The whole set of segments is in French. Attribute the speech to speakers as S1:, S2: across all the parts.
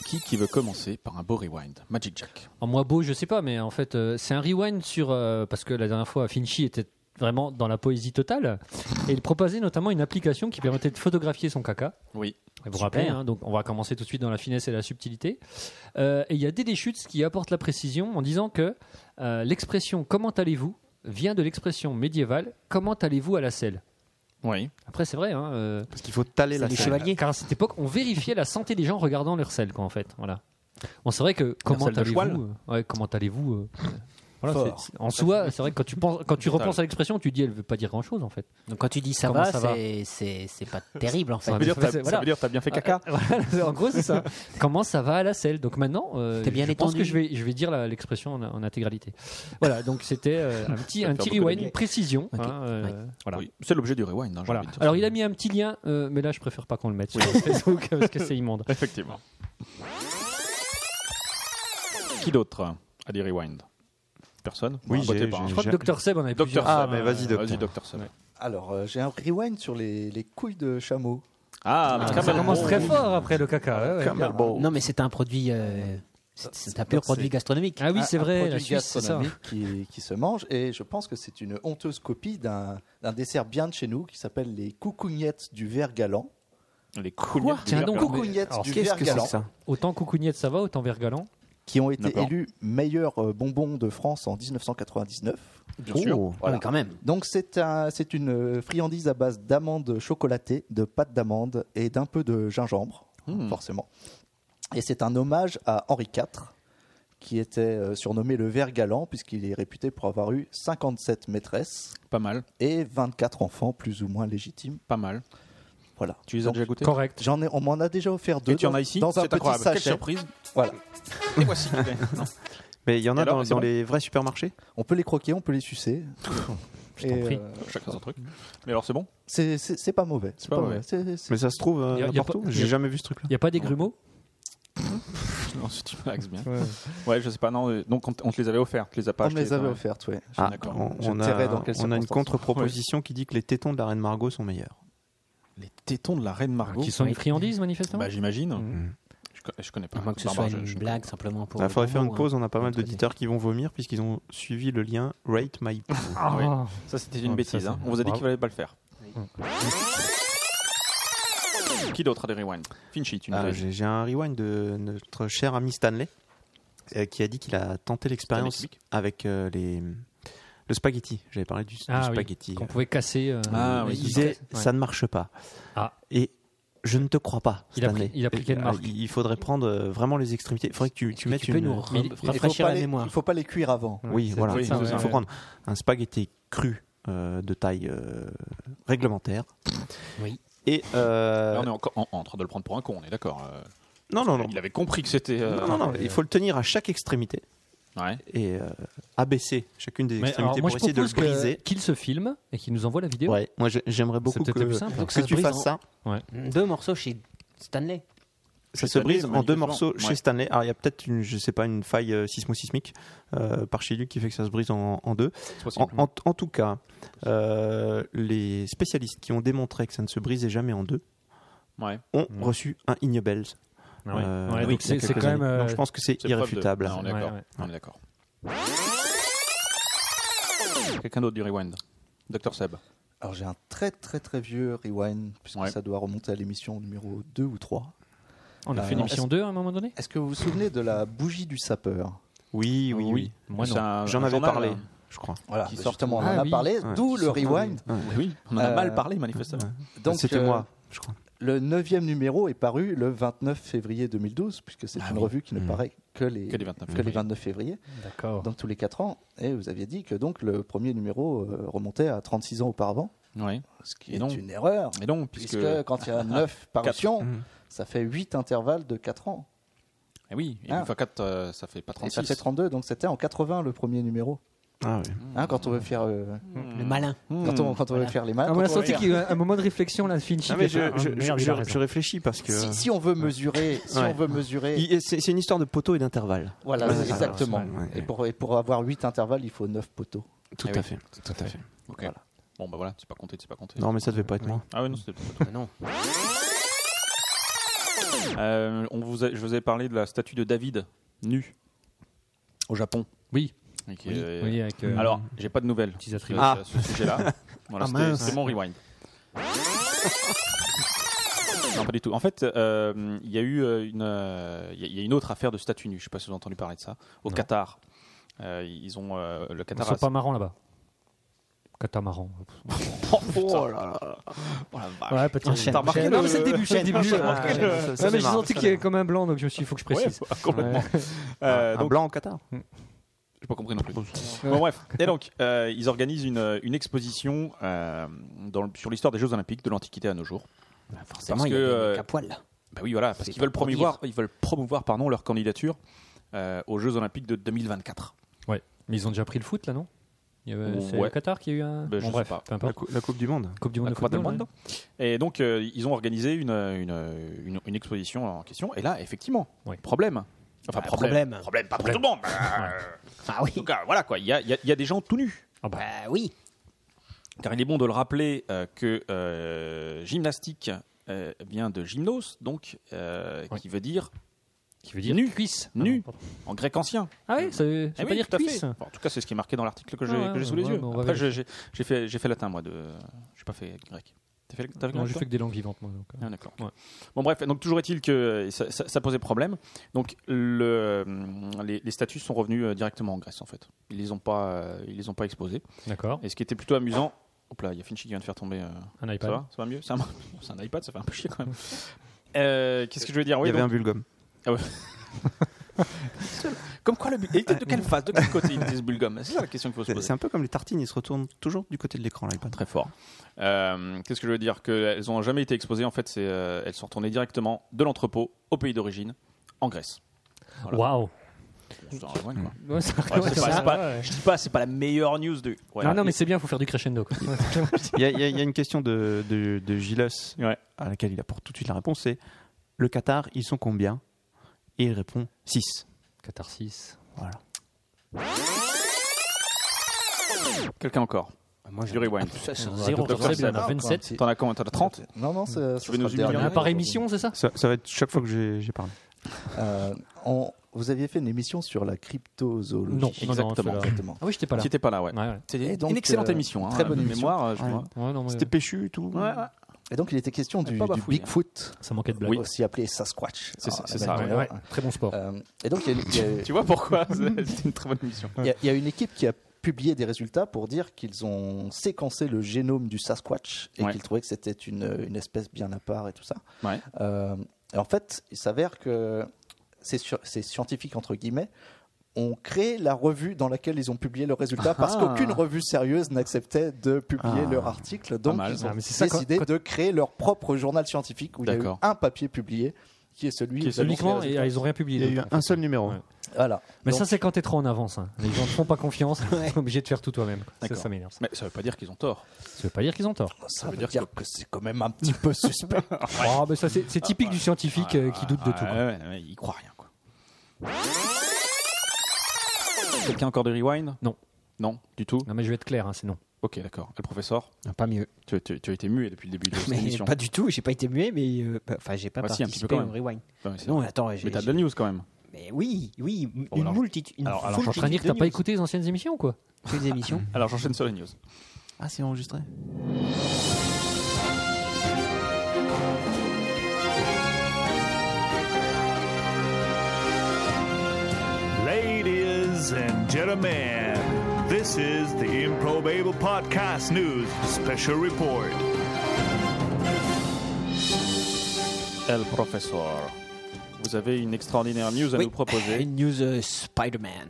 S1: Qui qui veut commencer par un beau rewind Magic Jack.
S2: En moi beau, je sais pas, mais en fait, euh, c'est un rewind sur. euh, parce que la dernière fois, Finchy était vraiment dans la poésie totale. Et il proposait notamment une application qui permettait de photographier son caca.
S1: Oui.
S2: Vous vous
S3: Super.
S2: rappelez, hein, donc on va commencer tout de suite dans la finesse et la subtilité. Euh, et il y a Dédé Schütz qui apporte la précision en disant que euh, l'expression comment allez-vous vient de l'expression médiévale comment allez-vous à la selle.
S1: Oui.
S2: Après, c'est vrai, hein, euh,
S4: Parce qu'il faut taler la
S3: les
S4: selle.
S3: chevaliers.
S2: car à cette époque, on vérifiait la santé des gens en regardant leur selle, quoi, en fait. Voilà. Bon, c'est vrai que comment
S1: selle de
S2: allez-vous
S1: cheval.
S2: euh, ouais, Comment allez-vous euh, voilà,
S5: Fort.
S2: c'est- c'est- En soi, c'est vrai que quand tu, penses, quand tu repenses à l'expression, tu dis elle veut pas dire grand-chose, en fait.
S3: Donc quand tu dis ça
S2: Comment
S3: va,
S2: ça va
S3: c'est- c'est c'est pas terrible en fait.
S1: Ça veut dire
S2: mais ça,
S1: t'as-
S2: c'est-
S1: ça
S2: voilà.
S1: veut dire t'as bien fait caca.
S2: Ah, ah, voilà, en gros, c'est ça. Comment ça va à la selle Donc maintenant, euh,
S3: T'es bien
S2: je pense
S3: étendu.
S2: que je vais, je vais dire la- l'expression en, en intégralité. Voilà, donc c'était euh, un petit,
S1: Ça
S2: un
S1: fait
S2: petit
S1: beaucoup de
S2: rewind,
S1: mille.
S2: une précision.
S3: Ok,
S2: hein, euh,
S3: ouais.
S2: Voilà.
S1: Oui, c'est l'objet du rewind. hein, j'ai
S2: Voilà.
S1: envie de dire.
S2: Alors il a mis un petit lien, euh, mais là je préfère pas qu'on le mette sur Facebook parce que c'est immonde.
S1: Effectivement. Qui d'autre a des rewinds Personne
S4: Oui,
S1: Bon, votez
S4: j'ai-
S1: pas, hein.
S2: Je crois que
S4: J'ai-
S2: Dr Seb en avait
S1: Dr.
S2: plusieurs.
S4: Ah, mais vas-y, Dr.
S1: Vas-y, Dr. Seb.
S5: Alors, euh, j'ai un rewind sur les, les couilles de chameau.
S1: Ah, mais
S2: Ah,
S1: quand
S2: ça
S1: même.
S2: commence
S1: bon.
S2: très fort après le caca. ouais, ouais.
S3: Non, mais c'est un produit. euh, c'est- c'est un pur
S5: Donc, c'est-
S3: produit gastronomique.
S2: Ah oui,
S5: Un-
S2: c'est
S5: un
S2: vrai, la
S5: produit
S2: Suisse, c'est ça.
S5: gastronomique Qui, qui se mange. Et je pense que c'est une honteuse copie d'un d'un dessert bien de chez nous qui s'appelle les coucougnettes du verre galant.
S1: Les couilles.
S2: Tiens donc. mais-
S5: Coucougnettes
S2: alors,
S5: du
S4: Qu'est-ce
S5: verre
S4: que c'est
S5: galant
S4: que ça
S2: Autant coucougnette ça va, autant vergalant.
S5: qui ont été
S1: D'accord.
S5: élus meilleurs euh, bonbons de France en 1999.
S1: Bien sûr.
S4: Oh.
S3: Ah oui, quand même.
S5: Donc c'est un, c'est une euh, friandise à base d'amandes chocolatées, de pâte d'amande et d'un peu de gingembre,
S1: Hmm.
S5: forcément. Et c'est un hommage à Henri IV, qui était euh, surnommé le ver galant, puisqu'il est réputé pour avoir eu 57 maîtresses
S1: Pas mal,
S5: et 24 enfants plus ou moins légitimes.
S1: pas mal.
S5: Voilà.
S1: Tu les as
S5: Donc,
S1: déjà goûtés
S2: Correct.
S5: J'en ai, on m'en a déjà offert deux.
S1: Et tu en
S5: dans-
S1: as ici
S5: dans un
S1: C'est
S5: petit
S1: incroyable. Quelle
S5: sachet.
S1: surprise
S5: Voilà.
S1: Et voici. Non.
S4: Mais il y en a
S1: Et alors,
S4: dans,
S1: c'est
S4: dans
S1: bon
S4: les vrais supermarchés
S5: On peut les croquer, on peut les sucer.
S2: Je t'en
S5: Et,
S2: prie.
S5: euh,
S1: Chacun son truc. Mais alors c'est bon
S5: c'est- c'est c'est pas mauvais. C'est
S1: pas mauvais.
S5: C'est- c'est-
S4: Mais ça se trouve
S2: Y a-
S4: euh,
S2: y a
S4: n'importe
S2: pas-
S4: où.
S2: y a-
S4: J'ai jamais vu ce truc-là.
S2: Il n'y a pas des grumeaux
S1: Ensuite tu relaxes bien. Ouais, je sais pas. Non, euh, donc on t- on te les avait offerts, tu les as pas
S5: on me
S1: achetés,
S5: les avait
S1: ouais.
S5: offertes, ouais.
S4: Ah,
S1: D'accord.
S4: on,
S5: Je
S4: on
S5: me
S4: a,
S5: tairai dans quelles
S4: on a une
S5: circonstances.
S4: contre-proposition qui dit que les tétons de la reine Margot sont meilleurs.
S1: Les tétons de la reine Margot.
S2: Ah, Qui sont
S1: Oui.
S2: une friandise, manifestement
S1: Bah j'imagine.
S4: Mhm.
S1: Je, co- je connais pas.
S3: À moins que ce
S1: Barbare,
S3: soit
S1: je-
S3: une
S1: je-
S3: blague simplement pour.
S4: Il Bah, faudrait
S3: pour
S4: faire une
S3: vous,
S4: pause,
S3: hein.
S4: on a pas mal
S3: Entre
S4: d'auditeurs qui vont vomir puisqu'ils ont suivi le lien Rate My Poo.
S2: Ah,
S1: oui. Ça c'était une
S2: Ouais,
S1: bêtise.
S2: ça,
S1: hein.
S2: c'est-
S1: On vous a dit
S2: bravo.
S1: qu'il fallait pas le faire. Qui d'autre a des rewinds Finchy, tu nous
S4: Ah,
S1: as dit.
S4: J'ai j'ai un rewind de notre cher ami Stanley euh, qui a dit qu'il a tenté l'expérience
S1: Stanley Kubrick
S4: avec euh, les, le spaghetti. J'avais parlé du, du
S2: Ah oui.
S4: spaghetti.
S2: Qu'on pouvait casser. euh,
S1: Ah, oui,
S4: il
S1: tout
S4: disait
S2: Ouais.
S4: ça ne marche pas.
S2: Ah.
S4: Et je ne te crois pas.
S2: Il a
S4: Stanley.
S2: pris- il a pris quelle
S4: Euh,
S2: marque
S4: Il faudrait prendre euh, vraiment les extrémités. Il faudrait que tu,
S3: Est-ce
S4: tu
S3: que
S4: mettes
S3: tu peux
S4: une.
S3: nous
S2: Mais-
S3: re-
S2: il faut
S5: Il faut
S3: rafraîchir
S5: pas
S3: la
S5: les-
S3: mémoire.
S5: Il faut pas les cuire avant.
S4: Oui,
S2: c'est
S4: voilà.
S2: peut-être ça,
S4: il faut
S2: ouais.
S4: prendre un spaghetti cru euh, de taille euh, réglementaire.
S3: Oui.
S4: Et euh,
S1: Là, on est encore en, en- en train de le prendre pour un con, on est d'accord. euh,
S4: non, non, non.
S1: Il avait compris que c'était. euh,
S4: Non, non, non, il faut le tenir à chaque extrémité
S1: Ouais.
S4: et euh, abaisser chacune des
S2: Mais alors,
S4: extrémités
S2: moi,
S4: pour
S2: je
S4: essayer de le
S2: propose que-
S4: briser.
S2: qu'il se filme et qu'il nous envoie la vidéo.
S4: Ouais, moi j'ai- j'aimerais
S2: C'est
S4: beaucoup que,
S2: peut-être le plus simple. hein.
S3: Donc
S4: que
S3: ça se
S4: tu
S3: brise
S4: fasses
S3: en-
S4: ça.
S3: Deux morceaux chez Stanley.
S4: Ça se
S1: Stanley,
S4: brise en deux
S1: manifestement.
S4: morceaux chez
S1: Ouais.
S4: Stanley. Alors il y a peut-être une, je sais pas, une faille euh, sismo-sismique euh, par chez lui qui fait que ça se brise en, en deux.
S1: c'est possible.
S4: En, en- en tout cas, euh, les spécialistes qui ont démontré que ça ne se brisait jamais en deux
S1: Ouais.
S4: ont
S2: Mm. Ah
S4: reçu un Ignebels. Euh,
S2: Ouais,
S4: il y a
S2: donc c'est-
S4: quelques
S2: c'est quand
S4: années.
S2: même, euh,
S4: Donc, je pense que c'est
S1: C'est preuve de-
S4: irréfutable.
S1: Ah, on est d'accord.
S2: Ouais, ouais.
S1: On est d'accord. Quelqu'un d'autre du rewind Docteur Seb.
S5: Alors j'ai un très très très vieux rewind, puisque
S1: Ouais.
S5: ça doit remonter à l'émission numéro 2 ou 3.
S2: On a
S5: Euh,
S2: fait une émission 2 à un moment donné
S5: Est-ce que vous vous souvenez de la bougie du sapeur
S4: Oui,
S2: Ah,
S4: oui, oui.
S2: Moi,
S1: C'est
S2: non.
S1: un-
S4: J'en
S1: un
S4: avais
S1: journal,
S4: parlé,
S1: hein.
S4: je crois.
S5: Voilà,
S1: Qui sort-
S5: justement on en
S2: Ah
S5: a
S2: oui.
S5: parlé,
S4: Ouais,
S5: d'où le rewind.
S1: Mais Oui, Bah, on en a
S5: Euh,
S1: mal parlé manifestement.
S5: Donc,
S4: C'était
S5: euh,
S4: moi, je crois.
S5: Le neuvième numéro est paru le 29 février 2012, puisque c'est
S1: Ah
S5: une
S1: oui.
S5: revue qui ne
S4: Mm.
S5: paraît que les,
S1: Que les 29
S5: que les
S1: février.
S5: 29 février,
S2: D'accord.
S5: donc tous les 4 ans. Et vous aviez dit que donc le premier numéro euh, remontait à 36 ans auparavant,
S1: Ouais.
S5: ce qui
S1: Et
S5: est
S1: non.
S5: une erreur,
S1: Mais donc,
S5: puisque,
S1: puisque.
S5: quand il y a 9 parutions,
S4: Mm.
S5: ça fait 8 intervalles de 4 ans.
S1: Eh oui, et
S5: Ah.
S1: une fois 4, euh, ça fait pas
S5: Et
S1: 36.
S5: ça fait 32, donc c'était en 80 le premier numéro.
S4: Ah oui.
S2: Mmh.
S5: Hein, quand on veut faire, euh,
S1: Hmm.
S3: Le malin.
S1: Mmh.
S5: quand on, quand on veut faire les maths.
S2: Ah, on
S5: quand
S2: a
S5: on veut
S2: senti
S5: faire-
S2: qu'il y a un moment de réflexion là, Finch.
S4: Non, mais je, je- je- je- je réfléchis parce que.
S5: si, si on veut mesurer, si
S4: Ouais.
S5: on veut mesurer,
S4: Il- C'est c'est une histoire de poteau et d'intervalle.
S5: voilà,
S4: Ouais, c'est ça,
S5: exactement.
S4: c'est mal, ouais.
S5: et, pour, et pour avoir 8 intervalles, il faut 9 poteaux.
S4: Tout
S1: à
S4: à fait. Tout à fait.
S1: Ok.
S5: Voilà.
S1: Bon, bah voilà, c'est pas compté, c'est pas compté.
S4: Non, mais ça devait pas être moi.
S1: Ah ouais, non, c'était
S3: Non.
S1: Euh, on vous a- je vous ai parlé de la statue de David, nu, au Japon.
S2: Oui.
S1: Et qui
S2: Oui,
S1: est-
S2: oui, avec euh,
S1: Alors, Ah, j'ai pas de nouvelles
S2: petits attributs.
S1: à ce sujet-là. Voilà,
S3: Ah,
S1: c'était-
S3: mince.
S1: c'est mon rewind. Non, pas du tout. En fait, euh, il y a eu euh, une, euh, il y a- il y a une autre affaire de statue nue. Je sais pas si vous avez entendu parler de ça. Au
S2: Non.
S1: Qatar, Euh, ils ont euh, le
S2: Ils
S1: Qatar.
S2: sont
S1: a-
S2: pas marrants là-bas. Catamaran.
S1: Oh, là là. Oh la vache.
S2: Ouais, peut-être.
S3: Enchaîne.
S1: T'as remarqué
S2: Non,
S1: le-
S2: mais c'est le début. C'est le début.
S4: Enchaîne,
S2: euh,
S4: enchaîne.
S2: ouais,
S4: Ça,
S2: ouais,
S4: ça,
S2: mais
S4: c'est
S2: j'ai
S4: marrant,
S2: senti
S4: ça,
S2: qu'il y avait
S4: là.
S2: comme un blanc, donc je me suis dit, il faut que je
S1: Ouais, bah.
S2: précise.
S1: complètement. Euh,
S2: Ah,
S4: un
S1: donc-
S4: blanc en Qatar
S1: J'ai pas compris non plus. Bon, bref. Et donc, euh, ils organisent une, une exposition euh, dans le- sur l'histoire des Jeux Olympiques de l'Antiquité à nos jours.
S3: Forcément,
S1: Parce
S3: il
S1: que,
S3: y a
S1: euh,
S3: des mecs à poil là.
S1: Bah oui, voilà, parce
S3: C'est
S1: qu'ils veulent
S3: pour dire.
S1: promouvoir, ils veulent promouvoir pardon, leur candidature euh, aux Jeux Olympiques de 2024.
S2: Ouais. Mais ils ont déjà pris le foot là, non Il y avait- C'est
S1: Ouais.
S2: le Qatar qui a eu un.
S1: Ben, je
S2: Bon,
S1: sais
S2: bref,
S1: pas.
S2: peu
S4: la,
S2: importe.
S4: cou- la Coupe du Monde.
S2: Coupe du Monde
S1: La
S2: de
S1: Coupe du
S2: football, hein.
S1: Monde. hein.
S2: ouais.
S1: Et donc, euh, ils ont organisé une, une, une, une exposition en question. Et là, effectivement,
S2: Ouais.
S1: problème. Enfin,
S3: Bah,
S1: problème.
S3: problème.
S1: pas pour tout le monde. mais, euh,
S3: Ah
S1: En
S3: oui.
S1: tout cas, voilà quoi. Il y a, il y a- il y a des gens tout nus.
S2: Ah bah,
S3: Bah oui.
S1: Car il est bon de le rappeler euh, que euh, gymnastique euh, vient de gymnos, donc euh,
S2: Oui.
S1: qui veut dire
S2: qui veut dire
S1: Nu.
S2: cuisse.
S1: Nu.
S2: Ah, non, pardon.
S1: en grec ancien.
S2: Ah oui, ça
S1: Eh
S2: veut ça veut
S1: oui,
S2: pas dire
S1: tout à fait.
S2: cuisse.
S1: Enfin, en tout cas, c'est ce qui est marqué dans l'article que j'ai
S2: Ah ouais,
S1: que j'ai sous les
S2: ouais,
S1: yeux.
S2: bon, on va
S1: Après, j'ai
S2: vérifier.
S1: j'ai- j'ai fait, j'ai fait latin, moi. De... J'ai pas fait grec. T'as fait, t'as fait
S2: Non,
S1: grec,
S2: j'ai
S1: toi
S2: fait que des langues vivantes moi. donc, euh.
S1: Ah, d'accord.
S2: Ouais.
S1: Bon, bref, donc toujours est-il que euh, ça, ça- ça posait problème. Donc, le, euh, les, les statuts sont revenus euh, directement en Grèce, en fait. Ils les ont pas, euh, ils les ont pas exposés.
S2: D'accord.
S1: Et ce qui était plutôt amusant. Hop là, il y a Finchi qui vient de faire tomber. euh,
S2: Un
S1: ça
S2: iPad.
S1: va Ça va mieux C'est un... c'est un iPad, ça fait un peu chier quand même. Euh, Qu'est-ce que je veux dire
S4: Il y
S1: oui,
S4: avait
S1: donc-
S4: un bulgum.
S1: Comme quoi le bulgum Il était de quelle face De quel côté il était ce bulgum C'est ça la question qu'il faut se
S4: C'est
S1: poser.
S4: c'est un peu comme les tartines, ils se retournent toujours du côté de l'écran, l'iPad.
S1: Très fort. Euh, Qu'est-ce que je veux dire Qu'elles n'ont jamais été exposées. En fait, c'est, euh, elles sont retournées directement de l'entrepôt au pays d'origine, en Grèce. Voilà.
S2: Waouh.
S1: Je vous en rejoins, quoi.
S2: Ouais, ça-
S1: Ouais, c'est
S2: ça-
S1: pas- c'est
S2: ouais.
S1: pas- Je dis pas, c'est pas la meilleure news de. Ouais.
S2: Non, non, mais c'est bien, il faut faire du crescendo. quoi.
S4: Il y, a- il y a il y a une question de, de, de Gilles
S1: Ouais.
S4: à laquelle il apporte tout de suite la réponse c'est le Qatar, ils sont combien Et il répond 6.
S2: Catharsis.
S4: Voilà.
S1: Quelqu'un encore Ah,
S3: Moi,
S1: Du rewind.
S2: On
S3: zéro,
S2: va-
S1: zéro,
S2: on a
S5: zéro.
S2: 27.
S1: T'en as combien T'en as 30
S5: Non, non, c'est. ça
S1: veux
S5: sera
S1: nous
S5: le dernier.
S2: On a
S1: humilier
S2: un par émission, c'est ça
S4: Ça, ça va être chaque fois que j'ai j'ai parlé.
S5: Euh, on- vous aviez fait une émission sur la cryptozoologie.
S2: Non, non, non,
S5: exactement.
S2: on fait la-
S5: exactement.
S2: Ah oui, j'étais pas là.
S1: Si t'es pas là, ouais.
S2: Ouais, ouais.
S1: C'était
S5: Et donc,
S1: une excellente
S5: euh,
S1: émission. hein,
S5: très bonne
S1: de
S5: émission.
S1: mémoire, je
S4: Ouais.
S1: crois.
S2: Ouais, non, mais-
S4: C'était péchu et tout.
S1: Ouais, ouais.
S5: Et donc, il était question du,
S1: pas
S5: du
S1: bafouille, hein.
S5: Bigfoot,
S2: Ça manquait de blagues.
S1: Oui.
S5: aussi appelé Sasquatch.
S1: C'est ça,
S5: Alors,
S1: c'est
S5: la
S1: ça,
S5: bête
S2: Ouais,
S5: noire.
S2: ouais. Très bon sport.
S5: Euh, et donc, il y a- il y a-
S1: Tu vois pourquoi C'était une très bonne émission.
S5: Il y, a- il y a une équipe qui a publié des résultats pour dire qu'ils ont séquencé le génome du Sasquatch et
S1: Ouais.
S5: qu'ils trouvaient que c'était une, une espèce bien à part et tout ça.
S1: Ouais.
S5: Euh, et en fait, il s'avère que ces, sur- ces scientifiques, entre guillemets, ont créé la revue dans laquelle ils ont publié leurs résultats parce
S1: Ah.
S5: qu'aucune revue sérieuse n'acceptait de publier
S4: Ah.
S5: leur article. Donc,
S1: mal.
S5: ils ont
S2: Ah, mais c'est ça, quand-
S5: décidé de créer leur propre journal scientifique où il y a eu
S1: D'accord.
S5: un papier publié qui est celui
S1: Qui est
S5: où ils annoncent
S2: Uniquement,
S5: les
S2: et- ah,
S5: résultats.
S2: ils ont rien publié.
S4: Il y a eu
S2: donc,
S4: un
S2: en fait.
S4: seul numéro.
S2: Ouais.
S5: Voilà.
S2: Mais
S5: Donc,
S2: ça, c'est quand t'es trop en avance. hein. Les gens te font pas confiance. T'es obligé de faire tout toi-même. Ça,
S1: D'accord.
S2: ça m'énerve.
S1: Mais ça veut pas dire qu'ils ont tort.
S2: Ça veut pas dire qu'ils ont tort.
S5: ça veut dire, que, c'est quand même un petit peu suspect.
S2: Oh, mais ça, c'est c'est typique du scientifique euh, qui doute de
S1: Ah,
S2: tout. quoi.
S1: ouais, ouais, ouais, ils croient rien, quoi. Quelqu'un encore de rewind
S2: Non.
S1: Non, du tout
S2: Non, mais je vais être clair, hein, c'est non.
S1: Ok, d'accord. Et le professeur
S3: Pas mieux.
S1: tu, tu- tu as été muet depuis le début de cette
S3: Mais
S1: émission.
S3: pas du tout, j'ai pas été muet, mais euh, bah, enfin, j'ai pas
S1: Bah si, un petit peu
S3: participé
S1: quand
S3: au rewind.
S1: Ouais, mais c'est-
S3: Non, attends, j'ai.
S1: mais t'as de la news quand même.
S3: j'ai- mais oui, oui, m-
S1: Bon,
S3: une
S1: alors-
S3: multitude. Une
S1: alors, alors,
S2: Je suis en train de dire que t'as pas écouté les anciennes émissions ou quoi
S3: les émissions.
S1: Alors j'enchaîne sur les news.
S4: Ah, c'est enregistré
S6: Ladies and gentlemen, this is the Improbable Podcast News Special Report.
S1: El professeur. Vous avez une extraordinaire news à
S3: Oui.
S1: nous proposer.
S3: Une news euh, Spider-Man.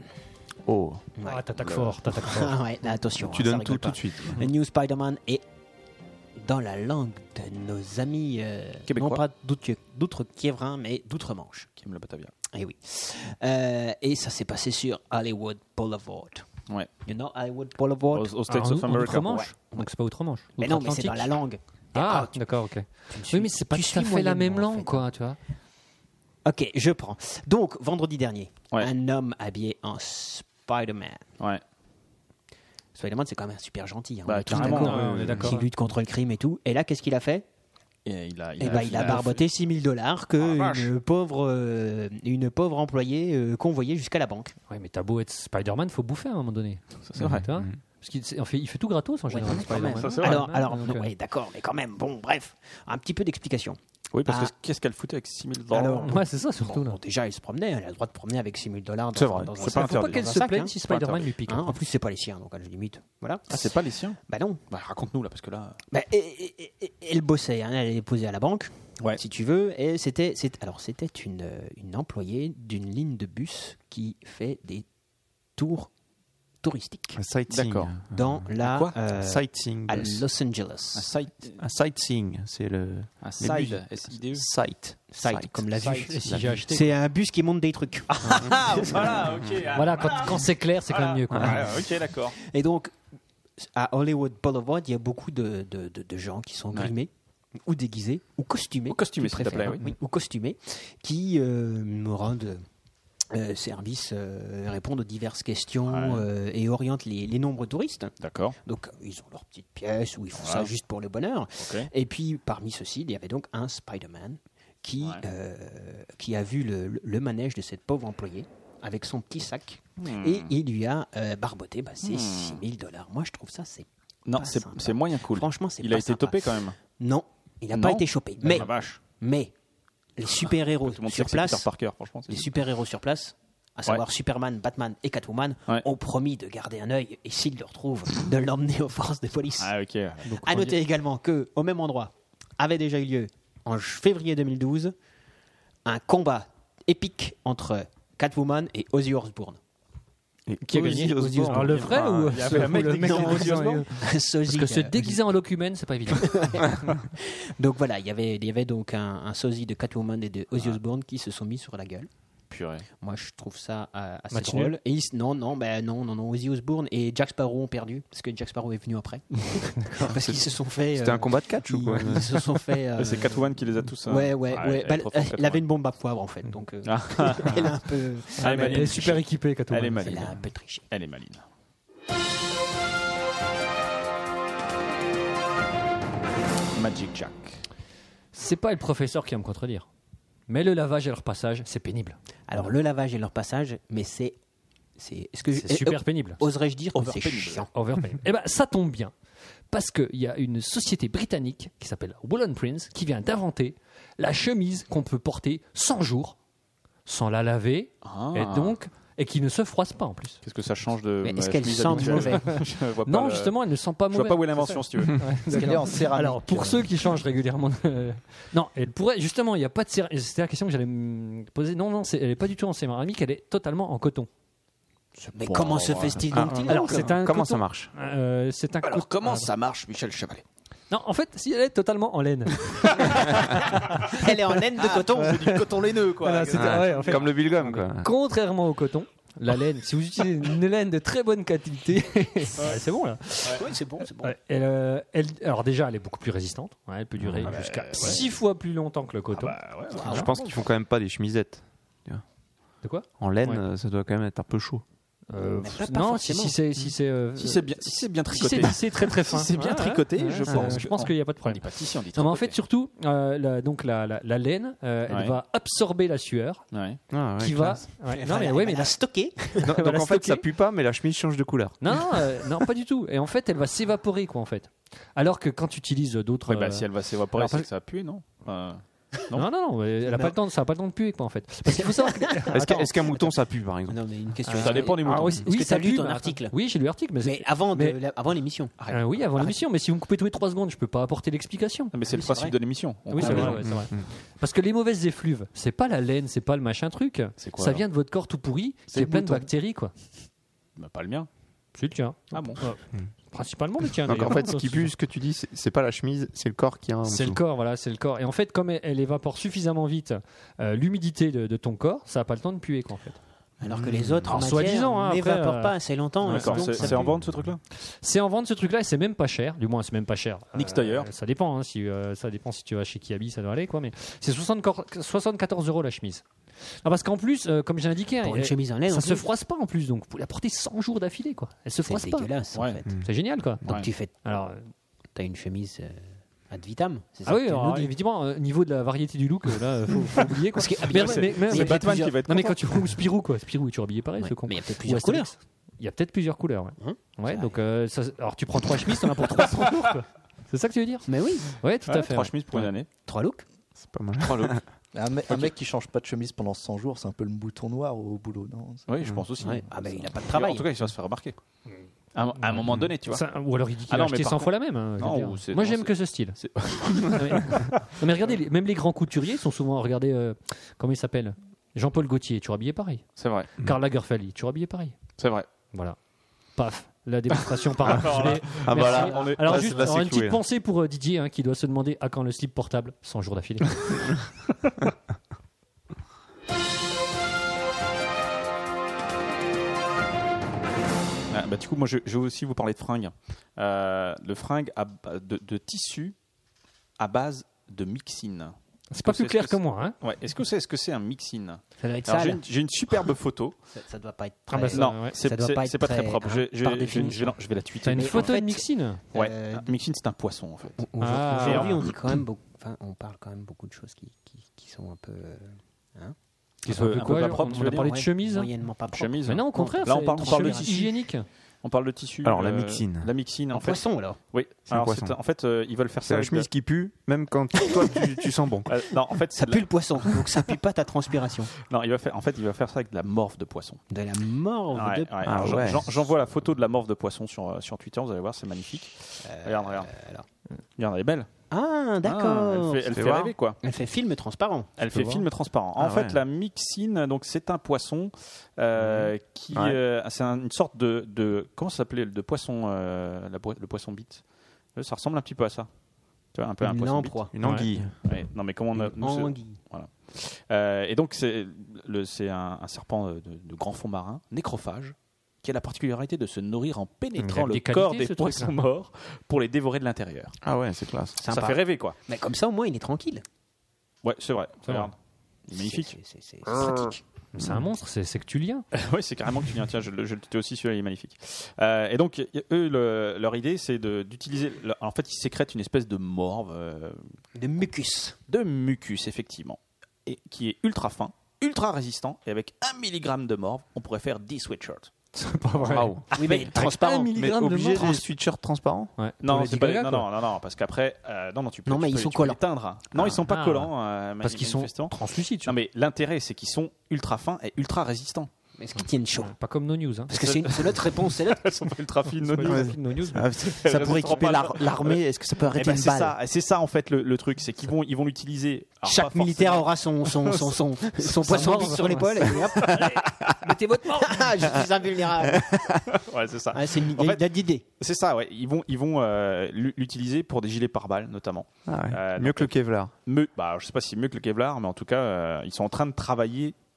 S4: Oh,
S3: Ouais.
S2: Ah, t'attaques fort, t'attaques fort.
S3: Ah ouais, là, attention.
S4: tu
S3: hein, ça
S4: donnes
S3: rigole
S4: tout tout
S3: pas.
S4: de suite.
S1: Mhm.
S3: La news Spider-Man est dans la langue de nos amis euh,
S1: Québécois.
S3: Non pas d'outre- d'outre-Kiévrin, mais d'outre-Manche.
S1: Qui aime le Batavia.
S3: Et oui. Euh, et ça s'est passé sur Hollywood Boulevard.
S1: Ouais.
S3: You know Hollywood
S1: Aux,
S3: Boulevard?
S1: aux
S2: Alors,
S1: States of
S2: en
S1: America.
S2: Outre-Manche Donc c'est pas Outre-Manche.
S3: mais non, mais c'est dans
S2: Outre-Atlantique.
S3: la langue.
S2: Ah,
S3: tu-
S2: d'accord, ok.
S3: tu me suis-
S2: Oui, mais c'est pas
S3: tu
S2: tout à
S3: suis
S2: fait la même
S3: moyennement, en
S2: langue,
S3: fait. hein.
S2: quoi, tu vois.
S3: Ok, je prends. Donc, vendredi dernier,
S1: Ouais.
S3: un homme habillé en Spider-Man.
S1: Ouais.
S3: Spider-Man, c'est quand même un super gentil. hein,
S1: Bah,
S3: on est tous
S1: carrément,
S3: d'accord.
S1: ouais, on est
S2: d'accord.
S3: Qui lutte contre le crime et tout. Et là, qu'est-ce qu'il a fait
S1: Et il a,
S3: Eh ben, il a barboté 6000 dollars
S1: Ah,
S3: que une, pauvre, euh, une pauvre employée euh, convoyait jusqu'à la banque.
S2: Ouais, mais t'as beau être Spider-Man, faut bouffer à un moment donné.
S1: Ça, c'est vrai.
S2: Tu vois Parce qu'il c'est- en fait, il fait tout gratos en
S3: Mm. Ouais,
S2: général,
S3: mais quand
S2: Spider-Man.
S3: même.
S1: Ça, c'est vrai.
S3: alors, alors
S2: Donc,
S3: non,
S2: euh,
S3: ouais, d'accord, mais quand même, bon, bref, un petit peu d'explication.
S1: Oui, parce
S3: Ah.
S1: que qu'est-ce qu'elle foutait avec 6000
S3: Alors,
S1: dollars
S2: Ouais, c'est ça surtout.
S3: Bon,
S2: là.
S3: déjà, il se promenait, elle a le droit de promener avec 6000 dollars
S1: C'est
S3: dans,
S1: vrai,
S3: un- dans un
S1: c'est
S3: sac.
S1: pas
S2: Faut pas
S1: interdit.
S2: qu'elle
S3: Dans un
S2: se
S3: sac,
S2: plaigne
S3: hein.
S2: si Spider-Man lui pique.
S3: Hein, en plus, c'est pas les siens, donc à la limite, voilà.
S1: Ah, c'est pas les siens
S3: Bah non.
S1: Bah, raconte-nous là, parce que là.
S3: Bah, et- et- et- et- elle bossait, hein, elle est posée à la banque,
S1: Ouais.
S3: si tu veux, et c'était, c'est- alors c'était une, euh, une employée d'une ligne de bus qui fait des tours touristiques
S4: Un sightseeing.
S1: D'accord.
S3: dans la
S1: quoi
S3: euh,
S4: Sightseeing.
S3: à
S4: bus.
S3: Los Angeles.
S1: Un site.
S4: Un sightseeing, c'est le
S1: Un
S4: Les
S1: side.
S4: bus.
S1: S-I-D-E.
S4: sight.
S3: Site, comme la vue.
S2: Et si j'ai acheté.
S3: C'est un bus qui monte des trucs.
S1: Ah. Voilà, ok.
S2: Voilà, quand, quand c'est clair, c'est quand même mieux. Quoi.
S1: ok, d'accord.
S3: Et donc, à Hollywood Boulevard, il y a beaucoup de, de- de- de gens qui sont
S1: Ouais.
S3: grimés, ou déguisés, ou costumés.
S1: Ou costumés,
S3: tu
S1: s'il te
S3: préfères,
S1: plaît,
S3: hein,
S1: oui.
S3: Ou costumés, qui euh, me rendent euh, service, euh, répondent aux diverses questions euh, et orientent les, les nombreux touristes.
S1: D'accord.
S3: Donc, ils ont leur petite pièce, ou ils font ça
S1: Voilà.
S3: juste pour le bonheur.
S1: Ok.
S3: Et puis, parmi ceux-ci, il y avait donc un Spider-Man qui,
S1: Ouais.
S3: euh, qui a vu le, le manège de cette pauvre employée avec son petit sac
S1: Hmm.
S3: et il lui a euh, barboté bah, ses 6 000 dollars. Moi, je trouve ça, c'est.
S1: Non,
S3: pas
S1: c'est
S3: sympa.
S1: c'est moyen cool.
S3: Franchement, c'est
S1: Il
S3: pas
S1: a été
S3: sympa.
S1: topé quand même.
S3: Non, il n'a pas
S1: Non Ah,
S3: été chopé. Mais,
S1: La vache.
S3: mais
S1: Ah,
S3: les super-héros
S1: Tout le monde sait
S3: sur
S1: que c'est Peter
S3: place,
S1: Parker, franchement. c'est-
S3: les super-héros sur place, à savoir Superman, Batman et Catwoman,
S1: Ouais.
S3: ont promis de garder un œil et s'ils le retrouvent, de l'emmener aux forces de police.
S1: Ah, ok.
S3: À noter également que, au même endroit, avait déjà eu lieu en j- février 2012 un combat épique entre Catwoman et Ozzy Osbourne.
S2: Qui a gagné
S4: Ozzy Osbourne.
S2: Alors, le vrai
S1: Ah,
S2: ou euh,
S1: il y avait un mec
S2: le
S1: déguisé en
S2: qui
S1: Ozzy
S2: était-
S1: Osbourne
S2: Parce que se déguiser en locumène, c'est pas évident.
S3: euh, Donc voilà, il y avait, il y avait donc un, un sosie de Catwoman et de Ozzy Osbourne qui se sont mis sur la gueule.
S1: Purée.
S3: Moi, je trouve ça euh, assez
S2: Match
S3: drôle.
S2: nul.
S3: Et ils s- non, non, ben non, non, non, Ozzy Osbourne et Jack Sparrow ont perdu parce que Jack Sparrow est venu après. parce qu'ils se sont fait.
S4: C'était
S3: euh,
S4: un combat de catch ou
S3: ils,
S4: quoi
S3: ils se sont fait. euh,
S1: C'est Catwoman qui les a tous. hein.
S3: Ouais, ouais, ouais.
S1: Ah, elle est
S3: Bah,
S1: trop
S3: elle,
S1: forte,
S3: elle avait
S1: Catwoman.
S3: une bombe à poivre en fait, donc euh,
S1: Ah,
S3: elle a un peu,
S1: elle est
S2: Elle
S1: maligne.
S2: est super équipée, Catwoman.
S1: Elle est
S3: elle a
S1: maligne.
S3: un peu triché.
S1: Elle est maligne. Magic Jack.
S2: C'est pas le professeur qui va me contredire. Mais le lavage et le repassage, c'est pénible.
S3: Alors le lavage et leur passage, mais c'est, c'est, est-ce que je- euh,
S2: C'est super pénible.
S3: oserais-je dire que c'est chiant
S2: Overpaid. Eh ben, ça tombe bien. Parce qu'il y a une société britannique qui s'appelle Woolen Prince qui vient d'inventer la chemise qu'on peut porter 100 jours sans la laver
S1: Ah.
S2: et donc et qui ne se froisse pas en plus.
S1: Qu'est-ce que ça change de.
S3: Mais
S1: ma
S3: est-ce qu'elle
S1: chemise
S3: sent
S1: habituelle
S3: mauvais
S1: Je vois pas
S2: non,
S1: le-
S2: justement, elle ne sent pas
S1: Je
S2: mauvais.
S1: vois pas où est l'invention, si tu veux.
S5: Parce qu'elle est en céramique.
S2: Alors, pour ceux qui changent régulièrement. euh, non, elle pourrait. Justement, il n'y a pas de céramique. C'était la question que j'allais me poser. Non, non, c'est- elle n'est pas du tout en céramique, elle est totalement en coton.
S3: Mais comment se fait-il
S1: Ah,
S3: donc
S2: Alors, c'est un.
S4: Comment
S2: coton-
S4: ça marche
S2: euh, C'est un. coton-
S7: comment ça marche, Michel Chevalet
S2: Non, en fait, si elle est totalement en laine.
S3: Elle est en laine de coton.
S7: C'est du coton laineux, quoi.
S2: Voilà, c'était-
S4: Ah,
S2: ouais, en fait,
S4: Comme le Bilgum, quoi.
S2: Contrairement au coton, la laine, si vous utilisez une laine de très bonne qualité, Ouais, c'est bon là.
S7: Oui, c'est bon, c'est bon.
S2: Ouais, elle, euh, elle- alors déjà, elle est beaucoup plus résistante. Ouais, elle peut durer jusqu'à 6 fois plus longtemps que le coton. Ah
S4: Je pense qu'ils font quand même pas des chemisettes.
S2: De quoi
S4: En laine,
S2: Ouais.
S4: euh, ça doit quand même être un peu chaud.
S2: Euh,
S3: Mais
S2: pff,
S3: pas- pas
S2: Non, si,
S3: forcément.
S2: si c'est si c'est euh,
S1: Si c'est bien, si c'est bien
S2: si c'est
S1: tricoté.
S2: lissé très très fin.
S1: Bah, Si c'est bien
S2: Ouais,
S1: tricoté,
S2: ouais,
S1: je
S2: ça-
S1: pense
S2: Je
S1: que-
S2: pense qu'il n'y a pas
S1: On
S2: de problème.
S1: dit pas si, si, on dit
S2: Non, mais en
S1: tricoté.
S2: fait, surtout, euh, la, donc la, la, la laine, euh, elle
S1: Ouais.
S2: va absorber la sueur
S1: Ouais.
S4: Ah, ouais,
S2: qui va.
S4: classe.
S2: Ouais,
S3: Elle
S2: Non,
S3: va
S2: mais
S3: la-
S2: ouais,
S3: elle va
S2: mais
S3: la stocker.
S4: Non,
S2: va
S4: donc
S2: la
S4: en fait, ça
S2: stocker.
S4: pue pas, mais la chemise change de couleur.
S2: Non, non, euh, non, pas du tout. Et en fait, elle va s'évaporer, quoi, en fait. Alors que quand tu utilises d'autres.
S1: Ouais, bah,
S2: euh,
S1: si elle va s'évaporer,
S2: alors,
S1: c'est
S2: parce-
S1: que ça a pué, non Enfin,
S2: non, non, non, ouais, elle a pas le temps, de- ça n'a pas le temps de puer, quoi, en fait. Parce qu'il faut savoir que.
S4: Est-ce qu'un
S2: Attends.
S4: est-ce qu'un mouton, ça pue, par exemple
S3: Non, mais une question.
S1: Ça dépend des moutons.
S2: Ah, oui,
S3: Est-ce
S2: oui,
S3: que
S2: ça
S3: t'as lu
S2: pue,
S3: ton
S2: dans la-
S3: article
S2: Oui, j'ai lu l'article, mais, c'est-
S3: Mais avant, de
S2: Mais-
S3: la- avant l'émission.
S2: Euh, oui, avant l'émission. Mais si vous me coupez tous les 3 secondes, je peux pas apporter l'explication.
S1: Ah, Mais c'est
S3: Oui,
S1: le
S3: c'est
S1: principe
S3: vrai.
S1: de l'émission. On Mm,
S2: Oui, c'est
S1: parle
S2: vrai,
S1: des gens.
S2: ouais, c'est vrai. Parce que les mauvaises effluves, c'est pas la laine, c'est pas le machin truc.
S1: C'est quoi,
S2: Ça
S1: alors
S2: vient de votre corps tout pourri, qui
S1: C'est
S2: est
S1: le
S2: plein de
S1: mouton.
S2: bactéries, quoi.
S1: Bah, pas le mien.
S2: C'est le tien.
S1: Ah bon
S2: Ouais. Principalement le tien.
S4: Donc en
S2: d'ailleurs.
S4: fait, ce qui pue, ce que tu dis, c'est- c'est pas la chemise, c'est le corps qui a un.
S2: C'est le corps, voilà, c'est le corps. Et en fait, comme elle, elle évapore suffisamment vite euh, l'humidité de, de ton corps, ça n'a pas le temps de puer, quoi, en fait.
S3: Alors que les autres, en
S2: Alors, soi-disant, hein,
S3: matière,
S2: après,
S3: n'évaporent
S2: euh,
S3: pas assez longtemps. hein,
S1: D'accord,
S3: donc
S1: c'est
S3: ça
S1: c'est en
S3: pue.
S1: vente ce truc-là
S2: C'est en vente ce truc-là et c'est même pas cher. Du moins, c'est même pas cher.
S1: Nix
S2: Euh,
S1: Tailleur.
S2: Ça dépend. hein, si, euh, ça dépend si tu vas chez Kiabi, ça doit aller, quoi. Mais c'est 74 74 euros la chemise. Ah, parce qu'en plus, euh, comme j'ai indiqué,
S3: Pour
S2: elle-
S3: une chemise en laine,
S2: ça
S3: en
S2: se
S3: plus,
S2: froisse pas en plus. Donc, vous la portez 100 jours d'affilée, quoi. Elle se froisse
S3: C'est
S2: pas.
S3: dégueulasse, en
S1: Ouais. mm,
S3: fait.
S2: C'est génial, quoi.
S3: Donc
S1: Ouais.
S3: tu fais,
S2: Alors, euh,
S3: t'as une chemise euh, ad vitam. c'est ça
S2: ah
S3: que
S2: oui,
S3: tu nous
S2: alors,
S3: dis.
S2: évidemment, euh, niveau de la variété du look, euh, là, faut, faut oublier, quoi.
S3: Parce que-
S2: Mais-
S3: c'est-
S2: mais- mais-
S3: c'est
S2: mais-
S3: Batman
S1: qui va être
S2: Non, mais
S1: content.
S2: quand tu trouves Spirou, quoi. Spirou, tu es habillé pareil,
S3: Ouais,
S2: ce con.
S3: mais il y a peut-être
S2: Ou
S3: plusieurs couleurs.
S2: Astérix. Il y a peut-être plusieurs couleurs. Ouais,
S3: Hein
S2: Ouais,
S3: Ça
S2: donc euh, ça- alors tu prends trois chemises, t'en as pour 300 jours. quoi. C'est ça que tu veux dire
S3: Mais oui,
S2: Ouais, tout à fait.
S1: Trois
S2: ouais.
S1: chemises pour une année.
S3: trois looks.
S4: C'est pas mal.
S5: Un, me- un mec qui change pas de chemise pendant 100 jours, c'est un peu le mouton noir au boulot, non
S1: Oui, je pense aussi.
S3: Ouais. Ah ben il a pas de
S1: En
S3: travail.
S1: tout cas, il va se faire remarquer. À un- à un moment donné, tu vois.
S2: Ça- ou alors il dit qu'il
S1: Ah
S2: a
S1: non,
S2: acheté
S1: mais
S2: 100
S1: par
S2: fois la même. hein, je veux
S1: Non,
S2: dire.
S1: ou c'est-
S2: Moi
S1: non,
S2: j'aime
S1: c'est-
S2: que ce style.
S1: c'est-
S2: non, mais, non, mais regardez, les- même les grands couturiers sont souvent regardez euh, comment il s'appelle Jean-Paul Gaultier, tu habillé pareil.
S1: C'est vrai.
S2: Karl Lagerfeld, tu habillé pareil.
S1: C'est vrai.
S2: Voilà. Paf. La démonstration par là.
S4: Ah bah
S2: Merci.
S4: là, on est-
S2: Alors
S4: là,
S2: juste
S4: là,
S2: alors, une
S4: cloué,
S2: petite
S4: là.
S2: pensée pour euh, Didier hein, qui doit se demander à quand le slip portable 100 jours d'affilée.
S1: Ah, bah, du coup, moi, je, je vais aussi vous parler de fringues. Euh, le fringue à ba- de, de tissu à base de mixine.
S2: C'est pas
S1: Est-ce que
S2: plus clair
S1: c'est-
S2: que moi. hein.
S1: Ouais. Est-ce que c'est ce que c'est un mixine
S3: Ça doit être
S1: Alors, J'ai
S3: sale.
S1: une, j'ai une superbe photo.
S3: Ça, ça doit pas être.
S2: Ah bah,
S3: très-
S2: ça-
S1: non,
S2: ouais.
S1: c'est
S3: Ça doit
S1: c'est-
S3: pas être
S1: c'est pas très
S3: très,
S1: propre.
S3: hein,
S1: Je, je-
S3: par
S1: je-
S3: définition.
S1: je- non, je vais la
S2: T'as
S1: tweeter.
S2: une
S3: Mais en
S2: photo
S3: fait-
S2: de Mixine
S1: Ouais.
S3: Euh,
S1: Un Mixine, c'est un poisson en fait.
S2: Ah.
S3: Aujourd'hui, on dit quand même beaucoup. Enfin, on parle quand même beaucoup de choses qui, qui, qui sont un peu. euh,
S1: Qui
S2: peu quoi, on- on a parlé de
S3: ouais,
S2: chemise
S3: Moyennement pas propre.
S1: chemise.
S2: Mais non, au contraire,
S1: Là, on
S2: c'est
S1: parle-
S2: une
S1: on parle de
S2: chemise
S1: tissu.
S2: hygiénique.
S1: On parle de tissu. euh,
S4: Alors, la mixine.
S1: La mixine en,
S3: En
S1: fait.
S3: poisson alors.
S1: Oui.
S4: un
S1: Alors,
S4: poisson.
S1: c'est- en fait, euh, ils veulent faire
S4: C'est
S1: ça.
S4: la
S1: avec
S4: chemise qui pue, même quand toi, tu, tu sens bon.
S1: de- Euh, non, en fait,
S3: Ça
S1: c'est de
S3: pue
S1: la-
S3: le poisson, donc ça pue pas ta transpiration.
S1: non, il va faire. En fait, il va faire ça avec de la morve de poisson.
S3: De la morve
S1: Ouais,
S3: de. Ah
S1: ouais. Alors, j'en-
S4: Ah ouais.
S1: j'en- J'envoie la photo de la morve de poisson sur, euh, sur Twitter, vous allez voir, c'est magnifique. regarde, regarde. Regarde, elle est belle.
S3: Ah,
S1: Ah,
S3: Euh, d'accord.
S1: elle fait, elle
S4: Fais
S1: fait
S4: voir.
S1: rêver, quoi.
S3: Elle fait film transparent.
S1: Elle
S4: peux
S1: fait
S4: voir.
S1: film transparent. en
S4: Ah
S1: fait,
S4: ouais.
S1: la mixine, donc c'est un poisson euh, qui,
S4: Ouais.
S1: euh, c'est un- une sorte de, de comment ça s'appelait, de poisson, euh, la boi- le poisson bite. Euh, Ça ressemble un petit peu à ça. Tu vois, un peu à un
S3: Une
S1: poisson bite.
S3: emproie.
S4: Une anguille.
S1: Ouais. Non, mais comment on a-
S3: Une
S1: nous, c'est-
S3: anguille.
S1: Euh, et donc, c'est le- c'est un, un serpent euh, de, de grand fond marin, nécrophage, qui a la particularité de se nourrir en pénétrant
S2: Il a
S1: le
S2: des
S1: corps
S2: qualités,
S1: des
S2: ce
S1: poissons
S2: truc-là.
S1: morts pour les dévorer de l'intérieur.
S4: Ah ouais, c'est classe.
S1: Ça
S3: Sympa.
S1: fait rêver, quoi.
S3: Mais comme ça, au moins, il est tranquille.
S1: Ouais, c'est vrai.
S2: C'est
S1: Regarde. Il est magnifique.
S3: C'est- C'est c'est- c'est pratique.
S2: C'est un monstre, c'est sectulien.
S1: oui, c'est carrément que tu viens. Tiens, je le je le tutais aussi, celui-là, il est magnifique. Euh, et donc, y- y- eux, le- leur idée, c'est de- d'utiliser. le- En fait, ils sécrètent une espèce de morve, euh,
S3: Ah. De mucus.
S1: de mucus, effectivement, et qui est ultra fin, ultra résistant, et avec 1 mg de morve, on pourrait faire 10 sweatshirts.
S4: Waouh.
S3: Oui, Ah, mais transparent.
S4: Mais obligé des sweatshirts transparents
S2: Ouais. Pour
S1: Non,
S2: les
S1: c'est pas,
S2: Gaga,
S1: non,
S2: quoi.
S1: non, non, non, parce qu'après, euh, non, non, tu peux,
S3: Non, mais
S1: tu
S3: ils
S1: peux-
S3: sont
S1: tu peux les
S3: collants.
S1: teindre. Non,
S2: Ah.
S1: ils sont pas
S2: Ah.
S1: collants. euh,
S2: Parce qu'ils sont
S1: manifestement.
S2: translucides. tu
S1: Non, mais l'intérêt, c'est qu'ils sont ultra fins et ultra résistants.
S3: Mais Est-ce qu'ils tiennent chaud
S2: vois. Pas comme No News. hein.
S3: Parce que c'est une- c'est notre réponse. C'est notre.
S1: Elles sont pas ultra fines,
S2: C'est pas
S4: News.
S2: une copie de No News. mais-
S4: Ah,
S1: Ça
S4: c'est- Ça
S1: pourrait
S4: pourrait
S1: équiper
S4: équiper
S1: l'ar-
S4: l'armée. Est-ce que ça peut
S1: Eh
S4: arrêter
S1: ben, c'est ça, c'est ça en fait le, le truc, c'est qu'ils vont ils vont l'utiliser. alors pas
S3: Chaque
S1: forcément-
S3: militaire aura son, son, son, son, son poisson
S2: morve.
S3: bite sur l'épaule. et hop, allez, Mettez votre mort. Ah, je suis invulnérable.
S1: Ouais, c'est ça.
S3: Ah, c'est une
S1: En fait-
S3: idée d'idée.
S1: C'est ça, ouais. Ils vont ils vont euh, l'u- l'utiliser pour des gilets pare-balles notamment. Euh,
S4: Ah Mieux que le Kevlar.
S1: Me, bah, je sais pas si mieux que le Kevlar, mais en tout cas, euh, ils sont en train de travailler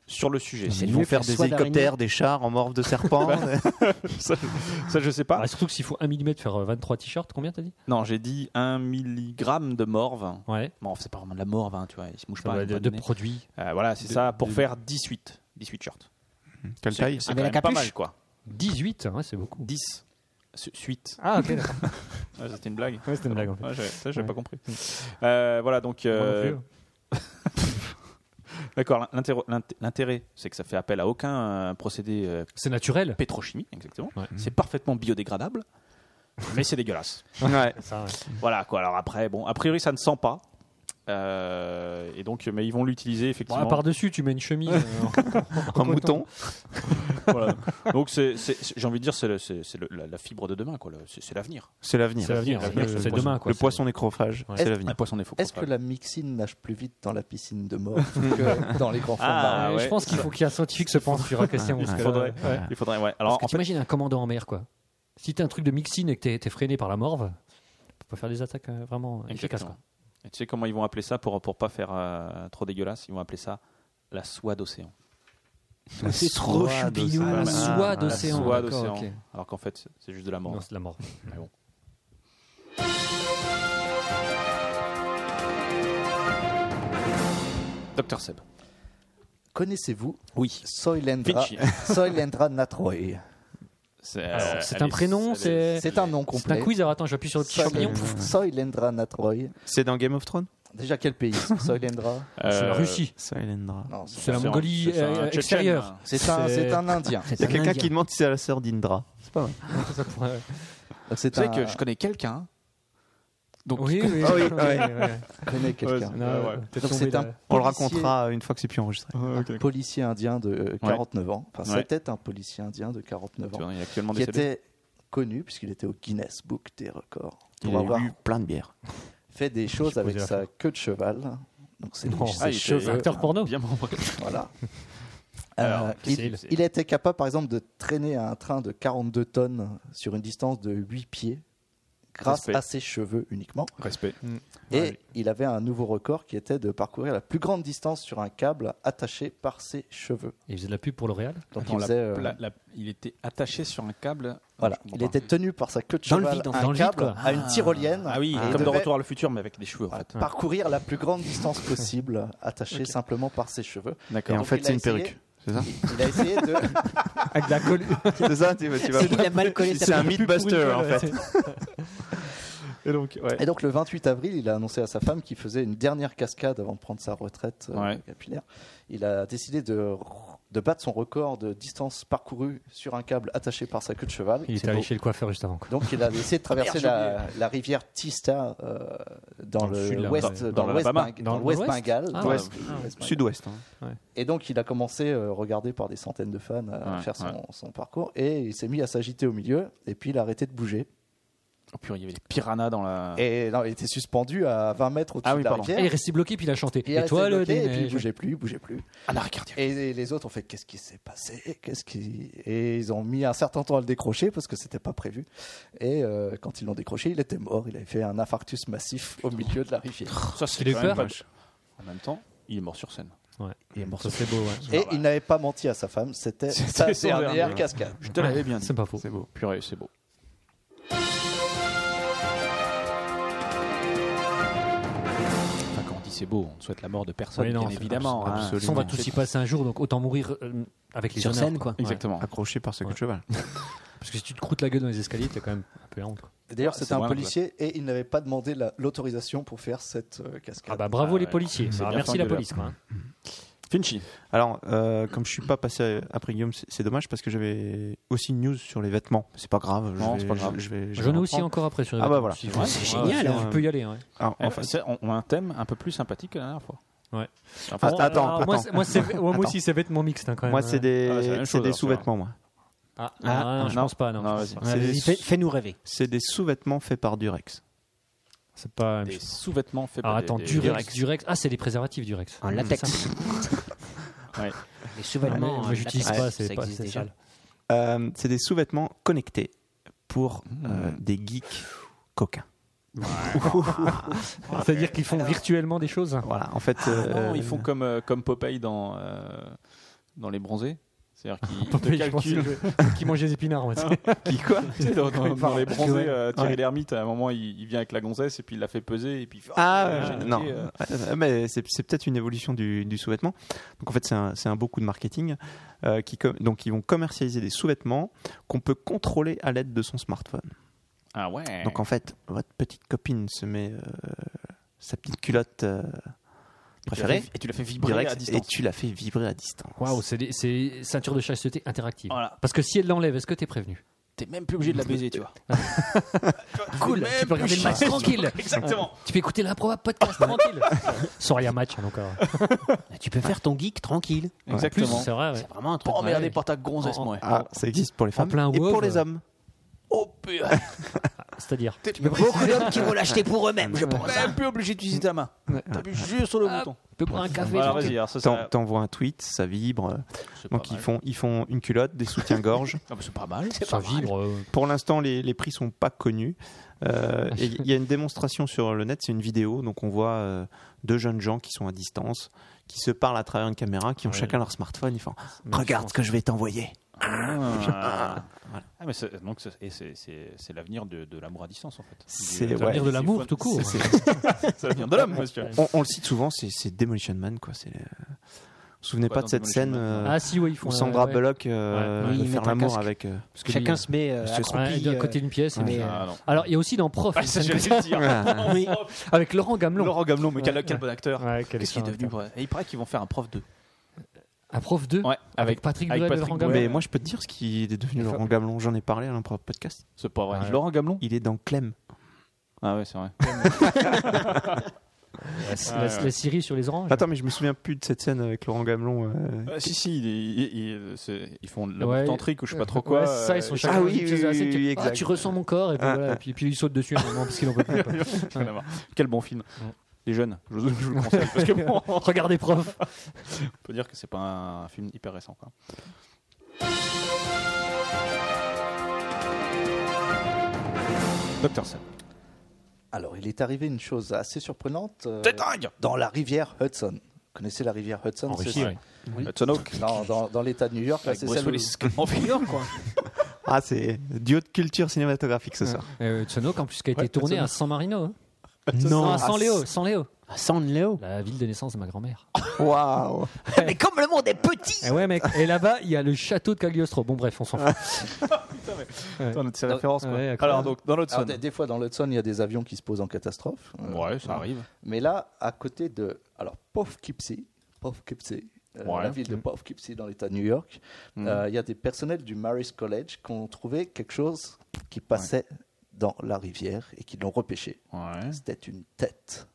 S1: sur le sujet.
S3: C'est
S4: Ils
S3: mieux
S4: vont
S3: que
S4: faire
S3: la
S4: des
S3: soie
S4: hélicoptères,
S3: d'araignée.
S4: des chars en morve de serpent.
S1: ça, ça, je sais pas.
S2: Ah, surtout que s'il faut 1 mm faire euh, 23 t-shirts, combien t'as dit
S1: Non, j'ai dit 1 mg de morve.
S2: Ouais.
S1: Bon, c'est pas vraiment de la morve, hein, tu vois, ils se mouchent pas. ils
S2: de,
S1: prennent
S2: de
S1: le nez.
S2: produits.
S1: Euh, voilà, c'est
S2: de-
S1: ça, pour
S2: de-
S1: faire 18. 18 shirts.
S4: Quelle taille
S2: Ah,
S1: C'est quand
S3: Avec la
S1: même pas
S3: capuche
S1: mal, quoi.
S2: 18, hein, ouais, c'est beaucoup.
S1: 10. su- Suite.
S2: Ah, ok, d'accord.
S1: Ouais, C'était une blague.
S2: Ouais, c'était une blague, en fait.
S1: Ouais, j'avais- ça, j'avais
S2: Ouais.
S1: pas compris. Euh, voilà, donc.
S2: Moi non
S1: euh,
S2: plus, hein.
S1: D'accord, l'intér- l'inté- l'intérêt, c'est que ça fait appel à aucun euh, procédé euh,
S2: C'est naturel.
S1: pétrochimie, exactement.
S2: Ouais.
S4: Mmh.
S1: C'est parfaitement biodégradable, mais c'est dégueulasse.
S4: Ouais.
S1: Voilà, quoi. Alors après, bon, a priori, ça ne sent pas. Euh, et donc, mais ils vont l'utiliser
S2: Bon,
S1: effectivement.
S2: à Par-dessus, tu mets une chemise. euh, en-
S4: Un mouton.
S1: Voilà. Donc, c'est- c'est- c'est- j'ai envie de dire, c'est le- c'est c'est le- la, la fibre de demain, quoi. Le- C'est c'est l'avenir.
S4: C'est l'avenir.
S2: C'est l'avenir,
S4: Le
S2: c'est- c'est demain, quoi.
S4: Le poisson nécrophage,
S2: Ouais.
S4: c'est l'avenir.
S1: Un poisson des faux.
S5: Est-ce que la mixine nage plus vite dans la piscine de mort que dans les grands fonds
S1: Ah,
S5: marins
S2: Ouais,
S1: ouais.
S2: Bah, Je pense qu'il faut qu'il y ait un scientifique se penche sur la question. parce
S1: il
S2: que-
S1: faudrait,
S2: Ouais.
S1: il faudrait, ouais.
S2: Parce
S1: Alors,
S2: que
S1: en fait,
S2: t'imagines un commando en mer, quoi. Si t'as un truc de mixine et que t'es- t'es freiné par la morve, tu peux faire des attaques euh, vraiment efficaces,
S1: exactement.
S2: quoi.
S1: Et tu sais comment ils vont appeler ça pour pour pas faire euh, trop dégueulasse Ils vont appeler ça la soie d'océan.
S3: C'est trop choupinou.
S2: Ah, la soie
S1: La
S2: d'océan.
S1: soie
S2: d'accord,
S1: d'océan.
S2: ok.
S1: Alors qu'en fait, c'est juste de la mort.
S2: Non, c'est de la mort.
S1: Docteur Seb.
S5: Connaissez-vous
S1: Oui.
S5: Soylendra,
S1: Vinci.
S5: Soylendra Natroy
S1: C'est euh,
S2: Alors, c'est
S1: elle
S2: un
S1: est-
S2: prénom,
S1: elle
S2: c'est-
S1: est-
S5: C'est un nom
S2: C'est un
S5: complet.
S2: quiz, alors attends, j'appuie sur le petit
S5: Soy-
S2: champignon.
S5: Soylendra Natroy.
S4: C'est dans Game of Thrones
S5: Déjà, quel pays Soylendra
S2: C'est la
S1: Euh,
S2: Russie.
S4: Soylendra.
S5: Non, c'est
S2: C'est la
S1: c'est un-
S2: Mongolie
S1: c'est un
S2: euh,
S1: Tchétchène,
S2: extérieure.
S1: hein.
S5: c'est un, c'est un Indien.
S3: C'est
S4: Il y a
S3: un
S4: quelqu'un
S3: Indien.
S4: qui demande si c'est la sœur d'Indra.
S2: Ça pourrait-
S5: C'est
S1: Tu sais
S5: un...
S1: que je connais quelqu'un. Donc,
S2: Oui, oui.
S4: Ah oui,
S2: oui, oui.
S5: je connais quelqu'un.
S2: Non,
S1: Euh, ouais.
S2: t'es
S5: Donc,
S2: tombé
S5: c'est un
S2: là.
S4: On le
S5: policier-
S4: racontera une fois que c'est plus enregistré.
S5: policier indien de euh, 49 ans. Enfin,
S1: Ouais.
S5: c'était un policier indien de 49
S1: Tu
S5: ans
S1: vois, il est actuellement
S5: qui
S1: décédé.
S5: était connu puisqu'il était au Guinness Book des records
S4: Il
S5: pour avoir
S4: a eu plein de bières.
S5: fait des choses avec
S2: posé
S5: sa queue de cheval. Donc c'est
S2: Non.
S5: ses
S1: Ah, il était
S5: cheveux.
S2: acteur porno.
S1: Bien membré.
S5: Voilà.
S1: Alors,
S5: Euh,
S1: c'est-
S5: il, il était capable, par exemple, de traîner un train de 42 tonnes sur une distance de 8 pieds grâce
S1: Respect.
S5: à ses cheveux uniquement.
S1: Respect.
S5: Et il avait un nouveau record qui était de parcourir la plus grande distance sur un câble attaché par ses cheveux.
S2: Il faisait de la pub pour L'Oréal.
S5: Donc
S1: Attends,
S5: il,
S1: la-
S5: faisait, euh,
S1: la- la- il était attaché sur un câble. Non,
S5: voilà,
S1: je comprends
S5: il
S1: pas.
S5: était tenu par sa queue de
S3: Dans le
S5: cheval
S3: vide, en
S5: à
S2: fait. Dans
S5: un
S2: le vide,
S5: câble
S2: quoi.
S5: à une tyrolienne.
S1: Ah oui,
S5: et
S1: comme dans
S5: devait
S1: Retour à le futur, mais avec des cheveux en fait.
S5: Ah, Parcourir la plus grande distance possible, attachée simplement par ses cheveux.
S4: Et
S1: D'accord.
S4: en
S5: Donc,
S4: fait,
S5: il a
S4: c'est une
S5: essayé-
S4: perruque. C'est ça
S5: Il a essayé de.
S2: Avec la colle.
S4: C'est ça, tu vas- tu vas-
S3: Il a mal collé
S4: C'est
S3: sa
S4: un mythbuster en fait.
S1: Et donc, ouais.
S5: Et donc le 28 avril, il a annoncé à sa femme qu'il faisait une dernière cascade avant de prendre sa retraite euh,
S1: Ouais.
S5: capillaire. Il a décidé de, de battre son record de distance parcourue sur un câble attaché par sa queue de cheval.
S2: Il
S5: C'est
S2: était allé
S5: beau.
S2: chez le coiffeur juste avant. quoi.
S5: Donc il a essayé de traverser
S1: Ah, Merde,
S5: la, la rivière Tista euh, dans,
S2: Dans le sud,
S5: le
S2: là,
S5: ouest
S2: dans-
S5: dans
S1: dans
S5: l'ouest
S1: l'Alabama.
S5: Beng-
S2: Dans
S5: dans l'ouest
S2: l'ouest
S5: Bengale.
S2: Ah,
S5: Dans
S1: ouais.
S5: l'ouest- l'ouest Bengale.
S4: Sud-ouest. hein.
S5: Et donc, il a commencé, euh, regardé par des centaines de fans, euh, à
S1: Ouais,
S5: faire son, son parcours et il s'est mis à s'agiter au milieu et puis il a arrêté de bouger.
S1: Oh purée, il y avait des piranhas dans la.
S5: Et non, il était suspendu à 20 mètres au-dessus
S1: Ah oui,
S5: de la
S1: pardon.
S5: rivière.
S2: Et il est resté bloqué, puis il a chanté.
S5: Et il restait
S2: Étoile
S5: bloqué,
S2: des
S5: et puis il
S2: neiges.
S5: bougeait plus, il bougeait plus.
S1: Un arrêt cardiaque.
S5: Et les- les autres ont fait qu'est-ce qui s'est passé Qu'est-ce qui Et ils ont mis un certain temps à le décrocher parce que c'était pas prévu. Et euh, quand ils l'ont décroché, il était mort. Il avait fait un infarctus massif au milieu de la rivière.
S1: Ça, c'est
S2: Il a eu
S1: quand même
S2: peur.
S1: moche. En même temps, il est mort sur scène.
S2: Ça, c'est beau, ouais.
S5: Et il n'avait pas menti à sa femme. C'était sa
S1: C'était son
S5: dernière
S1: dernier.
S5: cascade.
S1: Je te l'avais bien dit.
S2: C'est pas faux.
S4: C'est beau.
S1: Purée, c'est beau. Enfin, quand on dit c'est beau, on ne souhaite la mort de personne,
S2: Oui, non,
S1: bien
S2: c'est
S1: évidemment. hein.
S4: absolument.
S2: Ça, on va tous y passer un jour, donc autant mourir euh, avec les
S3: Sur
S2: honneurs,
S3: scène,
S2: quoi.
S3: quoi.
S2: Ouais.
S1: Exactement.
S4: Accroché par ce queue de
S2: Ouais.
S4: cheval.
S2: Parce que si tu te croûtes la gueule dans les escaliers, t'es quand même un peu la honte. quoi.
S5: D'ailleurs,
S1: Ah,
S5: c'était
S1: c'est
S5: un
S1: vrai,
S5: policier et il n'avait pas demandé la- l'autorisation pour faire cette euh, cascade.
S2: Ah bah bravo
S1: Ah
S2: les
S1: ouais.
S2: policiers.
S1: C'est
S2: Ah,
S1: bien
S2: merci la
S1: fanguleux.
S2: police, quoi. hein.
S1: Finchy.
S4: Alors, euh, comme je suis pas passé après Guillaume, c'est c'est dommage parce que j'avais aussi une news sur les vêtements. C'est pas grave. je
S1: Non,
S4: vais-
S1: c'est pas grave.
S4: Je, je vais, je vais
S2: J'en ai aussi
S4: reprendre.
S2: encore après sur les
S4: Ah bah
S2: vacances,
S4: voilà.
S2: si tu
S4: Ouais,
S2: veux.
S3: c'est
S2: Ouais,
S3: génial,
S2: tu-
S3: hein.
S2: Tu peux y aller, ouais.
S4: Alors,
S1: Eh,
S4: en fait,
S1: c'est- on, on a un thème un peu plus sympathique que la dernière fois.
S2: Ouais.
S1: Enfin,
S4: Ah, attends,
S2: moi,
S4: attends.
S2: c'est- moi, c'est- ouais, moi
S4: Attends.
S2: aussi, c'est vêtements mixtes hein, quand même.
S4: moi, c'est des,
S1: Ah, c'est la même
S4: c'est
S1: chose,
S4: des
S1: alors,
S4: sous-vêtements, moi.
S2: Ah,
S3: Ah,
S2: ah, non, je
S1: non.
S2: pense pas. Non,
S1: Non,
S2: je
S1: vas-y.
S2: pense pas.
S3: Allez-y, fais- Fais-nous rêver.
S4: C'est des sous-vêtements faits par Durex.
S2: C'est pas.
S1: des sous-vêtements faits
S2: Alors
S1: par des-
S2: ah, attends,
S1: des-
S2: Durex, Durex. Ah, c'est les préservatifs Durex.
S3: En latex.
S1: Ouais.
S3: Les
S2: Ouais,
S3: sous-vêtements. en
S2: Moi, j'utilise
S3: latex,
S2: pas, c'est
S3: ça
S2: pas
S3: existe
S2: c'est
S3: déjà.
S2: sale.
S4: Euh, c'est des sous-vêtements connectés pour euh, des geeks coquins.
S2: C'est-à-dire qu'ils font virtuellement des choses
S4: Voilà, en fait.
S1: Ah non,
S4: euh,
S1: ils font comme, euh, comme Popeye dans, euh, dans Les Bronzés. C'est-à-dire qu'ils te calculent.
S2: Qui mangent des épinards, moi.
S1: Qui quoi dans, dans- dans les bronzés,
S2: Ouais.
S1: euh, Thierry
S4: Ouais.
S1: Lhermitte, à un moment, il, il vient avec la gonzesse et puis il la fait peser et puis. il fait,
S4: Ah,
S1: euh, j'ai
S4: euh,
S1: niqué,
S4: non,
S1: euh.
S4: Euh, mais c'est c'est peut-être une évolution du, du sous-vêtement. Donc en fait, c'est un, c'est un beau coup de marketing. euh, qui com- donc ils vont commercialiser des sous-vêtements qu'on peut contrôler à l'aide de son smartphone.
S1: Ah ouais.
S4: Donc en fait, votre petite copine se met euh, sa petite culotte euh, préférée
S1: Et tu l'as fait vibrer
S4: Durex,
S1: à
S4: et
S1: distance.
S4: tu la fais vibrer à distance.
S2: Waouh, c'est des- c'est ceinture de chasteté interactive.
S1: Voilà.
S2: Parce que si elle l'enlève, est-ce que t'es prévenu
S1: T'es même plus obligé de la baiser, tu vois. Ah,
S2: Cool,
S1: Eh,
S2: tu peux regarder le match tranquille.
S1: Exactement.
S2: Tu peux écouter l'improbable podcast tranquille. Sans rien match, hein, donc. euh,
S3: Tu peux faire ton geek tranquille.
S2: En plus,
S1: Exactement.
S2: c'est vrai, ouais.
S3: C'est vraiment un truc.
S2: Oh, merde.
S3: Ouais.
S2: Ouais.
S8: Regardez par ta gonzesse,
S2: En- en-
S8: moi.
S4: Ah, ça existe pour les femmes
S2: plein
S4: et pour
S2: Wove.
S4: les hommes.
S8: Oh, putain.
S2: C'est-à-dire.
S8: T'es
S3: Beaucoup d'hommes qui vont l'acheter pour eux-mêmes, je pense.
S8: même plus obligé d'utiliser ta main. T'appuies juste sur le bouton.
S2: Tu peux prendre un café.
S1: Voilà,
S2: tranquille.
S1: vas-y, hein. alors Ah, ça, ça-
S4: T'en- T'envoies un tweet, ça vibre. euh,
S1: c'est pas
S4: Donc ils
S1: mal.
S4: font, ils font une culotte, des soutiens-gorge.
S1: Ah, bah, c'est pas mal.
S2: Ça vibre. euh,
S4: Pour l'instant, les, les prix sont pas connus. Euh,
S2: Ah.
S4: et Il y a une démonstration sur le net, c'est une vidéo. Donc on voit euh, deux jeunes gens qui sont à distance, qui se parlent à travers une caméra, qui ont
S2: Ouais.
S4: chacun leur smartphone. Ils font
S2: mais
S4: Regarde ce que je vais t'envoyer.
S1: Ah, Ah, mais c'est- donc c'est- et c'est- c'est c'est l'avenir de, de l'amour à distance en fait.
S4: C'est-
S1: Du- euh,
S4: ouais.
S2: L'avenir de
S1: du
S2: l'amour
S1: téléphone.
S2: tout court. hein.
S1: C'est c'est l'avenir de l'homme, monsieur.
S4: On, on le cite souvent, c'est c'est Demolition Man. Quoi. c'est, euh, Vous vous souvenez
S1: Quoi,
S4: pas
S1: dans
S4: de cette
S1: Demolition
S4: scène
S1: Man
S4: euh,
S2: Ah si, oui, ils font.
S4: où Sandra
S2: ouais, ouais.
S4: Bullock euh,
S2: Ouais,
S3: ouais.
S4: veut
S3: Ils mettent
S4: faire
S3: un
S4: l'amour
S3: casque.
S4: avec. euh,
S2: Parce que
S3: Chacun
S2: lui-
S3: se met euh,
S4: Parce que son
S2: Ouais,
S3: accroupi,
S2: d'un
S3: euh,
S2: côté d'une pièce. et
S3: ouais.
S2: puis, euh,
S1: Ah, non.
S2: Alors, il y a aussi dans Prof.
S1: Ah,
S2: une
S1: ça,
S2: scène
S1: j'allais le dire.
S4: Ah,
S3: Oui.
S2: comme- Avec Laurent Gamelon.
S1: Laurent Gamelon, mais quel,
S2: Ouais.
S1: quel bon acteur.
S2: Ouais, quel
S1: Qu'est-ce qu'il est
S2: excellent
S1: devenu
S2: acteur.
S1: pour- Et il paraît qu'ils vont faire un prof 2.
S2: Un prof 2
S1: Ouais,
S2: avec
S1: avec
S2: Patrick
S1: avec
S2: Bruel et
S1: Patrick
S2: Laurent
S1: Bruel.
S2: Gamelon.
S4: Mais moi, je peux te dire ce qu'il est devenu
S2: Il faut-
S4: Laurent Gamelon. J'en ai parlé à l'improv podcast.
S1: C'est pas vrai.
S2: Ouais.
S1: Laurent Gamelon
S4: Il est dans Clem.
S1: Ah ouais, c'est vrai.
S2: La, la- la série sur les oranges.
S4: Attends, mais je me souviens plus de cette scène avec Laurent Gamelon. euh,
S1: Ah, si, si, il est- il- il- c'est- ils font de l'amour
S2: Ouais.
S1: tantrique ou je sais pas trop quoi.
S2: Ouais, c'est ça, ils
S1: euh,
S2: sont chacun
S4: oui,
S2: dans une pièce
S4: oui,
S2: assez-
S4: oui, oui,
S2: Ah,
S4: exact.
S2: tu ressens mon corps, et puis, voilà, et puis, puis ils sautent dessus à un moment parce qu'ils n'en peuvent plus. quoi.
S1: rien à voir. Quel bon film.
S2: Ouais.
S1: Les jeunes, je vous, je vous le conseille. Parce que bon, on
S2: Regardez, prof.
S1: peut dire que c'est pas un film hyper récent. Quoi. Docteur Sam. Ah.
S5: Alors, il est arrivé une chose assez surprenante euh,
S1: Détail
S5: dans la rivière Hudson. Vous connaissez la rivière Hudson c'est-
S1: Hudson Hawk.
S5: Non, dans, dans l'État de New York, là,
S1: Avec
S5: c'est
S1: Bruce
S5: celle où-
S1: Willis. En fait, quoi.
S4: Ah, c'est duo de culture cinématographique ce soir.
S2: Tsunok, euh, en plus, qui a été
S1: Ouais,
S2: tourné
S1: Tsunoka.
S2: à San Marino. hein.
S4: Non,
S2: à San Léo, San Léo.
S3: à San Leo.
S2: La ville de naissance de ma grand-mère.
S4: Waouh
S3: Mais comme le monde est petit
S2: Eh ouais, mec. Et là-bas, il y a le château de Cagliostro. Bon, bref, on s'en fout.
S1: C'est référence, quoi.
S2: Ouais, d'accord.
S1: Alors, donc, dans
S5: Alors,
S1: l'Hudson.
S5: des, des fois, dans l'Hudson, il y a des avions qui se posent en catastrophe. Euh,
S1: Ouais, ça arrive.
S5: Mais là, à côté de. Alors, Poughkeepsie, Poughkeepsie, euh,
S1: Ouais.
S5: la ville de Poughkeepsie dans l'État de New York, euh, il y a des personnels du Marist College qui ont trouvé quelque chose qui passait dans la rivière et qui l'ont repêché.
S1: Ouais.
S5: C'était une tête.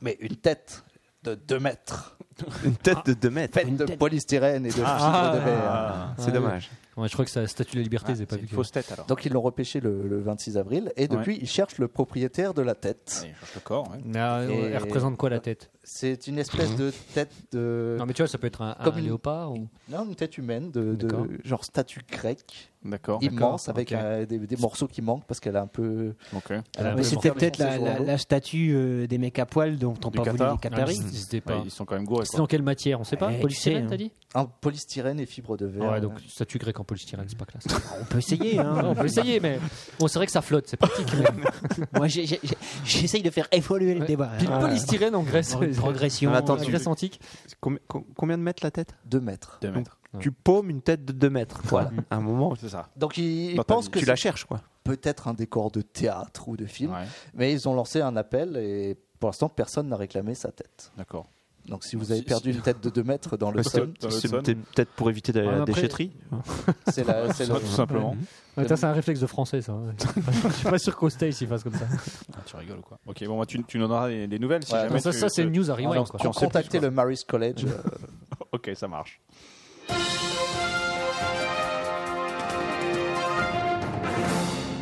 S5: Mais une tête de 2 mètres.
S4: Une tête de 2 mètres.
S5: Faite de polystyrène et de fibre de verre.
S2: Ah,
S4: C'est dommage.
S2: Ouais, je crois que c'est la statue de la liberté, j'ai pas
S1: C'est
S2: vu.
S1: une fausse tête alors.
S5: Donc ils l'ont repêché le, le 26 avril et depuis ils cherchent le propriétaire de la tête.
S1: Ouais, il change le corps. ouais.
S2: Mais euh,
S5: Et-
S2: elle représente quoi la tête
S5: C'est une espèce de tête de
S2: Non, mais tu vois, ça peut être un, un
S5: euh, Comme une-
S2: léopard ou.
S5: non, une tête humaine de, de-
S2: D'accord.
S5: genre statue grecque
S1: D'accord.
S5: immense avec
S2: ok.
S5: euh, des, des morceaux qui manquent parce qu'elle a un peu
S1: Ok.
S5: elle a un
S2: Ah,
S5: peu
S3: Mais c'était
S5: morflé
S3: peut-être
S5: son
S3: la,
S5: séjour
S3: la-
S5: en l'eau.
S3: la statue euh, des mecs à poil dont on
S1: Du
S3: parle
S1: Qatar.
S3: les Qataris.
S2: Ah, c'était
S1: Ouais,
S2: pas.
S1: ils sont quand même gourés.
S2: C'est
S1: quoi.
S2: dans quelle matière On sait pas
S3: Eh,
S2: Polystyrène,
S3: tu sais,
S2: t'as dit
S5: en polystyrène et fibre de verre.
S2: Ouais, donc statue grecque en polystyrène, c'est pas classe.
S3: On peut essayer. hein.
S2: on peut essayer, mais. Bon, c'est vrai que ça flotte, c'est pratique. mais-
S3: Moi, j'ai- j'ai- j'ai- j'essaye de faire évoluer le débat.
S2: Puis
S3: hein.
S2: le polystyrène en Grèce,
S3: Une progression.
S4: Non, mais attends,
S2: en
S4: tu-
S2: Grèce antique.
S4: Combi- com- Combien de mètres la tête
S5: 2 mètres.
S1: Deux mètres.
S4: Tu paumes une tête de 2 mètres. Voilà. À un moment,
S1: C'est ça.
S5: Donc ils, ils
S1: Dans ta
S5: pensent
S1: vie.
S5: que
S4: tu
S5: c'est
S4: la cherches quoi.
S5: peut-être un décor de théâtre ou de film,
S1: Ouais,
S5: mais ils ont lancé un appel et pour l'instant personne n'a réclamé sa tête.
S1: d'accord.
S5: Donc si vous avez
S1: Si-
S5: perdu une tête de 2 mètres dans le sol,
S1: Dans l'Hudson.
S4: C'est peut-être peut-être pour éviter d'aller à
S2: Ouais,
S4: la
S2: après-
S4: déchetterie.
S5: c'est la c'est le-
S1: Tout simplement.
S2: Ouais, ça, c'est un réflexe de français, ça. hein. Je suis pas sûr qu'Ostay s'il fasse comme ça.
S1: Ah, tu rigoles ou quoi Ok, bon, bah, tu, tu nous donneras des, des nouvelles si
S5: Ouais,
S1: jamais
S2: Non, ça,
S1: tu-
S2: ça, c'est
S1: tu-
S2: une news à
S1: Ah, non,
S2: rewind. quoi.
S1: tu en sais plus,
S5: contacter
S1: quoi.
S5: le Marist College. euh,
S1: Ok, ça marche.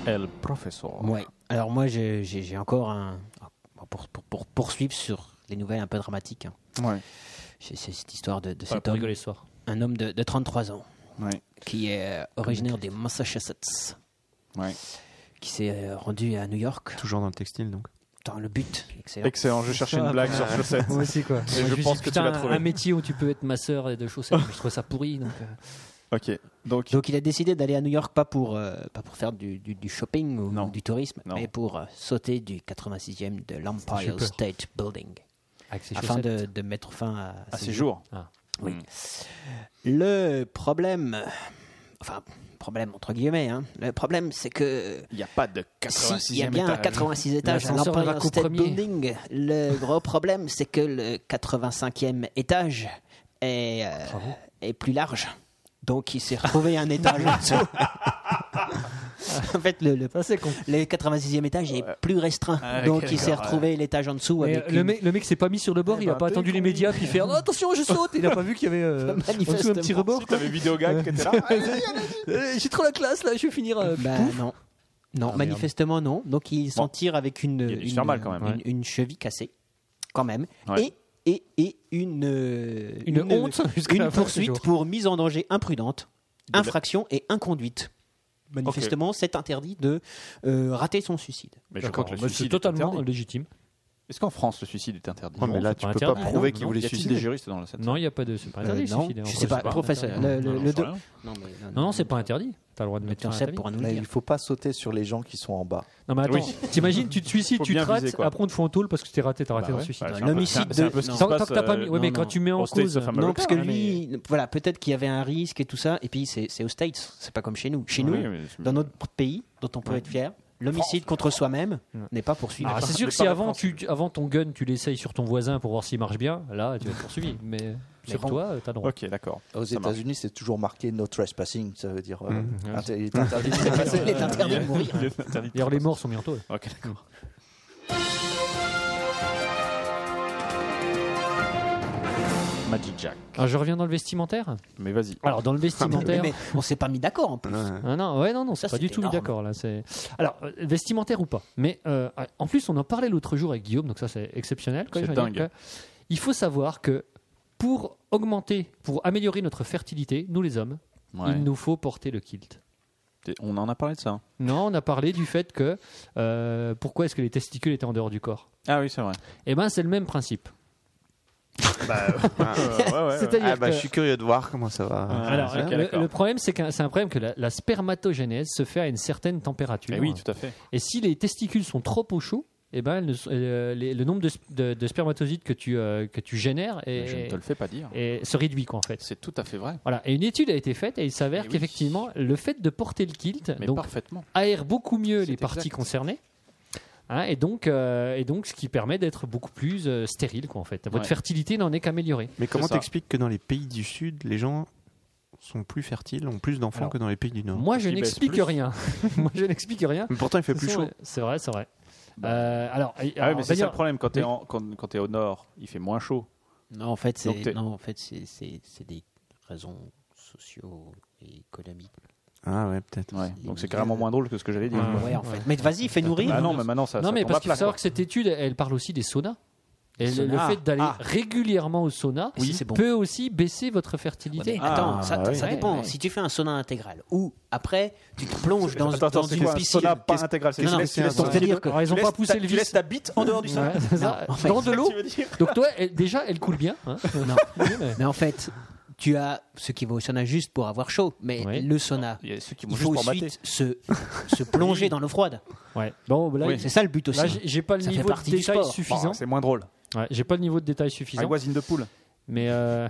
S1: El professeur.
S3: Ouais. Alors moi, j'ai- j'ai j'ai encore un pour, pour- pour poursuivre sur les nouvelles un peu dramatiques. hein.
S1: Ouais.
S3: C'est c'est cette histoire de, de
S2: Pas
S3: cet
S2: pour
S3: homme,
S2: rigoler ce soir.
S3: un homme de, de 33 ans,
S1: Ouais.
S3: qui est euh, originaire des Massachusetts,
S1: Ouais.
S3: qui s'est euh, rendu à New York
S4: Toujours dans le textile donc.
S3: dans le but. Excellent.
S1: Excellent, je cherchais une blague sur chaussette.
S2: Moi aussi, quoi.
S1: je pense que tu l'as trouvé.
S2: Un métier où tu peux être masseur et de chaussettes, je trouve ça pourri. Donc, euh,
S1: Ok, donc.
S3: Donc il a décidé d'aller à New York pas pour, euh, pas pour faire du, du- du shopping ou
S1: Non.
S3: du tourisme,
S1: Non.
S3: mais pour euh, sauter du 86e de
S2: J'ai
S3: l'Empire
S2: peur.
S3: State Building,
S2: avec ses
S3: afin
S2: chaussettes.
S3: de, de mettre fin à,
S1: À
S3: ces
S1: ces jours.
S3: Le problème, enfin problème entre guillemets, hein, le problème c'est que
S1: Il n'y a pas de
S3: si, il y a bien un 86 étages à
S2: L'ascenseur ne va
S3: l'Empire
S2: qu'au
S3: State
S2: premier.
S3: Building, le gros problème c'est que le 85e étage est, euh, est plus large. Donc il s'est retrouvé un étage en dessous. en fait, le, le-
S2: Ça, c'est con.
S3: le 86e étage est plus restreint.
S1: Ah, ok,
S3: donc il s'est
S1: d'accord,
S3: retrouvé l'étage en dessous
S2: Mais,
S3: avec
S2: euh, le,
S3: une-
S2: mec, le mec s'est pas mis sur le bord, il a pas attendu les médias, puis il fait Oh, attention, je saute Il a ben, pas vu qu'il y avait euh, en dessous un petit
S3: Manifestement.
S2: rebord.
S1: Tu avais Vidéogag qui était là
S2: Euh, J'ai trop la classe là, je vais finir. euh, Ah,
S3: Bah, non. Non, manifestement non. Donc il s'en
S1: Bon.
S3: tire avec une,
S1: a dû se
S3: une-
S1: faire mal, quand même,
S3: une- une cheville cassée, quand même.
S1: Ouais.
S3: Et, et, et une, euh,
S2: Une honte jusqu'à la
S3: une
S2: fin de ses
S3: poursuite
S2: jours.
S3: pour mise en danger imprudente, infraction et inconduite. Manifestement, c'est interdit de euh, rater son suicide.
S1: Mais je crois
S2: D'accord,
S1: que le
S2: mais c'est
S1: suicide est
S2: totalement
S1: interdit.
S2: légitime.
S1: Est-ce qu'en France le suicide est interdit
S4: Non, mais là,
S2: c'est
S4: tu
S2: pas
S4: peux pas
S2: interdit. hein,
S3: Ah,
S4: prouver
S3: non,
S4: qu'il
S3: non,
S4: voulait
S1: Il y
S4: se
S1: a-t-il des
S4: suicider.
S1: juristes dans le set
S2: Non, il n'y a pas de. C'est pas interdit,
S3: Euh,
S2: le
S3: non,
S2: suicide, en
S3: je
S2: fait,
S3: sais pas,
S2: c'est
S3: professeur.
S2: interdit.
S3: Le- le-
S1: Non,
S3: le
S1: j'en sais
S3: do-
S1: rien.
S3: Non, mais, non,
S2: Non, non, c'est pas interdit. T'as le droit de mettre
S3: Docteur
S2: un
S3: Sepp
S2: interdit.
S3: pourra nous le
S5: mais
S3: dire.
S5: il faut pas sauter sur les gens qui sont en bas.
S2: Non, mais attends,
S1: Oui.
S2: t'imagines, tu te suicides,
S1: Faut
S2: tu te
S1: bien
S2: rates,
S1: viser, quoi.
S2: après on te fout en tôle parce que t'es raté, t'as raté
S1: Bah
S2: un
S1: ouais.
S2: suicide.
S1: Ouais, c'est un peu-
S3: L'homicide
S1: c'est un peu ce
S3: de-
S1: qui se
S2: Tant tant
S1: passe,
S2: que t'as pas
S1: euh,
S2: mis. Ouais, mais
S3: non,
S2: quand
S3: non.
S2: tu mets en
S1: Au States,
S2: cause.
S1: ça fait mal.
S3: Non,
S1: le
S3: parce que
S1: cas,
S3: lui, voilà, peut-être qu'il y avait un risque et tout ça, et puis c'est c'est aux States, c'est pas comme chez nous. Chez nous,
S1: Oui, mais-
S3: dans notre pays, dont on peut être fier, l'homicide contre soi-même n'est pas poursuivi.
S2: Ah, c'est sûr que si avant, tu, tu- avant ton gun, tu l'essayes sur ton voisin pour voir s'il marche bien, là, tu vas être poursuivi. Mais sur
S3: bon.
S2: toi, euh, t'as le droit.
S1: Ok, d'accord.
S5: Aux
S1: Ça marche.
S5: États-Unis, c'est toujours marqué no trespassing, ça veut dire euh, inter- il est interdit de
S3: Il
S5: trespasser.
S3: est interdit de mourir.
S1: Il est interdit.
S2: D'ailleurs, les morts sont bientôt. ouais.
S1: Ok, d'accord. Magic Jack.
S2: Alors, je reviens dans le vestimentaire.
S1: Ah, Mais vas-y.
S2: Alors, dans le vestimentaire.
S3: Mais on s'est pas mis d'accord en plus.
S2: Ah non, ouais, non, non, c'est
S3: Ça,
S2: pas du
S3: c'est
S2: tout mis
S3: énorme.
S2: d'accord là. C'est alors euh, vestimentaire ou pas. Mais euh, en plus, on en parlait l'autre jour avec Guillaume, donc ça c'est exceptionnel. quoi,
S1: C'est
S2: je veux dire
S1: dingue.
S2: que il faut savoir que pour augmenter, pour améliorer notre fertilité, nous les hommes,
S1: Ouais.
S2: il nous faut porter le kilt.
S1: On en a parlé de ça. hein.
S2: Non, on a parlé du fait que euh, pourquoi est-ce que les testicules étaient en dehors du corps
S1: Ah oui, c'est vrai.
S2: Eh ben, c'est le même principe. C'est-à-dire
S4: Ah bah
S2: que-
S4: je suis curieux de voir comment ça va.
S2: Alors,
S1: ok,
S2: le- le,
S1: Ah, d'accord.
S2: problème, c'est qu'un- c'est un problème que la, la spermatogénèse se fait à une certaine température.
S1: Eh oui, tout à fait.
S2: Et si les testicules sont trop au chaud, eh ben, elles ne sont- euh, les- le nombre de, sp- de- de spermatozoïdes que tu, euh, que tu génères est-
S1: Je ne te le fais pas dire.
S2: est- se réduit, quoi, en fait.
S1: C'est tout à fait vrai.
S2: Voilà. Et une étude a été faite et il s'avère
S1: Eh oui.
S2: qu'effectivement, le fait de porter le kilt
S1: Mais
S2: donc,
S1: parfaitement.
S2: aère beaucoup mieux
S1: C'est
S2: les parties
S1: exact.
S2: concernées. Hein, et, donc, euh, et donc, ce qui permet d'être beaucoup plus euh, stérile, quoi, en fait. Votre
S1: Ouais.
S2: fertilité n'en est qu'améliorée.
S4: Mais comment
S1: ça.
S4: t'expliques que dans les pays du Sud, les gens sont plus fertiles, ont plus d'enfants
S2: Alors,
S4: que dans les pays du Nord
S2: Moi, je
S1: qui baisse
S2: n'explique
S1: plus.
S2: rien. Moi, je n'explique rien.
S4: Mais pourtant, il fait plus
S2: C'est
S4: chaud.
S2: vrai, C'est vrai, c'est vrai. Euh, alors, et-
S1: Ah oui,
S2: alors,
S1: mais c'est ça
S2: d'ailleurs-
S1: le problème. Quand t'es
S2: oui.
S1: en- quand, quand t'es au nord, il fait moins chaud.
S3: Non, en fait,
S1: Donc, t'es-
S3: c'est non, en fait, c'est- c'est c'est des raisons socio et économiques.
S4: Ah ouais, peut-être.
S1: Donc c'est
S2: Euh,
S1: carrément moins drôle que ce que j'allais dire.
S2: Ouais.
S3: Ouais, en fait. Mais vas-y, fais nourrir.
S1: Ah non, mais maintenant ça.
S2: non,
S1: ça
S2: mais
S1: tombe
S2: parce
S1: à
S2: qu'il faut
S1: plat,
S2: savoir
S1: quoi.
S2: que cette étude, elle parle aussi des saunas. Et le- le
S3: Sauna.
S2: fait d'aller
S3: Ah.
S2: régulièrement au sauna
S3: Oui, c'est bon.
S2: peut aussi baisser votre
S3: Ouais,
S2: fertilité.
S3: mais attends,
S1: Ah,
S3: ça,
S1: ouais.
S3: ça dépend.
S2: Ouais, ouais.
S3: Si tu fais un sauna intégral ou après tu te plonges dans,
S1: Attends, attends,
S3: dans
S1: c'est
S3: une
S1: quoi un
S3: piscine.
S1: sauna pas intégral C'est
S3: Non, non,
S1: tu
S3: mais
S1: laisses- tu
S3: c'est
S1: laisses
S3: un
S1: ton
S3: sauna.
S1: pied
S3: Ah, C'est-à-dire que-
S2: Alors, ils n'ont pas poussé le
S7: Tu laisses
S2: vice.
S7: ta bite en dehors du sein.
S2: Ouais, c'est ça. Dans de l'eau. Donc toi, elle- déjà, elle coule bien. hein.
S3: Non. mais en fait, tu as ceux qui vont au sauna juste pour avoir chaud, mais
S2: Oui.
S3: le sauna,
S1: Il y a ceux qui vont
S3: il
S1: juste
S3: faut
S1: pour mater.
S3: ensuite se, se plonger dans l'eau froide.
S2: Bon, là,
S3: C'est ça le but aussi.
S2: là, j'ai- j'ai pas le
S3: Ça fait
S2: niveau de
S3: partie du
S2: détail
S3: sport.
S2: suffisant.
S1: Bon, C'est moins drôle.
S2: Ouais, j'ai pas le niveau de détail suffisant.
S1: voisine de poule.
S2: Mais euh,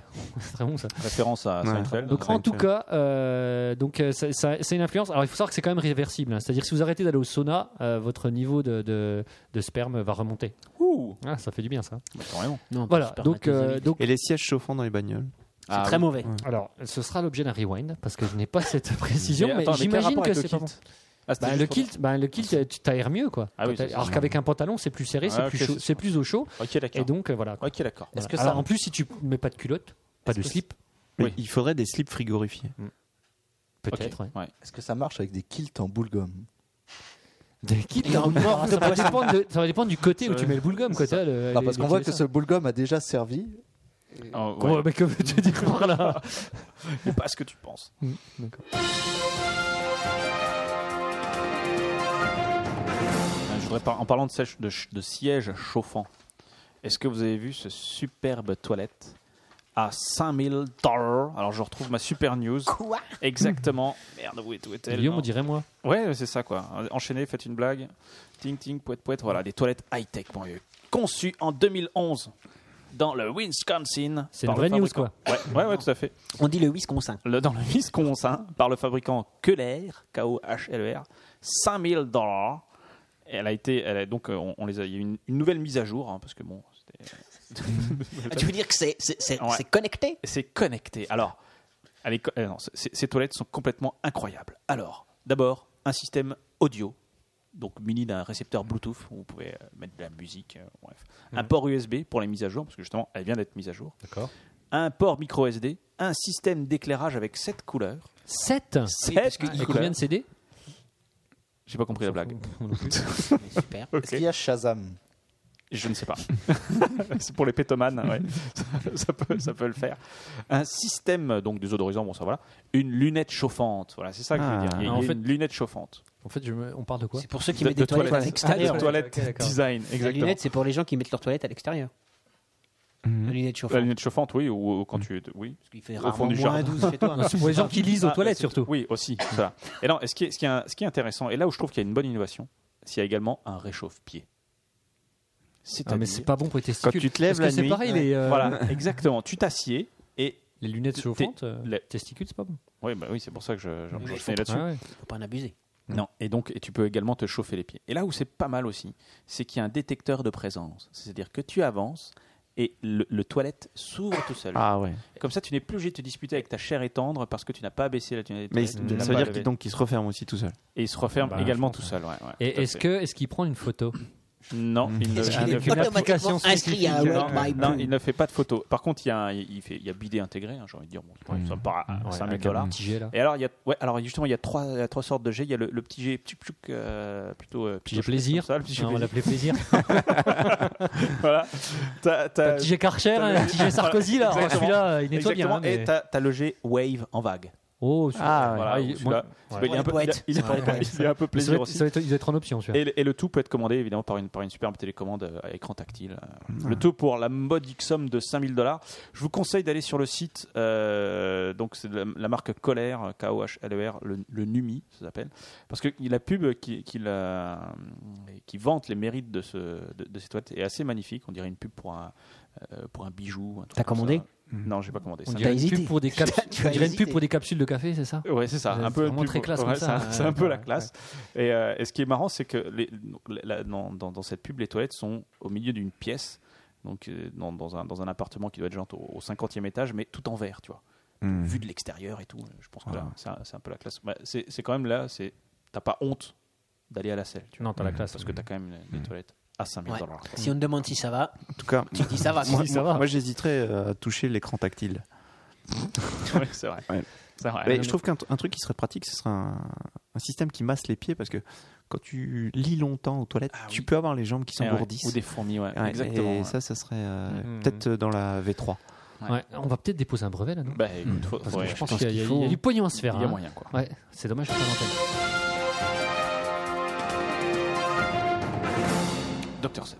S2: c'est très bon ça.
S1: Référence à
S4: Ouais.
S1: Seinfeld.
S2: Donc en tout cas, euh, donc euh, ça- ça- c'est une influence. Alors il faut savoir que c'est quand même réversible. hein. C'est-à-dire que si vous arrêtez d'aller au sauna, euh, votre niveau de, de, de sperme va remonter.
S1: Ouh,
S2: Ah, ça fait du bien ça.
S1: carrément.
S3: Non,
S2: Voilà.
S3: super
S2: Donc
S3: matériel.
S2: euh, donc
S4: Et les sièges chauffants dans les bagnoles.
S3: c'est
S1: Ah
S3: très mauvais.
S2: alors ce sera l'objet d'un rewind parce que je n'ai pas cette précision. Mais,
S1: attends, quel
S2: j'imagine
S1: rapport
S2: que
S1: avec le
S2: c'est pas bon.
S1: kilt Ah, c'était
S2: Bah,
S1: juste
S2: le
S1: pour-
S2: kilt, bah, le kilt, euh, tu t'aères mieux quoi.
S1: Ah oui,
S2: Quand t'as-
S1: c'est
S2: alors
S1: ça.
S2: qu'avec un pantalon, c'est plus serré, c'est
S1: Ah,
S2: plus
S1: ok,
S2: chaud,
S1: c'est ça.
S2: c'est plus au chaud.
S1: Ok, d'accord.
S2: Et donc euh, voilà. quoi.
S1: Ok, d'accord.
S7: Est-ce que
S2: Alors,
S7: ça
S2: en plus, si tu mets pas de culotte, pas de slip,
S4: Mais
S1: Oui. Hmm.
S4: Il faudrait des slips frigorifiés.
S1: Ok,
S2: peut-être. ouais.
S1: ouais.
S5: Est-ce que ça marche avec des kilts en boule gomme
S2: Des kilts,
S3: Et en mort de
S2: ça va dépendre de- ça va dépendre du côté où tu mets le boule gomme quoi. t'as le-
S5: Non,
S2: les-
S5: parce
S2: les-
S5: qu'on voit
S2: les-
S5: que ce boule gomme a déjà servi.
S1: Ah, ouais.
S2: Comment- mais que veux-tu dire par là
S1: C'est pas ce que tu penses.
S2: Mm,
S1: Euh, Je voudrais par- en parlant de, siège- de, ch- de sièges chauffants, est-ce que vous avez vu ce superbe toilette à 5000 dollars Alors je retrouve ma super news.
S3: Quoi
S1: Exactement. Merde, où est- où est-elle
S2: Lyon, on
S1: Non.
S2: dirait moi.
S1: Ouais, ouais, c'est ça quoi. Enchaînez, faites une blague. Ting ting, poète poète. Voilà, des toilettes high-tech, mon vieux. Conçues en 2011 dans le Wisconsin.
S2: C'est
S1: par
S2: une
S1: le
S2: vraie news,
S1: fabricant- Ouais, ouais, ouais, tout à fait.
S3: On dit le Wisconsin.
S1: Le- dans le Wisconsin par le fabricant Keller, K-O-H-L-E-R, 5000 dollars. Elle a été, elle a, donc euh, on, on les a, il y a eu une, une nouvelle mise à jour hein, parce que bon, c'était-
S3: Ah, Tu veux dire que c'est c'est- c'est-
S1: Ouais.
S3: c'est connecté
S1: c'est connecté. Alors, elle est co- euh, non, c- c- ces toilettes sont complètement incroyables. Alors, d'abord, un système audio, donc muni d'un récepteur Bluetooth où vous pouvez euh, mettre de la musique, euh, bref. Un port USB pour les mises à jour, parce que justement, elle vient d'être mise à jour.
S2: Mmh. D'accord.
S1: Un port micro SD, un système d'éclairage avec 7 couleurs.
S2: 7
S1: Sept
S2: Ah, Et
S1: couleurs.
S2: combien de CD
S1: J'ai pas compris la blague.
S3: Mais Super.
S5: Est-ce qu'il y a Shazam
S1: Je ne sais pas. c'est pour les pétomanes, ouais. ça, ça peut, ça peut le faire. Un système donc désodorisant, bon ça voilà. Une lunette chauffante, voilà, c'est ça que je veux
S4: Ah.
S1: dire. Il y a
S2: Ah, en
S1: une
S2: fait-
S1: lunette chauffante.
S2: En fait, je me- on parle de quoi
S3: C'est pour ceux qui
S1: De-
S3: mettent
S1: de
S3: des toilettes à
S1: toilettes.
S2: Ah,
S3: l'extérieur.
S2: de
S1: toilette
S2: ok, d'accord.
S1: design,
S3: La
S1: exactement.
S3: lunette, c'est pour les gens qui mettent leurs toilettes à l'extérieur. La lunette chauffante.
S1: La lunette chauffante, oui, ou, ou quand tu, oui.
S3: Parce qu'il fait
S1: au
S3: rarement
S1: fond du
S3: moins
S1: jardin.
S3: 12 chez toi.
S2: C'est pour les gens qui lisent aux
S1: Ah,
S2: toilettes
S1: c'est-
S2: surtout.
S1: Oui, aussi. ça. Et non, et ce qui, est, ce, qui est, ce qui est intéressant, et là où je trouve qu'il y a une bonne innovation, c'est qu'il y a également un réchauffe-pied. C'est
S2: Ah, mais c'est pas bon pour les
S4: Quand
S2: testicules.
S4: tu te lèves
S2: Est-ce que
S4: la
S2: c'est
S4: nuit,
S2: pareil les, euh,
S1: Voilà, exactement. Tu t'assieds et
S2: les lunettes
S1: T'es-
S2: chauffantes euh,
S1: les-
S2: testicules, c'est pas bon.
S1: oui, bah oui, c'est pour ça que je, je,
S3: Mais
S1: je
S3: il faut
S1: tenais là-dessus.
S2: Ah ouais.
S3: Faut pas en abuser.
S2: Mm.
S1: Non, et donc et tu peux également te chauffer les pieds. Et là où c'est pas mal aussi, c'est qu'il y a un détecteur de présence. C'est-à-dire que tu avances et le, le toilette s'ouvre tout seul.
S4: Ah ouais.
S1: Comme ça, tu n'es plus obligé de te disputer avec ta chair et tendre parce que tu n'as pas baissé la lunette.
S4: Mais
S1: tu
S4: ça
S1: l'as
S4: veut
S1: pas
S4: dire
S1: levée.
S4: qu'il donc qu'il se referme aussi tout seul.
S1: Et il se referme
S2: Bah,
S1: également
S2: je
S1: tout seul. ouais, ouais, tout
S2: Et
S1: à
S2: est-ce
S1: fait.
S2: que est-ce qu'il prend une photo
S1: Non,
S2: Mm.
S1: il ne,
S3: Est-ce
S1: il
S3: qu'il
S1: ne
S3: est
S1: fait pas-
S3: automatiquement
S2: application
S3: inscrit à
S2: spécifique,
S1: non,
S3: World by
S1: non,
S3: Blue
S1: il ne fait pas de photo. Par contre, il y a, un- il fait, il y a bidet intégré, hein, j'ai envie de dire. Bon, c'est pas- ça me paraît à
S2: Mm. Ouais,
S1: 5000
S2: avec un
S1: dollars.
S2: petit jet, là.
S1: Et alors, il y a, ouais, alors justement, il y a trois, il y a trois sortes de jets. Il y a le, le petit jet ptchouk, ptchouk, euh, plutôt, euh,
S2: Petit
S1: plutôt
S2: jet plaisir.
S1: comme ça, le petit jet
S2: Non, on va
S1: plaisir.
S2: l'appeler plaisir.
S1: Voilà. T'as- t'as-
S2: Un petit jet Karcher,
S1: t'as le-
S2: un petit jet Sarkozy là.
S1: Exactement.
S2: Celui-là, il nettoie bien.
S1: Exactement.
S2: hein, mais-
S1: Et t'as t'as le jet wave en vague.
S2: Oh, super.
S4: Ah, ouais.
S1: Voilà,
S2: Ah,
S1: où
S2: il-
S1: celui-là,
S2: moi-
S1: il est un peu-
S3: Ouais,
S1: il a- il est
S2: ouais,
S1: pas-
S2: ouais.
S1: il est un peu
S2: Mais ça
S1: plaisir
S2: doit être-
S1: aussi.
S2: ça doit être- Il doit être en option, celui-là.
S1: Et, le- et le tout peut être commandé évidemment par une, par une superbe télécommande euh, à écran tactile. Le tout pour la modique somme de 5000 dollars. Je vous conseille d'aller sur le site, euh, donc c'est de la, la marque Colère, K-O-H-L-E-R, E le, le Numi, ça s'appelle. Parce que la pub qui, qui, la- qui vante les mérites de, ce, de, de ces toilettes est assez magnifique. On dirait une pub pour un, euh, pour un bijou. un truc
S3: T'as
S1: comme
S3: commandé
S1: ça. Non, j'ai pas commandé.
S2: Mmh. On
S1: Ça
S2: dirait,
S3: T'as
S2: une
S3: hésité.
S2: pub, pour des capsules,
S3: Tu as
S2: on dirait une pub
S3: hésité.
S2: pour des capsules de café, c'est ça
S1: Ouais, c'est ça,
S2: C'est
S1: un peu
S2: vraiment
S1: une pub-
S2: très classe
S1: ouais,
S2: comme
S1: c'est
S2: ça,
S1: un-
S2: ouais,
S1: C'est un peu la
S2: ouais.
S1: classe. Et, euh, et ce qui est marrant, c'est que les- la- dans, dans- dans cette pub, les toilettes sont au milieu d'une pièce, donc euh, dans, dans un, dans un appartement qui doit être genre au, au 50e étage, mais tout en verre, tu vois,
S2: Hmm.
S1: vu de l'extérieur et tout. Je pense que là,
S4: Ah.
S1: c'est un- c'est un peu la classe. Bah, c'est c'est quand même là, c'est t'as pas honte d'aller à la selle, tu vois,
S2: Non, t'as la classe. Hmm.
S1: parce que t'as quand même des toilettes à 5000
S3: Ouais.
S1: dollars.
S3: Si on te demande si ça va,
S4: En tout cas,
S3: tu dis ça
S1: Ah,
S3: va.
S4: moi,
S3: quoi.
S2: ça va.
S4: moi, j'hésiterais euh, à toucher l'écran tactile.
S1: Ouais, c'est vrai.
S4: Ouais.
S1: C'est vrai.
S4: Mais je trouve qu'un t- un truc qui serait pratique, ce serait un, un système qui masse les pieds parce que quand tu lis longtemps aux toilettes, tu peux avoir les jambes qui
S1: Ah Eh Ouais, ouais.
S4: s'engourdissent.
S1: Ou des fourmis, ouais.
S4: Ouais,
S1: Exactement.
S4: Et
S1: ouais. Mm-hmm.
S4: ça, ça serait euh,
S2: Mhm.
S4: peut-être dans la V3.
S1: Ouais.
S2: Ouais, On va peut-être déposer un brevet là, non
S1: Bah écoute, faut-
S2: Hmm. Parce que
S1: ouais,
S2: je pense
S1: qu'il
S2: qu'il y, a-
S1: faut-
S2: il y a du pognon à se faire.
S1: il y a
S2: hein.
S1: moyen, quoi.
S2: Ouais, c'est dommage que ça m'entende.
S1: Docteur Seb.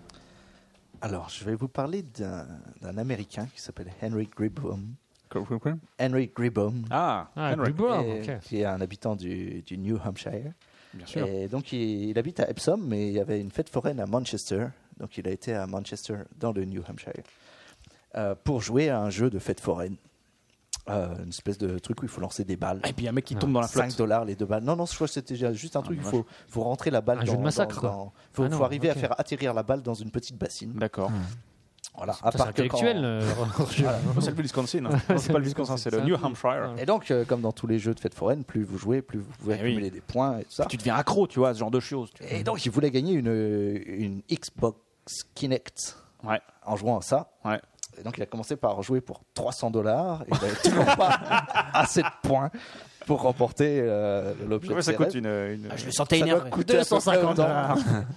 S5: Alors, je vais vous parler d'un d'un Américain qui s'appelle Henry Gribham. Henry Gribham,
S1: Ah,
S2: Ah,
S1: Henry.
S2: du bois,
S5: et-
S2: ok.
S5: qui est un habitant du, du New Hampshire.
S1: bien sûr.
S5: Et donc, il, il habite à Epsom, mais il y avait une fête foraine à Manchester. Donc, il a été à Manchester, dans le New Hampshire, euh, pour jouer à un jeu de fête foraine. Euh, une espèce de truc où il faut lancer des balles.
S1: Et puis un mec qui tombe dans la
S5: 5
S1: flotte. Ah,
S5: dollars les deux balles. Non, non, je crois que c'était juste un truc. Il faut, faut rentrer la balle
S2: Un jeu
S5: dans.
S2: de massacre,
S5: dans-
S2: quoi.
S5: dans- faut,
S2: Ah non,
S5: faut arriver
S2: ok.
S5: à faire atterrir la balle dans une petite bassine.
S1: D'accord.
S5: Voilà,
S2: Ça,
S5: à
S2: C'est
S5: part que quand-
S2: intellectuel. euh, Roger.
S1: Oh, C'est le Wisconsin. hein. Non, C'est pas le Wisconsin, c'est le
S2: ça.
S1: New Hampshire.
S5: Et donc, euh, comme dans tous les jeux de fête foraine, plus vous jouez, plus vous pouvez
S1: Eh oui.
S5: accumuler des points et tout ça.
S1: Tu deviens accro, tu vois, à ce genre de choses. tu vois.
S5: Et donc, il voulait gagner une, une Xbox Kinect
S1: Ouais,
S5: en jouant à ça.
S1: ouais.
S5: Et donc, il a commencé par jouer pour 300 dollars. Il n'avait toujours pas assez de points pour remporter euh, l'objet.
S1: Ouais,
S5: de
S1: ça
S5: ses
S1: coûte
S5: rêves.
S1: une. une-
S3: Ah, Je me sentais
S5: Ça doit
S3: énervé.
S5: coûter à peu près autant.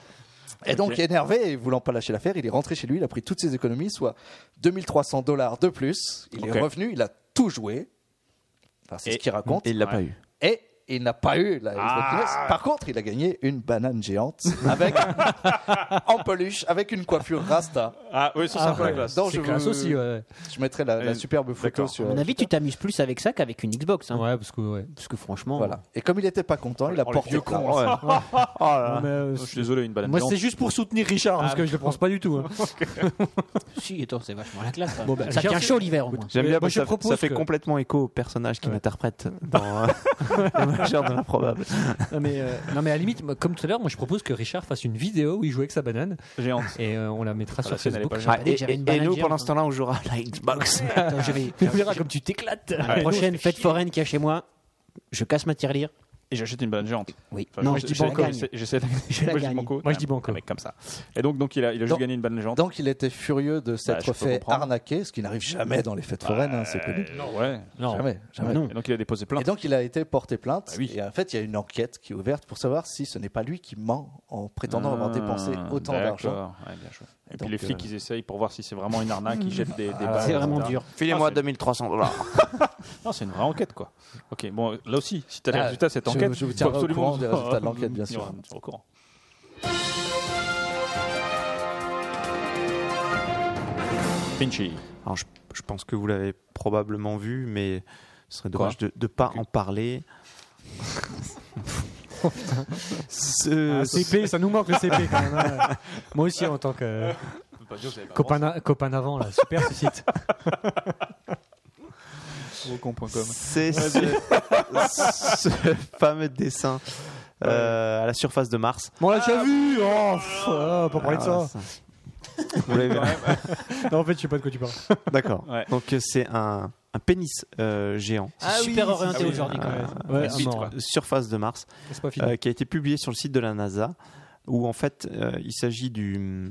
S5: Et donc,
S1: Ok.
S5: énervé et voulant pas lâcher l'affaire, il est rentré chez lui, il a pris toutes ses économies, soit 2300 dollars de plus. Il
S1: Ok.
S5: est revenu, il a tout joué. Enfin, c'est
S1: Et-
S5: ce qu'il raconte.
S4: Et il l'a
S1: Ouais.
S4: pas eu.
S5: Et il n'a pas eu la Xbox
S1: Ah.
S5: Kinect. Par contre, il a gagné une banane géante avec, en peluche avec une coiffure rasta.
S1: Ah, oui, c'est sympa la classe.
S5: Donc,
S2: C'est
S5: je,
S2: classe
S5: vous-
S2: aussi, ouais.
S5: je mettrai la, la
S1: Euh,
S5: superbe photo
S1: d'accord.
S5: sur.
S3: À mon avis, tu t'amuses plus avec ça qu'avec une Xbox. hein.
S2: Ouais, parce que ouais.
S3: Parce que franchement,
S5: Voilà. Et comme il n'était pas content, il a
S1: Oh, les
S5: porté
S1: vieux
S5: plainte.
S1: cons, hein. Je
S4: Bah,
S2: Moi,
S1: suis désolé, une banane. géante.
S2: c'est juste pour soutenir Richard, parce que je le pense pas du tout. hein.
S3: si, attends, c'est vachement la classe.
S2: Bon, bah,
S3: ça devient
S2: Richard,
S3: chaud l'hiver au moins.
S4: J'aime
S2: Mais
S4: bien
S2: Euh, moi,
S4: parce
S2: je
S4: que ça,
S2: propose
S4: ça fait
S2: que-
S4: complètement écho au personnage qui
S2: Ouais.
S4: m'interprète dans euh, les majeurs de l'improbable.
S2: Non mais, euh, non, mais à la limite, moi, comme tout à l'heure, moi je propose que Richard fasse une vidéo où il joue avec sa banane
S1: Géante.
S2: et euh, on la mettra sur
S1: la scène, elle est pas
S2: Facebook.
S3: J'aurais pas dit
S4: et,
S3: que j'avais
S4: et-
S3: une
S4: et
S3: banane
S4: nous,
S3: géante,
S4: pendant ce temps-là, on jouera à la Xbox.
S3: hein. Attends, je vais.
S2: Tu verras comme tu t'éclates.
S3: La prochaine fête foraine qu'il y a chez moi, je casse ma tirelire.
S1: Et j'achète une banane géante.
S3: Oui.
S1: Enfin,
S3: non,
S1: j'ai-
S3: je dis
S1: j'ai-
S3: banco.
S1: j'essaie- J'essaie de-
S3: Je
S1: Moi,
S3: la
S1: je dis
S3: gagne.
S1: banco.
S2: Moi, je dis banco.
S1: Un mec comme ça. Et donc, donc il a, il a juste
S5: Donc-
S1: gagné une banane géante.
S5: Donc il était furieux de
S1: Bah,
S5: s'être
S1: je peux
S5: fait
S1: comprendre.
S5: arnaquer, ce qui n'arrive jamais dans les fêtes foraines, hein, c'est connu.
S1: Euh, non, ouais.
S2: Non.
S5: Jamais, jamais.
S1: Et donc il a déposé plainte.
S5: Et donc il a été porté plainte.
S1: Bah oui.
S5: Et en fait, il y a une enquête qui est ouverte pour savoir si ce n'est pas lui qui ment en prétendant avoir
S1: Ah,
S5: dépensé autant d'argent.
S1: d'accord. Ouais, bien joué. Et
S5: Donc,
S1: puis les flics,
S5: euh,
S1: ils essayent pour voir si c'est vraiment une arnaque, ils jettent des, des balles.
S3: C'est vraiment
S1: etc.
S3: dur.
S4: Filez-moi
S1: Ah, c'est-
S4: 2300 dollars.
S1: Non, c'est une vraie enquête, quoi. Ok, bon, là aussi, si t'as les
S5: Ah,
S1: résultats de cette
S5: je-
S1: enquête,
S5: je vous
S1: faut
S5: tiendrai au
S1: absolument-
S5: courant des résultats de l'enquête, bien
S1: Ouais,
S5: sûr.
S1: on est au courant. Pinchy.
S4: Alors, je, je pense que vous l'avez probablement vu, mais ce serait dommage de ne pas en parler. Ce-
S2: Ah, CP, ça nous manque le CP quand même. hein. Moi aussi en tant que euh, copain, a- copain avant, là, super ce site.
S4: C'est ce, ce fameux dessin euh, à la surface de Mars.
S2: Bon, on l'a déjà vu Oh, pff, ah, pas parler de
S4: Ah,
S2: ça.
S4: ça. Vous l'avez vu
S2: Non, en fait, je sais pas de quoi tu parles.
S4: D'accord.
S1: Ouais.
S4: Donc euh, c'est un, un pénis euh, géant.
S3: super orienté
S1: Ah oui.
S3: aujourd'hui quand même.
S2: Ouais,
S4: Euh,
S2: ah, non, ouais.
S4: surface de Mars,
S2: c'est pas fini.
S4: euh, qui a été publié sur le site de la NASA, où en fait euh, il s'agit du,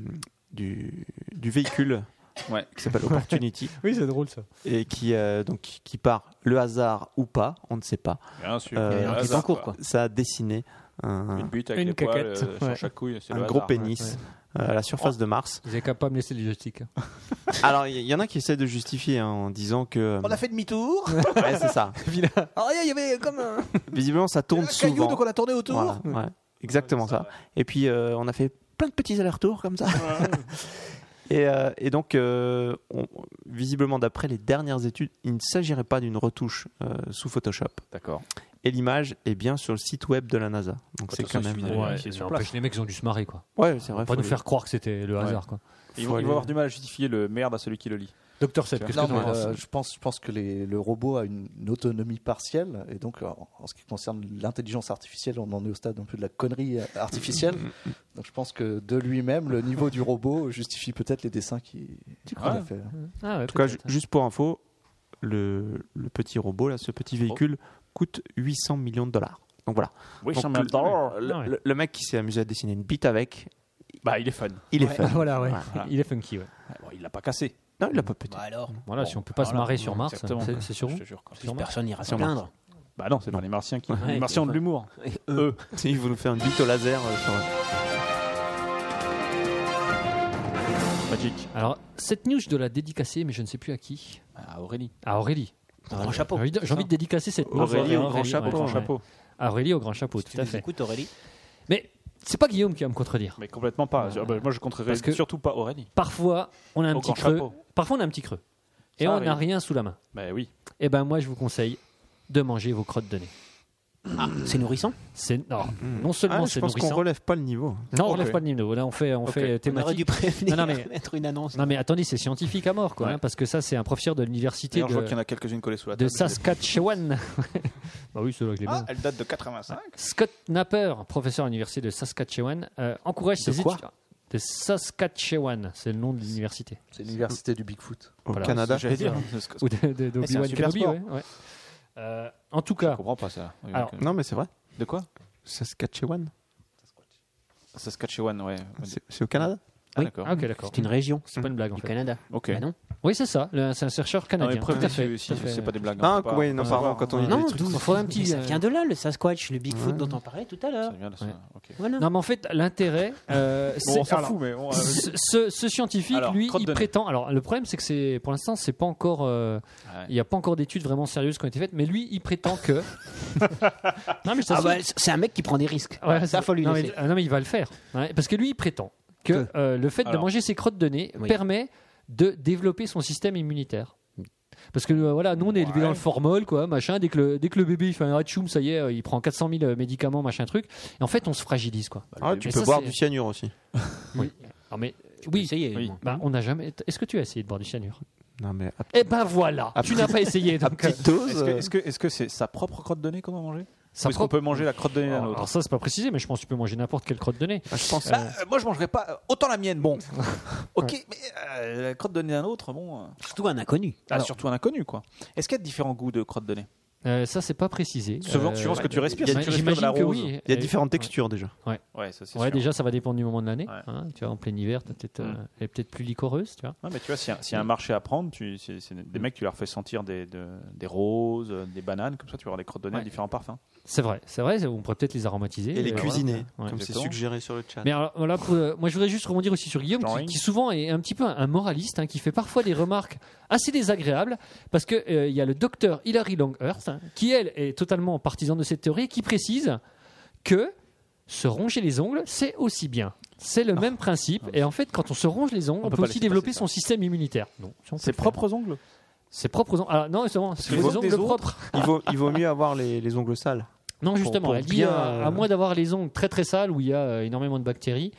S4: du, du véhicule
S1: Ouais.
S4: qui s'appelle Opportunity
S2: Oui, c'est drôle ça.
S4: et qui, euh, donc, qui part le hasard ou pas, on ne sait pas.
S1: Bien sûr.
S4: Euh,
S1: le
S4: Il y a un
S3: qui
S1: hasard,
S3: en cours, quoi.
S4: Ça a dessiné un,
S1: Une butte avec
S2: Une
S1: les poils
S2: caquette.
S1: euh, sur
S2: Ouais.
S1: chaque couille, c'est
S4: un
S1: le
S4: gros
S1: hasard. Oh.
S4: pénis euh, à la surface de Mars.
S2: Vous avez qu'à pas me laisser les joystick. hein.
S4: Alors il y, y en a qui essaient de justifier hein, en disant
S1: Oh,
S4: que.
S7: On a fait demi-tour.
S4: Ouais, c'est ça.
S7: Ah, il y avait comme un,
S4: Visiblement ça
S7: un
S4: tourne
S7: caillou,
S4: souvent.
S7: donc on a tourné autour.
S4: Voilà, ouais. Exactement ça. Et puis, euh, on a fait plein de petits allers-retours comme ça. et, euh, et donc, euh, on- visiblement, d'après les dernières études, il ne s'agirait pas d'une retouche euh, sous Photoshop.
S1: D'accord.
S4: Et l'image est bien sur le site web de la NASA. Donc,
S2: Bah,
S1: Quand
S4: c'est
S1: ça
S4: quand même.
S1: suffit
S4: euh,
S1: d'aller-
S4: Ouais,
S1: Ouais, c'est sur place.
S2: les mecs, ils ont dû se marrer quoi.
S4: c'est vrai.
S2: hein. Pas
S4: faut
S2: nous
S4: le-
S2: faire croire que c'était le
S4: Ouais.
S2: hasard quoi.
S1: Ils vont,
S4: Faut
S1: ils vont avoir
S4: aller-
S1: du mal à justifier le merde à celui qui le lit.
S2: Docteur Seb, qu'est-ce que
S5: Non,
S2: tu
S5: mais,
S2: en penses
S5: euh, je, pense, je pense que les- le robot a une, une autonomie partielle. Et donc, en, en ce qui concerne l'intelligence artificielle, on en est au stade un peu de la connerie euh, artificielle. donc, je pense que de lui-même, le niveau du robot justifie peut-être les dessins qui- qu'il
S1: crois
S5: a fait.
S2: Ah, ouais,
S4: En tout cas, ju- juste pour info, le, le petit robot, là, ce
S2: Oh.
S4: petit véhicule, coûte 800 millions de dollars. Donc voilà.
S1: Oui,
S4: Donc,
S2: Ah
S1: c'est un merde.
S4: le, le- le mec qui s'est amusé à dessiner une bite avec,
S1: Bah, il est fun.
S4: Il est
S2: Ouais,
S4: fun.
S2: Ah, Voilà, ouais.
S4: Voilà.
S2: Il est funky, ouais.
S1: Ah, Bon, il l'a pas cassé.
S4: Non, il l'a pas pété.
S3: Bah alors,
S2: Voilà,
S1: Bon,
S2: si on peut pas se
S1: voilà.
S2: marrer sur Mars,
S1: Exactement.
S2: c'est c'est sur
S1: Je
S2: vous.
S1: te jure, quoi.
S2: Sur Mars.
S3: personne n'ira se
S4: Sur Mars.
S3: plaindre.
S1: Bah non, c'est pas les martiens qui.
S3: Ouais,
S1: les martiens ont de
S3: c'est-
S1: l'humour.
S4: Eux. Ils vont nous faire une bite au laser. euh, sur-
S1: Magique.
S2: Alors, cette news, je dois la dédicacer, mais je ne sais plus à qui.
S1: Ah, Aurélie.
S2: À Aurélie.
S3: Grand chapeau.
S2: J'ai envie de- j'ai envie de dédicacer cette news.
S4: Aurélie au grand
S2: ouais.
S4: chapeau,
S1: Grand
S4: ouais.
S1: chapeau.
S2: À Aurélie au grand chapeau, tout à fait.
S3: Écoute Aurélie.
S2: Mais c'est pas Guillaume qui va me contredire.
S1: Mais complètement pas.
S2: Ouais.
S1: Ah bah, moi, je contrerai
S2: Parce que-
S1: surtout pas Aurélie.
S2: Parfois, on a un
S1: Au grand
S2: petit creux.
S1: chapeau.
S2: Parfois, on a un petit creux. Et
S1: Ça
S2: on n'a
S1: arrive.
S2: rien sous la main.
S1: Bah oui.
S2: Eh ben, moi, je vous conseille de manger vos crottes de nez.
S3: Ah, c'est nourrissant.
S2: C'est non, non
S4: Ah,
S2: seulement
S4: je
S2: c'est
S4: pense qu'on
S2: nourrissant.
S4: relève pas le niveau.
S2: Non, on
S1: Ok.
S2: relève pas le niveau. Là, on fait, on fait
S3: On aurait
S2: thématique.
S3: dû prévenir,
S2: Non, non, mais-
S3: mettre une annonce.
S2: Non, mais attendez, c'est scientifique à mort, quoi.
S1: Ouais.
S2: hein, parce que ça, c'est un professeur de l'université
S1: D'ailleurs, je vois qu'il y
S2: de,
S1: en a quelques-unes collées sous la
S2: de
S1: table.
S2: Saskatchewan. bah oui, celui-là, je l'ai
S1: Ah,
S2: bien.
S1: elle date de 85.
S2: Scott Napper, professeur à l'université de Saskatchewan, euh, encourage
S1: De
S2: ses
S1: quoi
S2: étudiants. De Saskatchewan, c'est le nom de l'université.
S5: C'est l'université du Bigfoot.
S4: Au
S2: Voilà.
S4: Canada.
S1: J'allais dire.
S2: Ou de, de, d'Obi-Wan
S4: c'est un super
S2: Kenobi,
S4: sport.
S2: ouais, ouais. Euh, en tout cas,
S1: Je comprends pas ça. Oui,
S2: Alors-
S1: ok.
S4: Non, mais c'est vrai.
S1: de quoi
S4: Saskatchewan.
S1: Saskatchewan, ouais.
S4: C'est c'est au Canada
S1: Ah,
S3: Oui.
S1: D'accord.
S2: ah, ok, d'accord.
S3: C'est une région
S2: C'est pas une blague en
S3: du
S2: fait.
S3: Canada.
S1: Ok.
S3: Bah non.
S2: Oui, c'est ça. le- C'est un chercheur
S1: Non, mais
S2: canadien.
S1: preuve
S2: Tout à
S1: si-
S2: fait,
S1: si,
S2: tout à fait.
S1: c'est pas des blagues.
S4: Ah,
S1: hein, faut pas-
S4: oui, non,
S1: faut
S4: pardon,
S1: savoir.
S4: quand on dit
S3: Non,
S4: des trucs.
S3: d'où
S2: Il faudrait un
S3: Mais
S2: petit.
S3: ça
S2: euh,
S3: vient de là, le Sasquatch, le Bigfoot
S4: Ouais.
S3: dont on parlait tout à
S1: Ça
S3: l'heure.
S1: vient de ça,
S2: Ouais.
S1: ok.
S3: Voilà.
S2: Non, mais en fait, l'intérêt. euh,
S1: Bon,
S2: c'est-
S1: on s'en
S2: alors,
S1: fout, mais on-
S2: Ce, ce- ce scientifique,
S1: Alors,
S2: lui,
S1: crotte
S2: il
S1: de nez.
S2: prétend. Alors, le problème, c'est que c'est pour l'instant, c'est pas encore. euh,
S1: Ouais.
S2: Il n'y a pas encore d'études vraiment sérieuses qui ont été faites, mais lui, il prétend que. non, mais ça
S3: Ah
S2: se-
S3: bah, c'est un mec qui prend des risques.
S2: Ouais,
S3: ça,
S2: c'est-
S3: faut lui
S2: non,
S3: laisser.
S2: mais, ah, non, mais il va le faire. Ouais, parce que lui, il prétend que euh, le fait
S1: Alors.
S2: de manger ses crottes de nez
S3: Oui.
S2: permet de développer son système immunitaire. Parce que euh, voilà, nous on est élevé dans le formol, quoi, machin. Dès que le, dès que le bébé il fait un hachoum, ça y est, euh, il prend 400 000 euh, médicaments, machin truc. Et en fait, on se fragilise, quoi.
S4: Ah, tu
S2: Mais
S4: peux
S2: ça,
S4: boire
S2: c'est-
S4: du cyanure aussi.
S2: Non, mais oui,
S3: Essayez.
S1: Oui.
S3: moi.
S2: bah, on n'a jamais. Est-ce que tu as essayé de boire du cyanure
S4: Non, mais
S1: Ah,
S4: à
S2: Eh ben voilà,
S4: À
S2: tu n'as pas essayé. Donc, euh,
S4: petite dose.
S1: Est-ce que-
S4: euh,
S1: Est-ce que est-ce que c'est sa propre crotte de nez qu'on va manger
S2: ça
S1: Ou est-ce qu'on
S2: prend-
S1: peut manger la crotte de nez d'un
S2: alors,
S1: autre
S2: ça, c'est pas précisé, mais je pense que tu peux manger n'importe quelle crotte de nez.
S4: ah, Je pense.
S1: Bah, euh, moi, je mangerais pas euh, autant la mienne, bon. ok, mais euh, la crotte de nez d'un autre, bon. euh,
S3: Surtout un inconnu.
S1: ah, surtout un inconnu, quoi. Est-ce qu'il y a différents goûts de crotte de nez
S2: Euh, ça, c'est pas précisé. Euh,
S1: Suivant- suivant ce que tu respires,
S2: il y a-
S1: si tu respires
S2: j'imagine
S1: de la
S2: que
S1: rose.
S2: oui.
S4: Il y a
S2: Euh,
S4: différentes textures déjà.
S1: Ouais, ça c'est
S2: Ouais,
S1: sûr.
S2: déjà, ça va dépendre du moment de l'année.
S1: Ouais. Mm.
S2: hein. tu vois, en plein hiver, t'as peut-être, euh, elle est peut-être plus licoreuse, tu vois.
S1: Ouais, mais tu vois, s'il y, a- s'il y a un marché à prendre, tu, c'est- c'est des mecs, tu leur fais sentir des, de- des roses, euh, des bananes, comme ça, tu vas avoir des crottes de nez à
S2: Ouais.
S1: différents parfums.
S2: C'est vrai, c'est vrai. On pourrait peut-être les aromatiser.
S4: Et les
S2: euh, voilà.
S4: cuisiner,
S2: Ouais,
S4: comme c'est
S1: exactement.
S4: suggéré sur le chat.
S2: Mais alors, voilà, pour, euh, moi, je voudrais juste rebondir aussi sur Guillaume, qui,
S1: Drawing.
S2: qui souvent est un petit peu un, un moraliste, hein, qui fait parfois des remarques assez désagréables, parce que euh, il y a le docteur Hilary Longhurst, hein, qui elle est totalement partisan de cette théorie, et qui précise que se ronger les ongles, c'est aussi bien. C'est le même principe, et en fait, quand on se ronge les ongles,
S1: Ah. On
S2: on,
S1: peut
S2: peut
S1: pas
S2: aussi
S1: laisser
S2: développer
S1: passer ça.
S2: son système immunitaire. Non, si on peut
S1: Ses
S2: le faire.
S1: propres ongles
S2: Ses propres ongles. Alors, non, justement,
S1: que
S2: ses
S1: les
S2: ongles,
S1: autres des autres-
S2: propres.
S4: Il vaut, il vaut mieux avoir les, les ongles sales.
S2: Non, justement,
S4: pour
S2: elle dit,
S4: bien,
S2: euh,
S4: euh,
S2: à moins d'avoir les ongles très très sales où il y a euh, énormément de bactéries,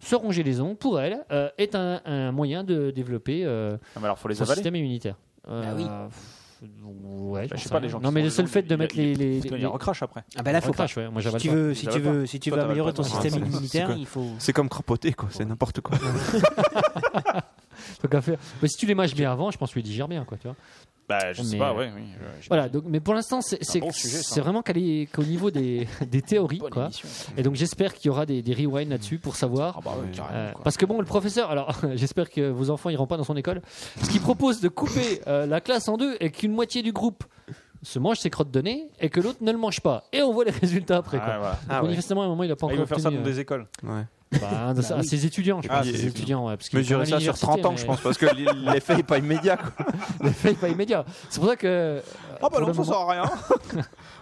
S2: se ronger les ongles, pour elle, euh, est un, un moyen de développer euh,
S1: Ah, mais alors, faut les
S2: son
S1: avaler.
S2: système immunitaire. Euh,
S3: Bah oui.
S2: pff, Ouais,
S1: Bah,
S2: j'en
S1: je sais
S2: sais
S1: pas,
S2: rien.
S1: les gens qui
S2: Non, mais
S1: se
S2: le
S1: rongent
S2: seul
S1: les
S2: fait
S1: ongles,
S2: de mettre
S1: il y a-
S2: les. les,
S1: Putain,
S2: les-
S1: il recrache après.
S3: Ah bah là, faut pas.
S2: Recrache, ouais, moi
S3: Si
S2: j'avale
S3: tu
S2: pas.
S3: veux, si
S1: Ils
S3: tu
S1: avalent
S3: veux, si tu
S1: Toi,
S3: veux
S1: t'avales
S3: améliorer
S1: pas,
S3: ton
S1: toi.
S3: système
S4: Ah, ça,
S3: immunitaire,
S4: c'est que-
S3: il faut.
S4: C'est comme crapoter, quoi. C'est n'importe quoi.
S2: Faut qu'à faire. Mais si tu les mâches bien avant, je pense que tu les digères bien, quoi, tu vois.
S1: Bah, je sais
S2: Mais-
S1: pas, ouais. oui, je- je-
S2: Voilà, donc, mais pour l'instant, c'est c'est-
S1: bon sujet, ça.
S2: c'est vraiment qu'elle est- qu'au niveau des, des théories,
S1: Bonne
S2: quoi.
S1: émission.
S2: Et donc j'espère qu'il y aura des, des rewinds là-dessus pour savoir
S1: Ah, bah, ouais,
S4: Euh,
S1: carrément.
S2: Euh,
S1: quoi.
S2: parce que bon, le professeur, alors j'espère que vos enfants iront pas dans son école, ce qui propose de couper euh, la classe en deux et qu'une moitié du groupe se mange ses crottes de nez et que l'autre ne le mange pas. Et on voit les résultats après.
S1: Ah,
S2: quoi.
S1: voilà.
S2: Donc, Manifestement, à un moment, il a
S1: Ah,
S2: pas encore.
S1: il veut faire ça
S2: obtenu,
S1: dans des écoles.
S4: Ouais.
S2: euh, bah, dans- à ses étudiants, je
S1: Ah,
S2: pense.
S1: ses
S2: ses
S1: étudiants.
S2: étudiants, ouais, parce qu'il est
S4: Mesurer
S2: quand même à
S4: ça sur 30 ans, je pense,
S2: l'université,
S4: parce que l- l'effet n'est pas immédiat. Quoi.
S2: mais- L'effet est pas immédiat. C'est pour ça que. euh,
S1: Ah, bah
S2: pour
S1: non,
S2: le
S1: ça
S2: moment-
S1: sert à rien.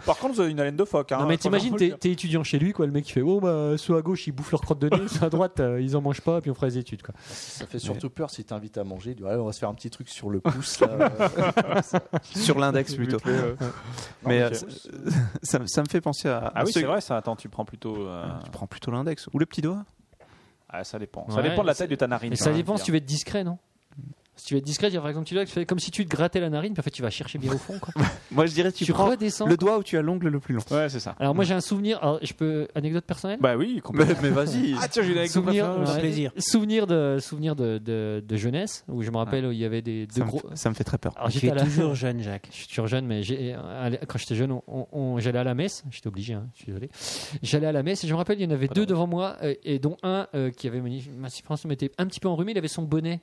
S1: Par contre, vous avez une haleine de phoque. hein,
S2: Non, mais
S1: je crois qu'on
S2: t'imagines,
S1: peut le
S2: t'es t'es étudiant chez lui, quoi. Le mec qui fait Oh, bah, ceux à gauche ils bouffent leurs crottes de nez, ceux à droite euh, ils en mangent pas, puis on fera les études, quoi.
S5: Ça fait surtout peur si t'invites à manger. Tu dis, Allez, on va se faire un petit truc sur le pouce. là. Euh,
S4: Sur l'index, plutôt.
S1: dire. Euh,
S4: Mais
S1: Non,
S4: euh, ça, ça me fait penser à.
S1: Ah
S4: à
S1: oui,
S4: ceux-
S1: c'est vrai, ça. Attends, tu prends plutôt. euh,
S4: Tu prends plutôt l'index ou le petit doigt
S1: Ah, ça dépend.
S2: Ouais,
S1: ça dépend de la
S2: c'est-
S1: taille de ta narine. hein,
S2: Mais ça dépend si tu veux être discret, non Si tu veux être discret, dire par exemple, tu dois- tu fais comme si tu te grattais la narine, puis en fait, tu vas chercher bien au fond. quoi.
S4: Moi, je dirais, tu,
S2: tu
S4: prends
S2: redescends.
S4: le doigt où tu as l'ongle le plus long.
S1: Ouais, c'est ça.
S2: Alors, moi, j'ai un souvenir. alors, je peux. Anecdote personnelle
S1: Bah oui, complètement.
S4: Mais, mais vas-y.
S1: Bah, tiens, j'ai une
S2: Souvenir,
S4: euh,
S1: préférée.
S2: ouais,
S3: plaisir.
S2: souvenir de souvenir de, de, de jeunesse où je me rappelle où il y avait des deux
S4: Ça me,
S2: gros.
S4: ça me fait très peur.
S2: Alors
S3: Tu
S2: j'étais à
S3: es
S2: la...
S3: toujours jeune, Jacques.
S2: Je suis toujours jeune, mais j'ai- à l'é- quand j'étais jeune, on- on- on- j'allais à la messe. J'étais obligé, hein, je suis désolé. J'allais à la messe et je me rappelle, il y en avait deux devant moi, euh, et dont un euh, qui avait manif- manifestement était un petit peu enrhumé. Il avait son bonnet.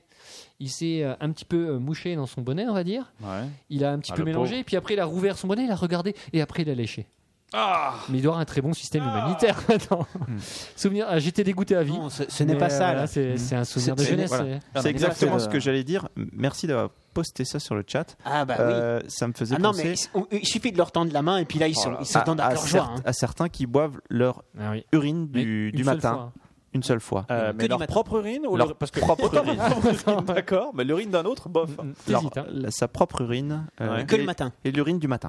S2: Il s'est euh, un petit peu euh, mouché dans son bonnet, on va dire.
S1: Ouais.
S2: Il a un petit
S1: Ah,
S2: peu
S1: le
S2: mélangé,
S1: pauvre.
S2: et puis après, il a rouvert son bonnet, il a regardé, et après, il a léché.
S1: Ah
S2: Mais il doit avoir un très bon système humanitaire maintenant. Souvenir, ah, j'étais dégoûté à vie.
S3: Ah Hmm. Non, ce, ce n'est
S2: Mais,
S3: pas
S2: euh,
S3: ça.
S2: voilà,
S3: là.
S2: C'est c'est un souvenir
S3: C'est-
S2: de
S3: c'est-
S2: jeunesse.
S1: voilà.
S2: c'est-
S4: Ah, bah, C'est euh, exactement ce que
S1: j'ai.
S4: j'allais dire. Merci d'avoir posté ça sur le chat.
S3: Ah bah oui.
S4: Euh, ça me faisait
S3: Ah non, mais
S4: penser Ah,
S3: ils sont- on- il suffit de leur tendre la main et puis Oh là, ils sont- ils s'attendent
S4: à,
S3: à
S4: à
S3: leur joie.
S4: certes-
S3: hein.
S4: à certains qui boivent leur
S2: Ah oui.
S4: urine
S2: Mais
S4: du,
S2: une
S4: du
S2: seule
S4: matin
S2: fois.
S4: une seule fois.
S1: Euh,
S3: Que
S1: mais
S3: du
S1: leur
S3: matin.
S1: propre urine ou
S4: Leur
S1: leur... Parce que propre urine. D'accord, mais l'urine d'un autre, bof.
S2: T'hésites, hein.
S4: Alors, la- sa propre urine euh,
S1: Ouais.
S3: Que le
S4: et-
S3: matin.
S4: et l'urine du matin.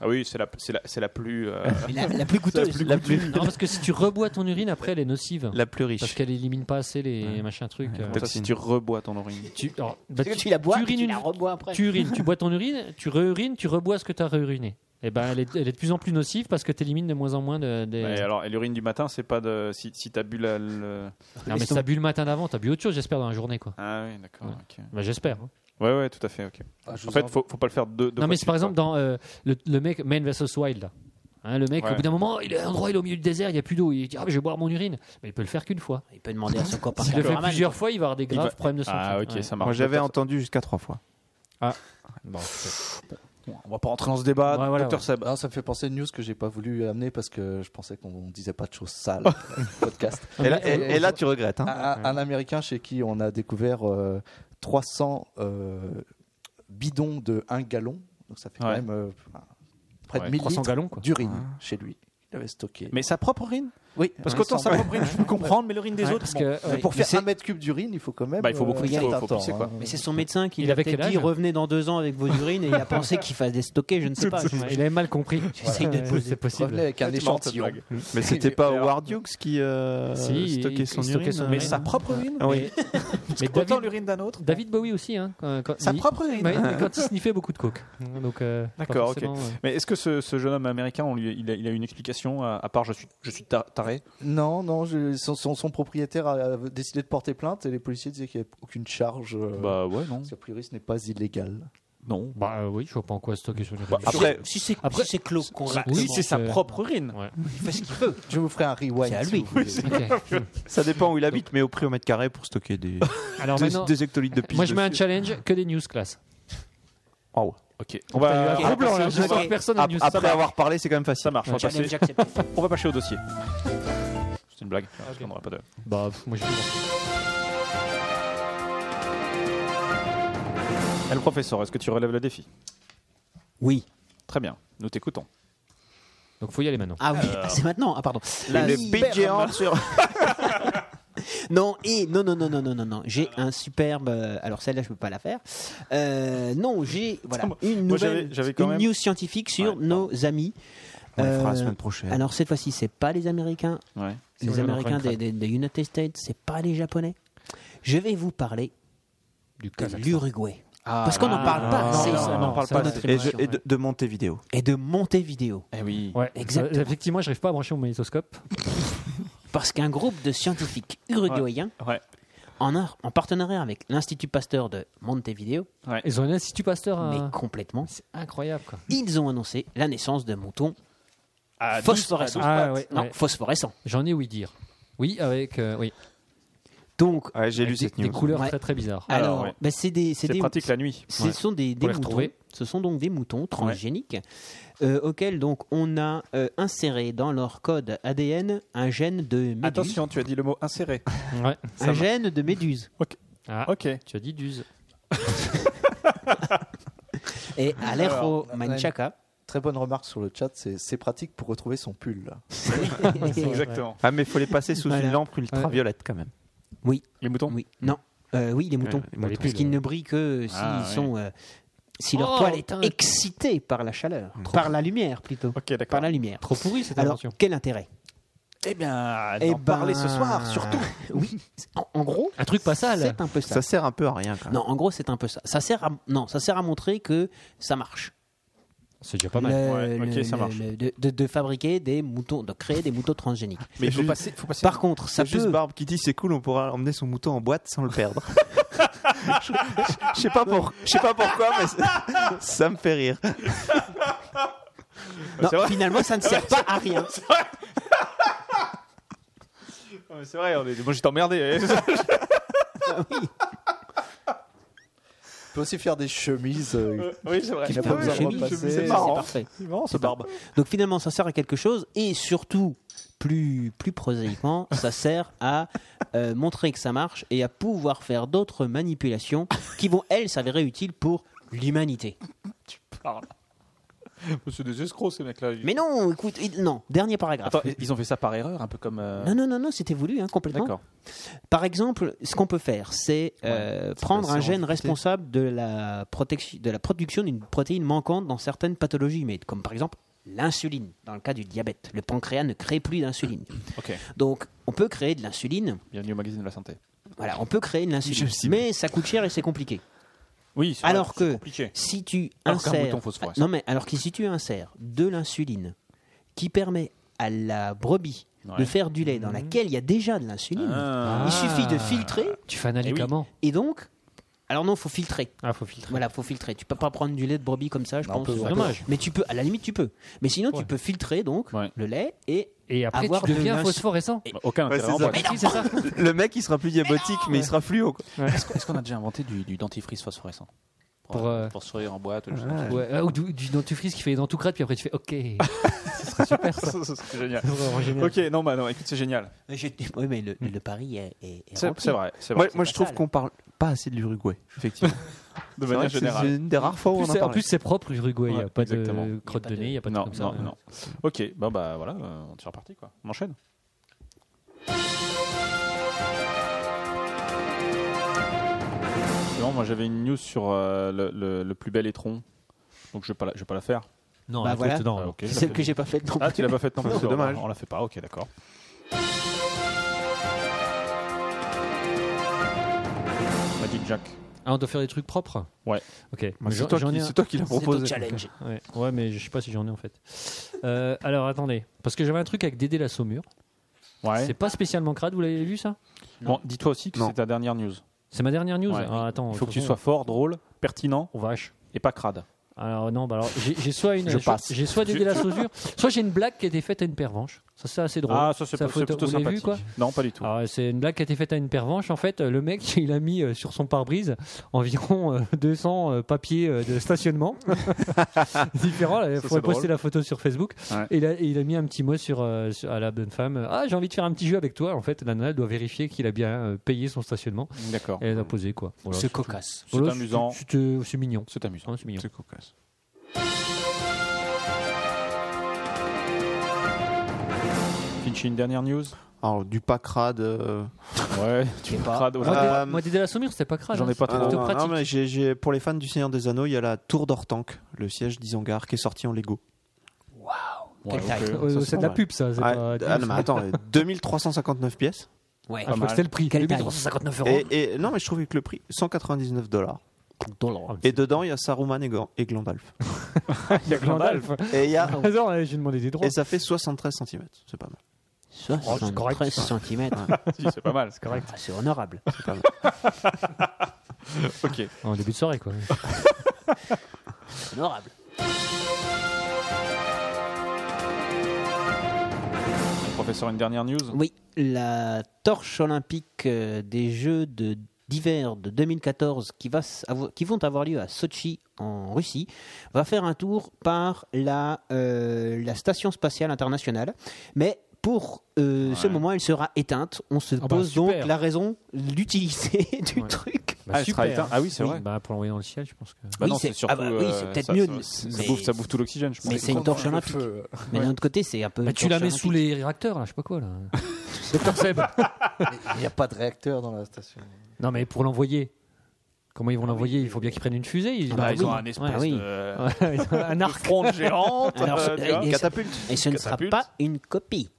S1: Ah oui, c'est la, c'est la, c'est la plus. euh,
S3: Mais la, la plus
S4: La
S3: goûteuse.
S4: plus, la plus,
S2: Non, parce que si tu rebois ton urine, après, elle est nocive.
S4: la plus riche.
S2: Parce qu'elle élimine pas assez les machins trucs. euh,
S1: Comme ça, si tu rebois ton urine.
S2: tu, alors, bah,
S3: Parce que
S2: tu-
S3: tu la bois,
S2: tu
S3: puis tu,
S2: urines
S3: la
S2: une-
S3: rebois après.
S2: tu urines, tu bois ton urine, tu réurines, tu rebois ce que tu as réuriné. Et ben, elle est, elle est de plus en plus nocive parce que tu élimines de moins en moins de. Des...
S1: Ouais, alors, et l'urine du matin, c'est pas de. Si, si t'as bu la. le-
S2: non, mais si t'as bu le matin d'avant, t'as bu autre chose, j'espère, dans la journée. quoi.
S1: Ah oui, d'accord.
S2: Ouais.
S1: ok.
S2: Bah, j'espère. hein.
S1: Ouais, ouais, tout à fait. ok.
S5: ah,
S1: en fait, faut, faut pas le faire deux. deux
S2: Non,
S1: fois
S2: mais
S1: de
S2: c'est par
S1: suite,
S2: exemple dans euh, le, le mec Man vs Wild. là. Hein, le mec,
S1: Ouais.
S2: au bout d'un moment, il est à un endroit, il est au milieu du désert, il n'y a plus d'eau. Il dit Ah, mais je vais boire mon urine. Mais il peut le faire qu'une
S1: Ah,
S2: fois.
S3: Il peut demander à son copain.
S2: S'il le fait
S3: Paranormal.
S2: plusieurs fois, il va avoir des
S1: Il
S2: graves
S1: va-
S2: problèmes de
S1: quoi.
S2: santé.
S1: Ah, ok,
S2: Ouais.
S1: ça marche.
S4: Moi, j'avais
S1: Docteur-
S4: entendu jusqu'à trois fois.
S2: Bon, c'est-
S1: On va pas rentrer dans ce débat,
S2: Ouais, voilà,
S1: Bah, docteur Seb.
S5: Ah, ça me fait penser à une news que j'ai pas voulu amener parce que je pensais qu'on disait pas de choses sales dans le podcast.
S4: Et là,
S2: mais-
S4: et- et là, tu regrettes. hein.
S2: Ah.
S5: Un, un- un Américain chez qui on a découvert euh, 300 euh, bidons de 1 gallon, donc ça fait quand
S1: Ouais.
S5: même euh, près de
S1: Ouais,
S5: 1000
S2: 300
S5: litres
S2: gallons, quoi.
S5: d'urine chez lui. Il avait stocké.
S1: Mais sa propre urine
S5: oui,
S1: Parce
S5: hein,
S3: Ah,
S1: qu'autant sa
S5: sans-
S1: propre urine, je peux comprendre, mais l'urine des
S2: Ouais,
S1: autres.
S2: parce
S1: bon.
S2: que,
S5: Mais
S2: ouais.
S5: pour
S3: Mais
S5: faire
S3: c'est-
S5: un mètre cube d'urine, il faut quand même.
S1: Bah, il faut beaucoup
S5: euh,
S1: pisser,
S5: un
S1: faut-
S5: certain
S1: faut
S5: temps,
S1: pisser, quoi.
S5: hein.
S3: Mais c'est son médecin qui
S2: Il
S3: lui a
S2: avait
S3: peut-être
S2: quel
S3: dit
S2: âge
S3: revenez dans deux ans avec vos urines et il a pensé qu'il fallait déstocker, je ne sais pas.
S2: Ouais, Il avait mal compris.
S3: J'essaye de
S2: Ouais,
S3: poser.
S2: C'est
S5: Revenez
S2: possible.
S5: avec un
S1: Ouais, tu m'as rendu
S5: échantillon.
S1: cette blague.
S4: Mais c'était pas Howard Hughes qui euh,
S2: Si,
S4: stockait
S2: il-
S4: son
S2: il stockait
S4: urine.
S2: son
S4: euh,
S2: urine.
S1: Mais sa propre urine
S4: Ah oui.
S2: Mais
S1: Autant
S2: David,
S1: l'urine d'un autre
S2: David Bowie aussi, hein, quand, quand-
S1: Sa
S2: il-
S1: propre urine
S2: Ouais, mais quand il sniffait beaucoup de coke. Donc, euh, pas
S1: D'accord, ok.
S2: forcément, euh,
S1: Mais est-ce que ce, ce jeune homme américain, on lui, il, a, il a une explication à, à part je suis, je suis tar- taré
S5: Non, non, je- son, son- son propriétaire a décidé de porter plainte et les policiers disaient qu'il n'y avait aucune charge. euh,
S1: Bah ouais, non.
S5: Parce qu'a priori, ce n'est pas illégal.
S1: Non.
S2: Bah euh, oui, je vois pas en quoi stocker son urine.
S1: Bah, après,
S3: Si c'est
S2: Après-
S3: si c'est clos, qu'on
S1: bah,
S2: Oui,
S1: si c'est sa
S2: euh,
S1: propre urine.
S2: ouais.
S3: il fait ce qu'il veut.
S5: Je vous ferai un rewind.
S3: C'est à
S5: si
S3: lui.
S5: vous voulez.
S2: Ok.
S4: Ça dépend où il habite, mais au prix au mètre carré pour stocker des,
S2: Alors
S4: des,
S2: maintenant,
S4: des hectolitres de pisse.
S2: moi je mets un
S4: dessus.
S2: challenge que des news class.
S4: Oh,
S1: Bah, Ok. ah On
S2: On
S1: va,
S2: va
S3: Ok,
S2: blanc là,
S3: ok.
S2: hein, je sens que personne a
S1: Ah,
S4: Ap-
S2: news.
S4: Après
S2: Ça va.
S4: avoir parlé, c'est quand même facile.
S1: ça marche. On va, passer,
S3: Challenge accepté.
S1: on va passer au dossier. C'est une blague. parce qu'on n'aura pas de-
S2: Bah pff, moi j'ai
S1: Eh, le professeur, est-ce que tu relèves le défi
S3: Oui.
S1: Très bien. Nous t'écoutons.
S2: Donc faut y aller maintenant.
S3: Ah oui, ah, c'est maintenant. Ah pardon. La
S4: Le
S3: liberme.
S4: big géant sur.
S3: Non, et non, non, non, non, non, non, non. J'ai un superbe. euh, alors celle-là, je peux pas la faire. Euh, non, j'ai voilà
S1: Attends,
S3: une
S1: moi,
S3: nouvelle,
S1: j'avais- j'avais quand
S3: une
S1: même-
S3: news scientifique sur
S1: Ouais,
S3: nos amis.
S4: On le fera
S3: Euh,
S4: la semaine prochaine.
S3: alors cette fois-ci, c'est pas les Américains,
S1: Ouais.
S2: C'est
S3: les
S2: vrai, on en
S3: Américains
S2: fera
S3: des,
S2: une
S3: des- des United States, c'est pas les Japonais. Je vais vous parler
S2: Du
S3: de l'Uruguay. Parce qu'on n'en
S2: ah,
S3: parle pas.
S2: non,
S3: c'est-
S2: non, non, on parle
S3: c'est
S2: pas
S3: notre
S2: de-
S4: et, je-
S3: émission,
S4: et de, de Montevideo.
S3: ouais. Et de Montevideo.
S1: Eh oui.
S2: Ouais,
S3: Exact.
S2: Euh, effectivement, j'arrive pas à brancher mon magnétoscope.
S3: Parce qu'un groupe de scientifiques uruguayens,
S1: Ouais.
S3: en, un- en partenariat avec l'Institut Pasteur de Montevideo,
S2: Ils ont un institut Pasteur.
S3: mais
S2: hein.
S3: complètement,
S2: C'est incroyable quoi.
S3: ils ont annoncé la naissance de moutons
S1: À
S3: phosphorescents.
S2: Ah ouais,
S3: Non,
S2: ouais.
S3: phosphorescents.
S2: J'en ai ouï dire. Oui, avec euh, oui.
S3: Donc,
S4: Ouais, j'ai lu
S2: Avec des,
S4: cette news.
S2: des couleurs
S3: Ouais.
S2: très très bizarres.
S1: Alors,
S3: alors,
S1: ouais.
S3: bah, c'est des, c'est
S1: C'est
S3: des-
S1: pratique la nuit.
S3: Ce
S2: Ouais.
S3: sont des, des
S2: les
S3: moutons.
S2: retrouver.
S3: Ce sont donc des moutons transgéniques euh, auxquels donc on a euh, inséré dans leur code ADN un gène de méduse.
S1: Attention, tu as dit le mot inséré.
S2: Ouais.
S3: un gène de méduse. Oh.
S2: Ah,
S1: Ok.
S2: Tu as dit d'use.
S3: Et Alejo Manchaca.
S5: Très bonne remarque sur le chat, c'est c'est pratique pour retrouver son pull.
S1: Exactement.
S4: Ah, mais il faut les passer sous
S3: Voilà.
S4: une lampe ultraviolette quand même.
S1: Les moutons
S3: oui. Non. Euh, oui, les moutons.
S4: Ouais, les
S3: parce qu'ils ne brillent que s'ils
S1: Ah,
S3: sont. euh, si leur
S2: Oh,
S3: poil est
S2: teint.
S3: excité par la chaleur, par la lumière plutôt,
S1: Ok,
S3: par
S1: d'accord.
S3: la lumière.
S2: Trop pourri cette
S3: Alors,
S2: invention.
S3: quel intérêt
S1: Eh bien,
S3: Eh
S1: d'en parler
S3: ben,
S1: ce soir, surtout.
S3: Oui. En, en gros,
S2: Un truc pas sale.
S3: c'est un peu ça.
S4: Ça sert un peu à rien quand même.
S3: Non, en gros, c'est un peu ça. Ça sert à, non, ça sert à montrer que ça marche.
S1: C'est déjà pas mal.
S3: Le-
S1: ok,
S3: le-
S1: ça
S3: le-
S1: marche.
S3: le- de, de- de fabriquer des moutons, de créer des moutons transgéniques.
S1: Mais il faut
S4: juste-
S1: passer. Faut passer
S3: Par contre, ça
S4: C'est juste
S3: peut.
S4: Barbe qui dit c'est cool, on pourra emmener son mouton en boîte sans le perdre. je, je- je sais pas pour, je sais pas pourquoi, mais c'est- ça me fait rire.
S3: Non, finalement, ça ne sert pas à rien.
S1: C'est vrai, moi j'étais emmerdé.
S5: On peut aussi faire des chemises euh,
S1: oui, c'est vrai.
S5: qu'il n'a
S3: fait
S5: pas
S3: une
S5: besoin de
S3: chemise,
S5: repasser.
S1: c'est
S3: C'est
S1: marrant.
S3: parfait.
S1: ce barbe.
S3: Donc finalement, ça sert à quelque chose et surtout, plus, plus prosaïquement, ça sert à euh, montrer que ça marche et à pouvoir faire d'autres manipulations qui vont, elles, s'avérer utiles pour l'humanité.
S1: C'est des escrocs ces mecs-là.
S3: Mais non, écoute, il- non, dernier paragraphe.
S1: Attends, ils ont fait ça par erreur, un peu comme. euh,
S3: Non, non, non, non, c'était voulu, hein, complètement.
S1: D'accord.
S3: Par exemple, ce qu'on peut faire, c'est euh, prendre un gène responsable de la, protection- de la production d'une protéine manquante dans certaines pathologies, mais comme par exemple l'insuline, dans le cas du diabète. Le pancréas ne crée plus d'insuline.
S1: Ok.
S3: Donc, on peut créer de l'insuline.
S1: Bienvenue au magazine de la santé.
S3: Voilà, on peut créer de l'insuline. Mais ça coûte cher et c'est compliqué.
S1: Oui. c'est
S3: Alors
S1: vrai, c'est
S3: que-
S1: Compliqué.
S3: Si tu
S1: Alors qu'un
S3: insères.
S1: mouton, faut se fourrer, ça.
S3: non, mais alors que si tu insères de l'insuline qui permet à la brebis
S1: Ouais.
S3: de faire du
S1: Mhm.
S3: lait dans laquelle il y a déjà de l'insuline,
S1: Ah.
S3: il suffit de filtrer
S2: Tu fais un alicament.
S3: et donc. Alors non, faut filtrer.
S2: Ah, faut filtrer.
S3: Voilà, faut filtrer. Tu peux pas prendre du lait de brebis comme ça, je
S5: Non, on
S3: pense.
S5: peut- on
S2: C'est dommage.
S3: Mais tu peux, à la limite, tu peux. Mais sinon,
S2: Ouais.
S3: tu peux filtrer donc
S1: Ouais.
S3: le lait et
S2: Et après,
S3: Avoir
S2: tu
S3: de
S2: deviens
S3: l'insu-
S2: phosphorescent.
S1: Bah, Aucun
S4: Ouais,
S1: intérêt.
S4: c'est
S1: en
S4: ça.
S1: boîte.
S2: Oui, c'est ça.
S4: Le mec, il sera plus diabétique, mais, il sera fluo. quoi.
S1: Est-ce qu'on- est-ce qu'on a déjà inventé du, du dentifrice phosphorescent
S2: Pour, euh,
S1: pour sourire en boîte. ou je sais pas.
S2: Ouais, ah, ou du, du dentifrice qui fait les dents tout crêpes, puis après tu fais OK.
S1: Ça, ça, c'est génial. Ok, non, bah non, écoute, c'est génial.
S3: Mais je- Oui, mais le, le pari est. est- est
S1: C'est
S3: rempli.
S1: c'est vrai. C'est
S4: Moi,
S1: vrai.
S3: c'est
S4: moi, je
S3: pas
S4: trouve
S3: sale.
S4: qu'on parle pas assez de l'Uruguay,
S1: De
S4: effectivement. C'est vrai
S1: manière
S4: que c'est
S1: générale.
S4: une des rares fois où
S2: Plus
S4: on en
S2: c'est- en
S4: parle.
S2: plus, c'est propre l'Uruguay. Il
S1: Ouais,
S2: n'y a pas
S1: exactement.
S2: de crotte de
S3: Il y a pas de-
S2: nez, il n'y a pas de
S1: Non,
S2: truc comme
S1: non,
S2: ça.
S1: non. Ok, bon bah voilà, euh, on tire parti quoi. On enchaîne. Non, moi j'avais une news sur euh, le, le- le plus bel étron, donc je vais pas la, je vais pas la faire.
S2: Non,
S3: Bah
S2: écoute,
S3: voilà.
S2: non,
S1: Ah,
S2: non.
S1: ok, je
S3: C'est
S1: la
S3: celle
S1: fais.
S3: que j'ai pas faite non
S1: Ah,
S3: plus.
S1: tu l'as pas faite non plus.
S4: C'est
S1: on-
S4: dommage.
S1: On la fait pas. Ok, d'accord. Bah, Magic Jack.
S2: Ah, on doit faire des trucs propres
S1: Ouais.
S2: Ok. J'en-
S4: Bah, C'est toi,
S2: j'en ai
S4: qui-
S2: un-
S4: c'est toi qui l'as
S3: C'est au
S4: proposé.
S3: challenge.
S2: Ouais, ouais, mais je sais pas si j'en ai en fait. Euh, alors attendez, parce que j'avais un truc avec Dédé la Saumure.
S1: Ouais.
S2: C'est pas spécialement crade, vous l'avez vu ça
S1: Bon, dis-toi aussi que
S4: Non.
S1: c'est ta dernière news.
S2: C'est ma dernière news.
S1: Ouais.
S2: Ah, attends,
S1: Il faut que tu
S2: attention.
S1: sois fort, drôle, pertinent
S2: Oh, vache.
S1: et pas crade.
S2: Alors non, bah alors j'ai j'ai soit une,
S1: Je
S2: soit-
S1: passe.
S2: j'ai soit Dédé la Saumure, soit j'ai une blague qui a été faite à une pervenche. Ça c'est assez drôle.
S1: Ah, ça c'est
S2: Ça,
S1: pas-
S2: faut-
S1: c'est plutôt
S2: vous l'avez vu, Ah,
S1: sympathique. Non, pas du tout.
S2: Alors, c'est une blague qui a été faite à une pervenche. En fait, euh, le mec, il a mis euh, sur son pare-brise environ euh, 200 euh, papiers euh, de stationnement différents. Il
S1: c'est
S2: faudrait
S1: drôle.
S2: poster la photo sur Facebook.
S1: Ouais.
S2: Et, il a, et il a mis un petit mot sur, euh, sur- à la bonne femme. euh, Ah, j'ai envie de faire un petit jeu avec toi. En fait, la nana elle doit vérifier qu'il a bien euh, payé son stationnement.
S1: D'accord.
S2: Et elle a posé quoi. Voilà,
S3: C'est cocasse.
S1: C'est
S2: Voilà,
S1: amusant.
S2: c'était- C'est mignon.
S1: C'est amusant.
S2: Hein, c'est mignon.
S1: Finchi, une dernière news
S4: Alors, du pas crade. euh,
S1: Ouais, tu
S3: pas.
S1: crades
S2: Moi,
S1: aujourd'hui.
S4: Euh,
S2: Dédé- Ah, moi, Dédé la Saumure, c'était pas crade.
S1: J'en ai
S2: hein.
S1: pas
S4: Ah,
S1: trop.
S4: non,
S2: plutôt
S4: non,
S2: pratique.
S4: mais j'ai- j'ai- pour les fans du Seigneur des Anneaux, il y a la tour d'Ortanque, le siège d'Isengard, qui est sorti en Lego.
S1: Ouais,
S3: Quelle taille
S1: ok.
S2: Euh,
S4: ça,
S2: c'est
S4: c'est
S2: de la
S4: normal.
S2: pub, ça. c'est
S4: Ah,
S2: pas-
S4: ah, non, mais attends, 2359 pièces.
S2: Ah,
S3: Ouais.
S2: je crois que
S1: mal.
S2: c'était le prix.
S3: Quelle taille
S2: 2359 euros.
S4: Et, et- non, mais je trouvais que le prix, 199 dollars.
S2: Ah,
S4: Et dedans, il y a Saruman et, Gan- et Glandalf.
S2: Il y a Gandalf.
S4: Et, il y a-
S2: Ah non, ouais, j'ai demandé des droits.
S4: et ça fait 73 cm. C'est pas mal.
S3: 73 cm.
S1: Si, c'est pas mal, c'est correct.
S3: C'est honorable.
S4: c'est pas mal.
S1: Ok.
S2: En début Ah, de soirée, quoi.
S3: C'est honorable.
S1: Professeur, une dernière news
S3: Oui, la torche olympique euh, des Jeux de- d'hiver de 2014 qui, va s- avo- qui vont avoir lieu à Sochi en Russie va faire un tour par la, euh, la station spatiale internationale. Mais pour euh, ce moment, elle sera éteinte. On se
S2: bah,
S3: pose donc
S2: super.
S3: la raison, l'utilité du
S2: Ouais.
S3: truc.
S2: Bah,
S1: elle sera éteinte. Ah oui, c'est
S2: Oui,
S1: vrai.
S2: bah, pour l'envoyer dans le ciel, je pense que.
S1: Bah
S3: Oui,
S1: non,
S3: c'est-
S1: c'est surtout.
S3: ah bah oui, c'est
S1: euh,
S3: peut-être
S1: ça-
S3: mieux
S1: ça-
S3: de-
S1: Ça,
S3: mais-
S1: bouffe, ça bouffe tout l'oxygène, je pense.
S3: Mais c'est une torche
S5: Le
S3: olympique.
S5: feu, euh,
S3: Mais d'un autre côté, c'est un peu.
S2: Bah,
S3: une
S2: tu la
S3: torche
S2: mets sous
S3: olympique.
S2: les réacteurs, là, je sais pas quoi, là. Docteur Seb.
S5: Il n'y a pas de réacteur dans la station.
S2: Non, mais pour l'envoyer. Comment ils vont l'envoyer Il faut bien qu'ils prennent une fusée. Ils,
S1: Bah, ils ont
S2: oui.
S1: un espèce
S3: Ah oui.
S1: de.
S2: Ouais, ils ont un
S1: de
S2: arc.
S1: fronde géante.
S3: Alors,
S1: euh,
S3: euh,
S1: tu vois.
S3: et-
S4: Catapulte.
S3: Et ce ne sera
S1: Catapulte.
S3: pas une copie.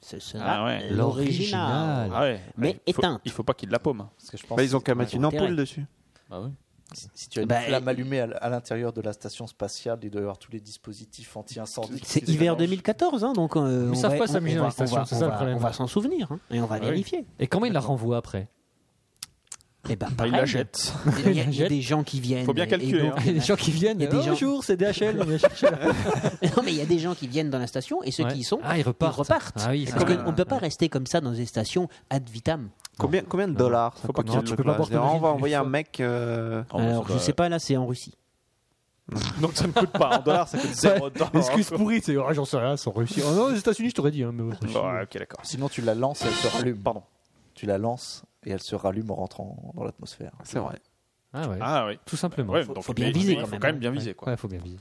S3: Ce sera
S1: Ah ouais.
S3: l'original.
S1: Ah ouais.
S3: Mais
S1: il faut-
S3: éteinte.
S1: Il faut pas qu'il la paume. hein.
S5: Parce que je pense
S4: Bah, ils ont qu'à
S5: que
S4: mettre une
S3: intérêt.
S4: ampoule dessus.
S5: si tu as une
S3: Bah,
S5: flamme
S3: et-
S5: allumée à l- à l'intérieur de la station spatiale, il doit y avoir tous les dispositifs anti-incendie. qui
S3: C'est
S5: se
S3: hiver
S5: mélangent.
S3: 2014, hein, donc euh,
S2: Ils
S3: on
S2: savent
S3: va-
S2: pas
S3: on-
S2: s'amuser
S3: on
S2: dans
S3: va-
S2: les stations,
S3: on va-
S2: c'est ça,
S3: on
S2: le
S3: va-
S2: problème.
S3: On va s'en souvenir hein, et on va
S1: Ah oui.
S3: vérifier.
S2: Et comment il la renvoie après
S3: Eh ben,
S1: Bah, il
S3: pareil.
S1: la jette.
S3: Il y a- il y a
S2: Jette.
S3: des gens qui viennent.
S1: Faut bien
S3: et
S1: calculer,
S3: donc-
S1: hein.
S2: Il y a des gens qui viennent.
S3: Ah, Il y a des
S2: Oh,
S3: gens-
S2: Bonjour, c'est DHL. on vient chercher la-
S3: Non, mais il y a des gens qui viennent dans la station et ceux
S2: Ouais.
S3: qui y sont,
S2: Ah, ils repartent.
S3: ils repartent.
S2: Ah oui, c'est
S3: Parce
S2: vrai.
S3: qu'on ne peut pas rester comme ça dans des stations ad vitam.
S4: Combien, combien de dollars ça
S1: pas
S4: coûte
S1: qu'il y ait
S4: ce
S1: de
S4: truc-là
S2: l'autre
S4: C'est-à-dire,
S2: là.
S4: On va envoyer un mec. euh,
S1: Oh, bah,
S3: Alors, je sais pas, là, c'est en Russie.
S1: Donc ça ne coûte pas. En dollars, ça coûte zéro dollar.
S2: Excuse pourrie, c'est Ah, j'en sais rien, c'est en Russie. Oh non, aux États-Unis, je t'aurais dit. hein, mais aux États-Unis.
S1: Ouais, Ah, ok, d'accord.
S5: Sinon, tu la lances et elle se rallume. Pardon. Tu la lances et elle se rallume en rentrant dans l'atmosphère.
S4: C'est vrai.
S2: Ah ouais.
S1: Ah oui.
S2: Tout simplement.
S1: Ouais,
S3: Faut-
S1: donc,
S3: faut bien
S1: mais-
S3: viser,
S1: ouais,
S3: quand
S1: faut
S3: même. hein.
S1: quand même bien viser quoi.
S2: Ouais, faut bien viser.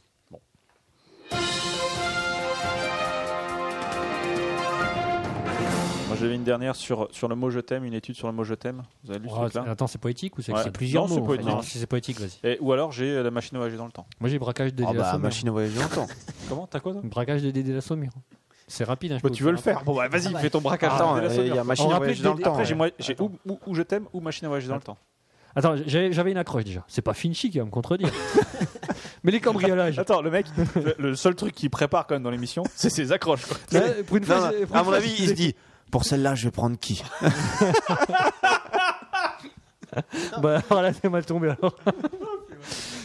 S1: Moi j'avais une dernière sur, sur le mot je t'aime, une étude sur le mot je t'aime. Vous avez lu
S2: Oh,
S1: ce truc-là
S2: attends, c'est poétique ou c'est que
S1: Ouais.
S2: c'est
S1: Non, c'est
S2: en fait
S1: poétique.
S2: Non, si c'est poétique, vas-y.
S1: Et- Ou alors j'ai euh, la machine à voyager dans le temps.
S2: Moi, j'ai braquage de
S4: Ah
S2: Dédé la
S4: bah,
S2: Saumure.
S4: machine à voyager dans le temps.
S1: Comment T'as quoi toi
S2: Braquage de Dédé la Saumure. C'est rapide. hein, je
S1: Bah,
S2: peux
S1: Tu
S2: vous
S1: veux le faire Bon bah
S2: Ah,
S1: vas-y, fais ton braquage.
S4: Attends,
S1: Dès la
S4: euh,
S1: seconde.
S4: il y a machine
S1: On
S4: à
S1: rappelle
S4: voyager dans
S1: dès-
S4: le temps.
S1: Après, j'ai
S4: ouais.
S1: moi- j'ai ou, ou- ou je t'aime ou machine à voyager dans le temps.
S2: Attends, j'avais j'avais une accroche déjà. C'est pas Finchy qui va me contredire. Mais les cambriolages.
S1: Attends, le mec, le- le seul truc qu'il prépare quand même dans l'émission, c'est ses accroches. quoi.
S2: Là, pour une
S4: Non,
S2: fois,
S4: non,
S2: j'ai- pour
S4: à
S2: une
S4: mon
S2: fois,
S4: avis, il se dit pour celle-là, je vais prendre qui
S2: Bah alors là, c'est mal tombé alors.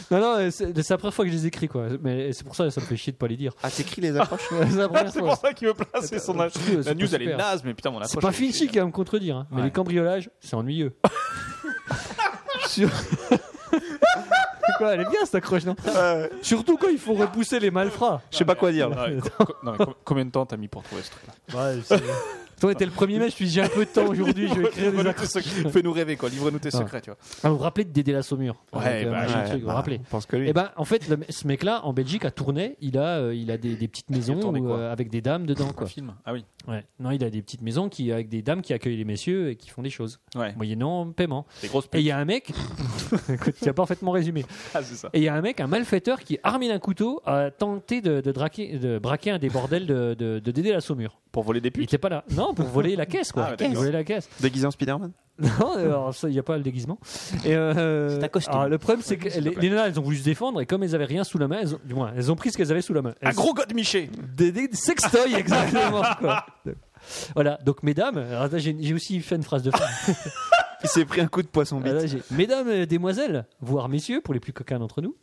S2: non, non, euh, c'est c'est la première fois que je les écris quoi. Mais c'est pour ça que ça me fait chier de pas les dire.
S4: Ah, t'écris les accroches
S2: c'est la première
S1: C'est pour
S2: fois.
S1: ça qu'il veut placer son
S2: Attends,
S1: âge.
S2: je trouve,
S1: La
S2: c'est
S1: news
S2: pas
S1: elle est
S2: super.
S1: naze, mais putain, mon accroche.
S2: C'est pas
S1: elle est
S2: Finchy qui va me contredire. hein. Mais
S1: Ouais.
S2: les cambriolages, c'est ennuyeux. Sur- Quoi, elle est bien cette accroche, non Surtout quand il faut repousser les malfrats.
S4: Je sais pas quoi dire.
S1: chiante.
S4: là.
S1: Ah, Ouais, co- co- Non, mais com- combien de temps t'as mis pour trouver ce truc-là
S2: Toi, t'es le premier mec, je suis j'ai un peu de temps aujourd'hui, je vais écrire des
S1: Livre-nous
S2: accroches.
S1: tes secrets. Fais-nous rêver, quoi. Livre-nous tes
S2: Ah.
S1: secrets, tu vois.
S2: Ah, vous vous rappelez de Dédé la Saumure
S1: Ouais,
S2: euh,
S1: bah,
S2: machin
S4: ouais,
S2: truc, vous vous
S4: bah,
S2: rappelez
S4: Je pense que
S2: Et
S4: lui.
S2: ben en fait, le- ce mec-là, en Belgique, a tourné. Il a, euh, il a des, des petites maisons
S1: tourné
S2: où,
S1: quoi
S2: euh, avec des dames dedans.
S1: Un
S2: Quoi.
S1: film. Ah oui.
S2: Ouais. Non, il a des petites maisons qui, avec des dames qui accueillent les messieurs et qui font des choses.
S1: Ouais.
S2: Moyennant paiement.
S1: Des grosses
S2: Et il y a un mec, écoute, tu as parfaitement résumé.
S1: Ah, c'est ça.
S2: Et il y a un mec, un malfaiteur, qui, armé d'un couteau, a tenté de, de, draquer- de braquer un des bordels de, de, de Dédé la Saumure.
S1: Pour voler des
S2: Il
S1: putes.
S2: était pas là. Non, pour voler la caisse, quoi.
S1: Ah, ouais,
S2: il
S1: d'accord.
S2: volait la caisse.
S4: Déguisé en Spider-Man
S2: Non, alors ça, il n'y a pas le déguisement. Et, euh,
S3: C'est un costume.
S2: alors, le problème, c'est que
S1: Oui, s'il te
S2: les,
S1: plaît.
S2: les nanas, elles ont voulu se défendre et comme elles avaient rien sous la main, elles ont, du moins, elles ont pris ce qu'elles avaient sous la main.
S1: Un
S2: Elles-
S1: gros god miché.
S2: des, des sextoys, exactement. quoi. Voilà, donc mesdames, alors là, j'ai j'ai aussi fait une phrase de fin.
S4: Il s'est pris un coup de poisson
S2: Alors
S4: bite.
S2: là, j'ai- mesdames, euh, demoiselles, voire messieurs, pour les plus coquins d'entre nous,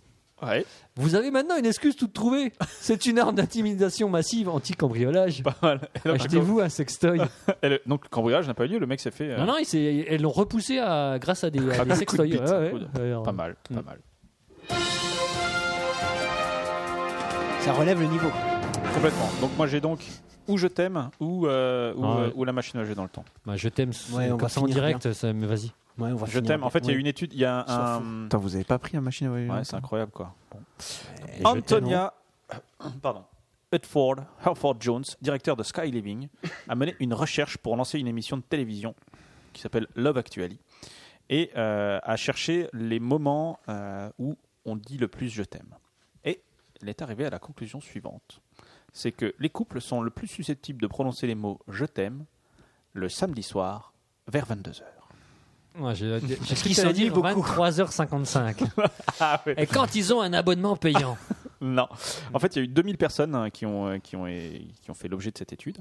S2: Ah,
S1: Ouais.
S2: vous avez maintenant une excuse toute trouvée. C'est une arme d'intimidation massive anti-cambriolage.
S1: Pas mal. Et donc,
S2: Achetez-vous un sextoy.
S1: et le- Donc, le cambriolage n'a pas eu lieu. Le mec s'est fait. euh,
S2: non, non, ils s'est- elles l'ont repoussé à, grâce à des,
S1: Ah,
S2: à des
S1: coup de
S2: sextoys.
S1: bite,
S2: Ouais, ouais.
S1: coup de-
S2: Alors,
S1: Pas mal. Pas
S2: Mm.
S1: mal.
S3: Ça relève le niveau.
S1: Complètement. Donc, moi, j'ai donc. Ou je t'aime, ou, euh, ou,
S2: Ah ouais.
S1: euh, ou la machine à voyager dans le temps.
S2: bah, je t'aime,
S3: Ouais, on
S2: on va
S3: va
S2: en
S3: finir
S2: direct, ça, mais vas-y.
S3: Ouais, on va
S1: Je
S3: finir
S1: t'aime. En fait, il y a
S3: ouais.
S1: une étude. Il y a
S4: s'en
S1: un.
S4: Attends, vous avez pas pris un machine à voyager dans
S1: Ouais,
S4: le
S1: c'est
S4: temps
S1: incroyable, quoi. Bon.
S2: je t'aime,
S1: Antonia, pardon, Edford, Herford Jones, directeur de Sky Living, a mené une recherche pour lancer une émission de télévision qui s'appelle Love Actually et euh, a cherché les moments euh, où on dit le plus je t'aime. Et elle est arrivée à la conclusion suivante c'est que les couples sont le plus susceptibles de prononcer les mots je t'aime le samedi soir vers 22h.
S2: Ouais, j'ai j'ai
S3: qu'ils
S2: cru que
S3: s'en
S2: t'allais
S3: dit
S2: dire
S3: beaucoup.
S2: 23h55.
S1: Ah oui.
S2: Et quand ils ont un abonnement payant
S1: Non. En fait, il y a eu 2000 personnes hein, qui ont, euh, qui ont, euh, qui ont fait l'objet de cette étude.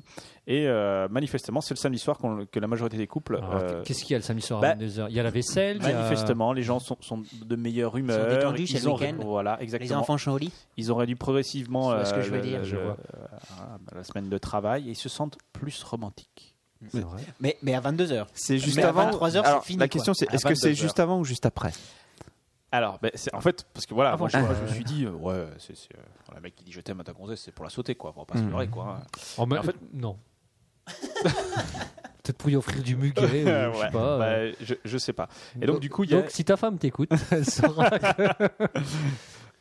S1: Et euh, manifestement, c'est le samedi soir qu'on- que la majorité des couples.
S2: Alors,
S1: euh,
S2: Ah, Qu'est-ce qu'il y a le samedi soir
S1: bah,
S2: à 22h Il y a la vaisselle il y a-
S1: manifestement, les gens sont, sont de meilleure humeur.
S3: détendus, c'est le
S1: ont,
S3: week-end.
S1: Voilà,
S3: Les
S1: exactement.
S3: enfants sont au lit.
S1: Ils ont réduit progressivement euh,
S3: Tu vois ce que je veux
S1: le-
S3: dire,
S1: le-
S2: je vois.
S1: euh, ah, bah, la semaine de travail et ils se sentent plus romantiques.
S2: C'est vrai.
S3: Mais, mais à 22h.
S4: C'est juste
S3: Mais à
S4: avant.
S3: 23 heures, c'est
S4: Alors,
S3: fini,
S4: la
S3: quoi.
S4: question c'est
S3: À
S4: est-ce que c'est
S3: 22 heures.
S4: juste avant ou juste après
S1: Alors, ben, c'est- en fait, parce que voilà,
S2: Ah,
S1: moi, je,
S2: franchement,
S1: moi, je
S2: ouais.
S1: me suis dit, euh, ouais, c'est c'est, euh, voilà, le mec qui dit je t'aime à ta gonzesse, c'est pour la sauter, quoi. On va pas se
S4: Mm.
S1: leurrer, quoi. hein.
S2: En, ma-
S1: En fait-
S2: non. Peut-être pour lui offrir du muguet, ou
S1: Euh,
S2: je
S1: ouais.
S2: sais pas.
S1: Bah,
S2: euh.
S1: je, je sais pas. Et donc, du coup, il y a-
S2: donc, si ta femme t'écoute, elle saura que-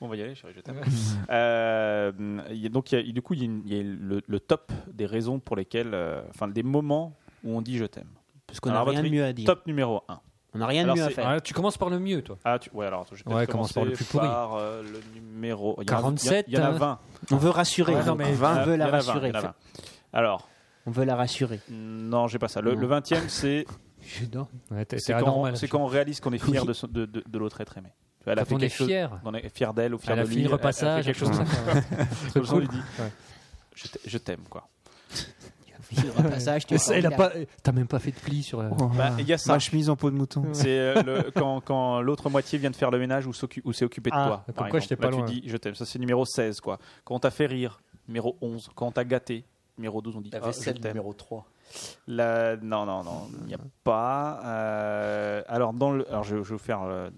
S1: On va y aller, chérie, je t'aime. Euh, il y a- donc, il y a- du coup, il y a, une- il y a le, le top des raisons pour lesquelles, euh, enfin, des moments où on dit je t'aime.
S3: Parce qu'on n'a
S1: Alors,
S3: rien de
S1: votre-
S3: mieux à dire.
S1: Top numéro 1.
S3: On n'a rien
S1: Alors,
S3: de mieux à
S1: c'est-
S3: faire.
S2: Ah, Tu commences par le mieux, toi.
S1: Ah, tu, ouais, alors, attends, je vais
S2: Ouais,
S1: peut-être
S2: commence
S1: commencer
S2: par le plus pourri.
S1: par, euh, le numéro. il y en a-
S2: 47,
S1: Il y en a
S2: hein.
S1: 20.
S3: On veut rassurer.
S2: Ouais, non, mais-
S3: on
S1: Il y
S3: veut
S1: en
S3: la
S1: a 20,
S3: rassurer.
S1: il y en a 20. Alors,
S3: On veut la rassurer.
S1: Non, j'ai pas ça. Le,
S3: Non.
S1: le 20e, c'est
S2: Ouais, t'es-
S1: c'est
S2: t'es
S1: quand,
S2: anormal.
S1: c'est quand on réalise qu'on est fier
S3: Oui.
S1: de, son- de, de- de l'autre être aimé. Tu vois, Elle a
S2: Quand
S1: fait
S2: on est
S1: quelque chose.
S2: fier.
S1: On est fier d'elle ou fier
S2: Elle a
S1: de lui.
S2: fini le repassage,
S1: fait quelque chose comme ça.
S2: C'est
S1: Comme ça, on lui
S2: cool.
S1: dit,
S2: Ouais.
S1: je t'ai- Je t'aime, quoi.
S3: Le passage, tu
S2: Et
S3: vois,
S2: ça, elle a
S3: il a-
S2: pas. T'as même pas fait de pli sur. la-
S4: Oh,
S1: Bah, Il y a ça.
S4: Ma chemise en peau de mouton.
S1: C'est euh, le- quand, quand l'autre moitié vient de faire le ménage ou s'occu- ou s'est occupé de
S2: Ah,
S1: toi.
S2: comme
S1: par
S2: quoi,
S1: exemple.
S2: j'étais pas
S1: Là,
S2: loin.
S1: Tu dis je t'aime. Ça, c'est numéro 16. Quoi. Quand on t'a fait rire, numéro 11. Quand on t'a gâté, numéro 12, on dit
S5: La
S1: ah, je
S5: vaisselle
S1: t'aime.
S5: numéro 3.
S1: La- Non, non, non. Il n'y a pas. euh, Alors, dans le... alors je, je vais vous faire. euh,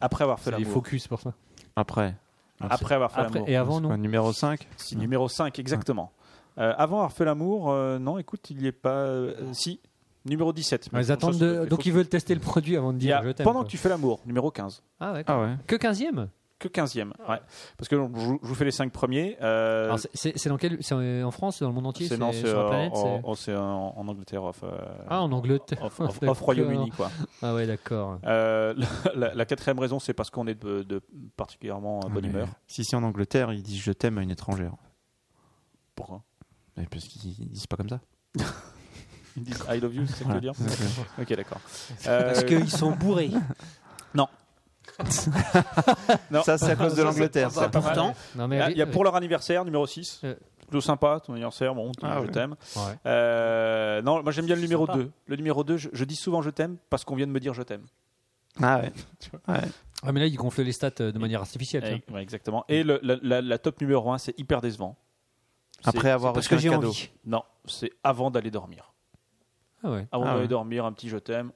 S1: Après avoir fait
S2: C'est les
S1: l'amour.
S2: focus pour ça.
S4: Après.
S1: Après avoir fait
S2: Après-
S1: l'amour.
S2: et avant, Ah.
S4: Quoi,
S2: non.
S4: numéro 5
S1: Si, numéro 5, exactement. Euh, avant avoir fait l'amour, euh, non, écoute, il n'y est pas. euh, si, numéro 17. mais
S2: Ah,
S1: comme
S2: Ils
S1: ça,
S2: attendent
S1: ça
S2: de-
S1: doit- il faut
S2: Donc ils veulent tester le produit avant de
S1: qu'il y a-
S2: dire je t'aime.
S1: Pendant
S2: quoi.
S1: que Euh. tu fais l'amour, numéro 15.
S2: Ah ouais.
S4: Ah ouais.
S2: Que 15e
S1: Que 15e.
S3: Ah.
S1: Ouais. Parce que je, vous- je vous fais les 5 premiers. euh,
S2: Alors, Ah, c'est- C'est c'est dans quel C'est en en France, c'est dans le monde entier,
S1: c'est
S2: c'est
S1: non, c'est
S2: sur la
S1: en,
S2: planète.
S1: en-
S2: c'est-
S1: en- c'est en- en Angleterre, off, euh,
S2: Ah, en Angleterre.
S1: off- off-
S2: D'accord.
S1: off Royaume-Uni. quoi.
S2: Ah ouais, d'accord.
S1: Euh, la, la quatrième raison, c'est parce qu'on est de, de particulièrement euh, bonne
S4: Mais
S1: humeur.
S4: Si c'est en Angleterre, ils disent je t'aime à une étrangère.
S1: Pourquoi
S4: Mais Parce qu'ils disent pas comme ça.
S1: Ils disent I love you, c'est ça que tu veux dire Ok, d'accord.
S3: Parce
S1: Euh,
S3: qu'ils sont bourrés.
S1: Non.
S4: Ça, c'est à cause de l'Angleterre. ça.
S1: pas mal.
S3: Pourtant,
S2: Non, mais
S1: Ah,
S2: ri-
S1: Il y a pour leur anniversaire, numéro 6.
S2: Euh.
S1: Plutôt sympa, ton anniversaire, bon,
S4: Ah
S1: je
S4: ouais.
S1: t'aime.
S2: Ouais.
S1: Euh, non, moi j'aime bien le
S3: C'est
S1: numéro
S3: sympa.
S1: 2. Le numéro 2, je, je dis souvent je t'aime parce qu'on vient de me dire je t'aime.
S4: Ah ouais.
S2: Ah, mais là, ils gonflent les stats euh, de manière artificielle. tiens.
S1: Eh, ouais, exactement. Et le- la, la- la top numéro 1, c'est hyper décevant. C'est-
S4: Après avoir
S3: parce
S4: reçu
S3: que
S4: un
S3: j'ai
S4: cadeau.
S3: envie.
S1: Non, c'est avant d'aller dormir.
S2: Ah ouais.
S1: Avant
S4: Ah
S1: d'aller
S4: ouais.
S1: dormir, un petit je t'aime.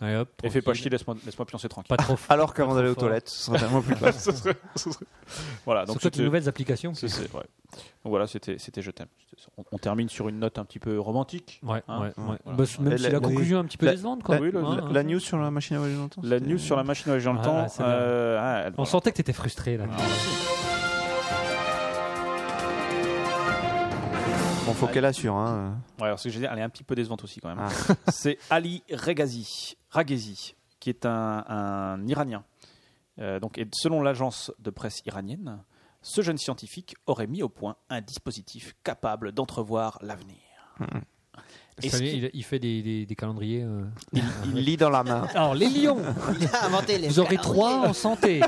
S2: Allez, hop,
S1: Et fais pas chier, Ah,
S2: tranquille.
S1: laisse-moi laisse-moi pioncer tranquille.
S2: Pas trop. fort.
S4: Alors qu'avant d'aller aux
S2: Confort.
S4: toilettes, ce serait tellement plus classe.
S1: Ce serait- ce serait- voilà, donc
S2: Surtout avec les
S1: c'était-
S2: nouvelles applications.
S1: c'est- c'est- ouais. Donc voilà, c'était c'était je t'aime. C'était- On, on termine sur une note un petit peu romantique.
S2: Ouais,
S1: Hein,
S2: ouais, ouais.
S1: voilà.
S2: Bah, c'est- même
S4: Et
S2: si
S4: la-
S2: la,
S4: la-
S2: conclusion est un petit peu
S4: la-
S2: décevante,
S4: La,
S2: quoi. Hein,
S4: la-
S2: hein.
S4: la news sur la machine à voyager dans le temps,
S1: La
S4: c'était-
S1: news sur la machine à voyager dans le
S2: Ah,
S1: temps.
S2: là, c'est bien.
S1: euh, ah, elle-
S2: hein. On sentait que t'étais frustré
S1: Ah,
S2: là.
S4: Bon, faut qu'elle assure. Hein.
S1: Ouais, alors ce que j'ai dit, elle est un petit peu décevante aussi quand même.
S4: Ah.
S1: C'est Ali Regazi, Raghezi, qui est un, un Iranien. Euh, donc, et selon l'agence de presse iranienne, ce jeune scientifique aurait mis au point un dispositif capable d'entrevoir l'avenir. Et
S2: Ça
S1: ce
S2: y est,
S1: qui-
S2: il, il fait des, des- des calendriers. euh.
S4: Il lit dans la main.
S2: Alors, les lions,
S3: Il a inventé les.
S2: vous aurez trois en santé.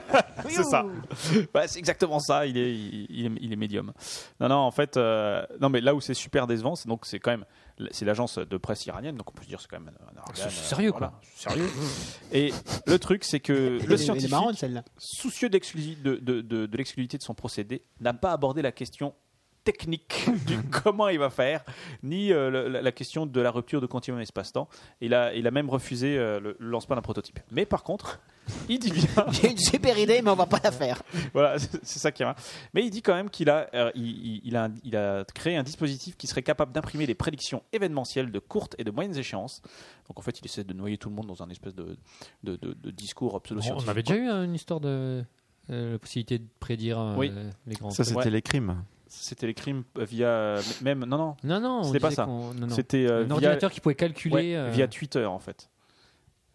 S1: C'est ça. Ouais, Bah, c'est exactement ça. Il est, il, il est, il est médium. Non, non, en fait, euh, non, mais là où c'est super décevant, c'est donc c'est quand même c'est l'agence de presse iranienne, donc on peut se dire c'est quand même un organe,
S2: C'est sérieux, quoi.
S1: c'est Sérieux. Et le truc, c'est que
S3: Elle
S1: le
S3: est- elle est
S1: scientifique,
S3: marrante celle-là.
S1: soucieux d'exclusi- de, de, de- de l'exclusivité de son procédé, n'a pas abordé la question technique du comment il va faire, ni euh, le- la, la question de la rupture de continuum espace-temps. Il a, il a même refusé euh, le le lancement d'un prototype. Mais par contre, il dit bien
S3: J'ai une super idée, mais on va pas la faire.
S1: voilà, c'est c'est ça qui est marrant. Mais il dit quand même qu'il a, euh, il, il- il a, un- il a créé un dispositif qui serait capable d'imprimer des prédictions événementielles de courtes et de moyennes échéances. Donc en fait, il essaie de noyer tout le monde dans un espèce de, de, de- de discours pseudo-scientifique.
S2: On avait déjà eu hein, une histoire de euh, la possibilité de prédire euh,
S1: Oui.
S2: les grands.
S4: Ça, c'était
S1: Ouais.
S4: les crimes.
S1: C'était les crimes euh, via. euh, Même. Non, non.
S2: Non, non, on
S1: C'était pas
S2: disait
S1: ça.
S2: qu'on- non, non.
S1: C'était euh,
S2: un
S1: via,
S2: ordinateur qui pouvait calculer.
S1: ouais,
S2: euh,
S1: via Twitter en fait.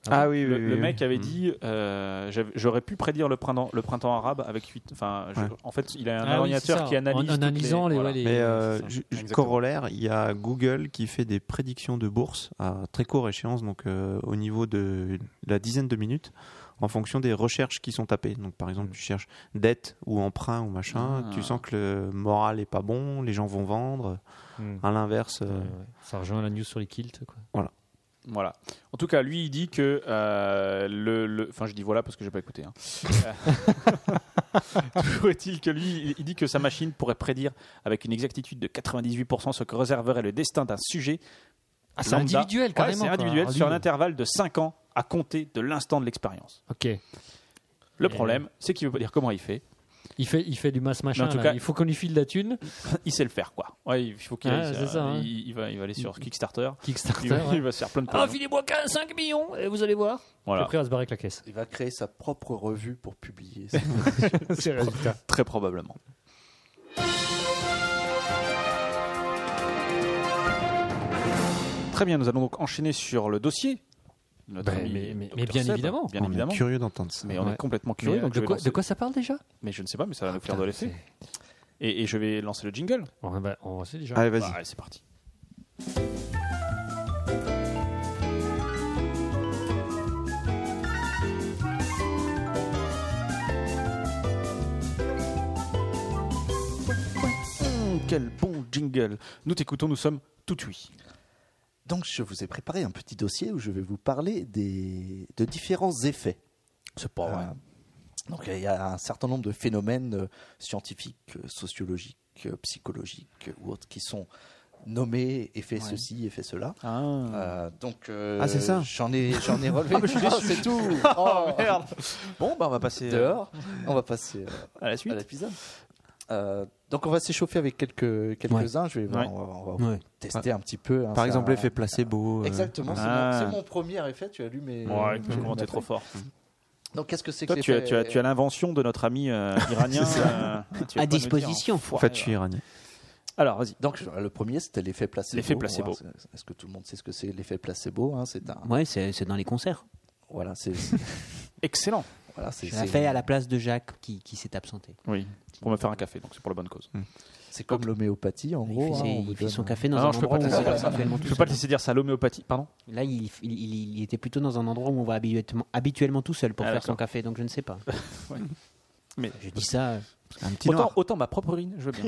S2: Ah
S4: oui, Mmh.
S1: le, le mec avait dit euh, j'avais- J'aurais pu prédire le printemps, le printemps arabe avec Twitter. Enfin, je-
S4: Ouais.
S1: en fait, il a un
S2: Ah oui, c'est
S1: ordinateur
S2: ça,
S1: qui analyse.
S2: en-
S1: toutes
S2: En analysant les.
S1: voilà.
S2: ouais, les-
S4: Mais euh,
S2: c'est ça.
S4: ju- ju-
S1: Exactement.
S4: corollaire, il y a Google qui fait des prédictions de bourse à très courte échéance, donc euh, au niveau de la dizaine de minutes, en fonction des recherches qui sont tapées. Donc par exemple, tu cherches dette ou emprunt ou machin,
S1: Ah.
S4: tu sens que le moral est pas bon, les gens vont vendre.
S2: Hmm.
S4: À l'inverse,
S2: Ouais,
S4: euh,
S2: ouais. Ça rejoint la news sur les kilts. Quoi.
S1: Voilà. En tout cas, lui, il dit que euh, le, le- Enfin, je dis voilà parce que j'ai pas écouté. hein. Euh, Toujours est-il que lui, il- il dit que sa machine pourrait prédire avec une exactitude de 98% ce que réserverait le destin d'un sujet.
S2: Ah, c'est
S1: lambda.
S2: individuel,
S1: Ouais,
S2: carrément.
S1: c'est
S2: quoi.
S1: individuel
S2: Ah,
S1: sur un
S2: lui,
S1: intervalle de 5 ans à compter de l'instant de l'expérience.
S2: Ok.
S1: Le
S2: Et-
S1: problème, c'est qu'il veut pas dire comment il fait.
S2: Il fait, il fait du masse machin.
S1: Mais en tout
S2: là.
S1: cas-
S2: il faut qu'on lui file la thune.
S1: Il sait le faire, quoi. Ouais, il faut qu'il
S2: Ah,
S1: aille,
S2: c'est
S1: euh,
S2: ça, hein.
S1: il, il va, il va aller sur Kickstarter. Il
S2: Kickstarter.
S1: va,
S2: ouais.
S1: il va se faire plein de
S2: Ah,
S1: pognon.
S2: filez-moi 15, 5 millions et vous allez voir.
S1: Voilà.
S2: Après, on va se barrer avec la caisse.
S5: Il va créer sa propre revue pour publier. ça.
S2: C'est le résultat.
S1: Très probablement. Très bien, nous allons donc enchaîner sur le dossier. de notre
S2: Ben,
S1: ami
S2: mais- mais-
S1: Dr.
S2: mais bien
S1: Seb,
S2: évidemment.
S1: bien
S4: on
S1: évidemment.
S4: est curieux d'entendre ça.
S1: Mais on
S2: Ouais.
S1: est complètement curieux.
S2: Mais, euh,
S1: donc je
S2: de,
S1: vais
S2: quoi,
S1: lancer-
S2: de quoi ça parle déjà
S1: Mais je ne sais pas, mais ça va nous faire
S2: Putain,
S1: de l'effet.
S2: c'est-
S1: Et, et je vais lancer le jingle.
S2: Bon, ben, On sait déjà.
S4: Bah, Allez, vas-y.
S1: Bah, allez, c'est parti. Hum, Quel bon jingle. Nous t'écoutons, nous sommes tout oui.
S5: Donc, je vous ai préparé un petit dossier où je vais vous parler des, de différents effets.
S1: C'est pas
S5: Euh, donc, il y a un certain nombre de phénomènes euh, scientifiques, euh, sociologiques, euh, psychologiques euh, ou autres qui sont nommés effet ceci, effet cela.
S1: Ah.
S5: Euh, donc, euh,
S4: Ah, c'est ça
S5: J'en ai, j'en ai relevé. Ah, c'est tout. Oh.
S4: Bon, bah on va passer
S5: Dehors, euh, on va passer euh,
S4: à la suite.
S5: à l'épisode. Euh, donc on va s'échauffer avec quelques quelques uns. Je vais voir,
S1: Ouais.
S5: on va, on va
S4: Ouais.
S5: tester un petit peu. hein,
S4: Par
S5: ça-
S4: exemple, l'effet placebo. euh,
S5: Exactement. c'est
S1: Ah.
S5: mon- C'est mon, premier effet. Tu as lu mes.
S1: Ouais,
S5: mes-
S1: comment
S5: mes
S1: t'es trop
S5: feuilles.
S1: fort.
S5: Donc qu'est-ce que c'est euh, que
S1: Toi, tu as,
S5: l'effet
S1: tu as, tu as l'invention de notre ami euh, iranien euh, tu vas pas nous
S3: à
S1: le dire, hein.
S3: disposition.
S1: enfoiré.
S4: En fait, je suis iranien.
S1: Alors, vas-y.
S5: Donc je- le premier c'était l'effet placebo.
S1: L'effet placebo.
S5: Voilà, c'est- Est-ce que tout le monde sait ce que c'est l'effet placebo hein, C'est un.
S3: Ouais, c'est c'est dans les concerts.
S5: Voilà, c'est. c'est-
S1: Excellent.
S5: voilà, c'est.
S3: Je l'ai
S5: c'est-
S3: fait à la place de Jacques qui, qui s'est absenté.
S1: Oui. Hum. Pour me faire un café, donc c'est pour la bonne cause.
S5: C'est comme l'homéopathie en
S3: il
S5: gros.
S3: fait,
S5: hein,
S3: ses-
S5: on vous
S3: il fait
S5: donne-
S3: son café dans
S1: Ah
S3: un
S1: non, je peux
S3: endroit
S1: pas te
S3: où
S1: laisser
S3: on va
S1: dire ça.
S3: habituellement
S1: Je
S3: tout
S1: peux pas
S3: seul.
S1: te laisser dire ça. L'homéopathie, pardon
S3: Là, il, il- il- il était plutôt dans un endroit où on va habituellement, habituellement tout seul pour
S1: Ah,
S3: faire son
S1: d'accord.
S3: café, donc je ne sais pas.
S1: Mais
S3: Je dis ça. euh,
S4: Un petit
S1: autant,
S4: noir.
S1: autant ma propre urine, je veux bien.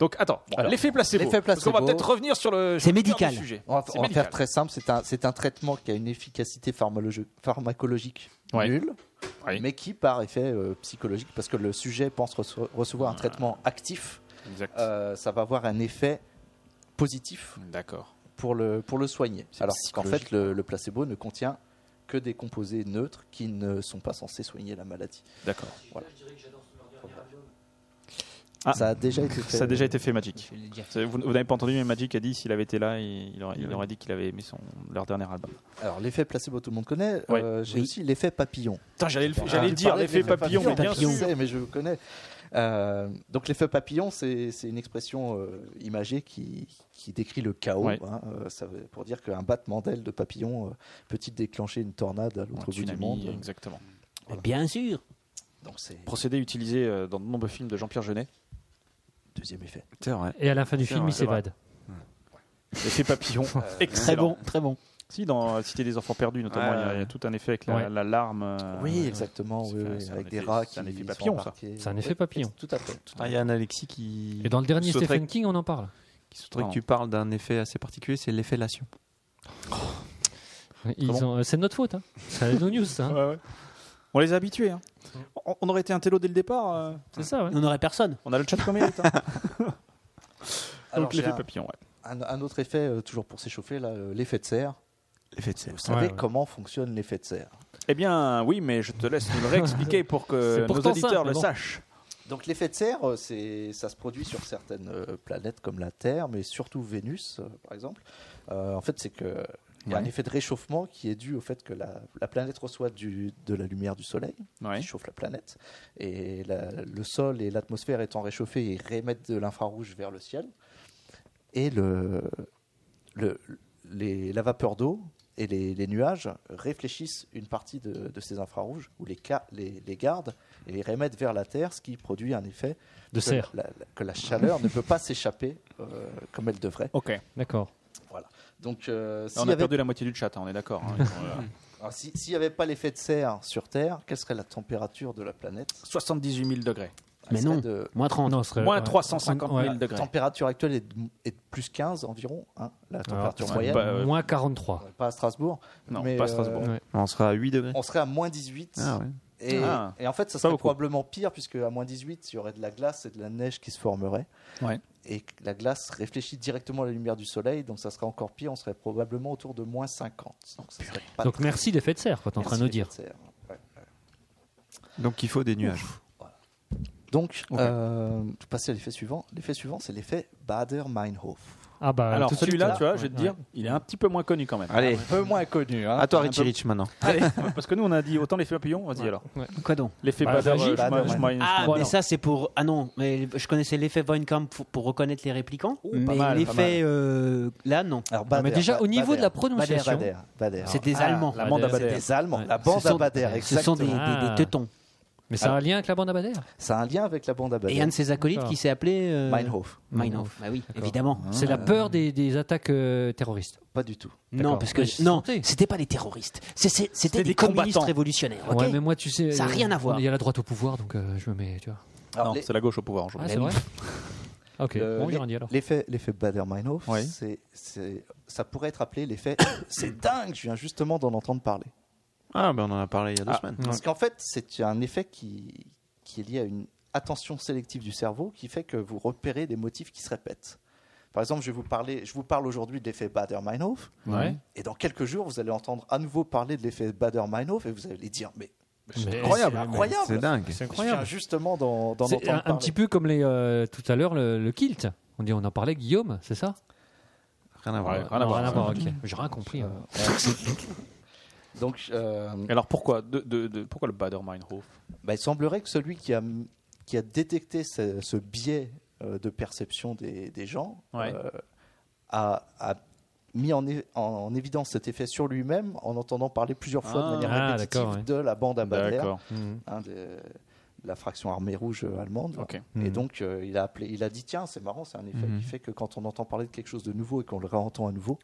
S1: Donc attends, bon,
S5: Alors,
S1: l'effet placebo.
S5: l'effet
S1: Parce qu'on va
S5: placebo.
S1: peut-être revenir sur le.
S3: C'est
S1: sur le cœur
S3: médical.
S1: du Sujet.
S5: On va,
S1: C'est
S5: on va
S1: médical.
S5: faire très simple, c'est un, c'est un traitement qui a une efficacité pharmologi- pharmacologique
S1: Ouais.
S5: nulle,
S1: Ouais.
S5: mais qui, par effet euh, psychologique, parce que le sujet pense rece- recevoir
S1: Ah.
S5: un traitement actif,
S1: Exact.
S5: euh, ça va avoir un effet positif
S1: D'accord.
S5: pour le, pour le soigner.
S1: C'est
S5: Alors qu'en fait, le, le placebo ne contient que des composés neutres qui ne sont pas censés soigner la maladie.
S1: D'accord. Ah.
S5: Ça a déjà été fait.
S1: Ça a déjà été fait, Magic.
S3: je vais le dire.
S1: C'est- Vous, vous n'avez pas entendu, mais Magic a dit s'il avait été là, il, il aurait, il aurait dit qu'il avait aimé son, leur dernier album.
S5: Alors l'effet placebo, tout le monde connaît.
S1: Ouais.
S5: Euh, J'ai
S3: Oui.
S5: aussi l'effet papillon.
S1: Putain, j'allais le-
S5: Ah,
S1: j'allais
S5: tu
S1: dire
S5: parlais de
S1: l'effet papillon, mais bien
S5: Je
S1: sûr.
S5: sais, mais je vous connais. Euh, donc l'effet papillon, c'est c'est une expression euh, imagée qui, qui décrit le chaos.
S1: Ouais.
S5: hein. Euh, ça veut- pour dire qu'un battement d'aile de papillon euh, peut-il déclencher une tornade à l'autre bout du monde.
S1: exactement.
S3: Bien sûr.
S5: Donc c'est
S1: Procédé utilisé euh, dans de nombreux films de Jean-Pierre Jeunet.
S5: deuxième effet.
S4: C'est vrai.
S2: Et à la fin du film,
S1: vrai,
S2: il
S1: c'est vrai.
S2: s'évade.
S1: L'effet papillon.
S3: Très
S1: Excellent. Ah.
S3: bon, très bon.
S1: Si, dans euh, Cité des enfants perdus, notamment,
S4: Ouais.
S1: il y a- il y, a tout un effet avec la,
S2: Ouais.
S1: la larme. euh,
S5: oui, exactement.
S1: c'est
S5: oui,
S1: un-
S5: oui,
S1: c'est un
S5: avec des
S1: effet-
S5: rats qui
S1: c'est un effet
S5: sont
S1: papillon, ça.
S5: embarqués.
S2: C'est un effet
S5: Oui,
S2: papillon.
S5: Tout à fait. tout à
S4: Ah,
S5: fait.
S4: il y a un Alexis qui.
S2: Et dans Ah. le dernier
S4: sauterait-
S2: Stephen King, on en parle.
S4: qui sauterait
S1: Pardon.
S4: que tu parles d'un effet assez particulier, c'est l'effet lation.
S2: Ils
S1: bon
S2: ont- euh, C'est de notre faute. hein. C'est nos news, ça. hein.
S1: Ouais, ouais. On les a habitués. hein. On, on aurait été un télo dès le départ. euh,
S2: C'est ça, ouais.
S3: On n'aurait personne.
S1: on a le chat qu'on mérite. hein.
S5: Alors,
S1: Donc l'effet
S5: j'ai
S1: papillon, ouais.
S5: un, un autre effet, euh, toujours pour s'échauffer, là, euh, l'effet de serre.
S4: L'effet de serre.
S5: Vous savez
S2: Ouais, ouais.
S5: comment fonctionne l'effet de serre
S1: Eh bien, oui, mais je te laisse nous le réexpliquer pour
S2: C'est
S1: que nos
S2: pourtant
S1: auditeurs
S2: simple,
S1: le
S2: bon.
S1: sachent.
S5: Donc l'effet de serre, euh, c'est, ça se produit sur certaines euh, planètes comme la Terre, mais surtout Vénus, euh, par exemple. Euh, en fait, c'est que il y a un
S4: Ouais.
S5: effet de réchauffement qui est dû au fait que la, la planète reçoit du- de la lumière du Soleil,
S1: Ouais.
S5: qui chauffe la planète, et la- le sol et l'atmosphère étant réchauffés, ils rémettent de l'infrarouge vers le ciel, et le, le- les- la vapeur d'eau et les, les nuages réfléchissent une partie de, de ces infrarouges, ou les, ca- les, les gardent, et les remettent vers la Terre, ce qui produit un effet
S2: De
S5: que
S2: serre.
S5: la- la- que la chaleur ne peut pas s'échapper euh, comme elle devrait.
S1: Ok.
S2: D'accord.
S5: Donc, euh,
S1: on
S5: s'il
S1: a
S5: n'y avait,
S1: perdu la moitié du chat, hein, on est d'accord. hein. Voilà.
S5: alors, si- s'il y avait pas l'effet de serre sur Terre, quelle serait la température de la planète
S1: 78 000 degrés.
S5: Elle
S3: Mais
S5: serait
S3: non.
S5: de-
S3: Moins 30.
S2: Non, ce serait-
S1: Moins
S2: ouais.
S1: 350 000
S2: Ouais.
S5: La
S1: degrés.
S5: température actuelle est de, est de plus 15 environ, hein, la température
S1: ouais,
S5: moyenne.
S1: bah, euh,
S2: Moins 43.
S5: On n'est Pas à Strasbourg.
S1: Non,
S5: mais,
S1: pas à Strasbourg.
S5: euh,
S4: On sera à 8 degrés.
S5: On serait à moins 18.
S4: Ah ouais.
S5: Et,
S1: Ah.
S5: et en fait, ça serait
S1: beaucoup.
S5: probablement pire, puisque à moins 18, il y aurait de la glace et de la neige qui se formerait.
S1: Ouais.
S5: Et que la glace réfléchit directement à la lumière du soleil, donc ça serait encore pire. On serait probablement autour de moins 50. Donc, ça serait pas
S2: Donc
S5: très-
S2: merci d'effet de serre, quoi, t'es en train de nous dire.
S5: Merci, Peter. Ouais.
S4: Donc il faut des nuages.
S5: Donc, euh, je vais passer à l'effet suivant. L'effet suivant, c'est l'effet Bader-Meinhof.
S2: Ah bah
S1: Alors
S2: tout de suite,
S1: celui-là,
S2: là.
S1: tu vois, je vais te
S2: Ouais.
S1: dire, il est un petit peu moins connu quand même.
S4: Allez,
S5: Un peu moins connu. Hein.
S4: à toi
S1: un
S4: Richie
S1: peu-
S4: Rich maintenant.
S1: Allez, parce que nous on a dit autant l'effet papillon, vas-y alors.
S3: Quoi donc
S1: L'effet
S2: Bah,
S1: Bader,
S2: Magic.
S1: euh, Schma-
S5: Bader, ouais.
S1: Schma-
S3: Ah,
S1: Schma-
S3: mais ça, c'est pour. Ah non, mais je connaissais l'effet Von Kamp pour, pour reconnaître les réplicants. mais
S1: mal, pas
S3: l'effet. euh, là, non.
S5: Alors,
S2: Non, mais
S5: Bader,
S2: déjà, au
S5: Ba-
S2: niveau
S5: Bader,
S2: de la
S5: Bader,
S2: prononciation,
S5: Bader, Bader.
S3: C'est des
S1: Ah,
S3: Allemands.
S1: L'amende à
S2: Bader,
S5: C'est
S1: Bader.
S5: des Allemands.
S2: Ouais.
S5: La
S3: Ce
S5: bande
S3: sont-
S5: à Bader,
S3: Ce sont
S5: exactement.
S3: des, des,
S2: Ah.
S3: des teutons.
S2: Mais ça a un lien avec la bande à Badère
S5: Ça a un lien avec la bande à
S3: Et
S5: Baden.
S3: un de ses acolytes qui s'est appelé euh,
S5: Meinhof.
S3: Meinhof. Bah oui, évidemment.
S2: C'est la peur des, des attaques euh, terroristes.
S5: Pas du tout.
S3: Non,
S2: D'accord.
S3: parce que
S2: Ouais, je
S3: non,
S2: sentais.
S3: c'était pas des terroristes. C'est- c'est- C'était des,
S1: des
S3: communistes
S1: combattants.
S3: révolutionnaires. ok
S2: Ouais, mais moi, tu sais.
S3: Ça a
S2: euh,
S3: rien à voir.
S2: Il y a la droite au pouvoir, donc euh, je me mets. Tu vois.
S5: Alors,
S1: Non,
S5: les-
S1: c'est la gauche au pouvoir. je
S2: Ah,
S1: crois.
S2: c'est vrai Ok,
S5: le-
S2: bon, on
S5: les-
S2: ira dit alors.
S5: L'effet, l'effet Bader-Meinhof,
S1: Oui.
S5: c'est- c'est- ça pourrait être appelé l'effet c'est dingue, je viens justement d'en entendre parler.
S4: Ah, ben on en a parlé il y a deux
S1: Ah.
S4: semaines.
S5: Parce qu'en fait, c'est un effet qui, qui est lié à une attention sélective du cerveau qui fait que vous repérez des motifs qui se répètent. Par exemple, je, vais vous parler, je vous parle aujourd'hui de l'effet Bader-Meinhof,
S2: Ouais.
S5: et dans quelques jours, vous allez entendre à nouveau parler de l'effet Bader-Meinhof, et vous allez dire Mais
S2: Mais
S5: incroyable,
S2: c'est-
S4: Ah,
S5: incroyable
S4: bah,
S9: C'est dingue.
S2: C'est
S5: Je viens
S2: incroyable.
S5: justement d'en d'en
S2: C'est
S5: entendre
S2: un, un
S5: parler.
S2: petit peu comme les, euh, tout à l'heure le, le kilt. On, dit, on en parlait, Guillaume, c'est ça
S4: Rien à voir.
S1: Ouais, rien à
S2: Non,
S1: voir.
S2: rien à voir, ok. J'ai rien compris. hein.
S5: Donc, euh,
S1: Alors pourquoi, de, de- de- pourquoi le Bader Meinhof
S5: Bah, il semblerait que celui qui a, qui a détecté ce, ce biais euh, de perception des, des gens
S1: Ouais.
S5: euh, a, a mis en, é- en, en évidence cet effet sur lui-même en entendant parler plusieurs fois
S1: Ah.
S5: de manière
S2: Ah,
S5: répétitive
S2: d'accord, ouais.
S5: de la bande à Bader,
S1: D'accord.
S5: hein, de, de la fraction armée rouge euh, allemande.
S1: Ok.
S2: Hmm.
S5: Et donc, euh, il, a appelé, il a dit tiens, c'est marrant, c'est un effet qui fait que quand on entend parler de quelque chose de nouveau et qu'on le réentend à nouveau,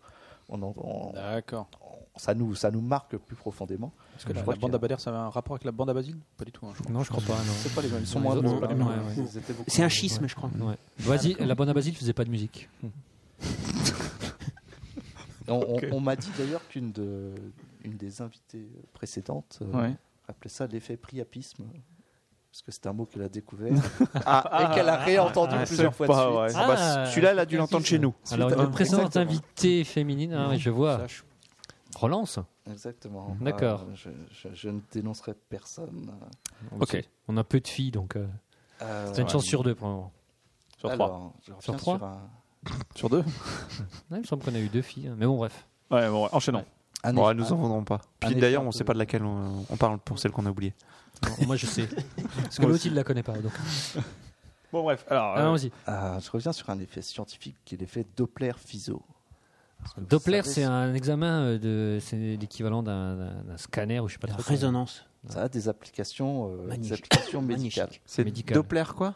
S5: on en- on-
S1: D'accord.
S5: ça, nous, ça nous marque plus profondément.
S2: Bah,
S1: Parce que
S5: Je
S1: la,
S5: vois
S1: la bande à
S5: qu'il
S1: Bader, ça avait un rapport avec la bande à Basile Pas du tout. hein, je crois.
S2: Euh, Non, je crois pas. non.
S5: C'est pas les mêmes, ils sont
S2: Les
S5: moins
S2: autres,
S5: drôles,
S2: c'est pas
S5: quand
S2: les
S5: même.
S2: mêmes, ouais,
S5: Ils étaient beaucoup
S3: C'est un
S5: moins-
S3: schisme, je crois.
S2: Ouais. Vas-y, la bonne à Basile faisait pas de musique.
S5: On, on- on m'a dit d'ailleurs qu'une de, une des invitées précédentes euh,
S1: Ouais.
S5: appelait ça l'effet priapisme. Parce que c'est un mot qu'elle a découvert et qu'elle a réentendu plusieurs fois. de
S4: pas,
S5: suite.
S4: ouais.
S2: Ah,
S4: Ah bah, Celui-là, elle a dû l'entendre chez nous.
S2: Alors,
S5: Suite à-
S2: une précédente
S5: euh, Exactement.
S2: invitée féminine, ah, oui, je vois.
S1: Sache.
S2: Relance.
S5: Exactement.
S2: D'accord.
S5: Euh, je, je- je ne dénoncerai personne.
S1: Ok.
S2: On a peu de filles, donc euh,
S5: Euh,
S2: c'est une chance sur deux pour le moment.
S1: Sur
S5: alors,
S1: trois.
S5: je reviens
S2: Sur
S5: sur
S2: trois
S5: un,
S1: Sur deux
S2: Ouais, il me semble qu'on a eu deux filles, hein. mais bon, bref.
S1: Ouais, bon, ouais, enchaînons.
S5: un
S4: Bon,
S5: effet-
S4: elles nous en vendront pas.
S5: Un
S4: Puis d'ailleurs,
S5: effet
S4: on
S5: un
S4: sait
S5: peu-
S4: pas de laquelle on, on parle pour celle qu'on a oubliée.
S2: Non, moi, je sais. Parce que l'autre, il la connaît pas. Donc.
S1: Bon, bref. Alors, euh,
S2: Allons-y.
S5: euh, je reviens sur un effet scientifique qui est l'effet Doppler-Fizeau. Parce que vous
S2: Doppler,
S5: savez,
S2: c'est un examen euh, de, c'est l'équivalent d'un- d'un d'un scanner ou je sais pas
S3: La
S2: trop.
S3: résonance.
S5: Ça a des applications, euh, des
S3: Magnifique.
S5: applications médicales.
S3: Magnifique.
S4: C'est
S2: Médical.
S4: Doppler quoi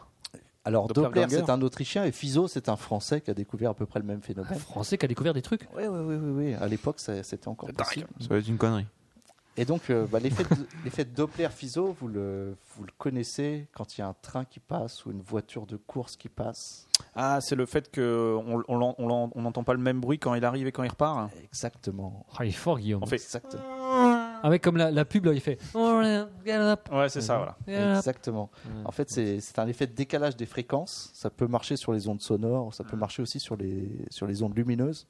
S5: Alors
S1: Doppler
S5: Doppler,
S1: Ganger.
S5: c'est un Autrichien et Fizeau, c'est un Français qui a découvert à peu près le même
S2: Un
S5: phénomène.
S2: Français qui a découvert des trucs.
S5: Oui, oui, oui, oui, oui. À l'époque, ça- c'était encore possible.
S4: Ça va être une Euh, connerie.
S5: Et donc, euh, bah, l'effet de- l'effet de Doppler-Fizeau, vous le, vous le connaissez quand il y a un train qui passe ou une voiture de course qui passe.
S1: Ah, c'est le fait qu'on on, l'en- on l'en- on n'entend pas le même bruit quand il arrive et quand il repart
S5: Exactement.
S2: Ah, il est fort, Guillaume.
S1: En fait.
S5: Exactement.
S2: Ah ouais, comme la, la pub, là, il fait. Get up,
S1: Ouais, c'est ça, voilà.
S2: get up.
S5: Exactement. En fait, c'est c'est un effet de décalage des fréquences. Ça peut marcher sur les ondes sonores, ça peut marcher aussi sur les, sur les ondes lumineuses.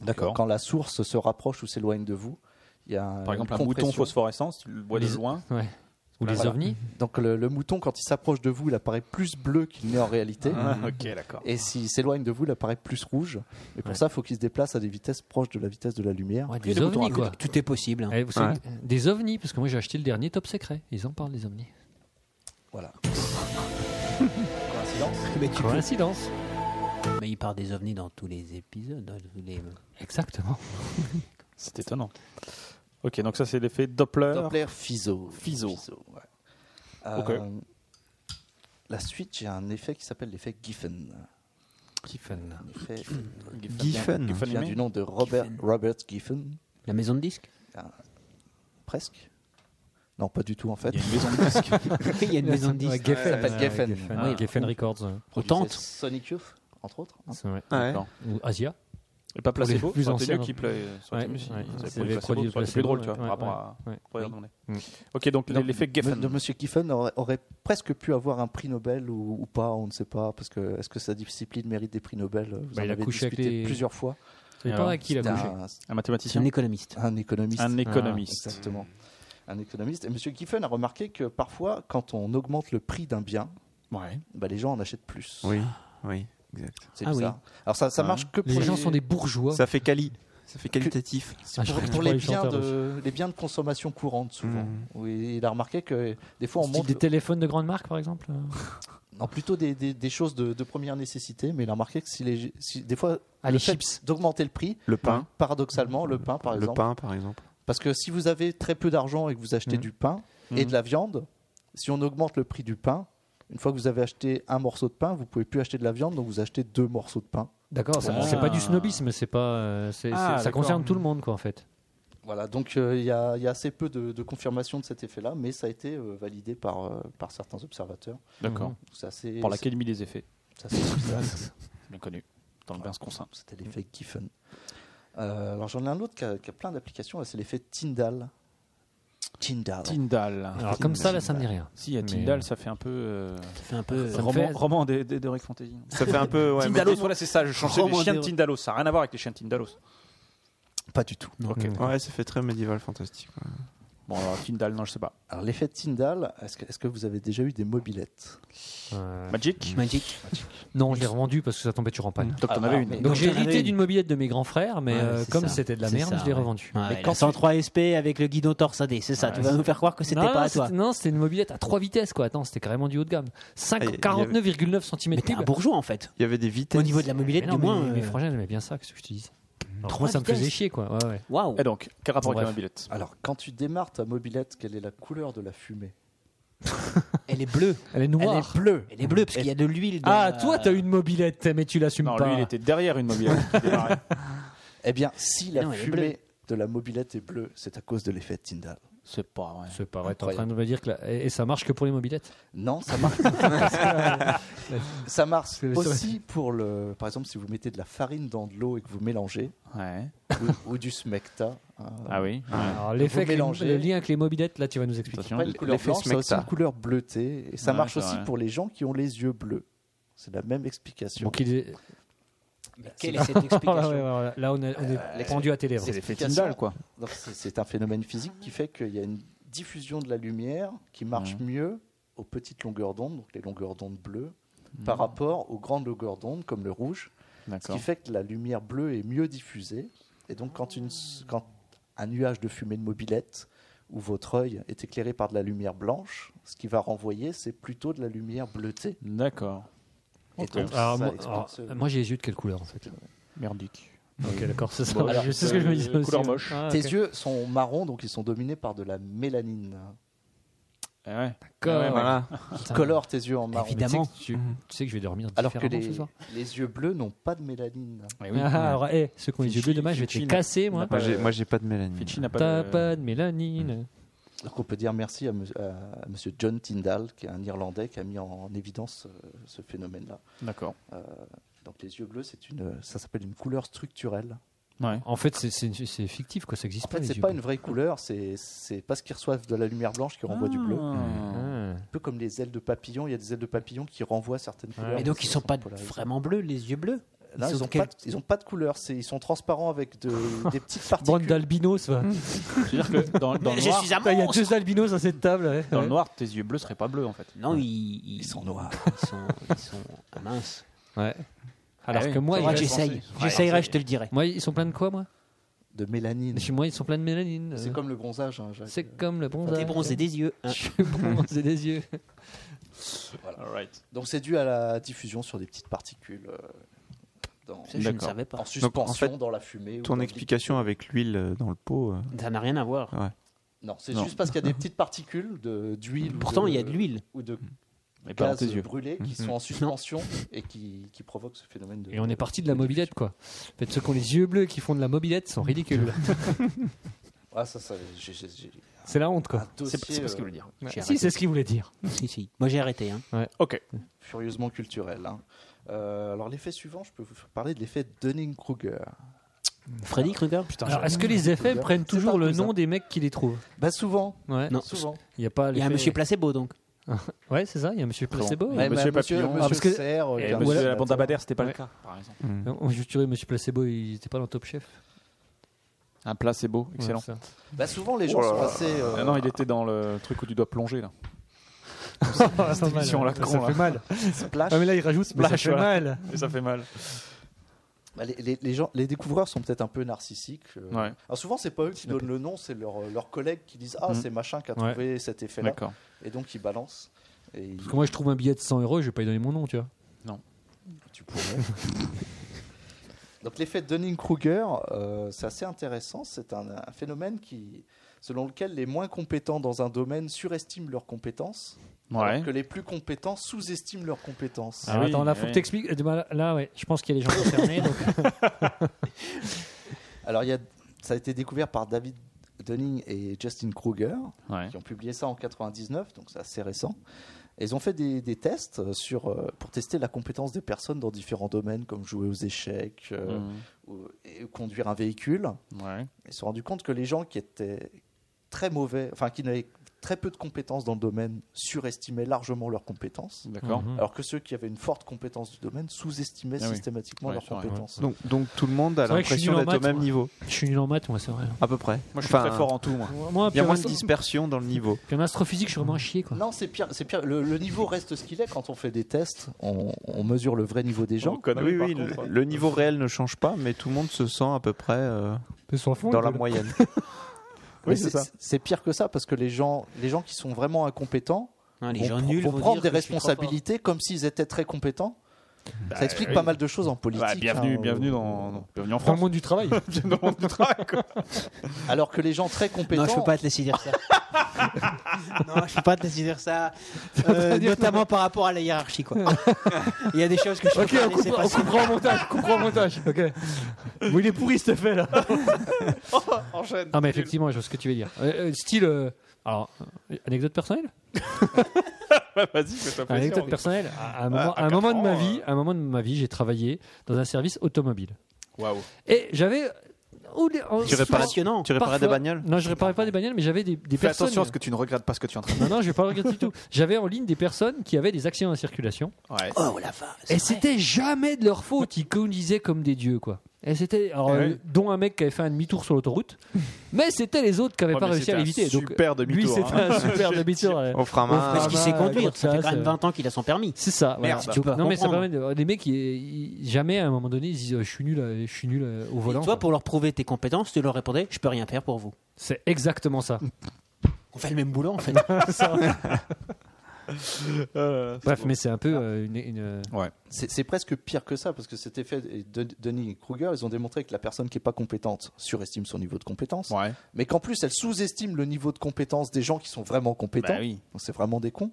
S1: D'accord.
S5: Quand la source se rapproche ou s'éloigne de vous, il y a
S1: Par exemple, un
S5: bouton
S1: mouton phosphorescent, si tu le vois de
S2: Les-
S1: loin.
S2: Ouais. Ou les
S5: Voilà.
S2: ovnis.
S5: Donc le, le mouton, quand il s'approche de vous, il apparaît plus bleu qu'il n'est en réalité.
S1: ok, d'accord.
S5: Et s'il s'éloigne de vous, il apparaît plus rouge. Mais pour
S2: Ouais.
S5: ça, il faut qu'il se déplace à des vitesses proches de la vitesse de la lumière.
S2: Ouais, des
S3: Et le bouton à
S2: ovnis,
S3: côté.
S2: quoi.
S3: Tout est possible. hein.
S2: Eh, vous savez, euh, Des ovnis, parce que moi j'ai acheté le dernier Top Secret. Ils en parlent, les ovnis.
S5: Voilà.
S3: Mais, tu peux-
S2: Coïncidence.
S3: mais il part des ovnis dans tous les épisodes. dans tous les-
S2: Exactement.
S1: C'est étonnant. Ok, donc ça, c'est l'effet Doppler.
S5: Doppler Fizeau.
S1: Fizeau.
S5: ouais. Euh, La suite, j'ai un effet qui s'appelle l'effet Giffen.
S2: Kiffen.
S5: Un effet
S4: Giffen.
S5: qui vient du
S1: Giffen.
S5: nom de Robert, Robert Giffen,
S3: La maison de disques
S5: presque. Non, pas du tout en fait. Euh,
S1: Il y a une maison de disques.
S3: Il y a une maison de disques.
S2: Geffen.
S5: Ça s'appelle Geffen.
S2: Geffen.
S3: Oui.
S2: Geffen Records. euh,
S5: Produisait
S3: tente.
S5: Sonic Youth, entre autres.
S2: c'est vrai.
S1: D'accord.
S2: Ou Asia.
S1: Et pas placebo,
S2: Pour les
S1: plus
S2: plus anciens,
S1: anciens
S2: hein.
S1: qui euh, plaît. Ça aurait été
S2: Ouais,
S1: mieux si-
S2: ouais,
S1: ça aurait
S2: c'est
S1: été
S2: les produits
S1: placebo, ça aurait été
S2: placebo,
S1: plus drôle, tu vois,
S2: ouais,
S1: par rapport
S2: ouais,
S1: à.
S2: ouais.
S1: Ouais,
S2: Oui.
S1: on est. Ok, donc
S5: Non.
S1: l'effet Geffen.
S5: De Monsieur Giffen aurait, aurait presque pu avoir un prix Nobel ou, ou pas, on ne sait pas, parce que est-ce que sa discipline mérite des prix Nobel Vous
S2: Bah,
S5: en
S2: il a
S5: avez
S2: couché avec
S5: discuté
S2: les-
S5: plusieurs fois.
S2: Ça dépend
S1: Alors,
S2: à qui il a couché.
S5: Un,
S1: Un
S3: C'est
S1: mathématicien
S3: un économiste.
S5: un économiste.
S1: Un économiste.
S5: Exactement. Un économiste. Et Monsieur Giffen a remarqué que parfois, quand on augmente le prix d'un bien,
S1: Ouais.
S5: bah, les gens en achètent plus.
S4: Oui, oui, exact.
S5: C'est
S3: Ah oui.
S5: bizarre. Alors ça, ça
S1: Ouais.
S5: marche que pour
S2: Les gens sont des bourgeois.
S4: Ça fait quali, ça fait qualitatif.
S5: c'est
S2: Ah, je
S5: pour,
S2: comprends
S5: pour
S2: pas les
S5: les, biens
S2: chanteurs,
S5: de, les biens de consommation courante souvent.
S4: Mhm.
S5: Oui, il a remarqué que des fois on
S2: Style
S5: monte
S2: des téléphones de grande marque, par exemple.
S5: Non, plutôt des, des- des choses de, de première nécessité, mais il a remarqué que si les, si- des fois,
S2: Ah,
S5: le
S2: les
S5: fait
S2: chips.
S5: d'augmenter le prix,
S4: Le pain,
S5: paradoxalement, le pain par
S4: le
S5: exemple,
S4: pain par exemple.
S5: parce que si vous avez très peu d'argent et que vous achetez
S4: Mhm.
S5: du pain et de la viande, si on augmente le prix du pain, une fois que vous avez acheté un morceau de pain, vous pouvez plus acheter de la viande, donc vous achetez deux morceaux de pain.
S2: D'accord, ça-
S1: Ah.
S2: c'est pas du snobisme, c'est pas, euh, c'est-
S1: Ah,
S2: c'est- ça
S1: d'accord.
S2: concerne tout le monde quoi en fait.
S5: Voilà, donc euh, il y, a- il y a assez peu de, de confirmation de cet effet-là, mais ça a été euh, validé par, euh, par certains observateurs.
S1: D'accord.
S5: C'est assez-
S1: Par l'Académie des effets,
S5: c'est- c'est assez-
S1: bien connu, dans le Bernsconsin.
S5: C'était l'effet Giffen. Euh, alors j'en ai un autre qui a, qui a plein d'applications, là, c'est l'effet Tyndall. Tyndall.
S1: Tindal.
S2: Alors comme ça là ça me dit rien.
S1: Si, à
S2: Mais,
S1: Tyndall,
S2: euh,
S1: ça fait un peu. euh,
S3: fait un peu.
S2: me
S1: roman
S2: fait-
S1: roman d'E- d'E- d'Eric Fantasy.
S4: Ça fait un peu. ouais, mais-
S1: Tindalos, voilà, c'est ça. Je changeais les
S3: Roman
S1: chiens de
S3: d'E-
S1: Tindalos. Ça n'a rien à voir avec les chiens de Tindalos.
S5: Pas du tout.
S1: Ok.
S2: Mm.
S4: Ouais, ça fait très médiéval fantastique. ouais.
S1: Bon, alors Tindal, non, je sais pas.
S5: Alors l'effet Tyndall, est-ce que, est-ce que vous avez déjà eu des mobilettes
S2: Euh,
S1: Magic
S3: Magic.
S2: Non, je l'ai revendu parce que ça tombait toujours en panne.
S1: Donc, t'en
S5: Ah,
S1: avais
S5: mais-
S1: une.
S2: Donc
S3: Donc,
S2: j'ai
S3: j'en avais
S2: hérité
S3: une.
S2: d'une mobilette de mes grands frères, mais
S3: Mmh. Ouais,
S2: euh,
S3: c'est
S2: comme
S3: ça.
S2: c'était de la
S3: C'est
S2: merde,
S3: ça,
S2: je l'ai
S3: ouais.
S2: revendue.
S3: Ouais,
S2: Mais
S3: la 103 SP avec le guidon torsadé, c'est ça. tu vas nous faire croire que c'était
S2: non,
S3: pas à toi.
S2: c'était- Non, c'était une mobilette à 3 vitesses, quoi. Attends, c'était carrément du haut de gamme. Cinq-
S4: Ah, il y avait-
S2: 49,9 cm
S3: Mais t'es un bourgeois en fait.
S4: Il y avait des vitesses.
S3: Au niveau de la mobilette, du moins.
S2: Mes,
S3: euh,
S2: mes frangins aimaient bien ça, qu'est-ce que je te dis Alors,
S3: Trois
S2: Moi, ça me faisait
S3: vitesses.
S2: chier, quoi. Ouais, ouais.
S3: Waouh.
S1: Et donc, quel rapport avec
S2: Bref.
S1: la mobilette
S5: Alors quand tu démarres ta mobilette, quelle est la couleur de la fumée
S3: Elle est bleue.
S2: Elle est noire.
S3: bleue. Elle est bleue parce qu'il y a de l'huile. dans
S2: Ah,
S3: la-
S2: toi, t'as une mobilette, mais tu l'assumes
S1: Non,
S2: pas.
S1: lui, il était derrière une mobilette. qui démarrait.
S5: Eh bien, si la
S3: Non, elle est bleue.
S5: fumée de la mobilette est bleue, c'est à cause de l'effet Tyndall.
S1: c'est pas vrai.
S2: C'est pas vrai, t'es en train
S5: Incroyable.
S2: de me dire que. la- Et, et ça marche que pour les mobilettes
S5: Non, ça marche. ça marche
S2: C'est-
S5: aussi pour le. Par exemple, si vous mettez de la farine dans de l'eau et que vous mélangez,
S1: Ouais.
S5: ou, ou du smecta. hein.
S1: Ah oui.
S2: Alors, l'effet, que les-
S5: mélangez.
S2: le lien avec les mobilettes, là, tu vas nous expliquer.
S5: C'est
S1: Attention.
S5: pas une couleur
S4: l'effet
S5: blanche, c'est aussi
S4: smecta.
S5: une couleur bleutée. Et ça
S1: Ouais,
S5: marche
S1: c'est
S5: aussi
S1: vrai.
S5: pour les gens qui ont les yeux bleus. C'est la même explication.
S2: Donc, il est-
S3: Mais Quelle est cette explication
S2: Ah, ouais, ouais, ouais. Là, on est, on est pendu à tes lèvres.
S1: C'est l'effet
S5: explication.
S1: Tyndall, quoi.
S5: Donc, C'est c'est un phénomène physique qui fait qu'il y a une diffusion de la lumière qui marche mieux aux petites longueurs d'onde, donc les longueurs d'onde bleues,
S2: Mm.
S5: par rapport aux grandes longueurs d'onde comme le rouge. Ce
S1: D'accord.
S5: qui fait que la lumière bleue est mieux diffusée. Et donc, quand, une, quand un nuage de fumée de mobilette ou votre œil est éclairé par de la lumière blanche, ce qui va renvoyer, c'est plutôt de la lumière bleutée.
S1: D'accord.
S5: Et
S2: Donc,
S5: donc,
S2: alors,
S5: ça
S2: moi,
S5: explique
S2: alors,
S5: ce-
S2: Ah, euh, moi, j'ai les yeux de quelle couleur en fait
S1: Merdique.
S2: Ok, d'accord, c'est ça.
S1: Bon,
S2: Ouais,
S1: alors,
S2: je sais ce que je me disais
S1: euh,
S2: aussi.
S1: couleur moche.
S2: Ah, ok.
S5: Tes yeux sont marrons, donc ils sont dominés par de la mélanine.
S1: Eh ouais.
S2: D'accord.
S1: Ouais,
S4: Voilà.
S2: Putain, Bah,
S5: Colore tes yeux en marron.
S3: Évidemment.
S2: Tu, tu sais que je vais dormir
S5: Alors que
S2: différemment
S5: les,
S2: ce soir.
S5: les yeux bleus n'ont pas de mélanine.
S1: Eh oui.
S2: Ah, alors, eh, ceux qui ont les yeux bleus, demain, je vais te les
S1: Fitchin.
S2: casser, moi.
S4: Moi, j'ai- Moi, j'ai pas de mélanie.
S1: Fitchy n'a pas
S2: T'as
S1: de-
S2: pas de Hmm. mélanine.
S5: Donc on peut dire merci à, mons- à monsieur John Tyndall, qui est un Irlandais qui a mis en, en évidence euh, ce phénomène-là.
S1: D'accord.
S5: Donc les yeux bleus, c'est une, ça s'appelle une couleur structurelle.
S1: Ouais.
S2: En fait, c'est- c'est c'est fictif, quoi. Ça existe
S5: En fait,
S2: les
S5: c'est
S2: yeux
S5: pas une
S2: bleus.
S5: vraie couleur, c'est c'est parce qu'ils reçoivent de la lumière blanche qui renvoie du bleu.
S1: Ah.
S2: Ah.
S5: Un peu comme les ailes de papillon, il y a des ailes de papillon qui renvoient certaines couleurs.
S3: Mais donc ils sont pas
S5: polarisés.
S3: vraiment bleus, les yeux bleus.
S5: Non,
S3: ils
S5: ils
S3: sont
S5: n'ont
S3: quel-
S5: pas, de- ils ont pas de couleur, c'est- ils sont transparents avec de- des petites particules.
S2: Bande d'albinos, va.
S1: C'est-à-dire que dans, dans le
S3: Je
S1: noir,
S3: suis un
S2: Il y a
S3: monstre.
S2: deux albinos à cette table. ouais.
S1: dans le noir, tes yeux bleus seraient pas bleus en fait.
S3: Non, ils,
S5: Ils sont noirs.
S3: Ils sont, ils sont ah, minces.
S2: Ouais. Alors
S1: Ah oui.
S2: que moi,
S3: Faudra
S2: ils,
S3: que j'essaye.
S1: Ouais,
S3: J'essayerai, je te le dirai.
S2: moi, ils sont pleins de quoi, moi
S5: De mélanine.
S2: Chez moi, ils sont pleins de mélanine.
S5: Hmm. C'est
S2: Euh,
S5: comme le bronzage. hein, Jacques.
S2: C'est comme le bronze.
S3: T'es bronzé des yeux.
S2: Je suis bronzé des yeux.
S1: Alright.
S5: Donc c'est dû à la diffusion sur des petites particules euh, dans-
S3: Ça, je ne
S1: D'accord.
S3: savais pas.
S5: en suspension
S4: fait,
S5: dans la fumée. ou dans
S4: Ton
S5: le
S4: explication avec l'huile euh, dans le pot. euh,
S3: Ça n'a rien à voir.
S5: liquide. Non, c'est
S4: Non.
S5: juste parce qu'il y a des petites particules de- d'huile. ou
S3: Pourtant, il y a de l'huile.
S5: ou de
S1: Mais pas dans
S5: gaz
S1: tes yeux.
S5: brûlés qui sont en suspension et qui, qui provoquent ce phénomène de.
S2: Et on est parti de la mobilette, quoi. En fait, ceux qui ont les yeux bleus qui font de la mobilette sont ridicules.
S5: Ah, ça, ça, j'ai- j'ai- j'ai
S2: C'est la honte,
S5: un
S2: quoi.
S5: dossier
S1: C'est pas ce qu'il
S5: euh,
S1: voulait dire.
S3: J'ai
S2: Si,
S3: arrêté.
S2: c'est ce qu'il voulait dire.
S3: Si, si. Moi, j'ai arrêté. hein.
S1: Ok.
S5: euh, furieusement culturel. hein. Euh, alors, l'effet suivant, je peux vous parler de l'effet Dunning-Kruger.
S3: Mmh. Freddy Krueger
S2: Alors, est-ce que les effets
S5: Kruger.
S2: prennent
S5: C'est
S2: toujours le
S5: partout, ça.
S2: nom des mecs qui les trouvent
S5: Bah, souvent.
S2: Ouais.
S3: Non.
S5: Souvent.
S2: Il y a pas.
S3: Il y a un
S2: l'effet-
S3: monsieur placebo, donc.
S2: Ouais, c'est ça. Il y a un monsieur placebo.
S1: Ouais,
S2: ouais.
S1: monsieur
S5: mais
S1: Papillon.
S5: monsieur
S1: Ah,
S2: parce que-
S5: Serre, euh,
S1: Et
S5: qui a un
S1: monsieur
S5: petit-
S1: la bande à Badère, c'était pas
S2: Ouais.
S1: le cas, par exemple.
S2: On je dirais monsieur placebo, il n'était pas dans Top Chef.
S1: Un plat, c'est beau, excellent.
S2: Ouais, ça.
S5: Bah, souvent, les gens sont assez. euh,
S1: Ah non, il était dans le truc où tu dois plonger là.
S2: Cette
S1: émission, là,
S2: Ah, ça
S1: con, là.
S2: fait mal.
S5: splash.
S2: Ah, mais là, il rajoute mais ça
S1: Splash,
S2: fait
S1: voilà.
S2: mal.
S1: Et ça fait mal.
S5: Bah, les, les- les gens, les découvreurs sont peut-être un peu narcissiques. euh.
S1: Ouais.
S5: Alors, souvent, c'est pas eux qui donnent le nom, c'est leurs leurs collègues qui disent Ah,
S1: Mm.
S5: c'est machin qui a
S2: Ouais.
S5: trouvé cet effet-là.
S1: D'accord.
S5: Et donc, ils balancent. Et ils-
S2: Parce que moi, je trouve un billet de 100 euros, je vais pas y donner mon nom, tu vois.
S5: Tu pourrais. Donc l'effet Dunning-Kruger, euh, c'est assez intéressant. C'est un, un phénomène qui, selon lequel les moins compétents dans un domaine surestiment leurs compétences, alors que les plus compétents sous-estiment leurs compétences.
S1: Ah
S2: Alors,
S1: oui,
S2: attends, là, faut
S1: oui.
S2: que t'expliques. Eh ben, Là, ouais, je pense qu'il y a les gens concernés. donc,
S5: Alors, il y a- ça a été découvert par David Dunning et Justin Kruger,
S1: Ouais.
S5: qui ont publié ça en 99, donc c'est assez récent. Et ils ont fait des, des tests euh, sur, euh, pour tester la compétence des personnes dans différents domaines, comme jouer aux échecs, euh,
S1: Mm.
S5: ou- et conduire un véhicule.
S1: Ouais.
S5: Ils se sont rendus compte que les gens qui étaient très mauvais, enfin qui n'avaient très peu de compétences dans le domaine, surestimaient largement leurs compétences,
S1: D'accord.
S2: Mhm.
S5: alors que ceux qui avaient une forte compétence du domaine sous-estimaient
S1: Mm. Ah oui.
S5: systématiquement
S1: Ouais,
S5: leurs
S1: c'est vrai,
S5: compétences.
S4: Donc, donc tout le monde a
S2: C'est vrai que je suis
S4: l'impression
S2: nul en
S4: d'être au
S2: maths,
S4: même
S2: moi.
S4: niveau,
S2: Je suis nul en maths, moi, c'est vrai.
S4: à peu près.
S1: Moi, je suis
S4: Enfin,
S1: très fort en tout, moi.
S2: Moi,
S4: Il y a
S2: puis
S4: moins
S2: en-
S4: de dispersion dans le niveau.
S2: puis en astrophysique, je suis vraiment un chier, quoi.
S5: Non, c'est pire. C'est pire. Le, le niveau reste ce qu'il est quand on fait des tests. On, on mesure le vrai niveau des gens.
S4: Bah oui, oui, le, le niveau réel ne change pas, mais tout le monde se sent à peu près euh, dans la moyenne.
S5: Mais c'est- c'est pire que ça parce que les gens, les gens qui sont vraiment incompétents
S3: Non, les
S5: vont,
S3: gens
S5: pr-
S3: nuls
S5: vont
S3: vont
S5: prendre des
S3: dire que je suis hein. trop fort.
S5: responsabilités comme s'ils étaient très compétents. ça explique pas mal de choses en politique.
S1: Bah, bienvenue,
S5: hein.
S1: bienvenue, dans, dans- bienvenue en
S2: Dans le
S1: France.
S2: monde du travail.
S1: Bienvenue dans le monde du travail, quoi.
S5: Alors que les gens très compétents.
S3: Non, je peux pas te laisser dire ça. non, je peux pas te laisser dire ça. euh, notamment par rapport à la hiérarchie, quoi. Il y a des choses que je peux
S2: ok,
S3: pas
S2: on
S3: laisser
S2: comprend, on
S3: passer.
S2: comprend au montage. on comprend au montage. Ok. Bon, il est pourri, ce fait, là.
S1: Enchaîne.
S2: Non, mais effectivement, je vois ce que tu veux dire. Euh, euh, style. euh, alors, euh, anecdote personnelle
S1: Vas-y, fais ta
S2: Anecdote
S1: plaisir.
S2: personnelle. Ah, À, euh. à un moment,
S1: à
S2: à un moment
S1: quatre
S2: de ma
S1: ans,
S2: vie, à un moment de ma vie, j'ai travaillé dans un service automobile.
S1: Waouh.
S2: Et j'avais. euh, ou des- en-
S4: Tu réparais, tu
S3: Passionnant.
S4: réparais des
S2: parfois-
S4: bagnoles
S2: Non, je réparais pas des bagnoles, mais j'avais des, des
S1: Fais
S2: personnes.
S1: attention à ce que tu ne regrettes pas ce que tu es en train de
S2: Non, non, je vais pas le regretter du tout. J'avais en ligne des personnes qui avaient des accidents de circulation.
S1: Ouais.
S3: Oh la vache.
S2: Et c'était jamais de leur faute. Ils conduisaient comme des dieux, quoi. Et c'était, alors,
S1: Ah ouais.
S2: euh, dont un mec qui avait fait un demi-tour sur l'autoroute, mais c'était les autres qui n'avaient
S1: Ouais,
S2: pas
S1: mais
S2: réussi à
S1: c'était un
S2: l'éviter. Donc,
S1: Super demi-tour.
S2: lui, c'était
S1: hein.
S2: un super demi-tour. ouais.
S4: au frein à main.
S3: Parce qu'il sait
S2: bah, comme
S3: conduire, Ah, ça fait
S2: ça,
S3: quand même
S2: ça-
S3: 20 ans qu'il a son permis.
S2: C'est ça. voilà.
S3: Merde,
S1: bah,
S3: tu peux pas
S2: non mais ça permet
S3: comprendre.
S2: de, les mecs, ils- ils- jamais à un moment donné, ils disent euh, je suis nul, euh, je suis nul euh, au volant.
S3: Et toi,
S2: quoi.
S3: pour leur prouver tes compétences, tu leur répondais Je peux rien faire pour vous. Ah,
S2: C'est exactement ça.
S3: On fait le même boulot en fait.
S2: Bref, mais c'est un peu euh, une, une-
S5: C'est c'est presque pire que ça, parce que cet effet, et Dun- Dunning et Kruger, ils ont démontré que la personne qui n'est pas compétente surestime son niveau de compétence,
S1: Ouais.
S5: mais qu'en plus elle sous-estime le niveau de compétence des gens qui sont vraiment compétents,
S1: Bah oui.
S5: donc c'est vraiment des cons,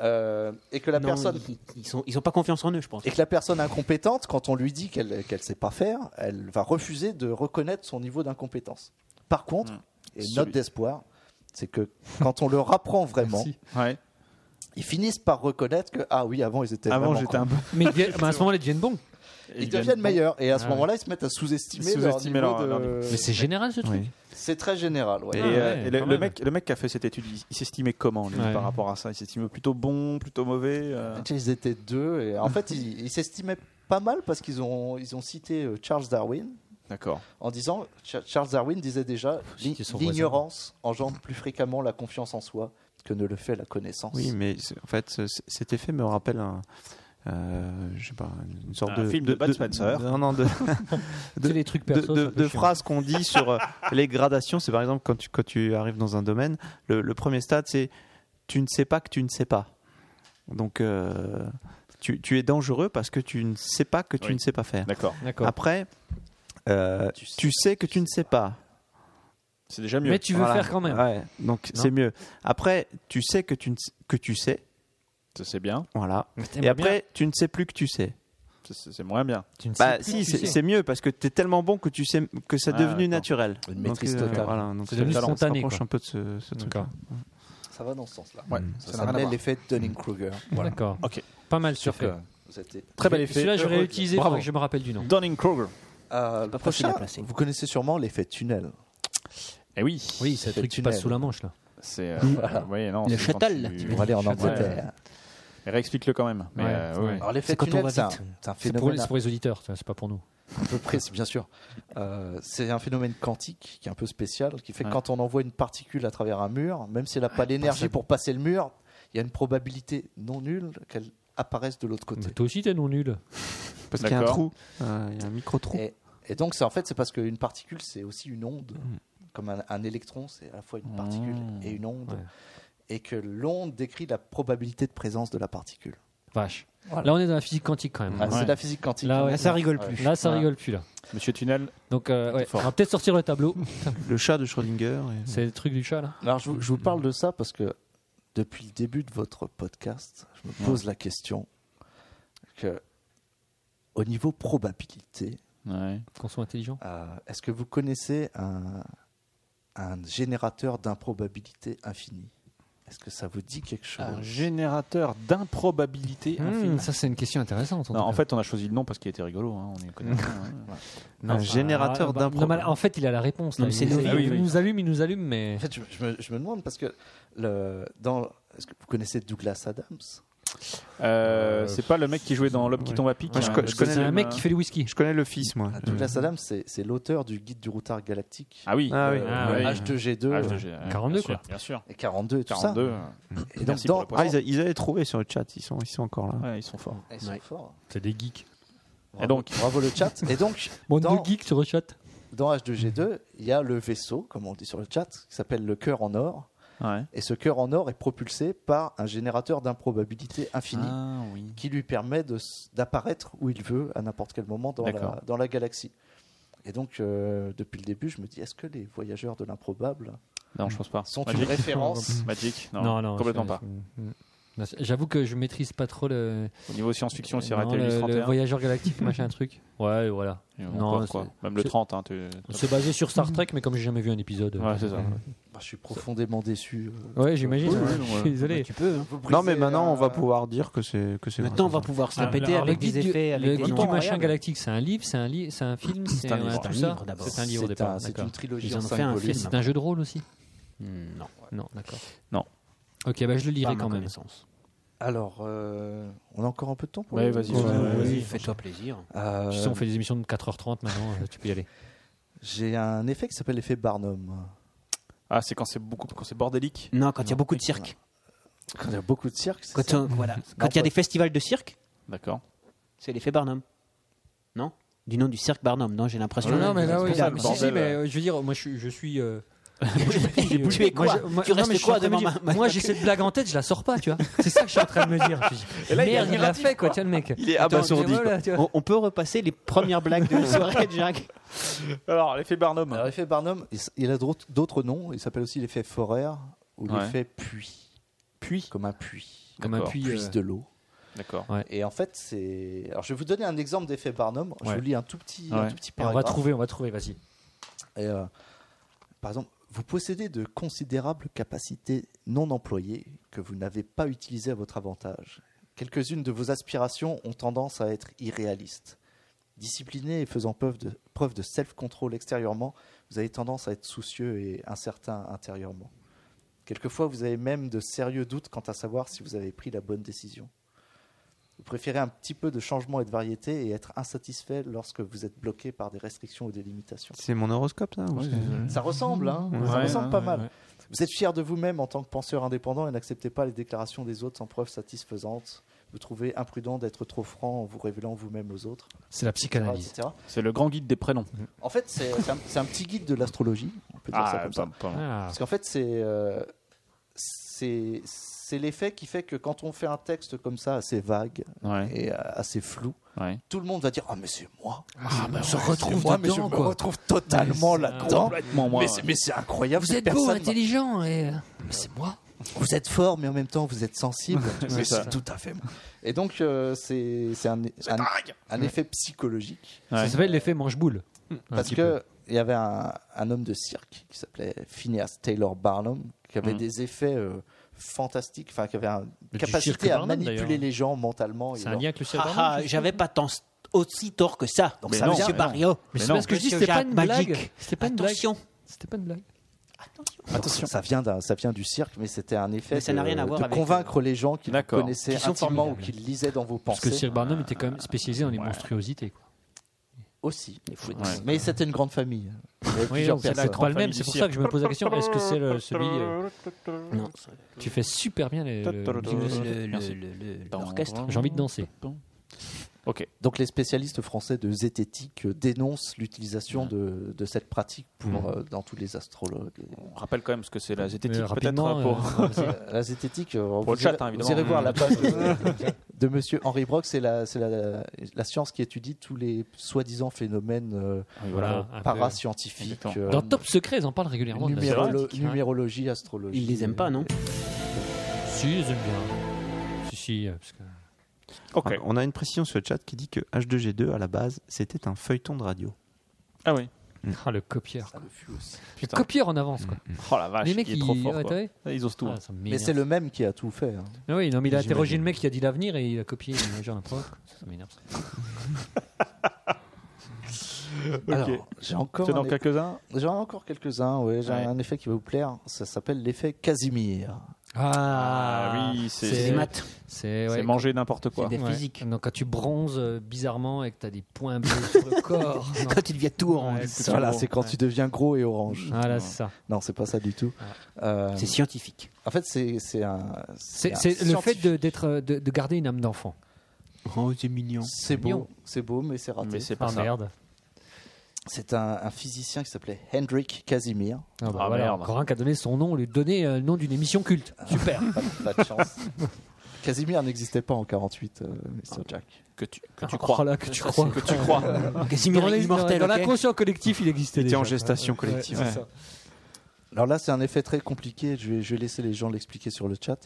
S5: Euh, et, que la
S3: Non,
S5: personne,
S3: ils, ils sont, ils ont pas confiance en eux, je pense.
S5: et que la personne incompétente, quand on lui dit qu'elle ne sait pas faire, elle va refuser de reconnaître son niveau d'incompétence. Par contre, et
S1: Celui-
S5: note d'espoir, c'est que quand on leur apprend vraiment,
S2: Merci.
S1: Ouais.
S5: ils finissent par reconnaître que, ah oui, avant ils étaient
S1: Avant,
S5: vraiment
S1: j'étais
S5: cons.
S1: un peu.
S2: Mais ils deviennent- bah, à ce moment-là, ils deviennent bons.
S5: ils deviennent meilleurs et à ce
S2: Ah ouais.
S5: moment-là ils se mettent à sous-estimer leur
S1: Sous-estimer
S5: niveau
S1: leur-
S5: de-
S1: leur niveau.
S2: Mais c'est général ce truc.
S1: Oui.
S5: c'est très général ouais.
S1: Et,
S2: Ah
S1: euh,
S2: ouais,
S1: et le,
S2: quand
S1: le
S2: même.
S1: mec, le mec qui a fait cette étude, il, il s'estimait comment lui,
S2: Ouais.
S1: par rapport à ça Il s'estimait plutôt bon, plutôt mauvais euh,
S5: ils étaient deux et en fait ils ils s'estimaient pas mal parce qu'ils ont ils ont cité euh, Charles Darwin
S1: D'accord.
S5: en disant Cha- Charles Darwin disait déjà
S2: Citer son
S5: l'ignorance engendre plus fréquemment la confiance en soi que ne le fait la connaissance
S4: Oui, mais c'est- en fait, ce- cet effet me rappelle un. euh, je sais pas, une sorte
S1: Un
S4: de.
S1: film de Bud Spencer.
S4: Non, non, de,
S2: C'est les trucs perso.
S4: de,
S2: c'est
S4: de-
S2: un peu
S4: de
S2: chiant.
S4: phrases qu'on dit sur euh, les gradations. C'est par exemple quand tu, quand tu arrives dans un domaine, le, le premier stade c'est tu ne sais pas que tu ne sais pas. Donc euh, tu, tu es dangereux parce que tu ne sais pas que tu
S1: Oui.
S4: ne sais pas faire.
S1: D'accord.
S2: D'accord.
S4: Après, euh,
S5: Tu
S4: tu,
S5: sais
S4: sais que tu ne sais pas.
S1: C'est déjà mieux.
S2: Mais tu veux
S4: Voilà.
S2: faire quand même.
S4: Ouais, donc
S2: Non.
S4: c'est mieux. Après, tu sais que tu, ne, que tu sais.
S1: Ça, C'est bien. Ah,
S4: Voilà.
S2: Mais t'aimes
S4: Et après, tu ne sais plus que tu sais.
S1: Ça, C'est c'est moins bien.
S2: Tu ne sais
S4: Bah
S2: plus,
S4: si,
S2: tu
S4: c'est
S2: sais.
S4: c'est mieux parce que t'es tellement bon que tu sais que ça
S1: Ah,
S4: est devenu
S1: d'accord.
S4: naturel.
S5: Une
S4: Donc, euh,
S5: maîtrise totale.
S4: voilà, donc
S2: C'est
S4: ça-
S2: devenu
S4: ça
S2: spontané,
S4: se rapproche
S2: quoi.
S4: un peu de ce, ce truc.
S2: D'accord.
S5: ça va dans ce sens là
S1: Ouais. n'a
S5: ça,
S1: rien à
S5: s'appelait
S1: voir. Hmm.
S5: l'effet Dunning-Kruger voilà
S2: D'accord.
S1: Ok.
S2: Pas mal sur fait.
S5: Vous êtes-
S1: Très bel effet.
S2: Celui-là, je
S1: Heureux.
S2: vais l'utiliser.
S1: Bravo.
S2: faudrait que Je me rappelle du nom.
S1: Dunning Kruger.
S5: Euh, le
S3: pas facile à
S5: prochain,
S3: placer.
S5: vous connaissez sûrement l'effet tunnel
S1: Eh oui.
S2: Oui, c'est le
S5: Fait
S2: truc qui
S5: tunnel.
S2: passe sous la manche là.
S1: C'est. euh, ouais, non,
S3: Le
S1: c'est quand
S3: shuttle.
S1: tu-
S3: Tu
S5: pour aller en
S2: Ouais.
S5: Angleterre
S1: Mais Réexplique-le quand même. Mais,
S2: Ouais.
S1: euh, ouais.
S5: alors l'effet
S3: C'est quand on
S5: tunnel
S3: va
S5: c'est un,
S3: vite.
S5: c'est un
S2: C'est pour, les-
S5: phénomène
S2: c'est pour les auditeurs, ça, c'est pas pour nous.
S5: un peu précis, bien sûr. Euh, c'est un phénomène quantique qui est un peu spécial, qui fait que
S1: Ouais.
S5: quand on envoie une particule à travers un mur, même si elle n'a pas l'énergie pour passer le mur, il y a une probabilité non nulle qu'elle apparaisse de l'autre côté.
S2: Mais toi aussi, t'es non nul.
S4: Parce qu'il y a un
S1: D'accord.
S4: trou, euh, il y a un micro trou.
S5: Et, et donc, c'est en fait, c'est parce qu'une particule, c'est aussi une onde. Comme un, un électron, c'est à la fois une particule
S1: Mmh.
S5: et une onde.
S2: Ouais.
S5: Et que l'onde décrit la probabilité de présence de la particule.
S2: vache. Là, on est dans la physique quantique quand même.
S5: Ah, C'est
S1: Ouais.
S5: de la physique quantique.
S2: Là, Mm. ouais.
S5: Ouais.
S3: Là, ça rigole plus.
S2: Là, ça
S1: Voilà.
S2: rigole plus là.
S1: Monsieur Tunnel,
S2: Donc, euh, ouais, on
S1: Fort.
S2: va peut-être sortir le tableau.
S4: Le chat de Schrödinger. et-
S2: C'est le truc du chat là.
S5: Alors, je vous, je vous parle de ça parce que depuis le début de votre podcast, je me pose la question que, au niveau probabilité,
S1: ouais.
S2: Qu'on soit intelligent.
S5: euh, est-ce que vous connaissez un, un générateur d'improbabilité infinie Est-ce que ça vous dit quelque
S2: Ah,
S5: chose
S1: un générateur d'improbabilité infinie.
S2: Hmm. ça, c'est une question intéressante.
S1: Non, en fait, on a choisi le nom parce qu'il était rigolo. hein, on est connaît pas, hein.
S4: Un
S2: Ah,
S4: générateur
S3: Ah,
S2: d'improbabilité.
S4: d'improbabilité.
S2: bah, En fait, il a la réponse. là.
S3: Non, mais
S2: Il-
S3: c'est nous.
S2: il-
S1: Ah oui,
S2: il
S1: oui.
S2: nous allume, il nous allume, mais.
S5: En fait, je, me- je me, je me demande parce que, le, dans, est-ce que vous connaissez Douglas Adams
S1: Euh, c'est pas le mec qui jouait dans L'homme qui tombe à pic.
S4: Moi, je
S1: hein,
S4: co-
S1: le
S4: je connais
S2: C'est
S1: deuxième,
S2: un mec
S1: euh,
S2: qui fait du whisky.
S4: Je connais le fils, moi.
S5: Douglas Adams, c'est, c'est l'auteur du guide du routard galactique.
S1: Ah oui.
S4: Ah oui.
S2: Ah
S1: oui.
S5: H2G2
S1: Ah, je- je- ouais,
S2: 42,
S1: bien sûr,
S2: quoi.
S1: Bien sûr.
S5: et 42 et tout ça.
S1: 42.
S2: hein.
S5: Et donc,
S1: Merci
S5: dans-
S1: pour le
S4: Ah,
S1: poisson.
S4: ils, a- ils avaient trouvé sur le chat, ils sont, ils sont encore là.
S1: Ouais, ils sont forts.
S5: Ah, Ils sont forts.
S2: C'est des geeks.
S5: Bravo,
S1: donc-
S5: bravo le chat. Et donc,
S2: Bon,
S5: Dans-
S2: deux geeks sur le chat.
S5: dans H2G2, il y a le vaisseau, comme on dit sur le chat, qui s'appelle le cœur en or.
S1: Ouais.
S5: Et ce cœur en or est propulsé par un générateur d'improbabilité infinie
S1: Ah oui.
S5: qui lui permet de s- d'apparaître où il veut à n'importe quel moment dans
S1: D'accord.
S5: la, dans la galaxie. Et donc, euh, depuis le début, je me dis, est-ce que les voyageurs de l'improbable
S1: Non, je pense pas.
S5: sont une
S1: Magic.
S5: référence
S1: Magic. Non, complètement
S2: je-
S1: pas.
S2: Non, c'est- J'avoue que je maîtrise pas trop le.
S1: Au niveau science-fiction, c'est
S2: non,
S1: raté
S2: le,
S1: le
S2: le
S1: 31.
S2: voyageur galactique, machin truc. Ouais, voilà.
S1: Et
S2: Non,
S1: encore, quoi.
S2: c'est-
S1: Même le
S2: c'est-
S1: 30. hein, tu-
S2: C'est basé sur Star Trek, mais comme j'ai jamais vu un épisode.
S1: Ouais, c'est ça.
S5: Bah, Je suis profondément déçu. euh.
S2: Ouais, j'imagine.
S1: Oui, oui,
S2: je
S1: ouais.
S2: suis désolé.
S3: Tu peux. hein.
S4: Non, mais
S5: Brisé,
S4: maintenant, on
S5: euh,
S4: va pouvoir dire que c'est que c'est vrai.
S3: Maintenant, on va pouvoir se la
S1: Ah,
S3: péter
S1: alors,
S3: avec
S2: le guide
S3: des
S2: du-
S3: effets.
S2: le
S3: avec des
S2: guide du
S3: temps
S2: machin
S3: variables.
S2: galactique, c'est un livre, c'est un livre, c'est un film, c'est
S1: un livre.
S2: tout
S1: C'est un
S2: ça.
S3: livre, d'abord.
S2: C'est un livre au
S5: c'est
S2: départ.
S5: un- C'est
S2: d'accord.
S5: une trilogie
S3: Ils
S5: en
S3: en ont
S5: cinq
S3: fait un film.
S5: volumes.
S2: C'est un jeu de rôle aussi
S3: Hmm, Non.
S2: Non, d'accord.
S1: Non.
S2: Ok, bah je le
S3: Pas à
S2: lirai
S3: ma
S2: quand même.
S3: connaissance.
S5: Alors, euh, on a encore un peu de temps pour
S1: Ouais,
S5: les-
S1: vas-y.
S5: Euh,
S1: vas-y.
S3: Vas-y, Fais-toi plaisir.
S5: euh,
S2: Tu sais, on fait des émissions de 4h30 maintenant, euh, tu peux y aller.
S5: J'ai un effet qui s'appelle l'effet Barnum.
S1: Ah, c'est quand c'est beaucoup, quand c'est bordélique.
S3: Non, quand il y a beaucoup de cirque.
S5: Quand il y a beaucoup de cirque, c'est
S3: Quand
S5: ça.
S3: on- voilà. Quand il y a des festivals de cirque,
S1: D'accord.
S3: c'est l'effet Barnum. Non Du nom du cirque Barnum. Non, j'ai l'impression.
S2: Non, non, mais là,
S3: C'est
S2: oui.
S3: pour ça,
S1: le
S2: Si,
S1: bordel.
S2: si, mais euh, je veux dire, moi, je suis. Je suis euh,
S3: Tu es quoi
S2: Moi, je- moi-
S3: Tu
S2: non,
S3: restes
S2: mais je suis
S3: quoi
S2: en train de
S3: devant
S2: me dire,
S3: ma- ma-
S2: Moi, j'ai cette blague en tête, je la sors pas, tu vois. C'est ça que je suis en train de me dire. Je dis, Merde, il l'a fait, quoi, tiens, le mec.
S4: Il est
S2: Attends,
S4: abasourdi.
S2: je dis, voilà, tu vois.
S3: On, on peut repasser les premières blagues de la soirée de Jacques.
S1: Alors, l'effet Barnum.
S5: Alors, l'effet Barnum, il s- il a d'autres- d'autres noms. Il s'appelle aussi l'effet Forer ou
S1: Ouais.
S5: l'effet puits. Puits Comme un puits.
S2: Comme un
S1: D'accord.
S2: puits.
S5: Puits
S2: euh,
S5: de l'eau.
S1: D'accord.
S5: Et en fait, c'est. Alors, je vais vous donner un exemple d'effet Barnum. Je
S1: Ouais.
S5: vous lis un tout petit, un
S1: Ouais.
S5: tout petit
S2: et on va
S5: paragraphe.
S2: trouver, on va trouver, vas-y.
S5: Et, euh, par exemple, vous possédez de considérables capacités non employées que vous n'avez pas utilisées à votre avantage. Quelques-unes de vos aspirations ont tendance à être irréalistes. Discipliné et faisant preuve de, preuve de self-control extérieurement, vous avez tendance à être soucieux et incertain intérieurement. Quelquefois, vous avez même de sérieux doutes quant à savoir si vous avez pris la bonne décision. Vous préférez un petit peu de changement et de variété et être insatisfait lorsque vous êtes bloqué par des restrictions ou des limitations.
S4: C'est mon horoscope, ça ou c'est-
S5: Ça ressemble, hein Ça
S1: Ouais,
S5: ressemble
S1: ouais,
S5: pas
S1: ouais,
S5: mal.
S1: ouais.
S5: Vous êtes fier de vous-même en tant que penseur indépendant et n'acceptez pas les déclarations des autres sans preuve satisfaisante. Vous trouvez imprudent d'être trop franc en vous révélant vous-même aux autres,
S2: C'est la
S5: etc.,
S2: psychanalyse.
S5: etc.
S1: C'est le grand guide des prénoms.
S5: En fait, c'est c'est un, c'est un petit guide de l'astrologie. On peut dire ça comme ça.
S1: pas- pas-
S2: Ah,
S5: Parce qu'en fait, c'est euh, c'est c'est l'effet qui fait que quand on fait un texte comme ça, assez vague
S1: Ouais,
S5: et euh, assez flou,
S1: ouais.
S5: tout le monde va dire Ah, mais c'est moi
S2: Ah, on se retrouve
S5: moi, mais je
S2: dedans,
S5: me
S2: quoi.
S5: retrouve totalement
S2: Mais c'est-
S5: là-dedans.
S1: Complètement moi.
S5: Mais c'est- mais c'est incroyable.
S2: Vous
S5: cette
S2: êtes beau,
S5: personne m'a-
S2: intelligent, et. euh, Mais c'est moi.
S5: Vous êtes fort, mais en même temps, vous êtes sensible.
S1: C'est
S5: Mais
S1: ça.
S5: c'est tout à fait. moi. Et donc, euh, c'est c'est un, un- un effet psychologique.
S2: Ça
S1: Ouais.
S2: s'appelle l'effet manche-boule. Un
S5: parce
S2: petit peu.
S5: que il y avait un, un homme de cirque qui s'appelait Phineas Taylor Barnum, qui avait
S1: Mhm.
S5: des effets euh, fantastiques, enfin, qui avait un- une
S2: du cirque
S5: capacité à
S2: Barnum,
S5: manipuler
S2: d'ailleurs.
S5: les gens mentalement. et
S2: C'est un
S5: leur-
S2: lien avec le cirque.
S3: Ah,
S2: Barnum,
S3: ah,
S2: je sais.
S3: j'avais pas tant aussi tort que ça.
S5: Donc
S1: Mais
S5: ça
S1: non,
S5: vient-
S3: Monsieur Barrio.
S2: Mais c'est
S1: non.
S2: pas ce que je dis,
S3: Monsieur
S2: c'était pas
S3: Jacques
S2: une
S3: Magic.
S2: blague. C'était pas une blague.
S3: Attention.
S2: C'était pas une blague.
S5: Attention. Ça vient, d'un- ça vient du cirque, mais c'était un effet
S3: Mais ça
S5: de,
S3: n'a rien à voir
S5: de
S3: avec,
S5: convaincre les gens qui vous
S1: D'accord.
S5: connaissaient
S3: Qui sont
S5: intimement ou
S3: formidables.
S5: qui le lisaient dans vos
S2: Parce que
S5: pensées
S2: Sir Barnum était quand même spécialisé dans les monstruosités. quoi.
S5: aussi.
S1: Ouais.
S5: Mais c'était une grande famille. Il y avait
S2: Oui,
S5: plusieurs
S2: c'est
S5: personnes.
S2: pas le même, c'est pour ça que je me pose la question est-ce que c'est le- celui. euh,
S3: Non.
S2: tu fais super bien les. le-
S3: Le- le-
S1: Merci.
S3: le- le- L'orchestre.
S2: J'ai envie de danser.
S1: Ok.
S5: Donc les spécialistes français de zététique euh, dénoncent l'utilisation de, de cette pratique pour, euh, dans tous les astrologues.
S1: On rappelle quand même ce que c'est la
S2: Mais
S1: zététique, peut-être hein,
S2: rapidement,
S1: pour.
S2: euh,
S5: Et, euh, la zététique, euh, vous,
S1: le chat,
S5: irez-
S1: hein,
S5: vous
S1: évidemment.
S5: irez voir la page de, de monsieur Henri Brock, c'est la, c'est la, la science qui étudie tous les soi-disant phénomènes euh,
S1: Oui, voilà.
S2: un peu-
S5: parascientifiques.
S1: Exactement.
S5: euh,
S2: Dans Top Secret, ils en parlent régulièrement. de la
S5: numérolo-
S2: zététique, hein.
S5: numérologie, astrologie.
S3: Ils les aiment pas, non
S2: Si, ils aiment bien. Si, si. euh, Parce que...
S1: Ok.
S4: On a une précision sur le chat qui dit que H2G2 à la base c'était un feuilleton de radio.
S1: Ah oui.
S2: Ah, le copieur.
S5: Ça me fuit aussi.
S1: Putain.
S2: Copieur en avance, quoi.
S1: Oh la vache,
S2: les mecs,
S1: il est trop fort.
S2: ouais,
S1: quoi.
S2: t'as vu
S1: Ils osent tout.
S2: Ah, ça
S5: Mais
S2: m'énerve.
S5: c'est le même qui a tout fait. hein.
S2: Ah oui, non, mais il a
S4: J'imagine.
S2: interrogé le mec qui a dit l'avenir et il a copié. Il a dit, j'en ai pas. Ça m'énerve. ça.
S5: Alors, j'ai encore,
S1: Tu en as
S5: un-
S1: quelques-uns
S5: j'en ai encore quelques-uns. ouais, j'ai
S1: Ouais.
S5: un effet qui va vous plaire. Ça s'appelle l'effet Casimir.
S1: Ah oui, c'est-
S3: C'est des maths.
S2: C'est ouais,
S1: C'est manger n'importe quoi.
S3: des
S2: ouais.
S3: physiques.
S2: Donc quand tu bronzes euh, bizarrement et que t'as des points bleus sur le corps. non.
S3: Quand tu deviens tout orange.
S2: Ouais,
S1: C'est
S5: voilà,
S1: bon.
S5: c'est quand tu deviens gros et orange.
S2: Voilà, Ah c'est ça.
S5: Non, c'est pas ça du tout. Euh,
S3: C'est scientifique.
S5: en fait, c'est c'est un.
S2: C'est
S5: un
S2: c'est le fait
S5: scientifique.
S2: de, d'être, euh, de, de garder une âme d'enfant.
S3: Oh, c'est mignon.
S5: C'est beau, c'est beau, mais c'est raté.
S1: Mais c'est pas ça.
S2: Ah, merde.
S5: C'est un, un physicien qui s'appelait Hendrik Casimir.
S2: Ah, bah,
S1: Ah,
S2: voilà,
S1: merde.
S2: Encore un qui a donné son nom, lui donner euh, le nom d'une émission culte. Super.
S5: Pas, pas de chance. Casimir n'existait pas en 48, euh, Mr.
S2: Ah.
S5: Jack.
S1: Que tu, que tu crois.
S2: Oh là, que tu crois.
S1: Que tu crois.
S2: Dans
S3: Casimir est
S2: les- dans
S3: immortel.
S2: dans
S3: ok
S2: l'inconscient collectif, il existait.
S4: Il était
S2: déjà,
S4: en
S2: quoi.
S4: gestation
S2: Ouais,
S4: collective.
S2: c'est ça.
S5: Alors là, c'est un effet très compliqué. Je vais, je vais laisser les gens l'expliquer sur le chat.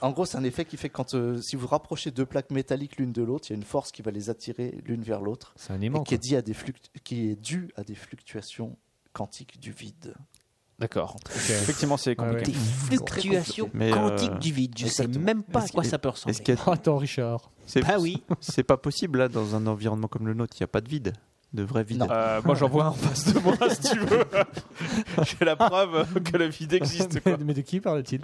S5: en gros, c'est un effet qui fait que quand euh, si vous rapprochez deux plaques métalliques l'une de l'autre, il y a une force qui va les attirer l'une vers l'autre
S2: C'est un
S5: et
S2: aimant.
S5: qui est,
S2: quoi.
S5: dit à des fluct- qui est due à des fluctuations quantiques du vide.
S1: D'accord. Effectivement, c'est
S2: Ah
S3: Des
S1: compliqué.
S3: fluctuations
S4: Mais, euh,
S3: quantiques du vide. Je sais
S5: exactement.
S3: même pas à
S4: Est-ce
S3: quoi
S4: que-
S3: ça peut ressembler.
S4: Est-ce qu'il y a-
S2: Attends, Richard.
S4: c'est
S3: Ah, Bah oui.
S4: c'est pas possible là dans un environnement comme le nôtre, il n'y a pas de vide, de vrai vide.
S5: Non.
S1: Euh, moi, j'en vois un en face de moi, si tu veux. J'ai la preuve euh, que la vide existe. Quoi.
S2: Mais de qui parle-t-il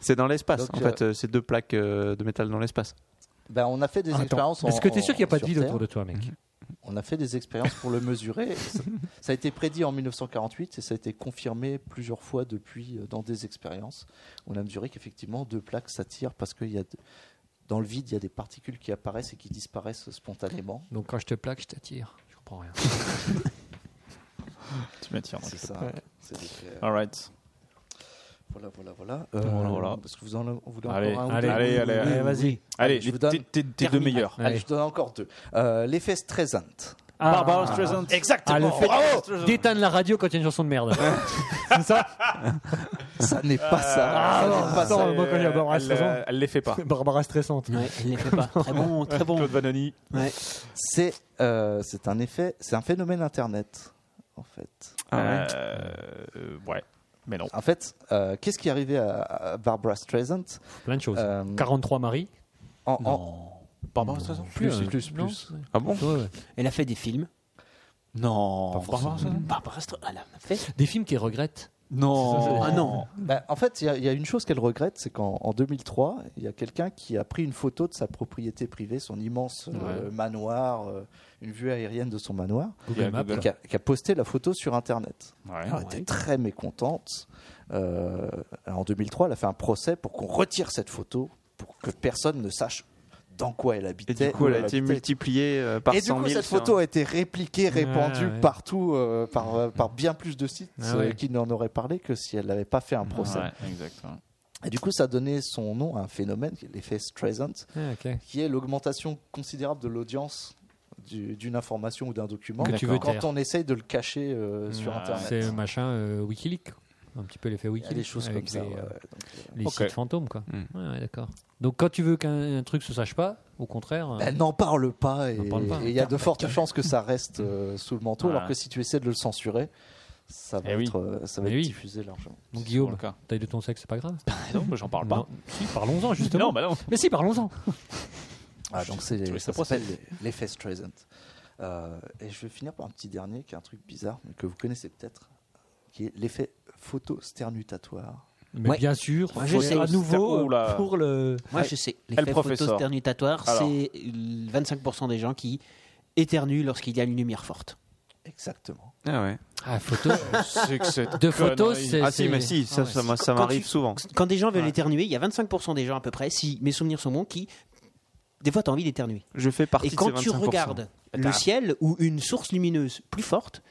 S4: C'est dans l'espace.
S5: Donc,
S4: En
S5: euh,
S4: fait, euh, c'est deux plaques euh, de métal dans l'espace.
S5: Ben, on a fait des
S2: Attends,
S5: expériences. en-
S2: Est-ce que tu es sûr
S5: en-
S2: qu'il n'y a pas de
S5: sur
S2: vide
S5: Terre.
S2: autour de toi, mec
S5: On a fait des expériences pour le mesurer. Et ça, ça a été prédit en 1948 et ça a été confirmé plusieurs fois depuis euh, dans des expériences. On a mesuré qu'effectivement deux plaques s'attirent parce qu'il y a de- dans le vide il y a des particules qui apparaissent et qui disparaissent spontanément.
S2: Donc quand je te plaque, je t'attire. Je comprends rien.
S1: Tu m'attires. donc.
S5: C'est ça. C'est des- euh,
S1: All right.
S5: Voilà, voilà, voilà.
S1: Voilà, voilà.
S5: Parce que vous en vous voulez
S1: Allez,
S5: encore un ou
S1: allez,
S5: deux
S1: allez, allez,
S2: Allez,
S1: allez.
S2: vas-y.
S1: Allez,
S5: je vous
S1: les-
S5: donne-
S1: tes- tes tes deux
S3: Termine.
S1: meilleurs.
S5: Allez, Ah, je vous donne encore deux. Euh, L'effet Streisand.
S1: Barbara Streisand.
S2: Ah, le
S1: Exactement.
S2: fait d'éteindre la radio quand il y a une chanson de merde. c'est ça
S5: Ça n'est pas
S1: Ah,
S5: ça. Ça n'est pas
S2: attends,
S5: ça.
S2: moi, quand il y a Barbara
S1: Elle,
S2: Streisand.
S1: euh, Elle les fait pas.
S2: Barbara stressante.
S3: Ouais, elle ne les fait pas. Très bon, très bon.
S1: Claude Vanoni.
S3: Ouais.
S5: C'est euh, c'est un effet, c'est un phénomène Internet en fait.
S4: Ah ouais.
S1: Euh, euh, ouais. Mais non.
S5: En fait, euh, qu'est-ce qui est arrivé à, à Barbara Streisand
S2: Plein de choses.
S5: Euh,
S2: 43 maris.
S5: en, en-
S1: Barbara Streisand
S5: plus,
S2: euh,
S5: plus,
S2: non,
S5: plus.
S4: Ah bon
S2: Ouais, ouais.
S3: Elle a fait des films.
S1: Non.
S2: forcément.
S3: Barbara Streisand. Elle en a fait.
S2: Des films qu'elle regrette.
S1: Non.
S3: Ah non.
S5: Bah, en fait, il y a- il y, a une chose qu'elle regrette, c'est qu'en en 2003, il y a quelqu'un qui a pris une photo de sa propriété privée, son immense euh, manoir, euh, une vue aérienne de son manoir,
S1: Il y a
S2: Google Maps.
S5: et
S1: Google.
S5: qui a, qui a posté la photo sur Internet.
S1: Ouais.
S5: Elle était très mécontente. Euh, en 2003, elle a fait un procès pour qu'on retire cette photo, pour que personne ne sache dans quoi elle
S4: Et
S5: habitait.
S4: du coup, elle
S5: où
S4: a été
S5: habitait.
S4: multipliée euh, par
S5: Et du
S4: 100
S5: coup,
S4: 000
S5: cette
S4: sur-
S5: photo a été répliquée, répandue
S2: ouais.
S5: partout euh, par, euh, par bien plus de sites
S2: Ah
S5: euh,
S2: ouais.
S5: qui n'en auraient parlé que si elle n'avait pas fait un procès.
S1: Ouais, exactement.
S5: Et du coup, ça a donné son nom à un phénomène, qui est l'effet Streisand,
S2: Ah, ok.
S5: qui est l'augmentation considérable de l'audience du- d'une information ou d'un document
S2: Que tu veux
S5: quand
S2: taire.
S5: on essaye de le cacher euh, sur
S1: Ah,
S5: Internet.
S2: C'est le machin euh, Wikileaks. Un petit peu l'effet
S5: Il y a
S2: Wikileaks.
S5: des choses
S2: avec
S5: comme ça.
S2: les,
S5: ouais,
S2: euh,
S5: ouais. Donc, euh,
S2: les
S1: Ok.
S2: sites fantômes, quoi.
S4: Hmm.
S2: Ouais, ouais, d'accord. Donc quand tu veux qu'un un truc se sache pas, au contraire. euh,
S5: bah, N'en parle pas et
S2: N'en parle pas.
S5: et il y a de fortes chances que ça reste euh, sous le manteau,
S1: Voilà.
S5: alors que si tu essaies de le censurer, ça va
S1: Eh oui.
S5: être, euh, ça va
S2: Eh
S5: être
S2: oui.
S5: diffusé largement.
S2: Bon,
S1: Pour
S2: Guillaume,
S1: le cas.
S2: taille de ton sexe, c'est pas grave.
S1: Ah, Non, mais j'en parle
S2: Non.
S1: pas.
S2: Si, parlons-en justement.
S1: Non, bah non.
S2: Mais si, parlons-en.
S5: Ah, donc c'est
S1: voulais
S5: ça
S1: savoir si-
S5: s'appelle l'effet Streisand. Euh, et je vais finir par un petit dernier qui est un truc bizarre, mais que vous connaissez peut-être, qui est l'effet photosternutatoire.
S2: Mais
S3: Ouais.
S2: bien sûr,
S3: Moi, je
S2: faut
S3: sais.
S2: à nouveau
S1: Oula.
S2: pour le.
S3: Moi, je sais.
S1: Elle,
S3: L'effet
S1: professeur.
S3: photosternutatoire,
S1: Alors.
S3: c'est 25% des gens qui éternuent lorsqu'il y a une lumière forte.
S5: Exactement.
S4: Ah ouais.
S2: Ah, photo.
S1: C'est que cette
S2: De photos,
S1: connerie.
S2: c'est.
S4: Ah si,
S2: c'est-
S4: mais si, ça,
S2: Ah ouais,
S4: ça, moi, ça
S3: quand
S4: m'arrive
S3: tu-
S4: souvent.
S3: Quand des gens veulent
S4: Ouais.
S3: éternuer, il y a 25% des gens à peu près, si mes souvenirs sont bons, qui des fois t'as envie d'éternuer.
S4: Je fais partie
S3: Et
S4: de
S3: quand
S4: ces
S3: tu
S4: 25%.
S3: regardes
S4: T'as-
S3: le ciel ou une source lumineuse plus forte,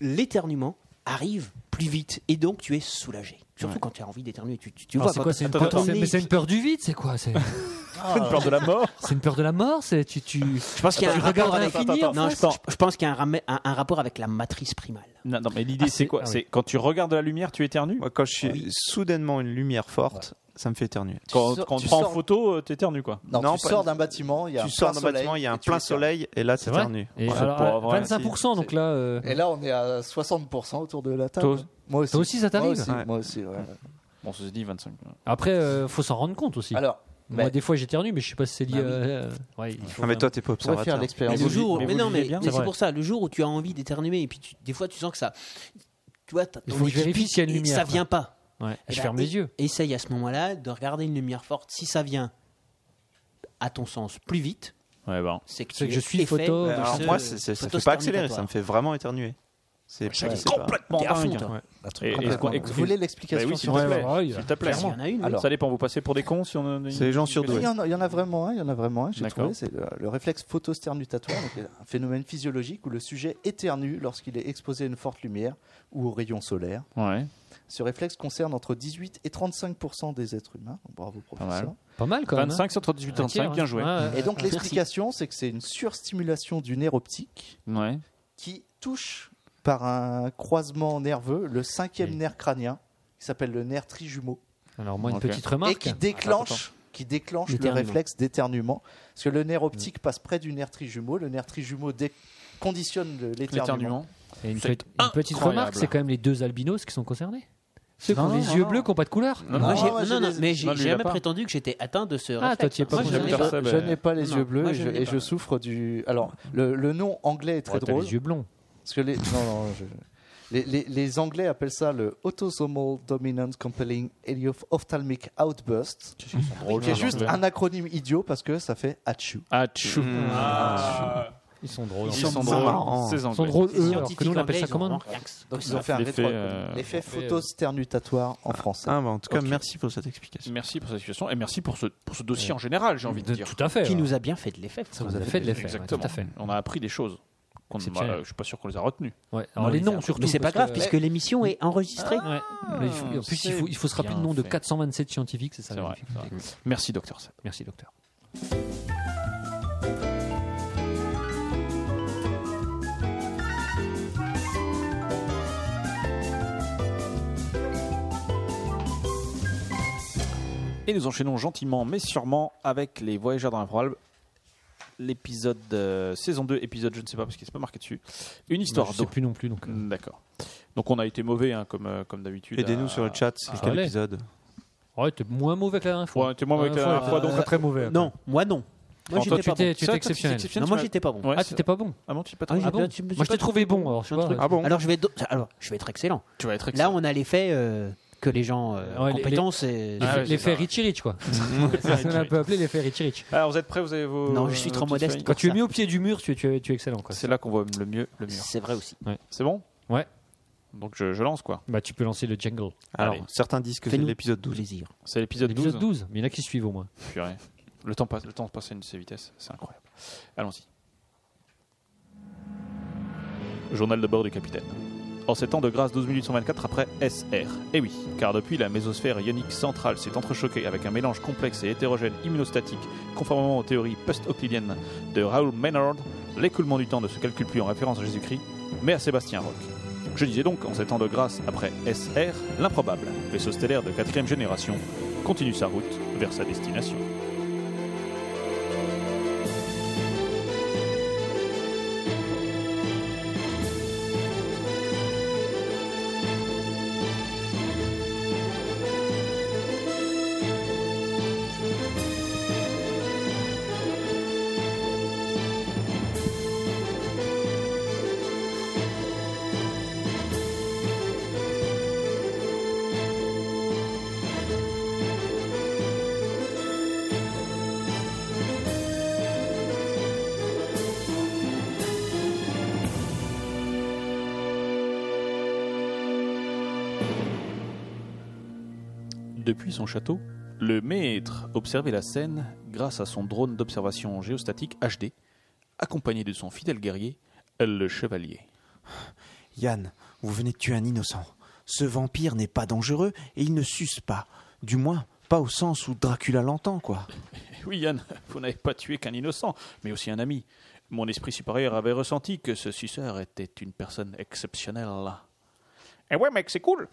S3: l'éternuement arrive plus vite et donc tu es soulagé. Surtout quand tu as envie d'éternuer, tu, tu, tu
S2: Alors,
S3: vois.
S2: c'est
S3: quand-
S2: quoi c'est une,
S3: quand
S2: peur-
S3: on
S2: c'est-
S3: est-
S2: mais c'est une peur du vide, c'est quoi C'est
S1: peur de la mort.
S2: c'est une peur de la mort C'est tu tu.
S3: Je pense qu'il y a
S2: Tu
S3: un
S2: regardes
S3: rapport avec.
S2: l'infini, en
S3: Non, je
S2: face
S3: pense, je pense qu'il y a un, ramè- un- un rapport avec la matrice primale.
S1: Non, non, mais l'idée,
S2: Ah,
S1: c'est
S2: c'est-
S1: quoi
S2: ah oui.
S1: C'est quand tu regardes la lumière, tu éternues
S4: Moi, quand je suis soudainement une lumière forte, ça me fait éternuer.
S1: Quand,
S5: sors-
S1: quand on
S5: tu
S1: te prend en
S5: sors-
S1: photo, euh, t'éternues quoi.
S5: Non,
S4: Non,
S5: tu
S4: pas-
S5: sors d'un bâtiment, il y a un
S4: tu sors
S5: plein
S4: d'un
S5: soleil
S4: bâtiment, il y a
S5: et
S4: un
S5: tu
S4: plein
S5: éternues.
S4: soleil et là,
S2: C'est
S4: c'est
S2: vrai.
S4: ternu.
S2: Et
S4: Ouais.
S2: alors,
S1: pour
S2: à
S1: avoir la-
S2: 25%, donc là. euh,
S5: Et là, on est à 60% autour de la table.
S1: Toi-
S5: moi aussi.
S2: toi aussi, ça
S5: Moi
S2: t'arrive
S5: aussi,
S4: Ouais.
S5: moi aussi, ouais.
S1: Bon, se dit 25.
S2: Après, euh, faut s'en rendre compte aussi.
S5: Alors,
S2: Moi,
S5: mais-
S2: des fois, j'éternue, mais je sais pas si c'est lié.
S5: Bah oui.
S2: euh, euh, ouais, il faut
S4: Ah, mais
S2: faire-
S4: toi, t'es pas
S5: on pourrait faire
S4: observateur.
S5: l'expérience.
S3: Mais le jour,
S1: mais
S3: mais,
S1: vous
S3: non,
S1: le vivez
S3: mais,
S1: bien,
S3: mais
S2: c'est
S3: c'est
S2: vrai.
S3: pour ça, le jour où tu as envie d'éternuer, et puis tu- des fois tu sens que ça. Tu vois, t'as
S2: Il
S3: ton
S2: faut que je
S3: équipe,
S2: vérifie s'il y a une
S3: et
S2: lumière,
S3: Ça
S2: quoi.
S3: vient pas.
S2: ouais,
S3: Eh
S2: je
S3: ben,
S2: ferme
S3: et-
S2: les yeux.
S3: Essaye à ce moment-là de regarder une lumière forte. Si ça vient, à ton sens, plus vite,
S1: Ouais, bon.
S3: c'est que,
S2: C'est
S3: tu
S2: que
S3: es
S2: je suis
S3: effet
S2: photo-
S3: de
S4: Mais alors,
S3: ce
S4: moi, c'est- c'est- ça fait pas accélérer, ça me fait vraiment éternuer. C'est
S5: Ouais.
S4: c'est pas-
S3: T'es à fond,
S1: dingue.
S3: toi.
S5: Un truc
S1: Et- et-
S5: complètement-
S1: et-
S5: Vous voulez l'explication
S1: Bah oui,
S5: sur
S1: s'il te
S5: le-
S1: plaît.
S2: Ouais, ouais,
S1: S'il te plaît.
S3: Parce qu'il y en a une, oui.
S5: Alors,
S1: Ça dépend, vous passez pour des cons si on a-
S4: C'est les gens
S5: Il
S4: surdoués.
S5: y, en a, il y en a vraiment un, il y en a vraiment un, j'ai
S1: D'accord.
S5: trouvé, c'est le, le réflexe photosternutatoire, donc euh, un phénomène physiologique où le sujet éternue lorsqu'il est exposé à une forte lumière ou aux rayons solaires.
S1: Ouais,
S5: Ce réflexe concerne entre 18 et 35% des êtres humains. Donc, Bravo professeur.
S2: Pas mal quand même.
S1: 25 sur 38,
S2: hein.
S1: 35, bien joué.
S5: Et donc l'explication, c'est que c'est une surstimulation du nerf optique
S1: Ouais.
S5: qui touche par un croisement nerveux le cinquième
S2: Oui.
S5: nerf crânien qui s'appelle le nerf trijumeau
S2: Alors moi une
S1: Ok.
S2: petite
S5: et
S2: remarque.
S5: qui déclenche qui déclenche le
S3: L'éternuement.
S5: réflexe d'éternuement parce que le nerf optique passe près du nerf trijumeau le nerf trijumeau dé- conditionne le- l'éternuement
S1: L'éternuement.
S2: Et une,
S1: C'est
S2: petite- une petite
S1: incroyable.
S2: remarque, c'est quand même les deux albinos qui sont concernés. Ceux qui
S1: Non,
S2: ont
S1: non,
S2: les
S1: non,
S2: yeux
S1: non.
S2: bleus qui n'ont pas de couleur.
S1: Non,
S3: Moi,
S5: non,
S3: j'ai-
S5: moi, j'ai
S3: non, non,
S5: les-
S3: mais
S1: Non,
S3: j'ai
S1: lui,
S3: j'ai
S1: il a
S3: jamais
S1: pas.
S3: prétendu que j'étais atteint de ce
S2: Ah, toi,
S3: réflexe,
S2: tu y es pas
S3: hein.
S1: Moi, j'ai
S2: concerné.
S1: jamais
S5: Je,
S1: personne,
S5: je
S1: euh,
S5: n'ai pas les
S3: non,
S5: yeux bleus
S3: moi,
S5: et
S3: je
S5: je,
S3: n'ai
S5: et
S3: pas.
S5: je souffre du. Alors, le, le nom anglais est très
S2: Ouais, t'as
S5: drôle.
S2: les yeux blonds.
S5: Parce que les, non, non, je- les, les- les Anglais appellent ça le Autosomal Dominant Compelling Ophthalmic Outburst, qui est juste un acronyme idiot parce que ça fait achou.
S1: Ah, tchou.
S4: Hmm.
S2: Ils sont drôles.
S1: Ils
S2: Ils
S1: sont
S4: drôles.
S1: marrants.
S4: Ils
S1: Ces
S2: sont
S1: Anglais.
S2: drôles
S3: Les
S2: eux, alors
S3: scientifiques
S2: que nous on
S3: anglais,
S2: appelle ça
S3: ils ont
S2: comment
S3: remarqué que-
S5: Donc ils ont fait un
S1: L'effet,
S5: rétro-
S1: euh,
S5: l'effet
S2: fait, euh,
S5: photosternutatoire en français.
S4: Ah, bah, en tout cas,
S5: Ok.
S4: merci pour cette explication.
S1: Merci pour cette situation et merci pour ce, pour ce dossier en général, j'ai envie de dire.
S2: Tout à fait.
S3: Qui
S2: ouais.
S3: nous a bien fait de l'effet.
S2: Ça vous a fait de l'effet. ouais,
S1: Exactement.
S2: Tout à fait.
S1: On a appris des choses. qu'on ne-
S2: Exceptionnel.
S1: euh, je suis pas sûr qu'on les a retenues.
S2: Ouais. Alors
S3: Non,
S2: les
S3: les
S2: noms
S3: arbres.
S2: surtout.
S3: Mais c'est pas
S2: parce
S3: grave,
S2: que-
S3: puisque l'émission est enregistrée.
S2: Ouais. Mais il faut- en plus, il faut, il faut se rappeler le
S1: bien
S2: nom de
S1: fait.
S2: 427 scientifiques, c'est
S1: C'est
S2: ça. le
S1: vrai,
S2: magnifique.
S1: c'est vrai. Merci, docteur. Sepp.
S2: Merci, docteur.
S1: Et nous enchaînons gentiment mais sûrement avec les Voyageurs dans l'improbable. L'épisode euh, saison 2, épisode je ne sais pas parce qu'il n'est pas marqué dessus. Une histoire
S2: Je sais
S1: d'eau.
S2: plus non plus. Donc. euh,
S1: D'accord. Donc on a été mauvais hein, comme, euh, comme d'habitude.
S4: Aidez-nous
S1: à-
S4: sur le chat, c'est
S2: à
S4: quel
S2: aller.
S4: épisode
S2: Ouais, t'es moins mauvais que la dernière
S1: Ouais,
S2: fois.
S1: on était moins avec la dernière fois donc.
S2: Ah, bah, très mauvais.
S3: Non, moi non. Moi
S1: Alors, toi,
S3: j'étais pas
S2: tu
S3: bon.
S2: étais- exceptionnel.
S3: Non, moi
S1: tu
S3: j'étais pas bon.
S1: m'as- Ouais,
S2: Ah,
S1: c'est-
S2: t'étais pas bon.
S1: Ah non, tu n'es pas
S3: Ah,
S1: trop-
S3: j'ai
S1: Ah
S3: pas-
S1: bon
S3: tu me- j'ai
S2: Moi,
S3: pas
S2: j'étais trouvé bon. Alors, je sais
S3: Un truc.
S2: pas.
S4: Ah bon
S3: Alors je vais, do- alors, je vais être excellent.
S1: Tu vas être
S3: Là,
S1: excellent.
S3: on a l'effet euh, que les gens euh,
S2: Ouais, les-
S3: compétents, c'est.
S1: Ah ouais, c'est
S2: L'effet
S1: ça.
S2: Richie Rich, quoi. C'est ce qu'on a un peu appelé l'effet Richie Rich.
S1: Alors vous êtes prêts Vous avez vos.
S3: Non, je suis trop
S1: vos petites
S3: modeste.
S1: feuilles
S2: Quand tu es
S3: ça.
S2: mis au pied du mur, tu es, tu es, tu es excellent. Quoi.
S1: C'est là qu'on voit le mieux le mur.
S3: C'est vrai aussi.
S1: C'est bon
S2: Ouais.
S1: Donc je, je lance quoi.
S2: Bah, tu peux lancer le jungle.
S4: Alors,
S1: Allez.
S4: certains disent que c'est
S3: Fais-nous
S4: l'épisode 12.
S3: Plaisir.
S1: C'est l'épisode 12.
S2: L'épisode 12. Mais il y en a qui suivent au moins.
S1: Purée. Le temps passe, le temps passe à une de ses vitesses, c'est incroyable. Allons-y. Journal de bord du capitaine. En ces temps de grâce 12 minutes 124 après SR. Eh oui, car depuis la mésosphère ionique centrale s'est entrechoquée avec un mélange complexe et hétérogène immunostatique, conformément aux théories post-euclidiennes de Raoul Maynard, l'écoulement du temps ne se calcule plus en référence à Jésus-Christ, mais à Sébastien Roch. Je disais donc, en ces temps de grâce après SR, l'improbable, vaisseau stellaire de quatrième génération, continue sa route vers sa destination. Depuis son château, le maître observait la scène grâce à son drone d'observation géostatique HD, accompagné de son fidèle guerrier, le chevalier.
S4: Yann, vous venez de tuer un innocent. Ce vampire n'est pas dangereux et il ne suce pas. Du moins, pas au sens où Dracula l'entend, quoi.
S1: Oui, Yann, vous n'avez pas tué qu'un innocent, mais aussi un ami. Mon esprit supérieur avait ressenti que ce suceur était une personne exceptionnelle. Eh ouais, mec, c'est cool.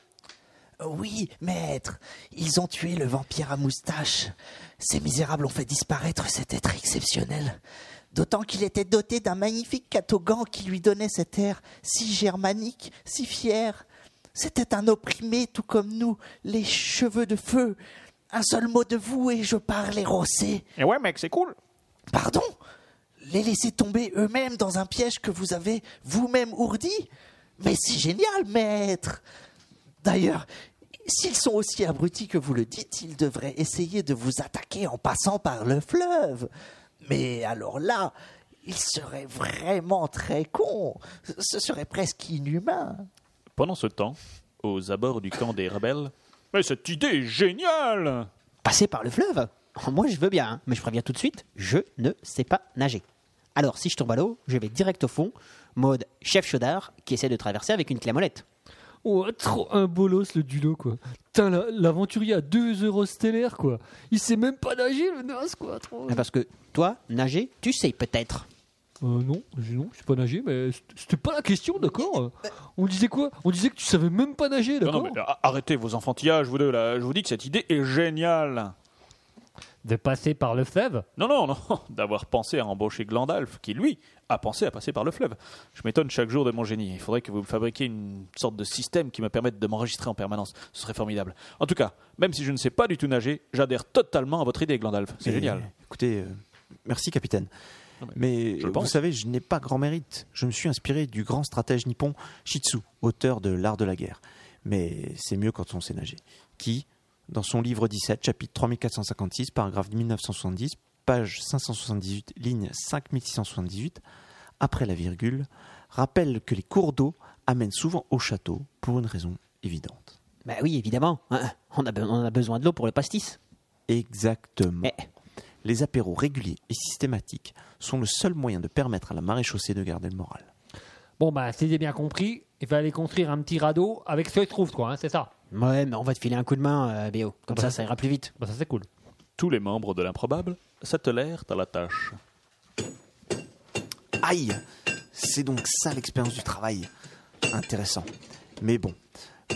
S5: Oui, maître, ils ont tué le vampire à moustache. Ces misérables ont fait disparaître cet être exceptionnel. D'autant qu'il était doté d'un magnifique catogan qui lui donnait cet air si germanique, si fier. C'était un opprimé tout comme nous, les cheveux de feu. Un seul mot de vous et je parle rossé.
S1: Eh ouais, mec, c'est cool.
S5: Pardon Les laisser tomber eux-mêmes dans un piège que vous avez vous-même ourdi Mais c'est génial, maître D'ailleurs, s'ils sont aussi abrutis que vous le dites, ils devraient essayer de vous attaquer en passant par le fleuve. Mais alors là, ils seraient vraiment très cons. Ce serait presque inhumain.
S1: Pendant ce temps, aux abords du camp des rebelles. Mais cette idée est géniale
S3: Passer par le fleuve Moi, je veux bien, hein, mais je préviens tout de suite, je ne sais pas nager. Alors, si je tombe à l'eau, je vais direct au fond, mode chef chaudard qui essaie de traverser avec une clé à molette.
S2: Oh, trop un bolos le Dulo quoi. Putain, la- l'aventurier à 2 euros stellaires quoi. Il sait même pas nager le naze quoi. Trop...
S3: Ah, Parce que toi, nager, tu sais peut-être.
S2: Euh, non, je- non, je sais pas nager, mais c- c'était pas la question, d'accord On disait quoi On disait que tu savais même pas nager,
S1: Non, non,
S2: d'accord
S1: mais a- arrêtez vos enfantillages, vous deux, là. Je vous dis que cette idée est géniale.
S2: De passer par le fleuve
S1: Non, non, non, d'avoir pensé à embaucher Glandalf, qui lui a pensé à passer par le fleuve. Je m'étonne chaque jour de mon génie. Il faudrait que vous me fabriquiez une sorte de système qui me permette de m'enregistrer en permanence. Ce serait formidable. En tout cas, même si je ne sais pas du tout nager, j'adhère totalement à votre idée, Glandalf. C'est
S4: Mais,
S1: génial.
S4: Écoutez, euh, merci capitaine.
S1: Non,
S4: Mais
S1: je le
S4: vous
S1: pense.
S4: savez, je n'ai pas grand mérite. Je me suis inspiré du grand stratège nippon Shitsu, auteur de L'art de la guerre. Mais c'est mieux quand on sait nager. Qui, dans son livre 17, chapitre 3456, paragraphe 1970, page 578, ligne 5678, après la virgule, rappelle que les cours d'eau amènent souvent au château pour une raison évidente.
S3: Bah oui, évidemment. hein, On a, be- on a besoin de l'eau pour le pastis.
S4: Exactement.
S3: Mais
S4: Les apéros réguliers et systématiques sont le seul moyen de permettre à la maréchaussée de garder le moral.
S2: Bon, bah, si j'ai bien compris, il fallait construire un petit radeau avec ce qu'il trouve, quoi, hein, c'est ça.
S3: ouais, mais on va te filer un coup de main, euh, Béo. Comme ça, ça ira plus vite.
S2: Bah, ça, c'est cool.
S1: Tous les membres de l'improbable s'attelèrent à la tâche.
S4: Aïe C'est donc ça l'expérience du travail. Intéressant. Mais bon,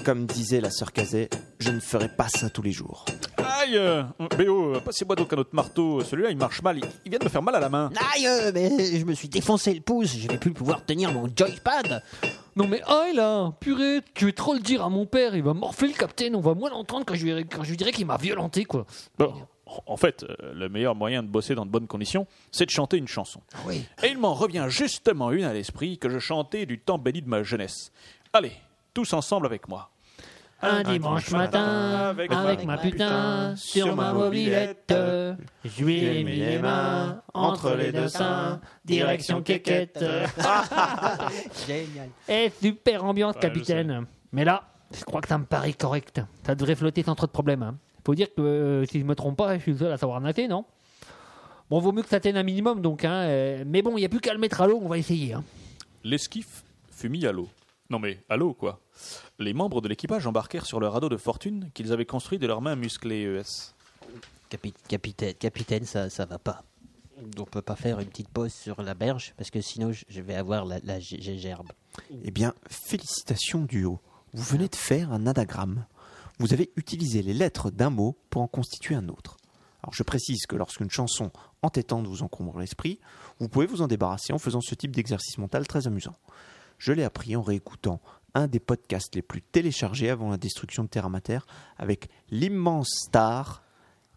S4: comme disait la sœur Cazet, je ne ferai pas ça tous les jours.
S1: Aïe euh, Béo, passez-moi donc un autre marteau. Celui-là, il marche mal. Il- Il vient de me faire mal à la main.
S3: Aïe, euh, mais je me suis défoncé le pouce, je vais plus pouvoir tenir mon joypad.
S2: Non, mais aïe là Purée, tu veux trop le dire à mon père, il va morfler le capitaine, on va moins l'entendre quand je lui, quand je lui dirai qu'il m'a violenté, quoi.
S1: Bon, en fait, euh, le meilleur moyen de bosser dans de bonnes conditions, c'est de chanter une chanson.
S3: oui.
S1: Et il m'en revient justement une à l'esprit que je chantais du temps béni de ma jeunesse. Allez, tous ensemble avec moi.
S2: Un Ah, dimanche matin, avec, ma putain, sur ma mobilette, je lui ai mis les mains entre les deux seins, direction quéquette.
S3: Génial.
S2: Eh, super ambiance,
S1: je
S2: capitaine. Mais là, je crois que ça me paraît correct. Ça devrait flotter sans trop de problèmes. hein. Faut dire que, euh, si je me trompe pas, je suis le seul à savoir nager, non Bon, vaut mieux que ça tienne un minimum, donc. Hein, euh, mais bon, il n'y a plus qu'à le mettre à l'eau, on va essayer. hein.
S1: L'esquif fut mis à l'eau. Non mais, à l'eau quoi. Les membres de l'équipage embarquèrent sur le radeau de fortune qu'ils avaient construit de leurs mains musclées E ES.
S3: Capi- capitaine, capitaine, ça, ça va pas. On peut pas faire une petite pause sur la berge parce que sinon je- je vais avoir la, la gé- gé- gerbe.
S4: Eh bien, félicitations du haut. Vous venez de faire un anagramme. Vous avez utilisé les lettres d'un mot pour en constituer un autre. Alors je précise que lorsqu'une chanson entêtante vous encombre l'esprit, vous pouvez vous en débarrasser en faisant ce type d'exercice mental très amusant. Je l'ai appris en réécoutant un des podcasts les plus téléchargés avant la destruction de Terra Mater avec l'immense star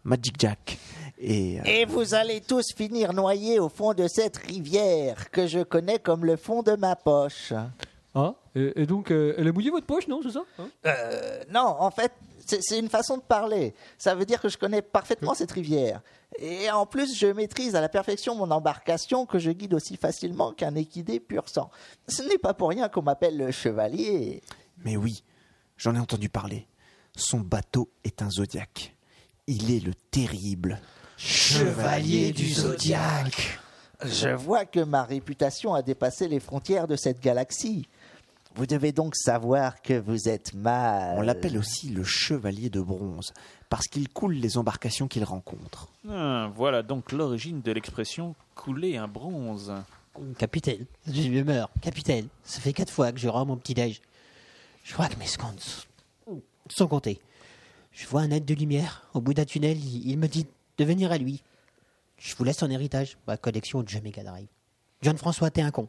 S4: Magic Jack. Et, euh,
S5: Et vous allez tous finir noyés au fond de cette rivière que je connais comme le fond de ma poche.
S2: Ah, et, et donc, euh, elle a mouillé votre poche, non C'est ça Hein
S5: Euh, non, en fait, c'est c'est une façon de parler. Ça veut dire que je connais parfaitement
S4: Mm.
S5: cette rivière. Et en plus, je maîtrise à la perfection mon embarcation que je guide aussi facilement qu'un équidé pur sang. Ce n'est pas pour rien qu'on m'appelle le chevalier.
S4: Mais oui, J'en ai entendu parler. Son bateau est un zodiaque. Il est le terrible
S3: Chevalier du Zodiaque.
S5: Je vois que ma réputation a dépassé les frontières de cette galaxie. Vous devez donc savoir que vous êtes mal.
S4: On l'appelle aussi le chevalier de bronze, parce qu'il coule les embarcations qu'il rencontre.
S1: Ah, voilà donc l'origine de l'expression couler un bronze.
S3: Capitaine, je me meurs. Capitaine, ça fait quatre fois que je rends mon petit-déj. Je crois que mes secondes sont- sont comptées. Je vois un être de lumière au bout d'un tunnel. Il il me dit de venir à lui. Je vous laisse en héritage ma collection de jeux Mega Drive. Jean-François, t'es un con.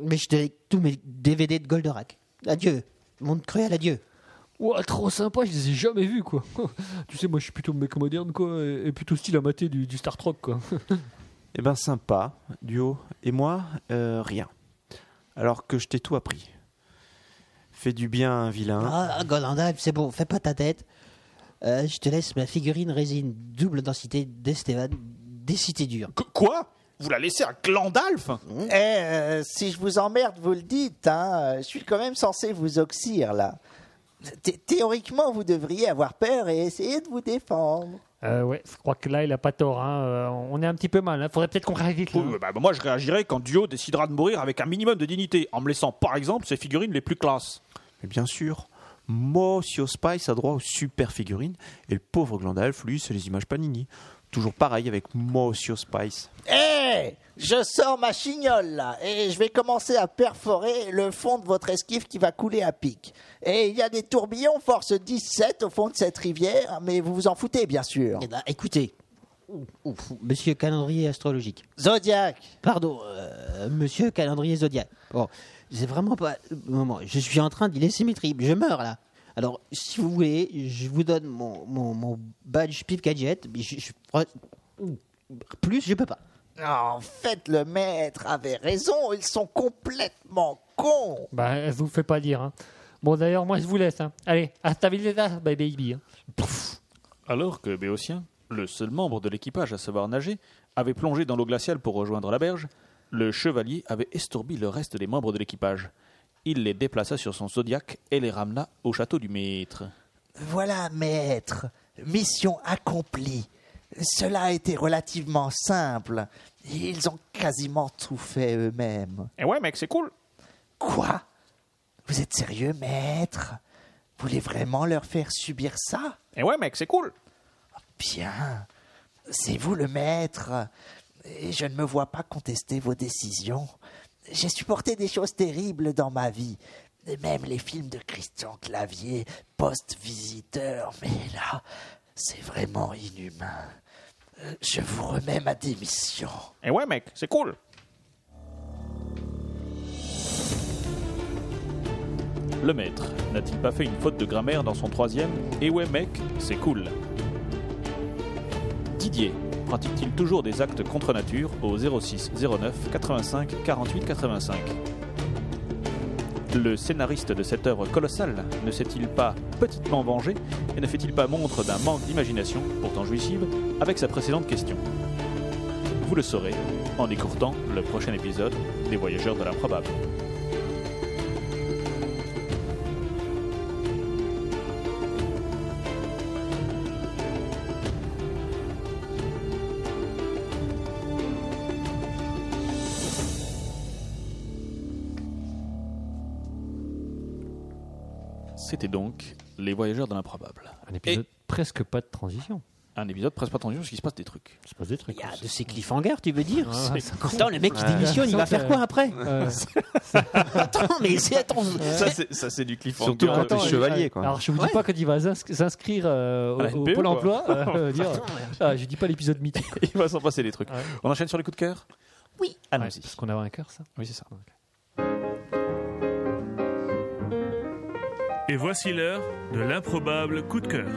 S3: Mais je te lègue tous mes DVD de Goldorak. Adieu. Monde cruel, adieu.
S2: Ouah, trop sympa, je les ai jamais vus quoi. tu sais, moi je suis plutôt mec moderne quoi, et, et plutôt style à mater du, du Star Trek quoi.
S10: Eh ben sympa, duo. Et moi, euh, rien. Alors que je t'ai tout appris. Fais du bien à un vilain.
S3: Ah, Golanda, c'est bon, fais pas ta tête. Euh, je te laisse ma figurine résine double densité d'Estevan des cités dures.
S1: Qu- quoi Vous la laissez à Glandalf
S5: Eh, euh, si je vous emmerde, vous le dites, hein. Je suis quand même censé vous oxyre, là. Thé- Théoriquement, vous devriez avoir peur et essayer de vous défendre.
S2: Euh, ouais, je crois que là il a pas tort. hein. Euh, on est un petit peu mal. hein. Faudrait peut-être qu'on réagisse.
S1: Oh, bah, bah, Moi, je réagirai quand Duo décidera de mourir avec un minimum de dignité, en me laissant par exemple ses figurines les plus classes.
S10: Mais bien sûr, Monsieur Spice a droit aux super figurines. Et le pauvre Glandalf, lui, c'est les images Panini. Toujours pareil avec Monsieur Spice.
S5: Eh, je sors ma chignole, là, et je vais commencer à perforer le fond de votre esquive qui va couler à pic. Et il y a des tourbillons force 17 au fond de cette rivière, mais vous vous en foutez, bien sûr.
S3: Eh ben, écoutez, Ouf, ouf, monsieur calendrier astrologique.
S5: Zodiac
S3: Pardon, euh, monsieur calendrier zodiaque. Bon, c'est vraiment pas le moment. Je suis en train d'y laisser mes tripes. Je meurs là. Alors, si vous voulez, je vous donne mon, mon, mon badge Pip Gadget. mais je- je- plus, je peux pas.
S5: En fait, le maître avait raison, ils sont complètement cons.
S2: Bah, je vous fais pas dire. hein. Bon, d'ailleurs, moi je vous laisse. hein. Allez, hasta là, baby. hein.
S1: Alors que Béotien, le seul membre de l'équipage à savoir nager, avait plongé dans l'eau glaciale pour rejoindre la berge, le chevalier avait estourbi le reste des membres de l'équipage. Il les déplaça sur son zodiaque et les ramena au château du maître.
S5: Voilà, maître, mission accomplie. Cela a été relativement simple. Ils ont quasiment tout fait eux-mêmes.
S1: Eh ouais, mec, c'est cool
S5: Quoi Vous êtes sérieux, maître Vous voulez vraiment leur faire subir ça
S1: Eh ouais, mec, c'est cool
S5: Bien. C'est vous le maître. Et je ne me vois pas contester vos décisions. J'ai supporté des choses terribles dans ma vie. Et même les films de Christian Clavier, post-visiteur. Mais là, c'est vraiment inhumain. Euh, Je vous remets ma démission.
S1: Eh ouais, mec, c'est cool Le maître n'a-t-il pas fait une faute de grammaire dans son troisième Eh ouais, mec, c'est cool Didier pratique-t-il toujours des actes contre nature au 06 09 85 48 85 Le scénariste de cette œuvre colossale ne s'est-il pas petitement vengé et ne fait-il pas montre d'un manque d'imagination, pourtant jouissive, avec sa précédente question vous le saurez en écoutant le prochain épisode des Voyageurs de l'improbable. C'était donc Les Voyageurs de l'improbable.
S2: Un épisode presque pas de transition.
S1: Un épisode presque pas attention parce qu'il se passe des trucs.
S2: Il se passe des trucs.
S3: Il y a de ces cliffhangers, tu veux dire
S2: Ah,
S3: C'est- Attends, le mec qui démissionne, il va faire quoi après
S2: euh,
S3: Attends, mais c'est attends.
S2: Ça,
S10: Ça, c'est du cliffhanger.
S4: Surtout quand
S1: euh,
S4: t'es chevalier, quoi.
S2: Alors, je vous dis
S3: Ouais.
S2: pas qu'il va s'ins- s'inscrire euh, au-
S1: À la
S2: au,
S1: LPE,
S2: Pôle
S1: quoi.
S2: emploi. euh, dire, ah, je dis pas l'épisode mythique.
S1: Il va s'en passer des trucs.
S2: Ouais.
S1: On enchaîne sur les coups de cœur Oui.
S2: Ouais,
S1: Allons-y.
S2: parce qu'on a un cœur, ça.
S1: Oui, c'est ça.
S6: Et voici l'heure de l'improbable coup de cœur.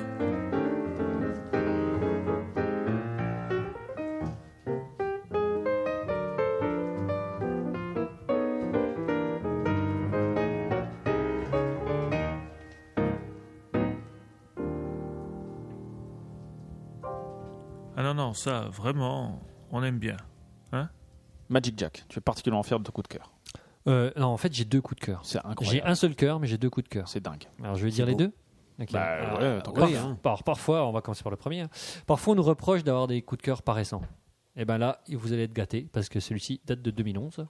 S6: Ah non, non, ça, vraiment, on aime bien.
S1: Magic Jack, tu es particulièrement fier de ton coup de cœur.
S2: Euh, non, en fait, j'ai deux coups de cœur.
S1: C'est
S2: J'ai
S1: incroyable.
S2: un seul cœur, mais j'ai deux coups de cœur.
S1: C'est dingue.
S2: Alors, je vais dire les deux. Ok.
S1: Bah,
S2: Alors,
S1: ouais, tant qu'à
S2: par-
S1: faire, hein.
S2: par- parfois, on va commencer par le premier. hein. Parfois, on nous reproche d'avoir des coups de cœur paraissants. Et ben là, vous allez être gâtés parce que celui-ci date de 2011.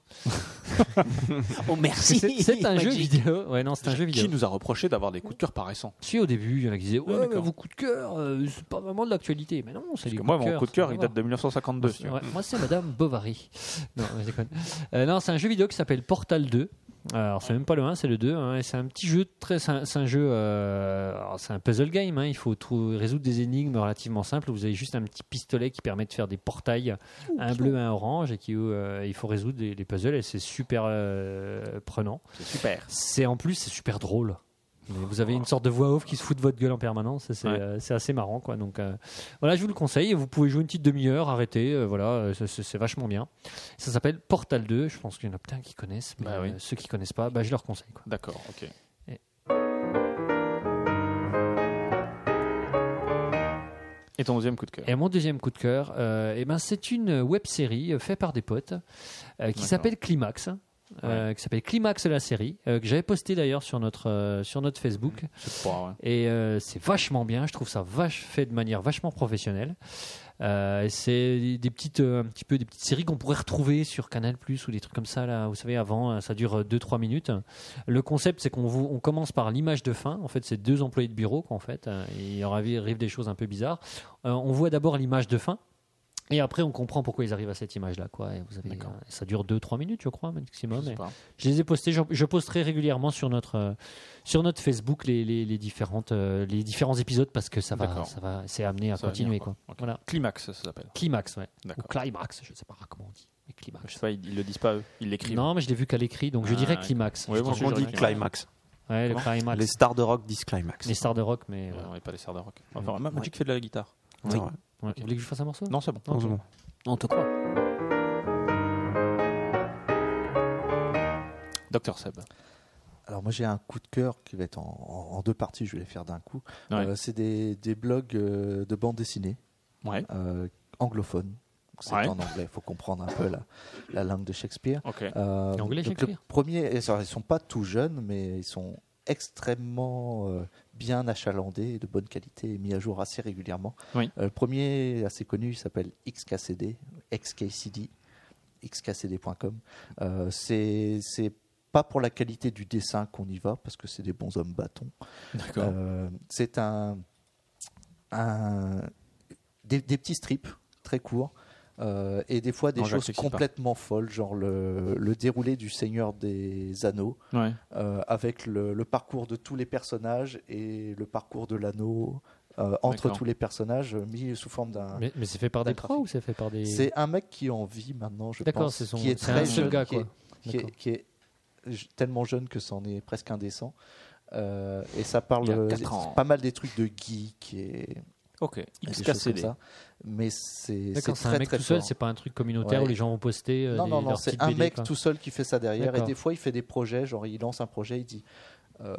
S3: Oh merci.
S2: C'est c'est un jeu
S3: Magic.
S2: vidéo. Ouais, non, c'est un jeu vidéo.
S1: Qui nous a reproché d'avoir des coups de cœur paraissants
S2: Si au début, il y en a qui disaient Ouais, mais
S1: d'accord.
S2: vos coups de cœur, euh, c'est pas vraiment de l'actualité. Mais non, c'est
S1: Parce
S2: des
S1: que moi,
S2: coups de
S1: mon
S2: cœur.
S1: coup de
S2: ça
S1: cœur,
S2: n'a
S1: il
S2: rien à
S1: date de 1952. tu vois.
S2: Ouais, moi, c'est Madame Bovary. non, je déconne. Euh, non, c'est un jeu vidéo qui s'appelle Portal 2. Alors, c'est même pas le 1, c'est le 2. hein, et c'est un petit jeu, très, c'est un, c'est un jeu, euh, alors, c'est un puzzle game. hein, il faut trou- résoudre des énigmes relativement simples. Vous avez juste un petit pistolet qui permet de faire des portails, un bleu, un orange, et qui, euh, il faut résoudre des, des puzzles. Et c'est super euh, prenant.
S1: C'est super. Oh.
S2: C'est en plus, c'est super drôle. Mais vous avez une sorte de voix off qui se fout de votre gueule en permanence. et C'est
S1: Ouais.
S2: euh, c'est assez marrant, quoi. Donc euh, voilà, je vous le conseille. Et Vous pouvez jouer une petite demi-heure, arrêter. euh, voilà, euh, c'est- c'est c'est vachement bien. Ça s'appelle Portal 2. Je pense qu'il y en a plein qui connaissent, mais
S1: Bah oui.
S2: euh, ceux qui connaissent pas, bah, je leur conseille. Quoi.
S1: D'accord, ok.
S2: Et-
S1: Et ton deuxième coup de cœur
S2: Et mon deuxième coup de cœur, euh, eh ben, c'est une web série faite par des potes euh, qui
S1: D'accord.
S2: s'appelle Climax. euh, qui s'appelle Climax la série, euh, que j'avais posté d'ailleurs sur notre, euh, sur notre Facebook.
S1: Je sais pas, ouais.
S2: Et euh, c'est vachement bien, je trouve ça vache fait de manière vachement professionnelle. Euh, et c'est des- des petites, euh, un petit peu des petites séries qu'on pourrait retrouver sur Canal ou des trucs comme ça. Là, vous savez, avant, euh, ça dure 2-3 minutes. Le concept, c'est qu'on vous- on commence par l'image de fin. En fait, c'est deux employés de bureau, quoi, en fait. Euh, et il leur arri- arrive des choses un peu bizarres. Euh, on voit d'abord l'image de fin. Et après, on comprend pourquoi ils arrivent à cette image-là. Quoi. Et vous avez,
S1: D'accord.
S2: euh, ça dure 2-3 minutes, je crois, maximum.
S1: Je sais
S2: Et-
S1: pas.
S2: je les ai postés, je, je posterai régulièrement sur notre, euh, sur notre Facebook les, les, les différentes, euh, les différents épisodes parce que ça va,
S1: D'accord.
S2: ça va c'est amené à
S1: Ça va
S2: continuer.
S1: venir,
S2: quoi.
S1: quoi. Ok.
S2: Voilà.
S1: Climax, ça s'appelle.
S2: Climax, ouais. Ou
S1: D'accord.
S2: climax, je ne sais pas comment on dit. mais
S1: Je sais
S2: climax.
S1: pas, ils, ils le disent pas eux, ils l'écrivent.
S2: Non, mais je l'ai vu qu'à l'écrit, donc je
S1: Ah,
S2: dirais
S1: ouais.
S2: climax.
S1: Ouais,
S2: Je
S1: moi,
S2: pense.
S1: je-
S4: On dit
S1: Genre,
S4: climax.
S2: Ouais, le
S1: Comment
S2: climax.
S4: Les
S2: Les...
S4: stars de rock disent climax.
S2: stars de rock, mais. euh,
S1: Ouais, on n'est pas les stars de rock.
S2: Ouais.
S1: Enfin, même Magic fait de la guitare.
S2: oui.
S4: C'est vrai.
S2: ouais. Vous voulez que je fasse un morceau
S1: Non, c'est bon.
S4: Non, c'est bon.
S3: On te croit.
S1: Docteur Seb.
S5: Alors moi j'ai un coup de cœur qui va être en, en- en deux parties, je vais les faire d'un coup.
S1: Ouais.
S5: Euh, c'est des, des blogs euh, de bande dessinée
S1: Ouais.
S5: euh, anglophones. Donc, C'est
S1: Ouais.
S5: en anglais, il faut comprendre un peu la, la langue de Shakespeare.
S1: Ok.
S5: Euh,
S2: Et anglais,
S5: donc,
S2: Shakespeare.
S5: Le premier, et ça, ils sont pas tout jeunes, mais ils sont extrêmement euh, bien achalandés, et de bonne qualité, et mis à jour assez régulièrement.
S1: Oui.
S5: Euh, le premier assez connu, il s'appelle XKCD, XKCD, xkcd.com. Euh, c'est c'est pas pour la qualité du dessin qu'on y va, parce que c'est des bons hommes bâtons.
S1: D'accord.
S5: Euh, c'est un, un- des, des petits strips très courts euh, et des fois des
S1: Non, je
S5: choses
S1: l'accepte pas.
S5: complètement folles, genre le, le déroulé du Seigneur des Anneaux
S1: Ouais.
S5: euh, avec le, le parcours de tous les personnages et le parcours de l'anneau euh, entre
S1: D'accord.
S5: tous les personnages euh, mis sous forme d'un.
S2: Mais, mais c'est fait par des pros
S5: D'accord.
S2: ou c'est fait par des.
S5: C'est un mec qui en vit maintenant, je
S2: D'accord,
S5: pense,
S2: c'est son-
S5: qui est
S2: c'est un
S5: très
S2: seul
S5: jeune,
S2: gars,
S5: qui
S2: quoi.
S5: est- qui est,
S2: D'accord.
S5: qui est j- tellement jeune que c'en est presque indécent. Euh, et ça parle
S1: Il y a
S5: euh,
S1: quatre ans.
S5: pas mal des trucs de geek et,
S1: Ok.
S5: et des choses comme
S1: XKCD.
S5: ça. Mais c'est c'est
S2: D'accord, c'est
S5: très
S2: un mec
S5: très
S2: tout seul,
S5: fort.
S2: c'est pas un truc communautaire
S5: Ouais.
S2: où les gens vont poster. euh,
S5: Non,
S2: des-
S5: non, non,
S2: leurs
S5: c'est
S2: petites
S5: un
S2: BD,
S5: mec
S2: quoi.
S5: tout seul qui fait ça derrière. Et
S2: D'accord.
S5: des fois, il fait des projets, genre il lance un projet, il dit. euh,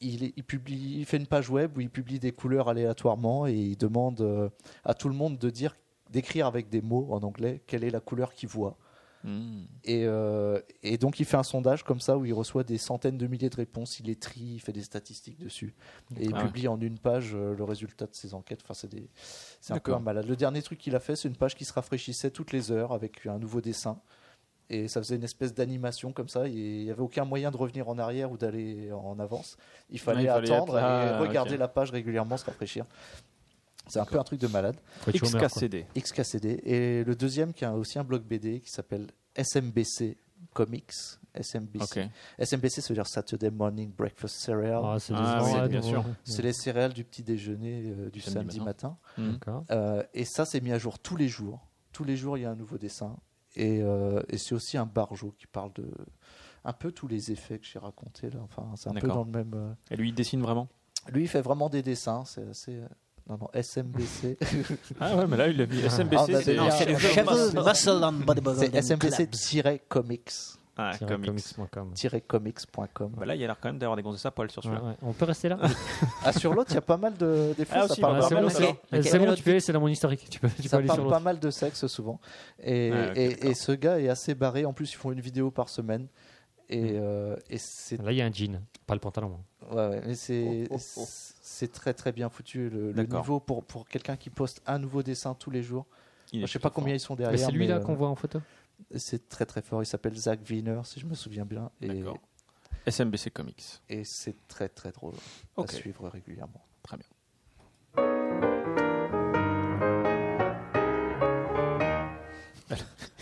S5: il, il publie, il fait une page web où il publie des couleurs aléatoirement et il demande euh, à tout le monde de dire, d'écrire avec des mots en anglais quelle est la couleur qu'il voit.
S1: Hmm.
S5: Et, euh, et donc il fait un sondage comme ça où il reçoit des centaines de milliers de réponses, il les trie, il fait des statistiques dessus. Et il
S1: Ah ouais.
S5: publie en une page euh, le résultat de ses enquêtes. Enfin, c'est des- c'est un peu
S1: D'accord.
S5: un malade. Le dernier truc qu'il a fait, c'est une page qui se rafraîchissait toutes les heures avec un nouveau dessin. Et ça faisait une espèce d'animation comme ça. et Il n'y avait aucun moyen de revenir en arrière ou d'aller en avance. Il fallait,
S1: Ouais, il fallait
S5: attendre
S1: être-
S5: et
S1: Ah,
S5: regarder
S1: ok.
S5: la page régulièrement se rafraîchir. C'est un peu un truc de malade.
S2: Faut être chômeur, quoi.
S1: XKCD.
S5: XKCD. Et le deuxième qui a aussi un blog BD qui s'appelle SMBC Comics. SMBC.
S1: Ok.
S5: SMBC, ça veut dire Saturday Morning Breakfast Cereal.
S2: Ah, c'est
S1: Ah,
S2: décevant,
S5: oui,
S2: ouais,
S5: bien
S2: de-
S1: sûr.
S2: ouais.
S5: C'est les céréales du petit déjeuner euh, du samedi, matin.
S1: Hmm.
S2: D'accord.
S5: Euh, et ça, c'est mis à jour tous les jours. Tous les jours, il y a un nouveau dessin. Et, euh, et c'est aussi un barjo qui parle de un peu tous les effets que j'ai racontés. Là. Enfin, c'est un peu
S1: D'accord.
S5: dans le même. euh,
S1: Et lui, il dessine vraiment
S5: Lui, il fait vraiment des dessins. C'est assez. euh, Non, non, SMBC.
S1: Ah ouais, mais là, il a mis
S5: Ah, bah,
S1: SMBC, c'est.
S5: déjà-
S3: C'est le cheveu muscle and body
S5: c'est
S3: building club.
S5: SMBC-comics.
S1: Ah,
S2: Tirer
S1: comics.
S2: comics.com.
S5: comics.com.
S1: Bah là, il a l'air quand même d'avoir des gonzesses à poil sur
S2: Ouais,
S1: celui-là.
S2: ouais. On peut rester là
S5: Ah, sur l'autre, il y a pas mal de. Des fois,
S1: Ah,
S5: ça
S1: aussi,
S5: parle,
S1: voilà,
S5: pas
S2: c'est
S5: mal,
S2: bon,
S5: de-
S2: c'est bon.
S3: Ok.
S2: C'est bon, tu peux aller, c'est dans mon historique. Tu peux, tu peux
S5: ça
S2: aller sur
S5: parle
S2: l'autre.
S5: pas mal de sexe souvent. Et,
S1: Ah, ok,
S5: et- et
S1: d'accord.
S5: ce gars est assez barré. En plus, ils font une vidéo par semaine.
S2: Mm.
S5: Et, euh, et c'est
S2: Là, il y a un jean, pas le pantalon. hein.
S5: ouais, ouais, mais c'est
S4: Oh, oh, oh.
S5: c'est très très bien foutu le, le
S1: D'accord.
S5: niveau pour pour quelqu'un qui poste un nouveau dessin tous les jours. Je sais pas combien ils sont derrière.
S2: Mais c'est lui là
S5: euh,
S2: qu'on voit en photo.
S5: C'est très très fort. Il s'appelle Zach Wiener, si je me souviens bien. Et,
S1: D'accord. SMBC Comics.
S5: et c'est très très drôle
S1: Ok.
S5: à suivre régulièrement.
S1: Très bien.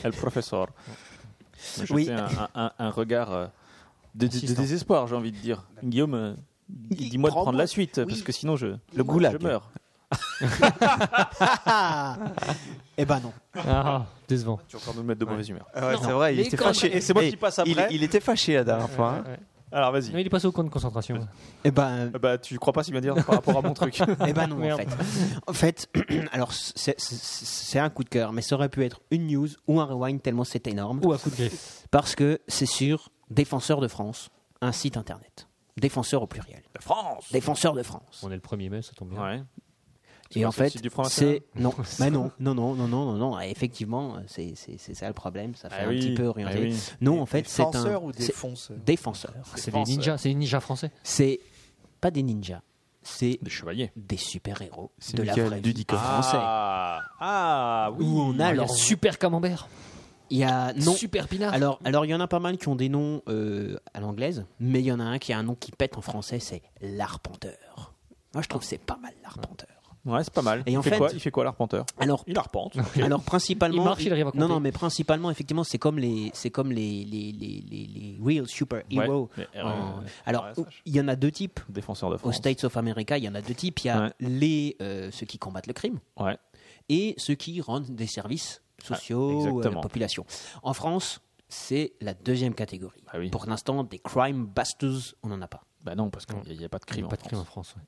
S1: El professeur. Je
S3: Oui.
S1: sais, un, un- un regard euh, de, de- de
S2: Insistant.
S1: désespoir, j'ai envie de dire. Guillaume, euh,
S3: Il
S1: dis-moi de
S3: prend
S1: prendre
S3: moi.
S1: la suite, parce
S3: Oui.
S1: que sinon je,
S3: Le
S1: je
S3: goulag.
S1: meurs.
S3: Ah Eh ben non.
S2: Ah, décevant.
S1: Tu vas encore nous mettre de mauvaise humeur.
S4: Ah ouais,
S2: Non,
S4: c'est vrai, il
S2: mais
S4: était
S2: quand
S4: fâché. Eh,
S2: même.
S1: Et c'est moi qui passe
S4: il-
S1: après.
S4: Il, était fâché la dernière fois. hein.
S2: Ouais, ouais.
S1: Alors vas-y.
S2: Non, il est passé au camp de concentration.
S3: Eh ben,
S1: Ah Bah, tu crois pas si bien dire par rapport à mon truc.
S3: eh ben non, en
S2: Merde.
S3: fait. En fait, alors c'est- c'est c'est un coup de cœur, mais ça aurait pu être une news ou un rewind tellement c'est énorme.
S2: Ou à coup de griffe.
S3: Parce que c'est sur Défenseur de France, un site internet. Défenseur au pluriel.
S1: La France
S3: Défenseur de France.
S2: On est le 1er mai, ça tombe bien.
S1: Ouais.
S3: Et en
S1: C'est le
S3: fait,
S1: site du Front National
S3: c'est non, bah non, non, non, non, non, non, non. Effectivement, c'est c'est- c'est ça le problème. Ça fait
S1: Ah
S3: un
S1: oui,
S3: petit peu
S1: ah
S3: orienté.
S1: oui.
S3: Non, en fait, c'est un
S5: Défenseur ou
S3: c'est-
S5: défonceur
S1: Ah,
S3: défenseur.
S2: C'est des ninjas, c'est des ninjas français.
S3: C'est pas des ninjas, c'est
S1: Des chevaliers.
S3: des super héros
S4: C'est
S3: de la
S4: Michael
S3: vraie vie.
S4: Dudikoff.
S3: français.
S1: Ah, ah oui.
S3: Où on a
S2: Ah, il y a
S3: leur
S2: super camembert,
S3: Il y a non.
S2: super pinard.
S3: Alors, alors il y en a pas mal qui ont des noms euh, à l'anglaise, mais il y en a un qui a un nom qui pète en français, c'est l'arpenteur. Moi, je trouve que c'est pas mal l'arpenteur.
S1: Ouais, c'est pas mal.
S3: Et
S1: il
S3: en
S1: fait,
S3: fait-
S1: quoi Il fait quoi l'arpenteur
S3: Alors,
S1: Il arpente.
S3: alors principalement,
S2: Il marche, il arrive à
S3: non, non,
S2: compter.
S3: mais principalement, effectivement, c'est comme les, c'est comme les les, les, les, les real super
S1: Ouais,
S3: heroes.
S1: les
S3: En-
S1: RSH.
S3: alors,
S1: RSH.
S3: il y en a deux types.
S1: Défenseur de
S3: Aux
S1: France.
S3: States of America, il y en a deux types. Il y a
S1: Ouais.
S3: les euh, ceux qui combattent le crime.
S1: Ouais.
S3: et ceux qui rendent des services sociaux à la
S1: exactement.
S3: population. En France, c'est la deuxième catégorie.
S1: Ah oui.
S3: Pour l'instant, des crime busters, on n'en a pas.
S1: Bah non, parce qu'il n'y a, pas de crime en
S2: pas de crime en
S1: France.
S2: France. ouais.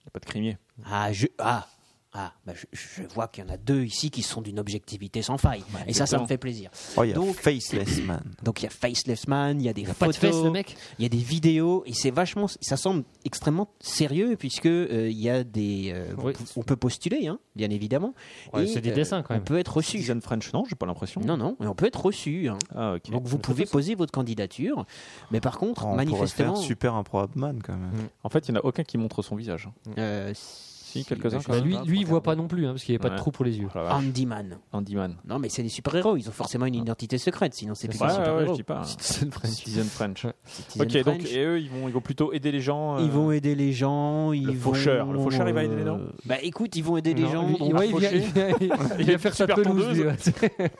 S1: Il n'y a pas de crimier.
S3: Ah, je, ah, ah, bah, je, je vois qu'il y en a deux ici qui sont d'une objectivité sans faille. et ça, ça
S1: Bah, exactement.
S3: me fait plaisir.
S4: Oh, il y a
S3: Donc-
S4: Faceless Man.
S3: Donc il y a Faceless Man, il y a des
S2: Pas de
S3: photos,
S2: fesses, le mec.
S3: il y a des vidéos, et c'est vachement, ça semble extrêmement sérieux puisque euh, il y a des, euh,
S2: Oui.
S3: on peut postuler, hein, bien évidemment.
S2: Ouais,
S3: Et, euh,
S2: c'est des dessins, quand même.
S3: On peut être reçu.
S1: Citizen French, non, j'ai pas l'impression.
S3: Non, non, mais on peut être reçu. hein.
S1: Ah, ok.
S3: Donc vous pouvez poser votre candidature, mais par contre,
S4: On pourrait faire
S3: manifestement,
S4: Super Improbable Man quand même.
S1: En fait, il n'y en a aucun qui montre son visage.
S3: euh,
S1: Si, quelques-uns
S3: je-
S1: quand
S2: Bah,
S1: même.
S2: lui,
S1: Ah,
S2: lui il
S1: regarde.
S2: voit pas non plus, hein, parce qu'il n'y avait pas de
S1: Ouais.
S2: trou pour les yeux.
S1: Oh la vache.
S3: Handyman.
S1: Handyman.
S3: Non, mais c'est des super-héros, ils ont forcément une identité secrète, sinon c'est plus Oh.
S1: Ouais,
S3: des
S1: ouais, Ah. ouais, je
S3: super-héros.
S1: dis pas.
S2: Citizen French.
S1: Citizen French.
S3: Citizen
S1: Ok, donc
S3: French.
S1: et eux, ils vont, ils vont plutôt aider les gens. euh,
S3: Ils vont aider les gens. Ils vont...
S1: faucheur. Le faucheur, il va aider les gens
S3: Bah écoute, ils vont aider les
S2: Non,
S3: gens.
S2: lui,
S3: donc-
S2: ouais, il, vient, il vient- il vient faire sa
S1: Super
S2: pelouse. lui, ouais.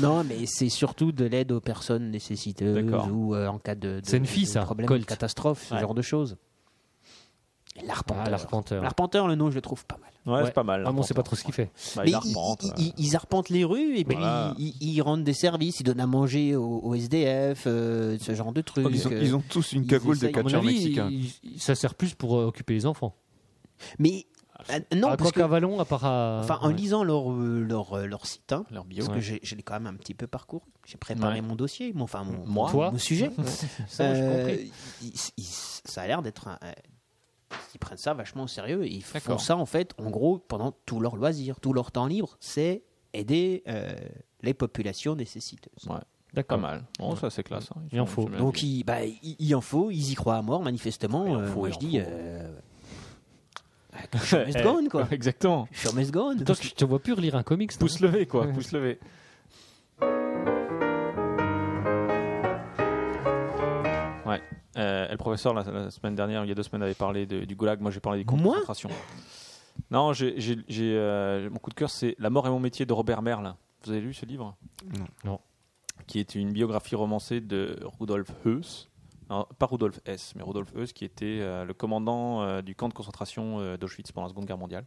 S3: Non, mais c'est surtout de l'aide aux personnes nécessiteuses
S1: D'accord.
S3: ou euh, en cas de, de-
S2: C'est une fille,
S3: de
S2: ça,
S3: problème,
S2: Colt.
S3: de catastrophe, ce
S1: Ouais.
S3: genre de choses.
S2: Ah,
S3: L'arpenteur.
S2: l'arpenteur.
S3: L'arpenteur, le nom, je le trouve pas mal.
S1: Ouais, c'est pas mal.
S2: Ah, bon, on sait pas trop ce qu'il fait.
S1: Bah,
S3: Mais
S1: il
S3: ils-
S1: arpente.
S3: ils,
S1: euh.
S3: ils- ils arpentent les rues et puis
S1: Voilà.
S3: ils, ils- ils rendent des services, ils donnent à manger aux au SDF, euh, ce genre de trucs.
S4: Oh, Ils ont,
S3: euh.
S4: ils ont tous une
S3: ils
S4: cagoule de
S3: essayent- à
S2: À mon
S4: catcheur
S2: avis,
S1: hein.
S4: mexicain.
S2: il- il- ça sert plus pour euh, occuper les enfants.
S3: Mais euh, non,
S2: Ah, quoi
S3: parce que,
S2: qu'à Vallon, à part à.
S3: enfin, en
S2: ouais.
S3: lisant leur, euh, leur, euh, leur site, hein,
S1: Ah, Leur bio.
S3: parce que
S2: Ouais.
S3: j'ai- je l'ai quand même un petit peu parcouru, j'ai préparé
S1: Ouais.
S3: mon dossier, mon, enfin mon,
S1: Moi.
S3: mon-
S2: Toi.
S3: mon sujet.
S2: Ça, j'ai
S3: Euh,
S2: compris.
S3: ils- ils- ça a l'air d'être un. un- ils prennent ça vachement au sérieux et ils font
S1: D'accord.
S3: ça en fait, en gros, pendant tout leur loisir, tout leur temps libre, c'est aider euh, les populations nécessiteuses.
S1: Pas
S2: D'accord.
S1: mal. Bon, ça, c'est classe. hein. Ils
S2: Il en
S1: sont-
S2: faut.
S1: ils sont bien
S3: Donc
S1: habillés.
S3: il, bah, il, il en faut, ils y croient à mort, manifestement.
S1: Il en
S3: Euh,
S1: faut,
S3: moi,
S1: il
S3: je
S1: en
S3: dis.
S1: faut.
S3: euh, euh, Show must gone, quoi.
S1: Exactement.
S3: Show must gone.
S2: Toi, je te vois plus lire un comics. toi.
S1: Pouce levé, quoi. Pouce levé. Ouais. Euh, et le professeur, la, la semaine dernière, il y a deux semaines, avait parlé de- du goulag. Moi, j'ai parlé des camps de
S3: Moi
S1: concentration. Non, j'ai, j'ai- j'ai, euh, mon coup de cœur, c'est La mort et mon métier de Robert Merle. Vous avez lu ce livre
S4: Non.
S2: Non.
S1: Qui est une biographie romancée de Rudolf Heuss. Non, pas Rudolf Hess, mais Rudolf Heuss, qui était euh, le commandant euh, du camp de concentration euh, d'Auschwitz pendant la Seconde Guerre mondiale.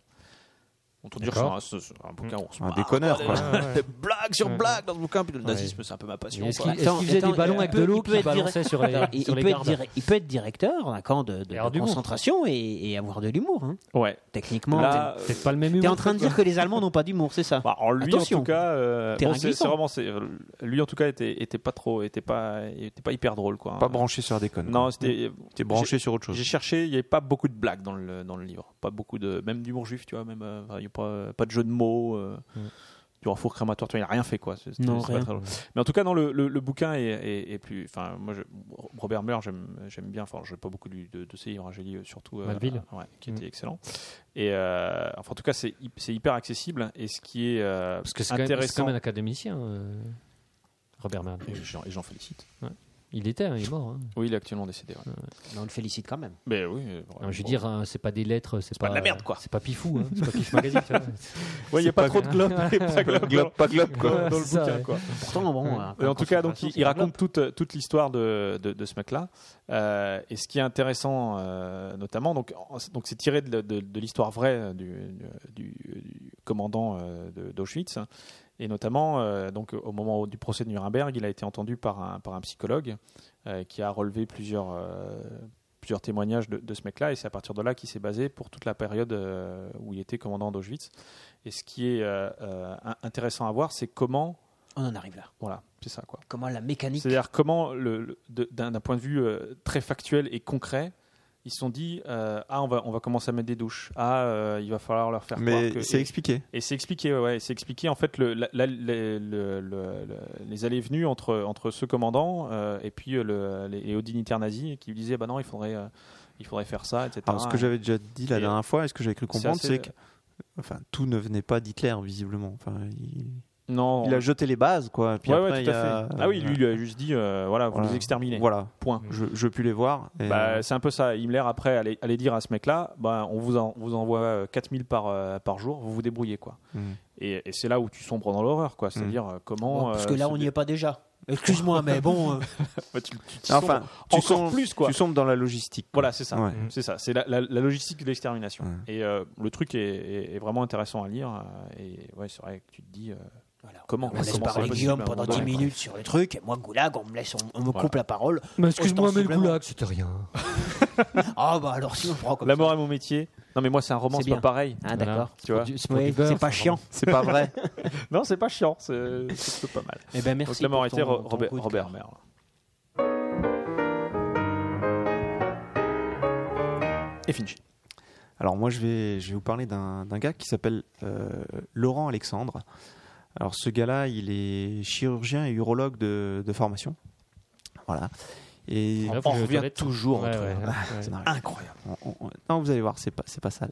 S1: On peut dire que c'est un, c'est- c'est un bouquin où on se
S4: Un
S1: marre,
S4: déconneur,
S1: regardez,
S4: quoi.
S1: des blagues sur
S2: Ah, Ouais.
S1: blagues dans ce bouquin. Puis le
S2: Ouais.
S1: nazisme, c'est un peu ma passion.
S2: Est-ce
S1: quoi.
S2: qu'il est-ce qu'il faisait
S3: Attends,
S2: des ballons
S3: il
S2: avec
S3: peut-
S2: de
S3: il
S2: l'eau
S3: peut
S2: qui
S3: être
S2: balançait sur les,
S3: Alors, il,
S2: sur
S3: il
S2: les
S3: peut être
S2: gardes
S3: dir- il peut être directeur d'un camp de, de
S2: Et avoir du monde.
S3: concentration et, et avoir de l'humour. hein.
S1: Ouais.
S3: Techniquement,
S1: Là,
S2: C'est
S1: euh,
S2: peut-être pas le même
S3: t'es
S2: humour.
S3: t'es en train de dire que les Allemands n'ont pas d'humour, c'est ça
S1: bah, alors lui
S3: Attention.
S1: en tout cas, euh,
S3: Terrain
S1: bon, c'est
S3: glissant.
S1: c'est vraiment, c'est- euh, lui en tout cas était, était pas trop, était pas, était pas hyper drôle quoi.
S4: Pas branché sur des connes.
S1: Non, c'était,
S4: t'es branché sur autre chose.
S1: J'ai cherché, il n'y avait pas beaucoup de blagues dans le, dans le livre. Pas beaucoup de. Même d'humour juif, tu vois. Même, euh, il y a pas, pas de jeu de mots. euh, du refour crématoire. Tu vois, il n'a rien fait, quoi. C'est- c'est-
S2: Mm. Non,
S1: c'est pas
S2: rien.
S1: très drôle. Mais en tout cas, non, le, le- le bouquin est, est- est plus. Enfin, moi, je- Robert Muir, j'aime j'aime bien. Enfin, je n'ai pas beaucoup lu de, de ses livres. hein. J'ai lu euh, surtout. euh,
S2: Malville.
S1: ouais, qui
S2: Mm.
S1: était excellent. Et euh, enfin, en tout cas, c'est hy- c'est hyper accessible. Et ce qui est euh,
S2: Parce que c'est quand, même- c'est
S1: intéressant.
S2: quand même un académicien, euh, Robert Mann.
S1: Et j'en- et j'en félicite.
S2: Il était, hein, il est mort. hein.
S1: Oui, il est actuellement décédé. ouais.
S3: Mais on le félicite quand même.
S1: Mais oui. euh,
S2: Mm. Non, je veux
S1: bon.
S2: dire, hein, c'est pas des lettres, c'est pas,
S1: pas de la merde, quoi.
S2: C'est pas pifou, hein, c'est pas pif magazine. tu vois.
S1: Ouais, il n'y a pas, trop de globe. et pas globe,
S4: pas globe,
S1: dans- dans le
S2: C'est ça,
S1: bouquin,
S2: ouais.
S1: quoi.
S3: Pourtant, bon. hein,
S1: Et en tout cas, donc, il,
S3: concentration,
S1: il raconte toute, euh, toute l'histoire de, de, de ce mec-là. Euh, et ce qui est intéressant, euh, notamment, donc, en- donc c'est tiré de, de- de l'histoire vraie du, du- du commandant euh, de- d'Auschwitz. Et notamment, euh, donc, au moment du procès de Nuremberg, il a été entendu par un, par un psychologue euh, qui a relevé plusieurs, euh, plusieurs témoignages de, de ce mec-là. Et c'est à partir de là qu'il s'est basé pour toute la période euh, où il était commandant d'Auschwitz. Et ce qui est euh, euh, in- intéressant à voir, c'est comment.
S3: On en arrive là.
S1: Voilà, c'est ça, quoi.
S3: Comment la mécanique.
S1: C'est-à-dire comment, le- le- de- d'un d'un point de vue euh, très factuel et concret, ils se sont dit euh, ah on va on va commencer à mettre des douches ah euh, il va falloir leur faire croire
S4: Mais
S1: que-
S4: c'est
S1: et-
S4: expliqué.
S1: et c'est expliqué, ouais, ouais, c'est expliqué en fait le, la- la- le- le- le- le- les allées et venues entre, entre ce commandant euh, et puis euh, le- les, les hauts dignitaires nazis qui lui disaient bah non, il faudrait, euh, il faudrait faire ça, etc.
S4: Alors, ce que j'avais déjà dit la
S1: Ah Et-
S4: dernière fois et ce que j'avais cru
S1: C'est
S4: comprendre,
S1: assez- euh,
S4: c'est que enfin, tout ne venait pas d'Hitler, visiblement. Enfin, il...
S1: Non,
S4: il a jeté les bases, quoi. et Puis
S1: ouais,
S4: après,
S1: ouais,
S4: il
S1: tout à
S4: a-
S1: fait. Ah oui, lui, il lui a juste dit euh, voilà, vous
S4: Voilà.
S1: les exterminez.
S4: Voilà,
S1: Point.
S4: je, je puis les voir. et- euh,
S1: Bah, c'est un peu ça. Himmler, après, allait, allait dire à ce mec-là bah, on vous, en- vous envoie euh, 4000 par, euh, par jour, vous vous débrouillez. quoi.
S4: Mm.
S1: Et, et c'est là où tu sombres dans l'horreur. quoi. C'est-à-dire, euh, comment.
S3: Bon, parce
S1: euh,
S3: que là,
S1: se
S3: on n'y
S1: dé-
S3: est pas déjà. Excuse-moi, mais bon. euh,
S1: Bah, tu, tu- tu
S4: Enfin,
S1: sombres
S4: tu
S1: encore
S4: sombres-
S1: plus, quoi.
S4: Tu sombres dans la logistique. quoi.
S1: Voilà, c'est ça. Mm.
S4: Ouais.
S1: C'est ça. C'est la, la- la logistique de l'extermination.
S4: Ouais.
S1: Et euh, le truc est, est- est vraiment intéressant à lire. euh, Et ouais, c'est vrai que tu te dis. euh,
S3: voilà.
S1: Comment-
S3: On laisse
S1: comment ça
S3: parler
S1: va
S3: Guillaume
S1: possible, à un
S3: pendant
S1: moment
S3: 10
S1: donné,
S3: minutes sur le truc. Moi, Goulag, on me laisse, on, on me
S1: Voilà.
S3: coupe la parole.
S2: Mais excuse-moi, mais le
S3: Ostensiblement.
S2: goulag, c'était rien.
S3: Ah, bah alors, si on prend comme
S1: La
S3: ça.
S1: mort est mon métier. Non, mais moi, c'est un roman,
S3: C'est
S1: c'est pas
S3: bien.
S1: pareil.
S3: Ah,
S2: Voilà.
S3: d'accord.
S1: Tu vois
S2: Du- c'est pour
S3: Oui,
S2: du beurre,
S3: c'est pas
S2: ça,
S3: chiant.
S4: C'est pas vrai.
S1: Non, c'est pas chiant. C'est c'est plutôt pas mal.
S3: Eh ben,
S1: Donc,
S3: merci.
S1: la mort
S3: pour
S1: était
S3: ton-
S1: Ro-
S3: ton
S1: Robert,
S3: coup de
S1: Robert
S3: cœur.
S1: Merle. Et Finch.
S4: Alors moi, je vais, je vais vous parler d'un d'un gars qui s'appelle euh, Laurent Alexandre. Alors ce gars-là, il est chirurgien et urologue de, de formation. Voilà. Et
S2: Là, faut
S4: Ah, on
S2: que je
S4: revient
S2: t'arrête.
S4: toujours.
S2: Ouais,
S4: entre-
S2: ouais,
S4: Ah,
S2: ouais.
S4: ça n'arrive pas.
S3: Incroyable.
S4: On- on- Non, vous allez voir, c'est pas, c'est pas sale.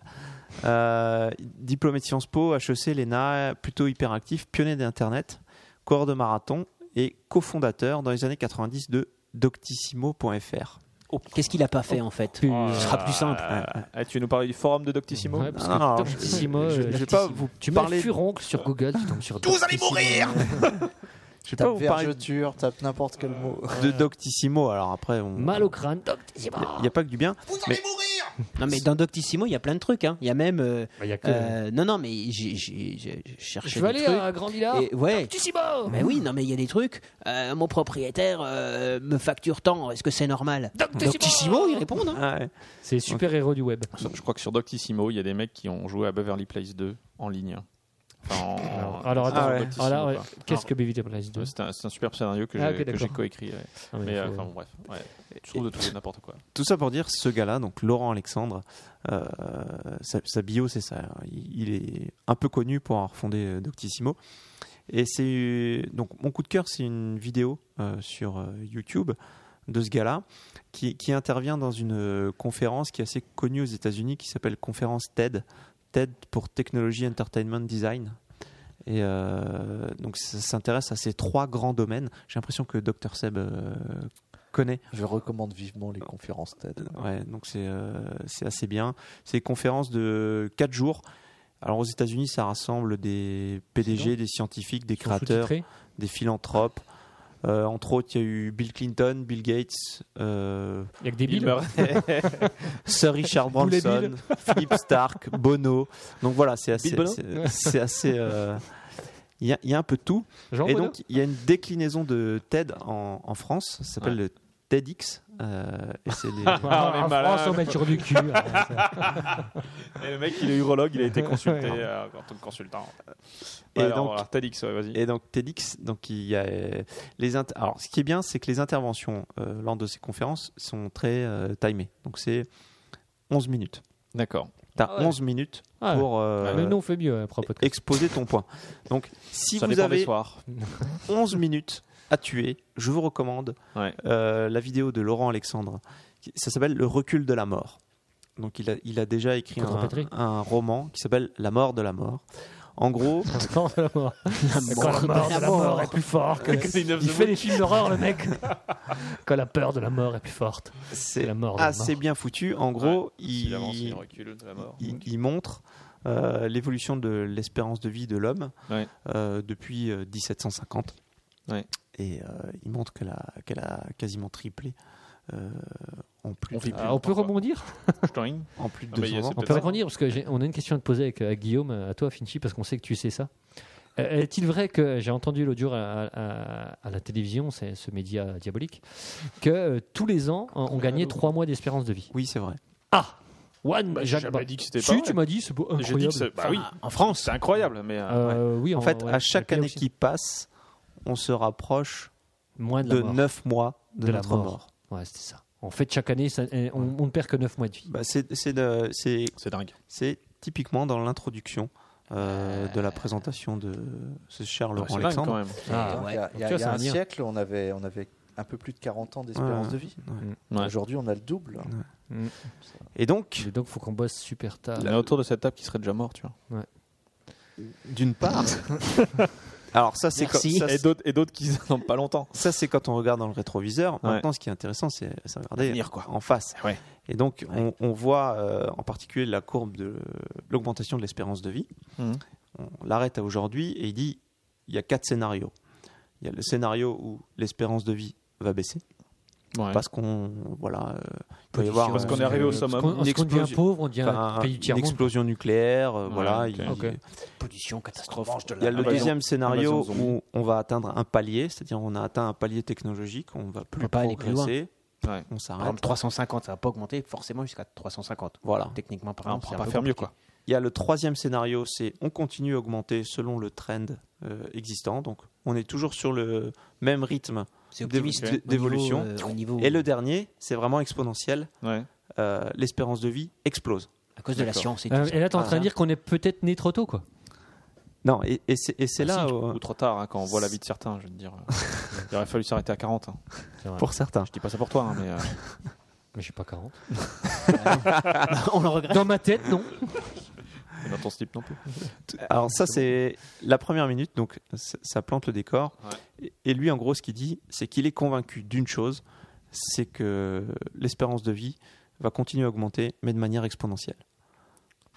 S4: Euh, diplômé de Sciences Po, E HEC, l'ENA, plutôt hyperactif, pionnier d'Internet, coureur de marathon et cofondateur dans les années 90 de Doctissimo.fr.
S3: Qu'est-ce qu'il a pas fait en fait
S1: Oh.
S2: Putain.
S3: Ce sera plus simple.
S1: Ah, tu veux nous parler du forum de Doctissimo
S2: Ouais, parce
S4: Non,
S2: que
S4: non, je-
S2: Doctissimo,
S4: je-
S2: euh,
S4: je vais pas
S2: Doctissimo.
S4: vous
S2: Tu mets
S4: parler-
S2: furoncle sur Google, tu tombes sur
S8: Tous allez
S2: Doctissimo.
S8: mourir
S4: Je vais pas
S2: Oh,
S5: Tape
S4: vous parler
S5: vergeture, tape n'importe quel
S2: Euh.
S5: mot.
S4: de Doctissimo. Alors après, on-
S2: Mal au crâne, Doctissimo.
S4: Il n'y a pas que du bien.
S8: Vous
S4: allez
S8: mourir
S3: Non, mais dans Doctissimo, il y a plein de trucs. hein. Il y a même. euh,
S2: Bah, il y a que-
S3: euh, non, non, mais j'ai- j'ai j'ai- j'ai
S2: Je
S3: cherché.
S2: veux aller euh,
S3: des
S2: Ah,
S3: trucs.
S2: à Grand Villard.
S3: Et- ouais.
S2: Doctissimo
S3: Mais oui, non, mais il y a des trucs. Euh, mon propriétaire euh, me facture tant. Est-ce que c'est normal
S2: Doctissimo
S3: Doctissimo, ils répondent. hein.
S4: Ah ouais.
S2: C'est les super-héros du web.
S1: Je crois que sur Doctissimo, il y a des mecs qui ont joué à Beverly Place 2 en ligne. Enfin, en-
S2: Alors
S1: sur
S2: attends,
S4: ouais.
S1: Doctissimo,
S2: alors,
S1: Ah quoi.
S2: ouais, qu'est-ce que BVT Place
S1: Ouais,
S2: 2
S1: C'est un, c'est un superbe scénario que j'ai
S2: Ah, ok,
S1: que j'ai
S2: d'accord.
S1: coécrit. ouais.
S2: Ah,
S1: Mais euh, enfin bon, bref, ouais. tu trouves de tout et n'importe quoi.
S4: Tout ça pour dire, ce gars-là, donc Laurent Alexandre, euh, sa, sa bio, c'est ça. Il, il est un peu connu pour avoir fondé euh, Doctissimo. Et c'est. euh, Donc, mon coup de cœur, c'est une vidéo euh, sur euh, YouTube de ce gars-là qui, qui intervient dans une euh, conférence qui est assez connue aux États-Unis qui s'appelle Conférence TED. TED pour Technology Entertainment Design. Et euh, donc, ça s'intéresse à ces trois grands domaines. J'ai l'impression que Dr. Seb euh, connaît.
S5: Je recommande vivement les conférences TED.
S4: Ouais, donc c'est euh, c'est assez bien. C'est des conférences de 4 jours. Alors aux États-Unis, ça rassemble des PDG, des scientifiques, des créateurs,
S2: Sous-titré
S4: des philanthropes. Euh, entre autres, il y a eu Bill Clinton, Bill Gates, euh,
S2: Il y a que des
S1: Il
S2: billes.
S1: meurt.
S4: Sir Richard
S2: Poulet
S4: Branson, Philip Stark, Bono. Donc voilà, c'est assez.
S1: Bill Bono
S4: c'est- C'est assez. euh, Il y, a, il y a un peu de tout.
S2: Jean
S4: Et
S2: Bonneau
S4: donc, il y a une déclinaison de TED en, en France, ça s'appelle le TEDx. euh, et c'est les-
S1: Ah, on est
S2: en
S1: malade.
S2: France, on met sur du cul. Ah, ça-
S1: Et le mec, il est urologue, il a été consulté euh, en tant que consultant. Ouais,
S4: Et
S1: alors,
S4: donc-
S1: alors, TEDx, ouais, vas-y.
S4: Et donc TEDx, donc il y a euh, les int- alors ce qui est bien, c'est que les interventions euh, lors de ces conférences sont très euh, timées. Donc c'est 11 minutes.
S1: D'accord.
S4: T'as
S2: Ah ouais.
S4: 11 minutes
S2: Ah ouais.
S4: pour euh,
S2: Mais nous, on fait mieux hein, après un podcast.
S4: exposer ton point. Donc, si
S1: ça
S4: vous
S1: dépend des
S4: avez
S1: soirs.
S4: 11 minutes à tuer, je vous recommande
S1: Ouais.
S4: euh, la vidéo de Laurent Alexandre. qui- Ça s'appelle Le recul de la mort. Donc, il a, il a déjà écrit
S2: Contre
S4: un,
S2: Patrick.
S4: un roman qui s'appelle La mort de la mort. En gros,
S2: Quand la mort. Quand la mort de la mort est plus forte. que- Il fait des films d'horreur, le mec. Quand la peur de la mort est plus forte.
S4: Ah, c'est
S2: la mort de la
S1: Ah,
S4: assez
S2: mort.
S4: bien foutu. En gros,
S1: Il avance,
S4: il,
S1: il recule de la mort.
S4: il, il montre euh, l'évolution de l'espérance de vie de l'homme
S1: Ouais.
S4: euh, depuis euh, 1750.
S1: Ouais.
S4: Et euh, il montre qu'elle a, qu'elle a quasiment triplé euh, en plus,
S1: On vit
S4: de,
S1: plus.
S2: Ah, on peut
S1: parfois.
S2: rebondir
S1: Stein.
S4: en plus de
S1: Ah, mais il y a-
S4: 200 ans.
S1: c'est
S2: On peut rebondir parce que j'ai- on a une question à te poser avec, avec Guillaume, euh, à toi Finchi, parce qu'on sait que tu sais ça. Euh, Est-il vrai que j'ai entendu l'audio à, à- à la télévision, c'est ce média diabolique, que euh, tous les ans on, on gagnait trois mois d'espérance de vie
S4: Oui, c'est vrai.
S2: Ah, one
S1: Bah, j'ai
S2: Jacques.
S1: jamais dit que c'était
S2: Si,
S1: pas vrai.
S2: tu m'as dit, c'est beau,
S1: J'ai dit
S2: incroyable.
S1: que c'est- bah oui,
S3: En France,
S1: c'est incroyable, mais euh, ouais.
S2: Euh, oui,
S4: En fait,
S2: ouais,
S4: à chaque
S2: le pire
S4: année
S2: aussi.
S4: qui passe, on se rapproche
S2: moins de,
S4: de
S2: la mort.
S4: 9 mois de,
S2: De la
S4: notre
S2: mort.
S4: mort.
S2: Ouais, c'était ça. En fait, chaque année, ça- eh, on, on ne perd que 9 mois de vie.
S4: Bah, c'est- c'est de- c'est-
S1: c'est dingue.
S4: c'est typiquement dans l'introduction euh, de la présentation de ce cher
S1: Ouais,
S4: Laurent
S1: C'est dingue
S4: Alexandre.
S1: quand même.
S2: Ah,
S5: Il y a, il y
S2: Tu vois,
S5: a- il y a
S2: ça
S5: un
S2: veut dire-
S5: siècle, on avait, on avait un peu plus de 40 ans d'espérance
S4: Ouais.
S5: de vie.
S1: Ouais.
S5: Aujourd'hui, on a le double.
S4: Et donc,
S2: Et donc, faut qu'on bosse super tard.
S1: Il y en a autour de cette table qui serait déjà mort, tu vois.
S4: d'une part, alors ça c'est comme
S3: Merci.
S4: ça,
S1: Et
S4: c'est-
S1: d'autres, et d'autres qui n'ont pas longtemps.
S4: Ça, c'est quand on regarde dans le rétroviseur.
S1: Ouais.
S4: Maintenant, ce qui est intéressant, c'est c'est regarder
S1: L'avenir, quoi.
S4: en face.
S1: Ouais.
S4: Et donc, on, on voit euh, en particulier la courbe de l'augmentation de l'espérance de vie.
S1: Mhm.
S4: On l'arrête à aujourd'hui et il dit il y a quatre scénarios. Il y a le scénario où l'espérance de vie va baisser
S1: Ouais.
S4: parce qu'on voilà euh, il peut y
S2: Position.
S4: avoir
S1: Parce
S4: euh,
S1: qu'on est arrivé au summum.
S2: Parce qu'on- parce qu'on devient
S4: explosion-
S2: pauvre, on devient
S4: enfin,
S2: un pays du
S4: une
S2: tiers-monde.
S4: explosion nucléaire euh,
S1: Ouais,
S4: voilà
S1: ok.
S4: il-
S2: Ok.
S3: pollution, catastrophe.
S4: il y a le
S1: Invasion-
S4: deuxième scénario
S1: invasion zombie.
S4: où on va atteindre un palier, c'est-à-dire on a atteint un palier technologique, on va plus
S3: peut pas aller plus loin.
S4: progresser,
S1: Ouais.
S4: on
S3: Par
S4: s'arrête.
S3: exemple, 350, ça va pas augmenter forcément jusqu'à 350.
S4: Voilà.
S3: Techniquement
S1: Ah, on
S3: parlant,
S1: ne
S3: c'est
S1: pourra
S3: un
S1: pas
S3: peu
S1: faire mieux,
S3: compliqué.
S1: quoi.
S4: Il y a le troisième scénario, c'est on continue à augmenter selon le trend euh, existant, donc on est toujours sur le même rythme.
S3: C'est optimiste
S4: D'évo-
S3: au niveau,
S4: d'évolution.
S3: euh, au niveau,
S4: Et le dernier, c'est vraiment exponentiel,
S1: Ouais.
S4: euh, l'espérance de vie explose.
S3: à cause de la science et tout.
S2: Euh, et là, t'es en train
S3: Ah.
S4: Voilà.
S2: de dire qu'on est peut-être né trop tôt, quoi.
S4: Non, et, et c'est et c'est
S1: Ah,
S4: là
S1: si,
S4: où-
S1: Ou trop tard, hein, quand on voit la vie de certains, je veux dire. euh, il aurait fallu s'arrêter à 40. hein.
S4: pour certains.
S1: Je dis pas ça pour toi, hein, mais. euh,
S2: Mais j'ai pas 40.
S3: on le regrette.
S2: Dans ma tête, non.
S1: Et dans ton slip non plus.
S4: Alors ça c'est la première minute, donc ça ça plante le décor. Et et lui en gros ce qu'il dit, c'est qu'il est convaincu d'une chose, c'est que l'espérance de vie va continuer à augmenter, mais de manière exponentielle.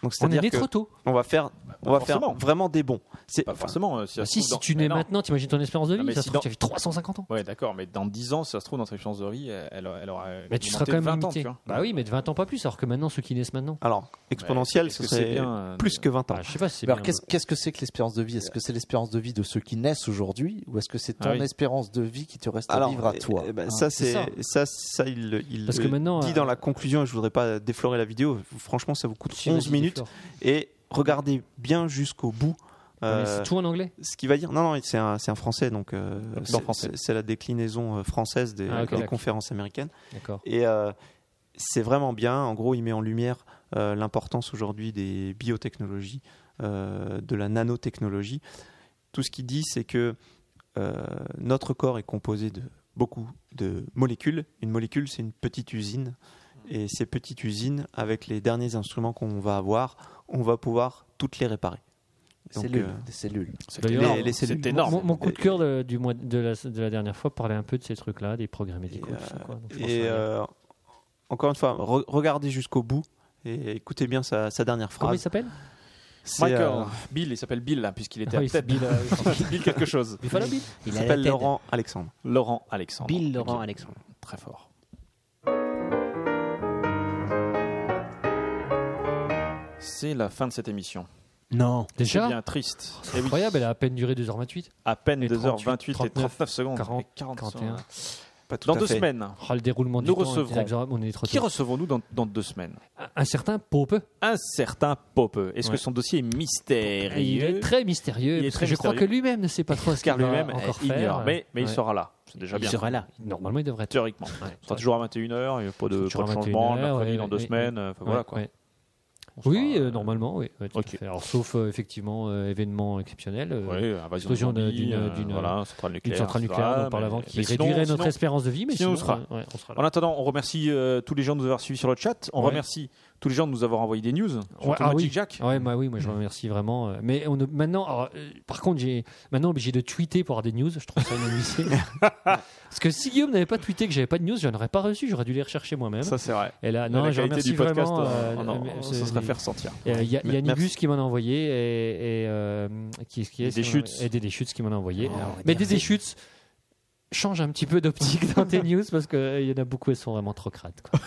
S4: Donc
S2: On est
S4: c'est-à-dire
S2: né trop
S4: qu'on
S2: tôt.
S4: va faire, on
S1: Bah, pas
S4: va faire
S1: forcément.
S4: vraiment des bons. C'est
S1: Pas forcément. euh, si, ça se
S2: bah si,
S1: trouve
S2: si
S1: dans-
S2: tu
S1: Mais
S2: nais
S1: non.
S2: maintenant, t'imagines ton espérance de
S1: Non, mais
S2: vie. Ça
S1: si
S2: se trouve,
S1: dans-
S2: tu as vu 350 ans.
S1: Ouais, d'accord, mais dans 10 ans, si ça se trouve, dans sa chance de vie, elle, elle- elle aura.
S2: Mais tu seras quand même
S1: 20 ans,
S2: limité.
S1: tu vois.
S2: bah oui, mais de 20 ans pas plus, alors que maintenant, ceux qui naissent maintenant.
S4: Alors exponentielle,
S1: Est-ce
S4: ce
S1: que c'est
S4: serait
S1: bien, euh,
S4: plus que 20 ans.
S2: Bah, je sais pas si c'est
S5: Mais Alors,
S2: bien.
S5: qu'est-ce qu'est-ce que c'est que l'espérance de vie Est-ce que c'est l'espérance de vie de ceux qui naissent aujourd'hui ou est-ce que c'est ton
S1: Ah oui.
S5: espérance de vie qui te reste à vivre à
S4: eh-
S5: toi
S4: eh
S1: Ah,
S4: ben,
S5: hein
S4: ça
S2: c'est
S4: c'est ça, ça il, il
S2: Parce
S4: le
S2: que maintenant,
S4: dit
S2: euh,
S4: dans la conclusion. et Je voudrais pas déflorer la vidéo. Franchement, ça vous coûte
S2: Si, vas-y,
S4: 11 minutes
S2: Flore.
S4: et regardez bien jusqu'au bout.
S2: Ah, Mais
S4: euh,
S2: C'est tout en anglais.
S4: ce qu'il va dire. Non, non, c'est un, c'est un français, donc euh,
S1: c'est en
S4: c'est-
S1: français.
S4: c'est c'est la déclinaison euh, française des,
S2: Ah, ok,
S4: des
S2: d'accord.
S4: conférences américaines.
S2: D'accord.
S4: Et euh, c'est vraiment bien. En gros, il met en lumière euh, l'importance aujourd'hui des biotechnologies, euh, de la nanotechnologie. Tout ce qu'il dit, c'est que euh, notre corps est composé de beaucoup de molécules. Une molécule, c'est une petite usine. Et ces petites usines, avec les derniers instruments qu'on va avoir, on va pouvoir toutes les réparer.
S5: Des
S4: Donc,
S5: cellules,
S4: euh,
S5: des cellules.
S1: C'est
S2: D'ailleurs,
S1: énorme.
S4: les- les cellules-
S1: C'est énorme. Euh,
S2: Mon, mon coup de cœur de, du mois, de, la, de la dernière fois parlait un peu de ces trucs-là, des progrès médicaux.
S4: Et,
S2: tout ça, quoi. Donc, je pense que
S4: Et
S2: ça va bien.
S4: euh, encore une fois, re- regardez jusqu'au bout et écoutez bien sa, sa dernière
S1: ah,
S2: Comment il
S4: phrase.
S2: s'appelle
S4: C'est,
S1: Michael,
S2: hein.
S4: euh,
S1: Bill, il s'appelle Bill, là, puisqu'il était
S2: Ah
S1: à
S2: oui, c'est
S1: Ted.
S2: Bill, euh,
S1: Bill quelque chose.
S2: Buffalo Bill
S4: il
S3: Il a la
S4: s'appelle
S3: tête.
S4: Laurent Alexandre.
S1: Laurent Alexandre.
S3: Bill Laurent
S1: Ok,
S3: Alexandre.
S1: Très fort. C'est la fin de cette émission.
S3: Non.
S1: C'est
S2: Déjà
S1: bien triste.
S2: C'est
S1: Eh oui.
S2: incroyable, elle a à peine duré 2h28.
S1: À peine
S2: Et
S1: 2h28 et
S2: 39,
S1: 39 secondes.
S2: 40,
S1: Et 40,
S2: 41.
S1: secondes.
S4: Pas tout
S1: Dans
S4: à
S1: deux
S4: fait.
S1: semaines.
S2: Oh, le déroulement du
S1: Nous
S2: temps est
S1: recevrons-
S2: inexorable, on est trop
S1: Qui
S2: tôt.
S1: recevons-nous dans, dans deux semaines
S2: Un certain Pope.
S1: Un certain Popeux. Est-ce
S2: Ouais.
S1: que son dossier est mystérieux
S2: Il est très
S1: Il
S2: mystérieux.
S1: est
S2: parce
S1: très
S2: que je crois que
S1: mystérieux.
S2: lui-même ne sait pas trop ce qu'il
S1: Car
S2: va
S1: lui-même
S2: encore
S1: eh, ignore.
S2: faire.
S1: Mais, mais il
S2: Ouais.
S1: sera là. C'est
S4: Ah,
S1: déjà
S3: Il
S1: bien.
S3: sera là.
S2: Normalement, il devrait être.
S1: Théoriquement.
S2: Ouais,
S1: On sera toujours à 21h, il n'y a pas de,
S2: Toujours
S1: pas de
S2: à
S1: changement,
S2: 21h,
S1: mercredi
S2: ouais,
S1: dans
S2: ouais,
S1: deux
S2: ouais.
S1: semaines, euh, enfin,
S2: Ouais,
S1: voilà quoi.
S2: ouais.
S1: On sera-
S2: Oui, euh, normalement, oui. ouais, tout à
S1: ok.
S2: fait. Alors, sauf euh, effectivement euh, événement exceptionnel, euh,
S1: Oui, invasion de
S2: explosion de-
S1: zombies,
S2: d'une-
S1: euh,
S2: d'une-
S1: voilà, centrale
S2: une
S1: nucléaire.
S2: centrale
S1: etc.
S2: nucléaire dont on
S1: Mais-
S2: parle avant, qui
S1: mais sinon-
S2: réduirait notre
S1: sinon-
S2: espérance de vie, mais
S1: sinon,
S2: sinon,
S1: on sera.
S2: euh, ouais, on sera là.
S1: En attendant, on remercie euh, tous les gens de nous avoir suivis sur le chat. On
S2: Ouais.
S1: remercie tous les gens de nous avoir envoyé des news. Surtout
S2: Ouais, ah
S1: Magic
S2: oui.
S1: Jack.
S2: Ah Ouais, moi, oui, moi je remercie vraiment. euh, Mais on, ne- maintenant, alors, euh, par contre, j'ai maintenant obligé de tweeter pour avoir des news. Je trouve ça inadmissible. Parce que si Guillaume n'avait pas tweeté que j'avais pas de news, je n'aurais pas reçu. J'aurais dû les rechercher moi-même.
S1: Ça, c'est vrai.
S2: Et là,
S1: La
S2: Ah non, je
S1: qualité
S2: remercie
S1: du podcast,
S2: vraiment.
S1: euh,
S2: euh,
S1: non,
S2: euh,
S1: ça
S2: c'est-
S1: serait faire sentir.
S2: Et, euh, y a-
S4: Me-
S2: Yannigus qui m'en a envoyé et, et, euh, qui, qui est
S1: Dédé
S2: qui m'en a-
S1: Schütz.
S2: et Dédé Schütz qui m'en a envoyé.
S1: Oh,
S3: on va
S2: Mais
S3: dire
S2: Dédé Schütz change un petit peu d'optique dans tes news parce qu'il y en a beaucoup, elles sont vraiment trop crades. quoi.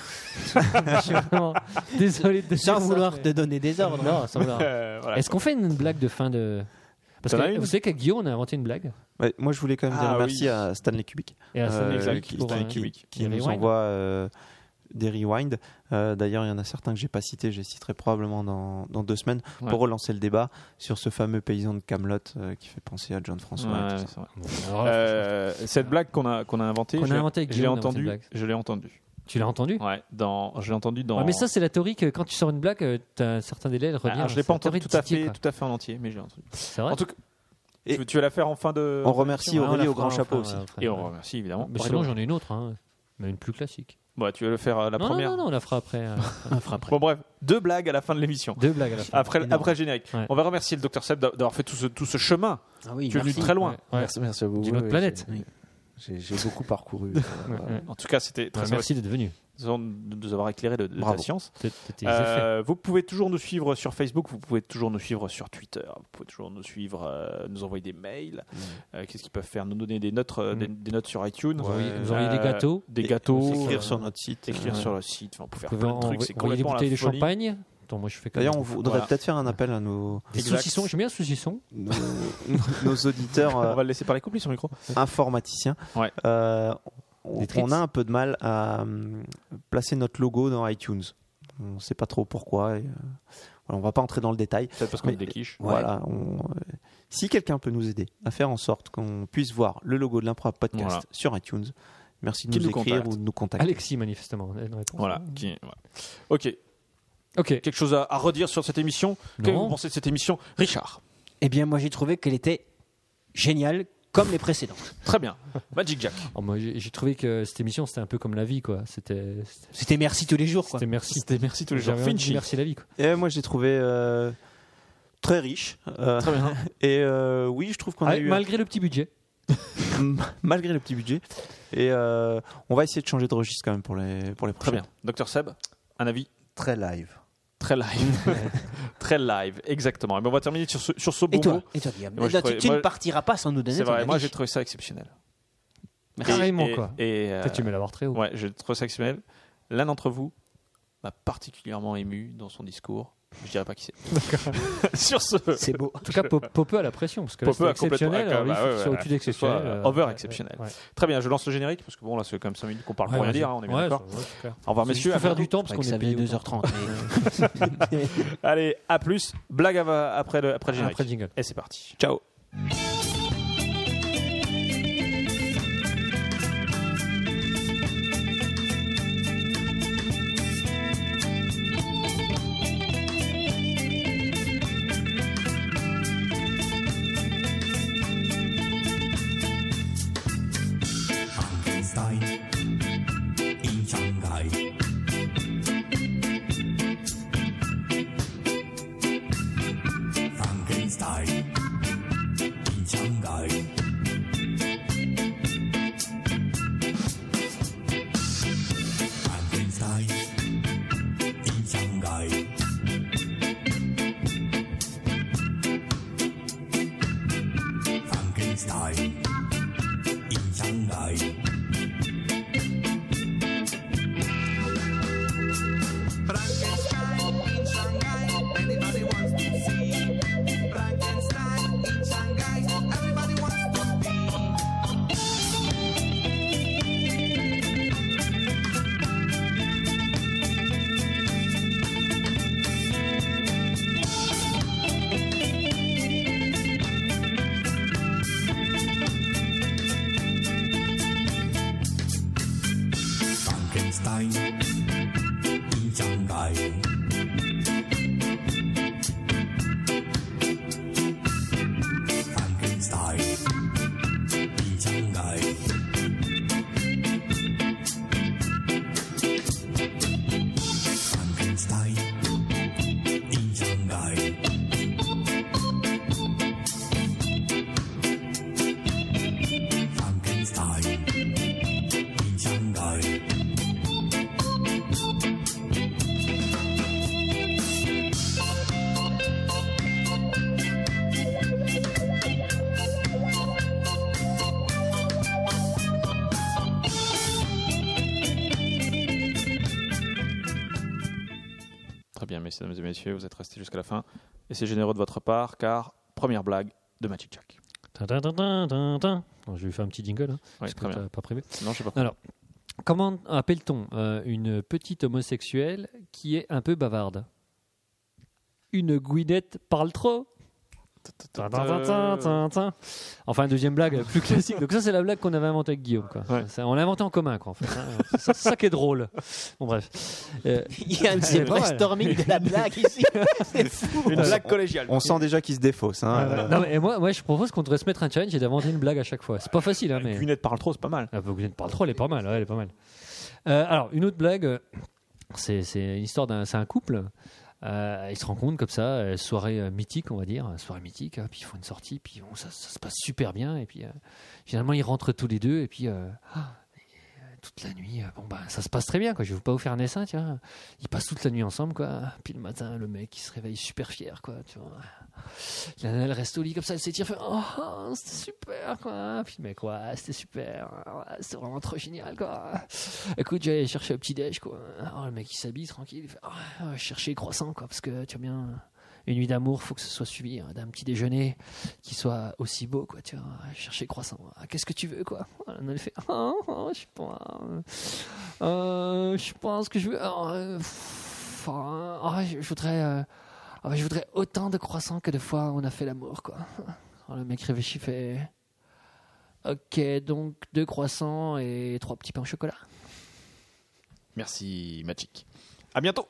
S2: je suis vraiment désolé de
S3: Sans
S2: dire ça,
S3: vouloir
S2: mais-
S3: te hein. donner des ordres.
S2: Non, sans vouloir.
S1: Euh, voilà.
S2: Est-ce qu'on fait une blague de fin de. Parce
S1: T'en as
S2: que
S1: une
S2: vous savez qu'à Guillaume, on a inventé une blague.
S4: Ouais, moi, je voulais quand même dire
S1: Ah,
S4: merci
S1: oui.
S4: à Stanley Kubik,
S2: Et à Stanley
S4: euh,
S1: Kubik
S4: qui,
S2: pour,
S4: Stanley
S2: euh,
S4: Kubik, qui
S2: des
S4: nous
S2: rewinds.
S4: envoie euh, des rewinds. Euh, D'ailleurs, il y en a certains que j'ai pas cités, je les citerai probablement dans, dans deux semaines
S1: Ouais.
S4: pour relancer le débat sur ce fameux paysan de Camelot euh, qui fait penser à John François. et tout
S1: Ouais,
S4: ça.
S1: c'est vrai.
S2: Alors là,
S1: Euh, cette blague qu'on a qu'on a inventée,
S2: Qu'on a
S1: je l'ai-
S2: inventée avec
S1: je l'ai
S2: Guillaume, on a inventé une
S1: entendue.
S2: blague.
S1: Je l'ai entendue.
S2: Tu l'as entendu
S1: Ouais, dans je l'ai entendue dans.
S2: Ouais, Mais ça, c'est la théorie que quand tu sors une blague, euh, t'as un certain délai de revenir.
S1: Alors, Ah, je l'ai
S2: C'est
S1: pas
S2: la théorie
S1: entendue
S2: de
S1: tout à
S2: Titi,
S1: fait
S2: quoi.
S1: tout à fait en entier, mais je l'ai entendue.
S2: C'est vrai.
S1: En tout cas,
S4: Et-
S1: tu veux- tu veux la faire en fin de.
S4: On remercie
S2: Ouais, Ah, on la hein,
S4: Aurélie au
S2: fera,
S4: grand
S2: on
S4: chapeau
S2: fera,
S4: aussi.
S2: on fera.
S1: Et on remercie évidemment.
S2: Mais sinon, j'en ai une autre, hein. mais une plus classique.
S1: Bah, tu veux le faire euh, la
S2: non,
S1: première.
S2: non, non, non, on la fera après. euh,
S1: Bon bref, deux blagues à la fin de l'émission.
S2: Deux blagues à la fin.
S1: Après, après le générique.
S2: Ouais.
S1: On va remercier le docteur Seb d'a- d'avoir fait tout ce, tout ce chemin.
S3: Ah oui,
S1: tu es venu
S3: merci.
S1: de très loin.
S2: Ouais, ouais.
S5: Merci, merci à vous.
S2: D'une
S5: Oui,
S2: autre
S5: oui,
S2: planète.
S5: j'ai-
S3: Oui.
S5: J'ai j'ai beaucoup parcouru.
S2: Ouais, ouais.
S1: En tout cas, c'était très
S2: Ouais, Merci d'être venu.
S1: satisfaisant de nous avoir éclairé de, de la
S4: Bravo.
S1: science.
S2: T'es- t'es- tes effets.
S1: Euh, vous pouvez toujours nous suivre sur Facebook, vous pouvez toujours nous suivre sur Twitter, vous pouvez toujours nous suivre, euh, nous envoyer des mails. Euh, Qu'est-ce qu'ils peuvent faire Nous donner des notes, euh,
S2: Mm.
S1: des, des notes sur iTunes.
S2: Vous envoyez- vous
S1: Euh,
S2: envoyez des gâteaux.
S1: Des gâteaux.
S4: Écrire
S1: euh,
S4: sur notre site.
S1: écrire
S4: euh,
S1: sur le site. Enfin, on peut faire
S2: Vous
S1: plein de
S2: pouvez
S1: trucs. C'est
S2: envoyer des
S1: complètement
S2: bouteilles de
S1: la folie.
S2: champagne. Attends, moi je fais comme
S4: D'ailleurs, on voudrait
S1: Voilà.
S4: peut-être faire un appel à nos,
S2: Des
S1: Exact.
S2: saucissons, j'aime bien le saucisson.
S4: nos, nos auditeurs
S1: On
S4: euh,
S1: va le laisser parler couplé sur le micro.
S4: informaticiens.
S1: Ouais.
S4: Euh, on,
S2: Des tricks.
S4: on a un peu de mal à hum, placer notre logo dans iTunes. On ne sait pas trop pourquoi. et, euh, voilà, on va pas entrer dans le détail.
S1: Peut-être parce qu'on
S4: Mais-
S1: est des quiches.
S4: Voilà. on, euh, si quelqu'un peut nous aider à faire en sorte qu'on puisse voir le logo de l'improbable podcast
S1: Voilà.
S4: sur iTunes, merci de
S1: Qu'il
S4: nous,
S1: nous
S4: écrire
S1: contacte.
S4: ou de nous contacter.
S2: Alexis, manifestement. on a une réponse.
S1: Voilà. qui- voilà. Ok.
S2: Ok.
S1: Quelque chose à, à redire sur cette émission Qu'est-ce que
S2: Non.
S1: vous pensez de cette émission Richard.
S3: Eh bien, moi, j'ai trouvé qu'elle était géniale, comme les précédentes.
S1: Très bien. Magic Jack.
S2: Oh, moi, j'ai j'ai trouvé que cette émission, c'était un peu comme la vie, quoi. C'était c'était-
S3: C'était merci tous les jours, quoi.
S2: c'était merci.
S1: C'était merci tous les jours.
S2: J'avais envie de dire
S1: Finchy.
S2: Merci la vie, quoi.
S4: Et moi, j'ai trouvé euh, très riche. Euh,
S1: Très bien.
S4: Et euh, oui, je trouve qu'on a
S1: Ah,
S2: Avec-
S4: eu
S2: Ah, Malgré le petit budget.
S1: Euh,
S4: malgré le petit budget. Et euh, on va essayer de changer de registre quand même pour les pour les
S1: Très
S4: prochaines.
S1: bien. Docteur Seb, un avis
S5: Très live.
S1: Très live. Très live, exactement. Et bien, on va terminer sur ce, sur ce bon
S3: Et toi,
S1: mot.
S3: et toi, Guillaume
S1: Moi, je
S3: Là, tu-
S1: trouvais-
S3: Tu
S1: moi-
S3: ne partiras pas sans nous donner
S1: C'est
S3: ton
S1: vrai, moi
S3: avis.
S1: j'ai trouvé ça exceptionnel.
S3: Merci.
S2: Carrément,
S1: Et-
S2: quoi.
S1: Et, euh,
S2: Peut-être Tu mets l'avoir très haut.
S1: ouais, j'ai trouvé ça exceptionnel. L'un d'entre vous m'a particulièrement ému dans son discours. Je dirais pas qui c'est. sur ce.
S3: C'est beau.
S2: En tout cas, Pop- Popeux a la pression, parce que là,
S1: Popeux
S2: c'est
S1: a complètement-
S2: exceptionnel.
S1: ah,
S2: alors lui,
S1: bah,
S2: il faut
S1: ouais,
S2: qu'il soit
S1: ouais,
S2: au-dessus
S1: que ce soit,
S2: d'exceptionnel.
S1: euh,
S2: euh,
S1: over
S2: ouais,
S1: exceptionnel.
S2: ouais.
S1: Très bien, je lance le générique parce que bon là c'est comme 5 minutes qu'on parle pour
S2: Ouais,
S1: rien
S2: vas-y.
S1: dire, hein, on est bien
S2: Ouais,
S1: d'accord.
S2: ça, ouais, c'est clair.
S1: Au revoir
S2: Il
S1: messieurs.
S2: faut
S1: à
S2: faire
S1: bientôt.
S2: du temps parce
S3: Ouais,
S2: qu'on
S3: que
S2: est
S3: ça
S2: payé
S3: fait
S2: autant.
S3: 2h30.
S1: Allez, à plus. Blague à- après le, après le générique.
S2: Après le jingle.
S1: Et c'est parti.
S4: Ciao.
S11: Frankenstein in Shanghai.
S1: Très bien, mesdames et messieurs, vous êtes restés jusqu'à la fin. Et c'est généreux de votre part, car première blague de Magic Jack.
S2: Tin, tin, tin, tin, tin, tin. Alors, je vais faire un petit jingle, hein,
S1: Oui,
S2: parce que Ah.
S1: très bien.
S2: t'as pas prévu.
S1: Non, je sais pas.
S2: Alors, comment appelle-t-on euh, une petite homosexuelle qui est un peu bavarde Une Gwynette parle trop Tin, tin, tin, tin, tin, tin. Enfin, deuxième blague plus classique. Donc ça, c'est la blague qu'on avait inventée avec Guillaume. Quoi.
S1: Ouais.
S2: Ça, on l'a inventée en commun, quoi, en fait. hein. C'est ça, c'est ça qui est drôle. Bon, bref. Euh,
S3: Il y a un petit
S2: C'est pas mal.
S3: brainstorming de la blague ici. C'est fou.
S1: Une blague collégiale.
S4: On sent déjà qu'il se défausse. hein. Euh,
S2: non, mais moi, moi, je propose qu'on devrait se mettre un challenge et d'inventer une blague à chaque fois. C'est pas facile, hein, mais...
S1: Cunette parle trop, c'est pas mal.
S2: Ah, Bogdan parle trop, elle est pas mal. ouais, elle est pas mal. Euh, alors, une autre blague, euh, c'est c'est une histoire d'un c'est un couple. Euh, ils se rencontrent comme ça, euh, soirée euh, mythique, on va dire, euh, soirée mythique. hein, puis ils font une sortie, puis bon, ça, ça se passe super bien. Et puis euh, finalement, ils rentrent tous les deux, et puis euh, ah, et, euh, toute la nuit, euh, bon bah ça se passe très bien. Quoi. Je vais pas vous faire un dessin, tu vois. Ils passent toute la nuit ensemble, quoi. Puis le matin, le mec, il se réveille super fier, quoi. Tu vois. La nana, elle reste au lit comme ça, elle s'étire, fait Oh, oh, c'était super, quoi. Puis le mec, ouais, c'était super, ouais, c'était vraiment trop génial, quoi. Écoute, j'allais chercher un petit déj, quoi. Alors, le mec, il s'habille tranquille, il fait Ouais, ouais, chercher les croissants, quoi, parce que tu vois bien, une nuit d'amour, faut que ce soit suivi hein, d'un petit déjeuner qui soit aussi beau, quoi. Tu vois, Ouais, chercher les croissants, Ah, qu'est-ce que tu veux, quoi. La nana, elle fait Oh, oh, je sais pas, euh, euh, je sais pas ce que je veux. Ah, euh, pff, ah, ah, je, je voudrais. euh, ah bah, je voudrais autant de croissants que de fois on a fait l'amour, quoi. Alors, le mec réfléchit, fait. Ok, donc deux croissants et trois petits pains au chocolat.
S1: Merci, Magic. À bientôt.